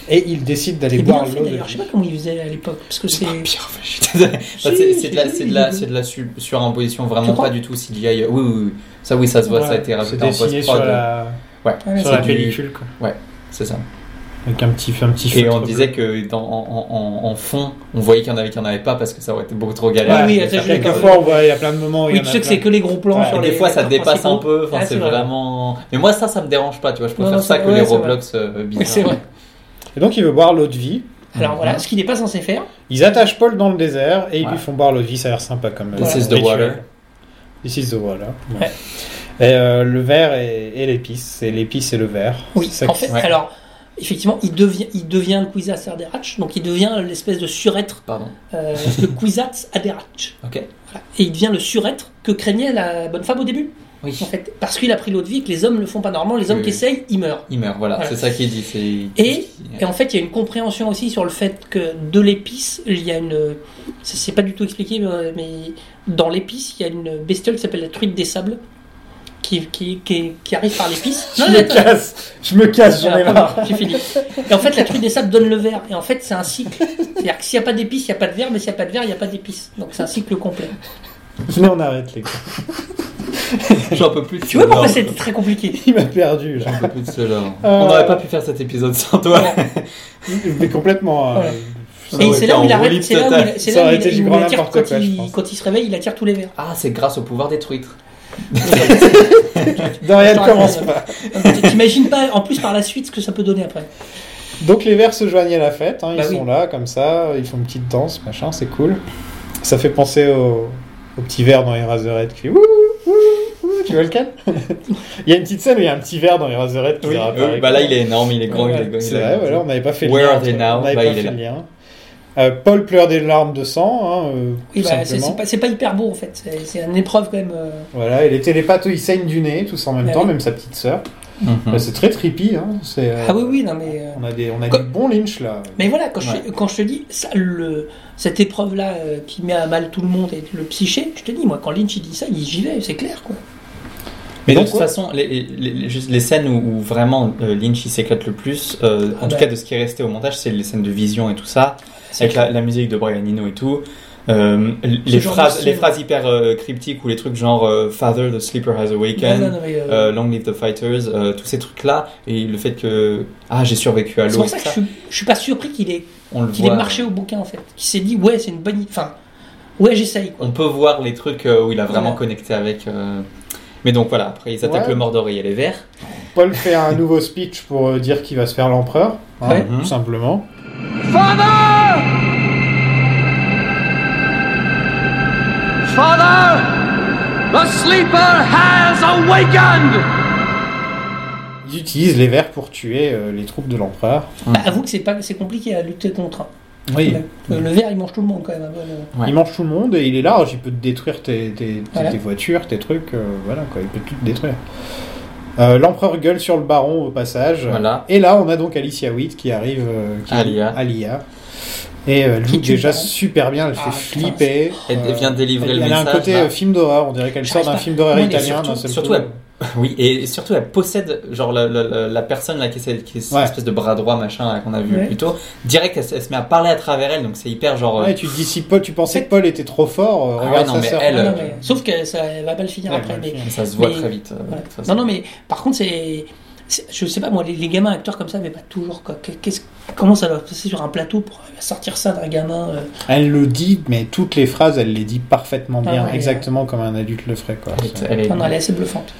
Speaker 2: et il décide d'aller
Speaker 3: Et
Speaker 2: boire
Speaker 3: bien fait
Speaker 2: l'eau de
Speaker 3: d'ailleurs. Je sais pas comment ils faisaient à l'époque, parce que c'est.
Speaker 4: Pire, enfin, je suis désolé. Enfin, Bah, C'est c'est de la, c'est de la, c'est de la su- surimposition
Speaker 3: Tu
Speaker 4: vraiment
Speaker 3: crois
Speaker 4: pas du tout CGI. Oui, oui, oui. Ça, oui, ça se voit, ça a été
Speaker 2: C'est
Speaker 4: rajouté en
Speaker 2: dessiné
Speaker 4: post-prod.
Speaker 2: sur la,
Speaker 4: Ouais,
Speaker 3: Ouais,
Speaker 2: sur
Speaker 4: c'est
Speaker 2: la
Speaker 4: du-
Speaker 2: pellicule. quoi.
Speaker 4: C'est ça.
Speaker 2: Avec un petit, un petit
Speaker 4: Et
Speaker 2: feutre
Speaker 4: on disait que dans, en, en- en- en fond, on voyait qu'il y en avait, qu'il n'y en avait pas parce que ça aurait été beaucoup trop galère.
Speaker 3: Ah oui,
Speaker 4: Et
Speaker 3: attends,
Speaker 4: ça-
Speaker 3: je l'ai
Speaker 4: et
Speaker 3: pas-
Speaker 2: Quelquefois, on voit, il y a plein de moments où il y
Speaker 3: Oui,
Speaker 2: en
Speaker 3: tu
Speaker 2: a
Speaker 3: sais que
Speaker 2: plein.
Speaker 3: c'est que les gros plans
Speaker 2: Ouais,
Speaker 3: sur
Speaker 2: et
Speaker 3: les.
Speaker 4: des fois, ça
Speaker 3: acteurs
Speaker 4: dépasse un
Speaker 3: principaux.
Speaker 4: peu. Enfin,
Speaker 3: Ah,
Speaker 4: c'est
Speaker 3: vrai.
Speaker 4: vraiment. Mais moi, ça, ça me dérange pas. Tu vois, je préfère
Speaker 3: non,
Speaker 4: ça
Speaker 3: c'est-
Speaker 4: que
Speaker 3: ouais,
Speaker 4: les
Speaker 3: c'est
Speaker 4: Roblox euh,
Speaker 3: Oui, C'est
Speaker 4: bizarres.
Speaker 3: vrai.
Speaker 2: Et donc, il veut boire l'eau de vie.
Speaker 3: Alors voilà, ce qu'il n'est pas censé faire.
Speaker 2: Ils attachent Paul dans le désert et ils
Speaker 4: Ouais.
Speaker 2: lui font boire l'eau de vie. Ça a l'air sympa comme
Speaker 4: This
Speaker 2: euh,
Speaker 4: is the
Speaker 2: rituel.
Speaker 4: water.
Speaker 2: This is the water. Ouais. Et euh, le verre et, et l'épice. C'est l'épice et le verre.
Speaker 3: Oui,
Speaker 2: C'est ça
Speaker 3: en
Speaker 2: qui-
Speaker 3: fait,
Speaker 4: ouais.
Speaker 3: alors, effectivement, il devient, il devient le Kwisatz Haderach, donc il devient l'espèce de surêtre,
Speaker 4: Pardon.
Speaker 3: euh, le Kwisatz Haderach.
Speaker 4: Ok.
Speaker 3: Voilà. Et il devient le surêtre que craignait la bonne femme au début,
Speaker 4: Oui.
Speaker 3: en fait, parce qu'il a pris l'eau de vie et que les hommes ne le font pas. Normalement, les hommes
Speaker 4: Oui,
Speaker 3: qui
Speaker 4: oui.
Speaker 3: essayent, ils meurent.
Speaker 4: Il meurt, voilà,
Speaker 3: Voilà.
Speaker 4: c'est ça qu'il dit. c'est-
Speaker 3: Et, et en fait, il y a une compréhension aussi sur le fait que de l'épice, il y a une. ça, C'est pas du tout expliqué, mais mais dans l'épice, il y a une bestiole qui s'appelle la truite des sables, qui, qui, qui, qui arrive par l'épice.
Speaker 2: Je me casse. Je me casse. J'en ai
Speaker 3: Alors,
Speaker 2: marre.
Speaker 3: pardon, J'ai fini. Et en fait, la truite des sables donne le verre. Et en fait, c'est un cycle. C'est-à-dire que s'il n'y a pas d'épices, il n'y a pas de verre, mais s'il n'y a pas de verre, il n'y a pas d'épices. Donc c'est un cycle complet.
Speaker 2: Venez, on arrête les gars.
Speaker 4: J'en peux plus de
Speaker 3: Tu vois pourquoi
Speaker 4: ce
Speaker 3: c'était
Speaker 4: lore.
Speaker 3: très compliqué
Speaker 2: Il m'a perdu. Là.
Speaker 4: J'en peux plus de ce lore.
Speaker 2: Euh,
Speaker 4: On n'aurait pas pu faire cet épisode sans toi.
Speaker 2: Mais complètement. euh,
Speaker 3: Voilà.
Speaker 4: Ça
Speaker 3: Et
Speaker 4: aurait
Speaker 3: c'est
Speaker 4: été
Speaker 3: là où
Speaker 4: en
Speaker 3: il arrête.
Speaker 4: roulette
Speaker 3: C'est là où
Speaker 4: totale.
Speaker 3: il, c'est
Speaker 2: Ça
Speaker 3: là où
Speaker 2: aurait
Speaker 3: il-
Speaker 2: été du
Speaker 3: il
Speaker 2: grand
Speaker 3: attire
Speaker 2: n'importe
Speaker 3: quand,
Speaker 2: quoi, je pense.
Speaker 3: il, quand il se réveille, il attire tous les verres.
Speaker 4: Ah, c'est grâce au pouvoir des truites.
Speaker 2: Dorian
Speaker 3: Attends,
Speaker 2: commence
Speaker 3: attends,
Speaker 2: pas.
Speaker 3: euh, Tu T'imagines pas en plus par la suite ce que ça peut donner après.
Speaker 2: Donc les verts se joignent à la fête, hein,
Speaker 3: Bah
Speaker 2: ils
Speaker 3: oui.
Speaker 2: sont là comme ça, ils font une petite danse, machin, c'est cool. Ça fait penser au, au petit verre dans Eraserhead qui fait Wouh, wouh, wouh tu vois le calme Il y a une petite scène où il y a un petit verre dans Eraserhead qui
Speaker 4: Oui,
Speaker 2: réapparaît.
Speaker 4: bah là, il est énorme, il est grand,
Speaker 2: Ouais,
Speaker 4: il est grand.
Speaker 2: C'est vrai, voilà, on n'avait pas fait
Speaker 4: Where
Speaker 2: le lien.
Speaker 4: are they
Speaker 2: entre-
Speaker 4: now
Speaker 2: On n'avait
Speaker 4: Bah,
Speaker 2: pas
Speaker 4: il est
Speaker 2: fait
Speaker 4: là.
Speaker 2: le lien. Euh, Paul pleure des larmes de sang, hein, euh,
Speaker 3: Oui,
Speaker 2: tout
Speaker 3: bah, c'est-
Speaker 2: simplement.
Speaker 3: c'est pas, c'est pas hyper beau en fait. C'est- C'est une épreuve quand même. euh,
Speaker 2: Voilà, et les télépathes, ils saignent du nez, tous en même
Speaker 3: Bah
Speaker 2: temps,
Speaker 3: oui.
Speaker 2: même sa petite sœur.
Speaker 4: Mhm.
Speaker 2: Bah, c'est très trippy, hein, c'est, euh,
Speaker 3: Ah oui, oui, non mais. euh,
Speaker 2: On a des, on a
Speaker 3: Co-
Speaker 2: des bons lynch là.
Speaker 3: Mais voilà, quand, je,
Speaker 4: Ouais.
Speaker 3: te- quand je te dis ça, le, cette épreuve-là euh, qui met à mal tout le monde et le psyché, je te dis, moi, quand Lynch il dit ça, il dit, j'y vais, c'est clair. Quoi.
Speaker 4: Mais de
Speaker 2: Donc,
Speaker 4: toute
Speaker 2: ouais.
Speaker 4: façon, les, les- les- juste les scènes où, où vraiment euh, Lynch il s'éclate le plus, euh,
Speaker 3: Ah
Speaker 4: en tout
Speaker 3: bah.
Speaker 4: cas de ce qui est resté au montage, c'est les scènes de vision et tout ça,
Speaker 3: C'est
Speaker 4: avec
Speaker 3: clair.
Speaker 4: la, la musique de Brian Eno et tout. Euh,
Speaker 3: Ce
Speaker 4: les,
Speaker 3: genre de
Speaker 4: phrases,
Speaker 3: scène.
Speaker 4: les phrases hyper euh, cryptiques ou les trucs genre euh, Father, the sleeper has awakened,
Speaker 3: Non, non, non, mais, euh,
Speaker 4: euh, Long live the fighters, euh, tous ces trucs-là, et le fait que ah j'ai survécu à
Speaker 3: c'est
Speaker 4: l'eau,
Speaker 3: pour
Speaker 4: et
Speaker 3: ça que
Speaker 4: tout
Speaker 3: je, suis- je suis pas surpris qu'il ait,
Speaker 4: on le
Speaker 3: qu'il
Speaker 4: voit.
Speaker 3: ait marché au bouquin en fait. Qu'il s'est dit, ouais, c'est une bonne idée. Enfin, ouais, j'essaye. Quoi.
Speaker 4: On peut voir les trucs euh, où il a vraiment
Speaker 3: Ouais.
Speaker 4: connecté avec. euh, Mais donc voilà, après ils attaquent
Speaker 2: Ouais.
Speaker 4: le Mordor et il y a les verts.
Speaker 2: Paul fait un nouveau speech pour euh, dire qu'il va se faire l'empereur, hein,
Speaker 3: Ouais.
Speaker 2: tout simplement.
Speaker 11: Father! Father! The sleeper has awakened!
Speaker 2: Ils utilisent les vers pour tuer euh, les troupes de l'empereur.
Speaker 4: Mm.
Speaker 3: Bah, avoue que c'est, pas, c'est compliqué à lutter contre. hein.
Speaker 2: Oui.
Speaker 3: Le, le verre, il mange tout le monde quand même. hein, voilà.
Speaker 4: Ouais.
Speaker 2: Il mange tout le monde et il est large, il peut te détruire tes, tes- tes-
Speaker 3: Voilà.
Speaker 2: tes voitures, tes trucs, euh, voilà quoi, il peut tout te détruire. Euh, l'empereur gueule sur le baron au passage.
Speaker 4: Voilà.
Speaker 2: Et là, on a donc Alicia Witt qui arrive. euh, qui
Speaker 4: Alia.
Speaker 2: Alia. Et euh, elle
Speaker 3: Qui
Speaker 2: joue
Speaker 3: tue le
Speaker 2: déjà
Speaker 3: baron.
Speaker 2: super bien, elle
Speaker 3: Ah,
Speaker 2: fait
Speaker 3: putain,
Speaker 2: flipper.
Speaker 4: Elle
Speaker 2: Euh,
Speaker 4: vient délivrer
Speaker 2: elle-
Speaker 4: le
Speaker 2: Elle a un
Speaker 4: message,
Speaker 2: côté
Speaker 4: là.
Speaker 2: euh, film d'horreur, on dirait qu'elle sort
Speaker 3: J'arrive
Speaker 2: d'un
Speaker 3: pas.
Speaker 2: film d'horreur
Speaker 4: Oui, mais
Speaker 2: italien.
Speaker 4: surtout-
Speaker 2: d'un seul
Speaker 4: surtout,
Speaker 2: coup.
Speaker 4: elle- Oui, et surtout elle possède genre la, la- la- la personne là qui est, celle- qui est cette
Speaker 2: Ouais.
Speaker 4: espèce de bras droit machin là, qu'on a vu
Speaker 3: Ouais.
Speaker 4: plus tôt. Direct, elle, se- elle se met à parler à travers elle, donc c'est hyper genre. euh,
Speaker 2: Ouais, tu te dis si Paul, tu pensais que Paul était trop fort, euh,
Speaker 4: Ah
Speaker 2: regarde
Speaker 4: ouais, non,
Speaker 2: sa
Speaker 4: mais
Speaker 2: sœur.
Speaker 4: elle,
Speaker 3: Ah, non,
Speaker 4: euh,
Speaker 3: mais- sauf que ça va pas le finir
Speaker 2: Ouais,
Speaker 3: après.
Speaker 2: elle va le
Speaker 3: mais-
Speaker 2: finir.
Speaker 4: ça se voit
Speaker 3: mais-
Speaker 4: très vite. euh,
Speaker 3: Voilà.
Speaker 4: de toute façon.
Speaker 3: Non, non, mais par contre, c'est. c'est- Je sais pas, moi, les, les gamins acteurs comme ça, mais pas toujours. Quoi. Qu'est- qu'est-ce- comment ça va passer sur un plateau pour sortir ça d'un gamin euh,
Speaker 2: Elle le dit, mais toutes les phrases, elle les dit parfaitement
Speaker 3: Ah
Speaker 2: bien,
Speaker 3: ouais,
Speaker 2: exactement comme un adulte le ferait. quoi.
Speaker 4: Elle est- elle est-
Speaker 3: non, non, Elle est assez bluffante.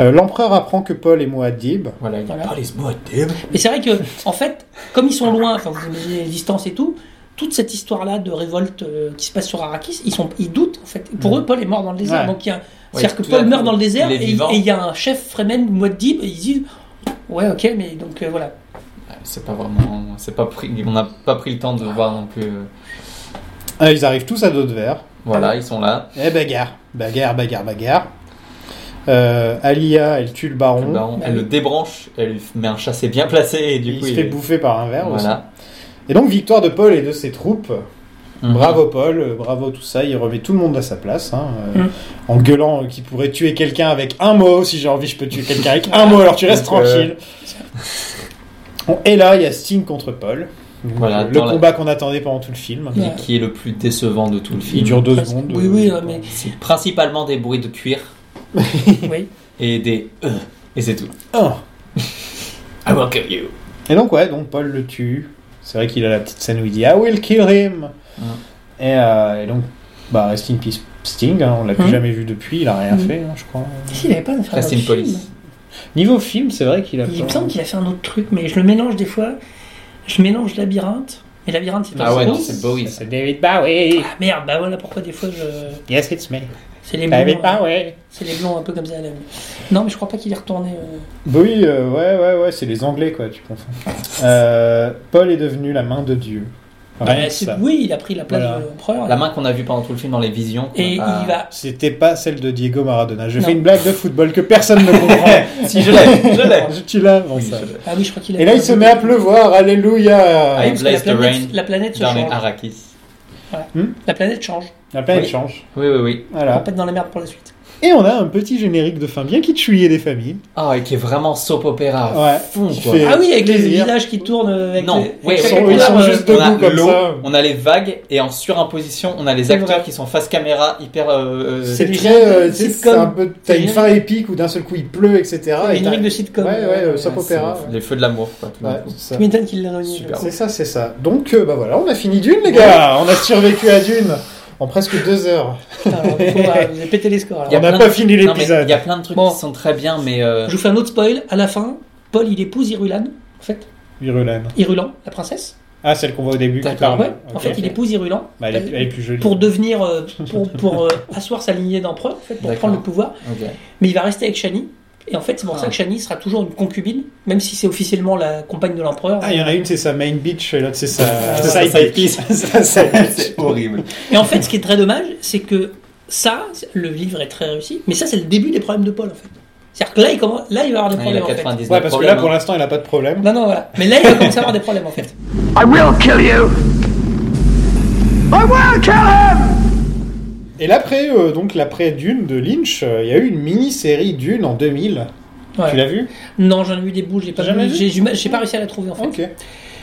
Speaker 2: Euh, L'empereur apprend que Paul est Muad'Dib.
Speaker 4: Voilà, il
Speaker 3: Voilà.
Speaker 4: parle, il se boit, damn.
Speaker 3: Mais c'est vrai que, en fait, comme ils sont loin, enfin, vous imaginez les distances et tout, toute cette histoire-là de révolte euh, qui se passe sur Arrakis, ils, sont, ils doutent, en fait. Pour eux, Paul est mort dans le désert.
Speaker 2: Ouais.
Speaker 3: Donc, il y a, c'est-à-dire que
Speaker 4: tout à
Speaker 3: Paul
Speaker 4: coup,
Speaker 3: meurt dans le désert
Speaker 4: il
Speaker 3: et
Speaker 4: est
Speaker 3: et
Speaker 4: vivant.
Speaker 3: il y a un chef Fremen, Muad'Dib, et ils disent Ouais, ok, mais donc euh, voilà.
Speaker 4: C'est pas vraiment. C'est pas pris, on n'a pas pris le temps
Speaker 3: Ah.
Speaker 4: de voir non plus. euh,
Speaker 2: Euh, ils arrivent tous à dos de verre.
Speaker 4: Voilà, ils sont là.
Speaker 2: Et bagarre, bagarre, bagarre, bagarre. Euh, Alia, elle tue le baron.
Speaker 9: Eh ben,
Speaker 4: Le baron, elle le débranche, elle lui met un chassé bien placé et du
Speaker 2: il
Speaker 4: coup
Speaker 2: se fait bouffer par un verre aussi.
Speaker 4: Voilà.
Speaker 2: Et donc, victoire de Paul et de ses troupes.
Speaker 9: Mmh.
Speaker 4: Mhm.
Speaker 2: Bravo Paul, euh, bravo tout ça. Il remet tout le monde à sa place. hein, euh,
Speaker 3: Mhm.
Speaker 2: En gueulant euh, qu'il pourrait tuer quelqu'un avec un mot. Si j'ai envie, je peux tuer quelqu'un avec un mot, alors tu restes
Speaker 4: Donc, euh,
Speaker 2: tranquille. Bon, et là, il y a Sting contre Paul. Donc,
Speaker 4: Voilà,
Speaker 2: euh, le
Speaker 4: dans la-
Speaker 2: combat qu'on attendait pendant tout le film.
Speaker 3: Ouais.
Speaker 4: Et qui est le plus décevant de tout le film.
Speaker 2: Il dure deux
Speaker 3: Presque.
Speaker 2: secondes.
Speaker 3: Oui,
Speaker 2: euh,
Speaker 3: oui,
Speaker 2: je
Speaker 3: euh,
Speaker 2: sais
Speaker 3: mais.
Speaker 4: C'est principalement des bruits de cuir
Speaker 3: oui.
Speaker 9: E,
Speaker 4: et des. euh, et c'est tout.
Speaker 2: pas. Ah.
Speaker 4: I will kill you.
Speaker 2: Et donc, ouais, donc Paul le tue. C'est vrai qu'il a la petite scène où il dit I will kill him.
Speaker 9: Mm.
Speaker 2: Et, euh, et donc, bah, Rest in Peace Sting, hein, on l'a plus
Speaker 3: Mm.
Speaker 2: jamais vu depuis, il a rien
Speaker 3: Mm.
Speaker 2: fait, hein, je crois.
Speaker 3: Si, il avait pas fait un autre
Speaker 9: Rest in
Speaker 3: film.
Speaker 9: Police.
Speaker 2: Niveau film, c'est vrai qu'il a
Speaker 3: Il
Speaker 2: pas-
Speaker 3: me semble qu'il a fait un autre truc, mais je le mélange des fois. Je mélange Labyrinthe. Mais Labyrinthe, c'est pas
Speaker 9: Ah ouais,
Speaker 3: Bowie.
Speaker 9: non, c'est Bowie. ça.
Speaker 2: C'est David Bowie.
Speaker 3: Ah merde, bah voilà pourquoi des fois je.
Speaker 2: Yes, it's me.
Speaker 3: C'est les
Speaker 2: David
Speaker 3: blonds. euh,
Speaker 2: Bowie.
Speaker 3: C'est les blonds un peu comme ça. là. Non, mais je crois pas qu'il est retourné. euh.
Speaker 2: Bowie, euh, ouais, ouais, ouais, c'est les Anglais, quoi, tu confonds. Euh, Paul est devenu la main de Dieu. Rien
Speaker 3: Bah,
Speaker 2: que
Speaker 3: c'est-
Speaker 2: Ah ça.
Speaker 3: oui, il a pris la place
Speaker 2: Voilà.
Speaker 3: de l'empereur.
Speaker 9: La main qu'on a vue pendant tout le film dans les visions. quoi.
Speaker 3: Et
Speaker 9: Ah.
Speaker 3: il va.
Speaker 2: C'était pas celle de Diego Maradona. Je
Speaker 3: Non.
Speaker 2: fais une blague de football que personne ne comprend.
Speaker 9: Si je l'ai, je l'ai.
Speaker 2: tu l'as, bon, ça.
Speaker 3: Ah oui, je crois qu'il a.
Speaker 2: Et là, il se met à pleuvoir, alléluia
Speaker 9: I
Speaker 3: Ah, parce que la
Speaker 9: bless the rain.
Speaker 3: planète, la planète se
Speaker 9: Dans
Speaker 3: change.
Speaker 9: Arrakis.
Speaker 3: La planète change.
Speaker 2: La planète
Speaker 9: Oui.
Speaker 2: change.
Speaker 9: Oui, oui, oui.
Speaker 3: On va
Speaker 2: Voilà.
Speaker 3: pas être dans la merde pour la suite.
Speaker 2: Et on a un petit générique de fin bien qui tuyait des familles.
Speaker 9: Ah, et qui est vraiment soap opéra.
Speaker 2: Ouais.
Speaker 9: à Fond,
Speaker 2: Qui
Speaker 9: quoi.
Speaker 2: fait- Et
Speaker 3: Ah oui, avec les
Speaker 2: plaisir.
Speaker 3: villages qui tournent. Avec
Speaker 9: Non,
Speaker 3: les-
Speaker 9: ouais,
Speaker 2: Ils
Speaker 3: avec
Speaker 2: sont,
Speaker 3: chaque
Speaker 2: ils sont
Speaker 3: couleur, euh,
Speaker 2: juste
Speaker 9: On a
Speaker 2: debout comme
Speaker 9: l'eau,
Speaker 2: ça.
Speaker 9: on a les vagues, et en surimposition, on a les
Speaker 3: C'est
Speaker 9: acteurs
Speaker 3: vrai.
Speaker 9: qui sont face caméra, hyper. euh, euh,
Speaker 2: C'est
Speaker 3: des
Speaker 2: très. euh,
Speaker 3: génériques de
Speaker 2: c'est
Speaker 3: sitcom.
Speaker 2: c'est un peu. T'as
Speaker 3: Des
Speaker 2: une fin épique où d'un seul coup il pleut, etc.
Speaker 3: les
Speaker 2: et t'as-
Speaker 3: génériques de sitcom.
Speaker 2: Ouais, ouais, euh, soap
Speaker 9: ouais,
Speaker 2: opéra.
Speaker 9: c'est
Speaker 2: ouais.
Speaker 9: Les feux de l'amour, quoi. tout d'un
Speaker 2: Ouais,
Speaker 9: coup.
Speaker 2: c'est ça.
Speaker 3: Tu m'étonnes qu'il l'a renié.
Speaker 9: Super.
Speaker 2: C'est ça, c'est ça. Donc, euh, bah voilà, on a fini Dune, les gars. On a survécu à Dune en presque deux heures.
Speaker 3: Alors, faut, euh, Vous avez pété les scores.
Speaker 9: Y
Speaker 2: On
Speaker 9: a
Speaker 3: alors.
Speaker 2: n'a
Speaker 9: plein
Speaker 2: pas
Speaker 9: de-
Speaker 2: fini
Speaker 9: Non, mais
Speaker 2: l'épisode.
Speaker 9: Il y a plein de trucs
Speaker 3: Bon.
Speaker 9: qui sont très bien, mais. euh,
Speaker 3: Je vous fais un autre spoil. À la fin, Paul, il épouse Irulan, en fait.
Speaker 2: Virulane.
Speaker 3: Irulan, la princesse.
Speaker 2: Ah, celle qu'on voit au début. qui
Speaker 9: D'accord,
Speaker 2: parle.
Speaker 3: Ouais. En
Speaker 2: Ok.
Speaker 3: fait, il épouse Irulan.
Speaker 2: Bah, elle, est, elle est plus jolie.
Speaker 3: pour devenir euh, pour, pour euh, asseoir sa lignée d'empereur en fait, pour
Speaker 9: D'accord.
Speaker 3: prendre le pouvoir
Speaker 9: ok.
Speaker 3: mais il va rester avec Shani et en fait c'est pour ça
Speaker 9: Ah.
Speaker 3: que Shani sera toujours une concubine même si c'est officiellement la compagne de l'empereur
Speaker 2: Ah, il y en a une, c'est sa main bitch, et l'autre, c'est sa
Speaker 3: Euh, Ah,
Speaker 2: side
Speaker 9: sa
Speaker 2: bitch. Sa side bitch.
Speaker 9: C'est horrible.
Speaker 3: et en fait ce qui est très dommage c'est que ça le livre est très réussi mais ça c'est le début des problèmes de Paul en fait c'est-à-dire que là il commence là il va avoir des
Speaker 9: Ah, Il a
Speaker 3: problèmes en fait
Speaker 9: 99
Speaker 2: Ouais, parce que là,
Speaker 9: problèmes,
Speaker 2: pour
Speaker 9: hein.
Speaker 2: l'instant, il a pas de problème.
Speaker 3: non non voilà mais là il va commencer à avoir des problèmes en fait
Speaker 10: I will kill you! I will kill him!
Speaker 2: Et l'après, euh, donc, l'après Dune de Lynch, euh, il y a eu une mini-série Dune en 2000.
Speaker 3: Ouais.
Speaker 2: Tu l'as vu
Speaker 3: non j'en ai eu des bouts j'ai pas
Speaker 2: Jamais
Speaker 3: vu-
Speaker 2: vu
Speaker 3: j'ai du mal- j'ai pas réussi à la trouver en fait
Speaker 2: Ok.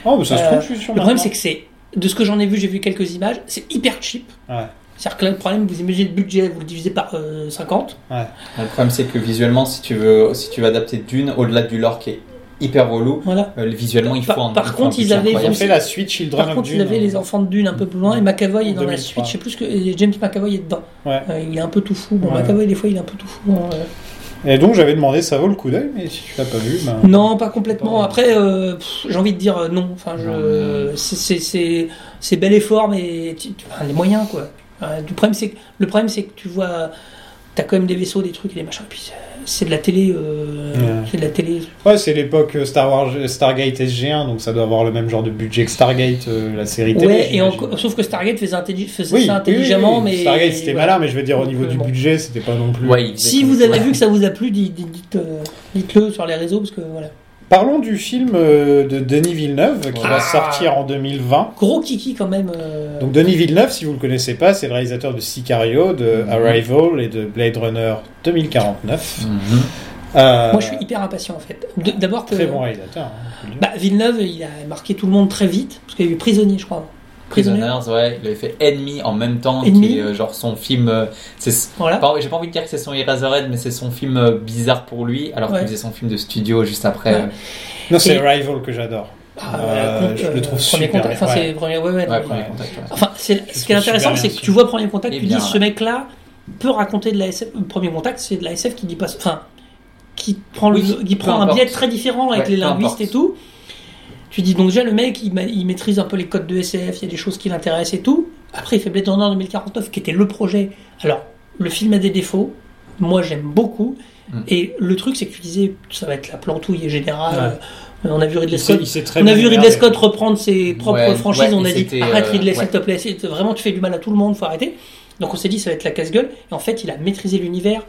Speaker 2: Oh, mais ça se
Speaker 3: Euh,
Speaker 2: trouve, je suis sûr.
Speaker 3: le problème
Speaker 2: maintenant.
Speaker 3: c'est que c'est de ce que j'en ai vu j'ai vu quelques images c'est hyper cheap
Speaker 2: Ouais.
Speaker 3: c'est-à-dire que là, le problème, vous imaginez le budget, vous le divisez par euh, 50,
Speaker 9: Le problème, c'est que visuellement, si tu veux, si tu veux adapter Dune, au-delà du lore qui est hyper relou,
Speaker 3: voilà.
Speaker 9: euh, visuellement, il faut
Speaker 3: Par-
Speaker 9: un.
Speaker 3: par
Speaker 9: il faut
Speaker 3: contre,
Speaker 9: un budget
Speaker 3: ils avaient-
Speaker 2: Ils ont
Speaker 9: incroyable.
Speaker 2: fait la suite Children
Speaker 3: Par
Speaker 2: of
Speaker 3: contre,
Speaker 2: Dune. hein.
Speaker 3: il avait les enfants de Dune un peu plus loin, et McAvoy est dans la
Speaker 2: 2003.
Speaker 3: suite, je sais plus ce que. et James McAvoy est dedans.
Speaker 2: Ouais.
Speaker 3: Euh, il est un peu tout fou. Bon,
Speaker 2: Ouais.
Speaker 3: McAvoy, des fois, il est un peu tout fou. hein, ouais.
Speaker 2: Et donc, j'avais demandé, ça vaut le coup d'œil, mais si tu l'as pas vu, bah...
Speaker 3: Non, pas complètement. Après, euh, pff, j'ai envie de dire euh, non. Enfin, je... c'est- c'est- c'est c'est bel effort, mais tu- tu- enfin, les moyens, quoi. Hein, Le problème, c'est que, le problème, c'est que tu vois. T'as quand même des vaisseaux, des trucs et des machins. Et puis, c'est- c'est de la télé. euh,
Speaker 2: Ouais.
Speaker 3: C'est de la télé.
Speaker 2: Ouais, c'est l'époque euh, Star Wars, euh, Stargate SG1, donc ça doit avoir le même genre de budget que Stargate, euh, la série télé.
Speaker 3: Ouais, et
Speaker 2: j'imagine.
Speaker 3: encore- sauf que Stargate faisait, intelli- faisait
Speaker 2: Oui,
Speaker 3: ça
Speaker 2: oui,
Speaker 3: intelligemment,
Speaker 2: oui, oui.
Speaker 3: mais.
Speaker 2: Stargate c'était
Speaker 3: voilà.
Speaker 2: malin, mais je veux dire, au
Speaker 3: Donc,
Speaker 2: niveau
Speaker 3: euh,
Speaker 2: du
Speaker 3: bon.
Speaker 2: budget, c'était pas non plus.
Speaker 9: Ouais, il-
Speaker 3: Si vous avez vu que ça vous a plu, dites- dites- dites, euh, dites-le sur les réseaux parce que voilà.
Speaker 2: Parlons du film euh, de Denis Villeneuve qui va
Speaker 3: Ah.
Speaker 2: sortir en 2020.
Speaker 3: Gros kiki quand même. euh,
Speaker 2: Donc Denis Villeneuve, si vous le connaissez pas, c'est le réalisateur de Sicario, de
Speaker 9: Mhm.
Speaker 2: Arrival et de Blade Runner 2049.
Speaker 9: Mhm.
Speaker 2: Euh,
Speaker 3: Moi, je suis hyper impatient en fait. De- D'abord, que-
Speaker 2: très bon réalisateur. hein, faut le dire.
Speaker 3: bah, Villeneuve, il a marqué tout le monde très vite parce qu'il y a eu Prisonnier, je crois.
Speaker 9: Prisoners, ouais, il avait fait Ennemi en même temps,
Speaker 3: Ennemi.
Speaker 9: qui est euh, genre son film. euh, c'est
Speaker 3: Voilà.
Speaker 9: pas- J'ai pas envie de dire que c'est son Eraserhead, mais c'est son film euh, bizarre pour lui, alors
Speaker 3: Ouais.
Speaker 9: qu'il faisait son film de studio juste après.
Speaker 3: Ouais.
Speaker 2: Non, c'est
Speaker 3: et-
Speaker 2: Arrival que j'adore.
Speaker 3: Ah,
Speaker 2: Euh,
Speaker 3: voilà,
Speaker 2: je le trouve
Speaker 3: premier
Speaker 2: super,
Speaker 3: Contact, enfin,
Speaker 2: ouais.
Speaker 3: c'est premier, ouais, ouais,
Speaker 9: euh, Ouais,
Speaker 3: non,
Speaker 9: premier
Speaker 2: ouais.
Speaker 9: contact. ouais.
Speaker 3: Enfin, c'est- ce qui est
Speaker 2: trouve super
Speaker 3: intéressant,
Speaker 2: bien
Speaker 3: c'est
Speaker 2: ce
Speaker 3: que tu
Speaker 2: film.
Speaker 3: vois Premier Contact,
Speaker 9: Et
Speaker 3: tu
Speaker 9: Eh bien,
Speaker 3: dis ce
Speaker 9: ouais.
Speaker 3: mec-là peut raconter de la SF. Premier Contact, c'est de la SF qui dit pas. Enfin, qui prend, le-
Speaker 9: Oui,
Speaker 3: qui
Speaker 9: peu
Speaker 3: prend un
Speaker 9: importe.
Speaker 3: biais très différent avec
Speaker 9: Ouais,
Speaker 3: les
Speaker 9: peu
Speaker 3: linguistes
Speaker 9: importe.
Speaker 3: et tout. Tu dis donc déjà le mec, il, ma- il maîtrise un peu les codes de SF, il y a des choses qui l'intéressent et tout. Après, il fait Blade Runner 2049, qui était le projet. Alors, le film a des défauts. Moi, j'aime beaucoup.
Speaker 9: Mm.
Speaker 3: Et le truc, c'est que tu disais, ça va être la plantouille générale. Euh, On a vu Ridley
Speaker 2: Il sait-
Speaker 3: Scott
Speaker 2: il sait très
Speaker 3: on a
Speaker 2: bien
Speaker 3: vu Ridley
Speaker 2: démerder.
Speaker 3: Scott reprendre ses propres
Speaker 9: Ouais,
Speaker 3: franchises.
Speaker 9: ouais,
Speaker 3: on a
Speaker 9: et
Speaker 3: dit
Speaker 9: c'était,
Speaker 3: arrête
Speaker 9: euh,
Speaker 3: Ridley, s'il
Speaker 9: ouais.
Speaker 3: te plaît, c'est- vraiment tu fais du mal à tout le monde, faut arrêter. Donc on s'est dit ça va être la casse-gueule. Et en fait, il a maîtrisé l'univers.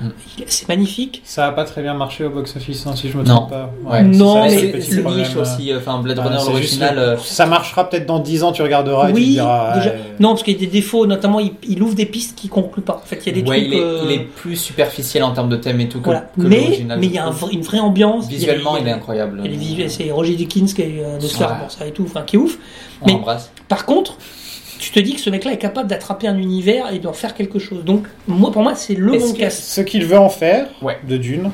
Speaker 9: Mm.
Speaker 3: Il- C'est magnifique.
Speaker 2: Ça a pas très bien marché au box-office, hein, si je me
Speaker 9: Non.
Speaker 2: trompe pas.
Speaker 9: Ouais,
Speaker 3: Non,
Speaker 9: c'est ça,
Speaker 3: mais
Speaker 9: c'est- c'est
Speaker 2: le
Speaker 9: le niche
Speaker 2: problème,
Speaker 9: aussi, euh, enfin Blade
Speaker 2: Bah,
Speaker 9: Runner,
Speaker 2: c'est juste
Speaker 9: l'original.
Speaker 2: le-
Speaker 9: euh,
Speaker 2: Ça marchera peut-être dans 10 10 ans, tu regarderas et tu te
Speaker 3: oui,
Speaker 2: diras.
Speaker 3: déjà.
Speaker 2: euh,
Speaker 3: Non, parce qu'il y a des défauts, notamment il, il ouvre des pistes qui concluent pas. En fait, il y a des
Speaker 9: ouais,
Speaker 3: trucs.
Speaker 9: il, est,
Speaker 3: euh,
Speaker 9: il est plus superficiel en termes de thème et tout que,
Speaker 3: voilà.
Speaker 9: que
Speaker 3: mais
Speaker 9: l'original.
Speaker 3: mais il y a un vrai- une vraie ambiance. Il y a-
Speaker 9: Visuellement, il
Speaker 3: il y
Speaker 9: est
Speaker 3: a-
Speaker 9: incroyable.
Speaker 3: il y a des visuels, C'est Roger Dickens qui est euh, Oscar
Speaker 9: Ouais.
Speaker 3: pour ça et tout, enfin qui est ouf.
Speaker 9: On
Speaker 3: mais-
Speaker 9: l'embrasse.
Speaker 3: Par contre, tu te dis que ce mec-là est capable d'attraper un univers et d'en faire quelque chose. Donc, moi, pour moi, c'est le
Speaker 9: Est-ce
Speaker 3: bon
Speaker 9: que-
Speaker 3: casse.
Speaker 2: Ce qu'il veut en faire
Speaker 9: Ouais.
Speaker 2: de Dune,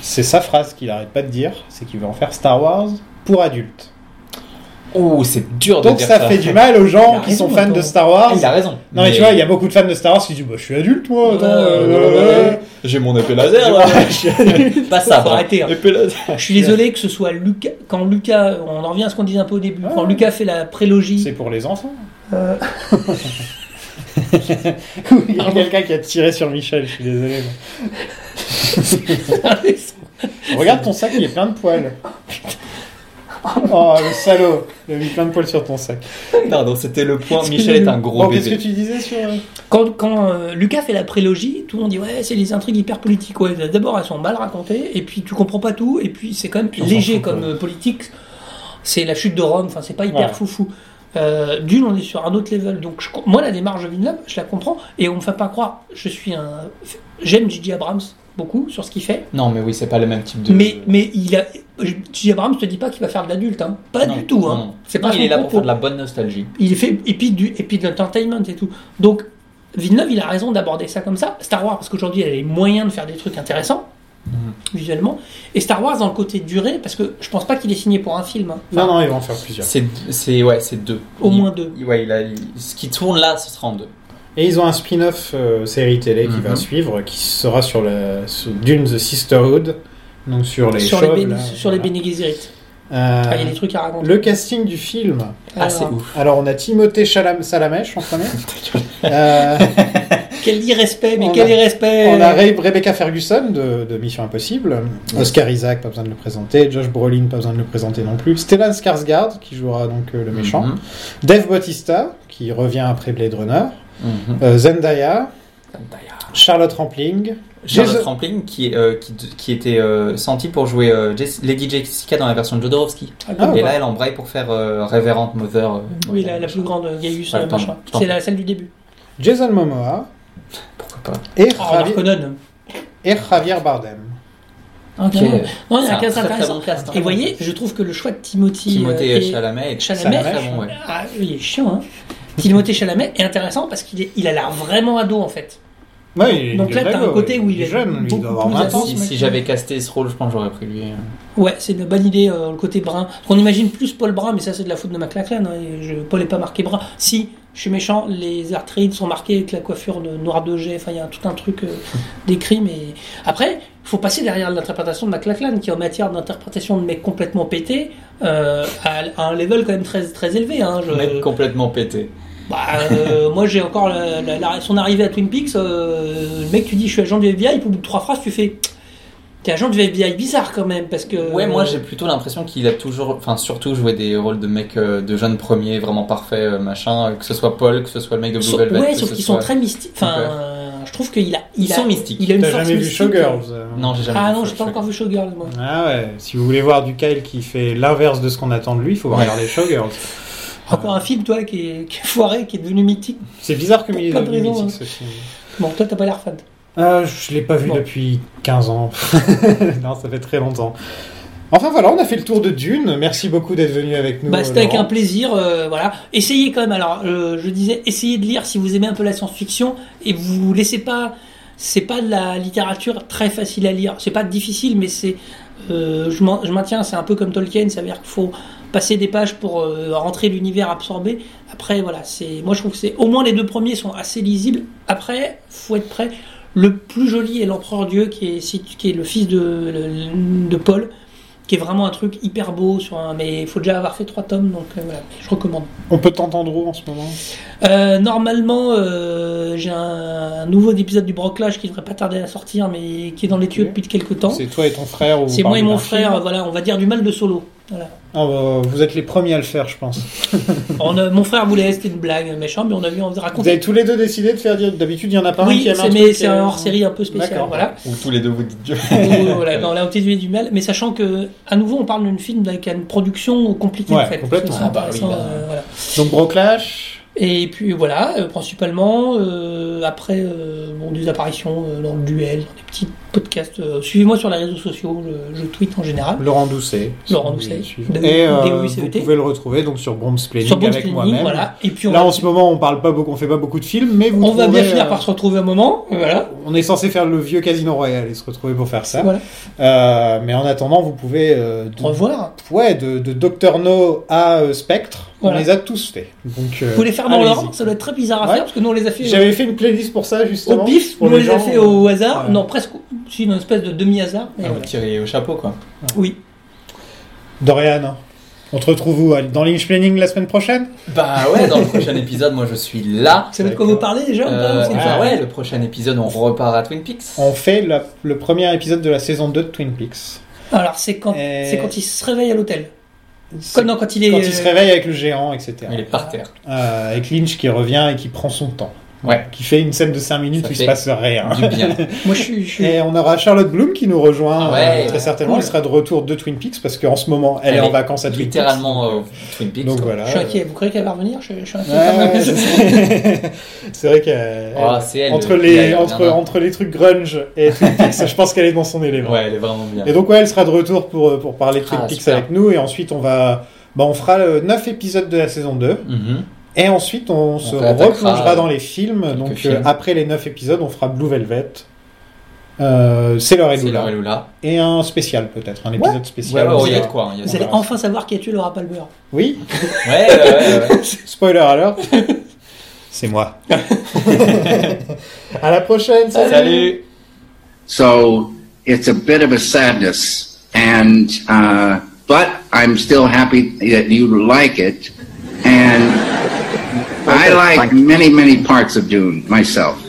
Speaker 2: c'est sa phrase qu'il arrête pas de dire, c'est qu'il veut en faire Star Wars, pour adultes.
Speaker 9: Ouh, Oh, c'est dur de
Speaker 2: Donc
Speaker 9: dire
Speaker 2: ça,
Speaker 9: ça.
Speaker 2: fait du mal aux
Speaker 9: Il
Speaker 2: gens
Speaker 9: a
Speaker 2: qui sont
Speaker 3: raison,
Speaker 2: fans
Speaker 3: attends.
Speaker 2: de Star Wars.
Speaker 9: Il a raison.
Speaker 2: Non mais, tu vois, il y a beaucoup de fans de Star Wars qui disent bah, je suis adulte moi. attends,
Speaker 3: Ouais,
Speaker 2: euh, euh,
Speaker 9: Euh, J'ai mon épée laser. là. Pas ça,
Speaker 3: Faut
Speaker 9: bras.
Speaker 3: arrêter, hein.
Speaker 9: Épée laser.
Speaker 3: Je suis désolé que ce soit Lucas. Quand Lucas, on en revient à ce qu'on disait un peu au début,
Speaker 2: Ouais.
Speaker 3: quand Lucas fait la prélogie,
Speaker 2: C'est pour les enfants.
Speaker 9: Euh.
Speaker 2: il y a quelqu'un qui a tiré sur Michel. Je suis désolé. Regarde ton sac, il est plein de poils. Oh le salaud, il a mis plein de poils sur ton sac.
Speaker 9: Pardon, c'était le point. Michel est un gros
Speaker 2: Bon, qu'est-ce que
Speaker 9: bébé.
Speaker 2: tu disais sur
Speaker 3: quand, quand euh, Lucas fait la prélogie, tout le monde dit ouais, c'est des intrigues hyper politiques. Ouais, d'abord elles sont mal racontées, et puis tu comprends pas tout, et puis c'est quand même
Speaker 2: on s'en
Speaker 3: léger
Speaker 2: fout,
Speaker 3: comme
Speaker 2: ouais.
Speaker 3: euh, politique. C'est la chute de Rome, enfin c'est pas hyper
Speaker 2: Voilà.
Speaker 3: foufou. Euh, Dune, on est sur un autre level. Donc je com- moi la démarche de Villeneuve, je la comprends, et on me fait pas croire. Je suis un, j'aime J.J. Abrams beaucoup sur ce qu'il fait.
Speaker 9: Non, mais oui, c'est pas le même type de.
Speaker 3: Mais, mais il a. J.J. Abrams te dit pas qu'il va faire de l'adulte, hein. pas
Speaker 9: Non,
Speaker 3: du tout.
Speaker 9: non,
Speaker 3: Hein.
Speaker 9: non.
Speaker 3: C'est pas
Speaker 9: Non, il
Speaker 3: son
Speaker 9: est là pour
Speaker 3: propos.
Speaker 9: faire de la bonne nostalgie.
Speaker 3: Il fait et puis du et puis de l'entertainment et tout. Donc Villeneuve, il a raison d'aborder ça comme ça. Star Wars, parce qu'aujourd'hui, il y a les moyens de faire des trucs intéressants
Speaker 9: Mhm.
Speaker 3: visuellement. Et Star Wars dans le côté durée, parce que je pense pas qu'il est signé pour un film. hein.
Speaker 2: Non non, il va en faire plusieurs.
Speaker 9: C'est c'est- ouais, c'est deux.
Speaker 3: Au
Speaker 9: Il-
Speaker 3: moins deux.
Speaker 9: il- Ouais, il a, il- ce qui tourne là, ce sera en deux.
Speaker 2: Et ils ont un spin-off euh, série télé qui va
Speaker 9: Mhm.
Speaker 2: suivre, qui sera sur, la, sur Dune the Sisterhood, donc sur les
Speaker 3: sur,
Speaker 2: chauves,
Speaker 3: les Bene-
Speaker 2: là,
Speaker 3: sur les
Speaker 2: voilà.
Speaker 3: Bene Gesserit.
Speaker 2: Euh,
Speaker 3: Ah, il y a des trucs à raconter.
Speaker 2: le casting du film.
Speaker 9: Ah, c'est
Speaker 3: Alors,
Speaker 9: ouf.
Speaker 2: Alors on a Timothée Chalam Salamèche en premier. Euh,
Speaker 3: Quel irrespect, mais
Speaker 2: On
Speaker 3: quel
Speaker 2: a-
Speaker 3: irrespect
Speaker 2: on a Re- Rebecca Ferguson de, de Mission Impossible. Oscar Isaac, pas besoin de le présenter. Josh Brolin, pas besoin de le présenter non plus. Stellan Skarsgård qui jouera donc euh, le méchant.
Speaker 9: Mhm,
Speaker 2: Dave Bautista qui revient après Blade Runner.
Speaker 9: mhm.
Speaker 2: Euh, Zendaya,
Speaker 9: D'ailleurs,
Speaker 2: Charlotte Rampling.
Speaker 9: Charlotte
Speaker 2: Jason-
Speaker 9: Rampling qui, euh, qui, qui était euh, sentie pour jouer euh, Jess- Lady Jessica dans la version de Jodorowsky.
Speaker 2: Ah,
Speaker 9: et
Speaker 3: bah.
Speaker 2: ouais.
Speaker 9: là, elle embraye pour faire euh, Révérende Mother. euh,
Speaker 3: Oui,
Speaker 9: Mother,
Speaker 3: la, la plus grande Gaius,
Speaker 9: Ouais, attends,
Speaker 3: machin.
Speaker 9: attends.
Speaker 3: C'est la celle du début.
Speaker 2: Jason Momoa
Speaker 9: Pourquoi pas
Speaker 2: et,
Speaker 3: Oh,
Speaker 2: Javi-
Speaker 3: Harkonnen.
Speaker 2: et Javier Bardem.
Speaker 3: Ok. Non, il y
Speaker 9: C'est
Speaker 3: a
Speaker 9: un
Speaker 3: un cas
Speaker 9: très, très
Speaker 3: intéressant.
Speaker 9: bon cast, hein.
Speaker 3: Et vous voyez, je trouve que le choix de Timothy,
Speaker 9: Timothée
Speaker 3: euh,
Speaker 9: euh,
Speaker 3: et-
Speaker 9: Chalamet. est
Speaker 3: Chalamet,
Speaker 9: très bon, ouais.
Speaker 3: Ah, il est chiant, hein. Timothée Chalamet est intéressant parce qu'il est- il a l'air vraiment ado en fait.
Speaker 2: Ouais, il-
Speaker 3: Donc
Speaker 2: il
Speaker 3: là,
Speaker 2: est
Speaker 3: t'as un
Speaker 2: dingo,
Speaker 3: côté où il est
Speaker 2: jeune, lui, il
Speaker 3: beaucoup
Speaker 2: doit avoir
Speaker 3: plus
Speaker 2: 20 ans.
Speaker 3: attentif.
Speaker 9: Ah, Si, si j'avais casté ce rôle, je pense que j'aurais pris lui. euh.
Speaker 3: Ouais, c'est une bonne idée euh, le côté brun. On imagine plus Paul Brun, mais ça c'est de la faute de McLaren. hein. Et je- Paul n'est pas marqué brun. Si, je suis méchant, les artérites sont marquées avec la coiffure de noir de jet. Enfin, il y a tout un truc euh, décrit, mais après, il faut passer derrière l'interprétation de McLachlan, qui en matière d'interprétation de mec complètement pété, euh, à, à un level quand même très, très élevé. Hein. Je-
Speaker 9: Mec complètement pété.
Speaker 3: Bah, euh, moi j'ai encore la- la- la- son arrivée à Twin Peaks. euh, le mec, tu dis je suis agent du FBI, puis au bout de trois phrases, tu fais t'es agent du FBI bizarre quand même parce que.
Speaker 9: Ouais, moi j'ai plutôt l'impression qu'il a toujours, enfin surtout joué des rôles de mec euh, de jeune premier vraiment parfait, euh, machin, euh, que ce soit Paul, que ce soit le mec de Blue
Speaker 3: Sauf-
Speaker 9: Velvet.
Speaker 3: ouais,
Speaker 9: que
Speaker 3: sauf
Speaker 9: ce
Speaker 3: qu'ils
Speaker 9: soit-
Speaker 3: sont très mystiques. Enfin,
Speaker 9: Ouais.
Speaker 3: euh, je trouve qu'il a, il
Speaker 9: Ils
Speaker 3: a-
Speaker 9: sont mystiques.
Speaker 3: Il a une
Speaker 2: T'as
Speaker 3: force
Speaker 2: jamais vu
Speaker 3: mystique.
Speaker 2: Showgirls euh,
Speaker 9: Non, j'ai jamais.
Speaker 3: Ah
Speaker 9: vu
Speaker 3: non,
Speaker 9: ça,
Speaker 3: j'ai pas
Speaker 9: je
Speaker 3: encore
Speaker 9: crois.
Speaker 3: vu Showgirls moi.
Speaker 2: Ah ouais, si vous voulez voir du Kyle qui fait l'inverse de ce qu'on attend de lui, il faut
Speaker 9: Ouais.
Speaker 2: regarder Showgirls.
Speaker 9: Ah.
Speaker 3: Encore un film toi qui est, qui est foiré, qui est devenu mythique.
Speaker 2: C'est bizarre comme il est
Speaker 3: Pour plein de
Speaker 2: devenu
Speaker 3: raisons,
Speaker 2: mythique ce film.
Speaker 3: Bon, toi t'as pas l'air fan.
Speaker 2: Euh, je l'ai pas vu
Speaker 3: Bon.
Speaker 2: depuis 15 ans. non, ça fait très longtemps. Enfin voilà, on a fait le tour de Dune. Merci beaucoup d'être venu avec nous.
Speaker 3: Bah, c'était avec
Speaker 2: Laurent.
Speaker 3: un plaisir, euh, voilà. Essayez quand même, alors euh, je disais, essayez de lire si vous aimez un peu la science-fiction et vous laissez pas. C'est pas de la littérature très facile à lire. C'est pas difficile, mais c'est. euh, je m'en- je maintiens, c'est un peu comme Tolkien, ça veut dire qu'il faut passer des pages pour euh, rentrer l'univers absorbé. Après, voilà, c'est. Moi je trouve que c'est. Au moins les deux premiers sont assez lisibles. Après, faut être prêt. Le plus joli est l'empereur Dieu, qui est, situ- qui est le fils de, le- de Paul qui est vraiment un truc hyper beau sur un mais il faut déjà avoir fait trois tomes donc euh, voilà je recommande
Speaker 2: On peut t'entendre où en ce moment
Speaker 3: Euh, normalement euh, j'ai un, un nouveau épisode du Broclage qui devrait pas tarder à sortir mais qui est dans les tuyaux
Speaker 2: Ok.
Speaker 3: depuis quelques temps
Speaker 2: C'est toi et ton frère ou
Speaker 3: c'est
Speaker 2: par
Speaker 3: moi et mon
Speaker 2: Martin
Speaker 3: frère voilà on va dire du mal de solo voilà.
Speaker 2: Ah, bah, Vous êtes les premiers à le faire, je pense.
Speaker 3: on a- mon frère voulait c'était une blague méchante mais on a vu on
Speaker 2: Vous
Speaker 3: raconter
Speaker 2: avez tous les deux décidé de faire dire. D'habitude, il y en a pas un
Speaker 3: oui
Speaker 2: qui aime un
Speaker 3: c'est mais
Speaker 2: truc
Speaker 3: c'est
Speaker 2: et-
Speaker 3: un hors série un peu spécial
Speaker 2: D'accord.
Speaker 3: voilà
Speaker 9: Ou tous les deux vous dites Dieu.
Speaker 3: Ou, voilà dans la petite vie du mal mais sachant que à nouveau on parle d'une film avec une production compliquée
Speaker 2: Ouais,
Speaker 3: en fait
Speaker 2: complètement.
Speaker 3: C'est
Speaker 9: Ah bah oui,
Speaker 3: intéressant,
Speaker 9: là.
Speaker 3: euh, voilà.
Speaker 2: Donc Broclash.
Speaker 3: Et puis voilà, euh, principalement, euh, après euh, bon, des apparitions euh, dans le duel, dans des petits podcasts podcast. Euh, Suivez-moi sur les réseaux sociaux, le- je tweet en général.
Speaker 2: Laurent Doucet.
Speaker 3: Laurent Doucet.
Speaker 2: Suivez-
Speaker 3: D-
Speaker 2: Et euh, vous
Speaker 3: D-O-U-C-E-T.
Speaker 2: pouvez le retrouver donc sur Bombs Planning
Speaker 3: Sur Bones
Speaker 2: avec
Speaker 3: Planning,
Speaker 2: moi-même.
Speaker 3: voilà. Et puis on,
Speaker 2: Là
Speaker 3: va-
Speaker 2: en ce moment on parle pas beaucoup, on fait pas beaucoup de films, mais vous
Speaker 3: on va
Speaker 2: trouverez,
Speaker 3: bien finir
Speaker 2: euh,
Speaker 3: par se retrouver un moment. euh, Voilà.
Speaker 2: On est censé faire le vieux Casino Royal et se retrouver pour faire ça.
Speaker 3: Voilà.
Speaker 2: Euh, mais en attendant, vous pouvez euh, de,
Speaker 3: Revoir.
Speaker 2: ouais, de, de Dr No à euh, Spectre,
Speaker 3: Voilà.
Speaker 2: on les a tous faits. Donc euh,
Speaker 3: Vous les faire dans
Speaker 2: allez-y.
Speaker 3: l'ordre, ça doit être très bizarre à
Speaker 2: Ouais.
Speaker 3: faire parce que nous on les a fait euh,
Speaker 2: J'avais fait une playlist pour ça
Speaker 3: au
Speaker 2: justement.
Speaker 3: pif,
Speaker 2: pour
Speaker 3: nous on les
Speaker 2: gens,
Speaker 3: a fait
Speaker 2: euh,
Speaker 3: au hasard.
Speaker 2: ouais.
Speaker 3: Non, presque, c'est une espèce de demi-hasard. mais
Speaker 9: Ah, vous
Speaker 3: voilà.
Speaker 9: tirez au chapeau quoi.
Speaker 3: Oui.
Speaker 2: Dorian, on te retrouve où Dans Lynch Planning la semaine prochaine
Speaker 9: Bah ouais, dans le prochain épisode, moi je suis
Speaker 2: Ah,
Speaker 9: là.
Speaker 3: Ça veut de quoi vous parler déjà ou pas,
Speaker 9: Euh,
Speaker 3: ou c'est
Speaker 9: bah
Speaker 3: déjà-
Speaker 9: ouais, le prochain épisode, on repart à Twin Peaks.
Speaker 2: On fait la- le premier épisode de la saison 2 de Twin Peaks.
Speaker 3: Alors c'est quand,
Speaker 2: Et-
Speaker 3: c'est quand il se réveille à l'hôtel.
Speaker 2: Euh, C'est
Speaker 3: Quand, non, quand il est. euh,
Speaker 2: Quand
Speaker 9: euh,
Speaker 2: il se réveille avec le géant, etc.
Speaker 9: Il est par terre.
Speaker 2: Euh, avec Lynch qui revient et qui prend son temps.
Speaker 9: Ouais.
Speaker 2: Qui fait une scène de 5 minutes
Speaker 9: Ça
Speaker 2: où il
Speaker 9: fait
Speaker 2: se passe rien.
Speaker 9: Du bien.
Speaker 3: Moi je suis. je suis-
Speaker 2: Et on aura Charlotte Bloom qui nous rejoint
Speaker 9: Ah ouais,
Speaker 2: euh, très
Speaker 9: ouais,
Speaker 2: certainement.
Speaker 3: cool.
Speaker 2: Elle sera de retour de Twin Peaks parce qu'en ce moment, elle,
Speaker 9: Elle
Speaker 2: est en
Speaker 9: est
Speaker 2: vacances à Twin Peaks.
Speaker 9: Littéralement euh, Twin Peaks.
Speaker 2: Donc
Speaker 9: quoi.
Speaker 2: voilà.
Speaker 3: Je
Speaker 4: Ah.
Speaker 3: suis inquiet. Vous croyez qu'elle va revenir je, je suis inquiet. quand
Speaker 2: Ouais,
Speaker 3: même.
Speaker 2: c'est- c'est vrai qu'elle
Speaker 9: Oh, c'est elle,
Speaker 2: euh, entre
Speaker 9: le-
Speaker 2: les
Speaker 9: elle, elle
Speaker 2: entre,
Speaker 9: viendra.
Speaker 2: entre les trucs grunge et Twin Peaks, je pense qu'elle est dans son élément.
Speaker 9: Ouais, elle est vraiment bien.
Speaker 2: Et donc ouais, elle sera de retour pour euh, pour parler de Twin
Speaker 9: Ah,
Speaker 2: Peaks
Speaker 9: super.
Speaker 2: avec nous et ensuite on va bah, on fera 9 épisodes de la saison 2
Speaker 9: Mhm.
Speaker 2: et ensuite on, se
Speaker 9: réattaquera,
Speaker 2: replongera
Speaker 9: euh,
Speaker 2: dans les films. Donc euh,
Speaker 9: films.
Speaker 2: après les 9 épisodes, on fera Blue Velvet. Euh, c'est l'heure et
Speaker 9: C'est
Speaker 2: Lula.
Speaker 9: Laure et Lula.
Speaker 2: Et un spécial peut-être, un épisode
Speaker 9: Ouais,
Speaker 2: spécial.
Speaker 9: ouais, ouais, il y a de
Speaker 2: Voilà.
Speaker 9: quoi. hein, il y a de
Speaker 3: Vous allez
Speaker 9: quoi.
Speaker 3: enfin savoir qui a tué Laura Palmer.
Speaker 2: Oui,
Speaker 9: Ouais, ouais, ouais, ouais.
Speaker 2: spoiler alert. C'est moi. à la prochaine. salut.
Speaker 9: Salut.
Speaker 6: So it's a bit of a sadness, and uh, but I'm still happy that you like it, and I like many many parts of Dune myself.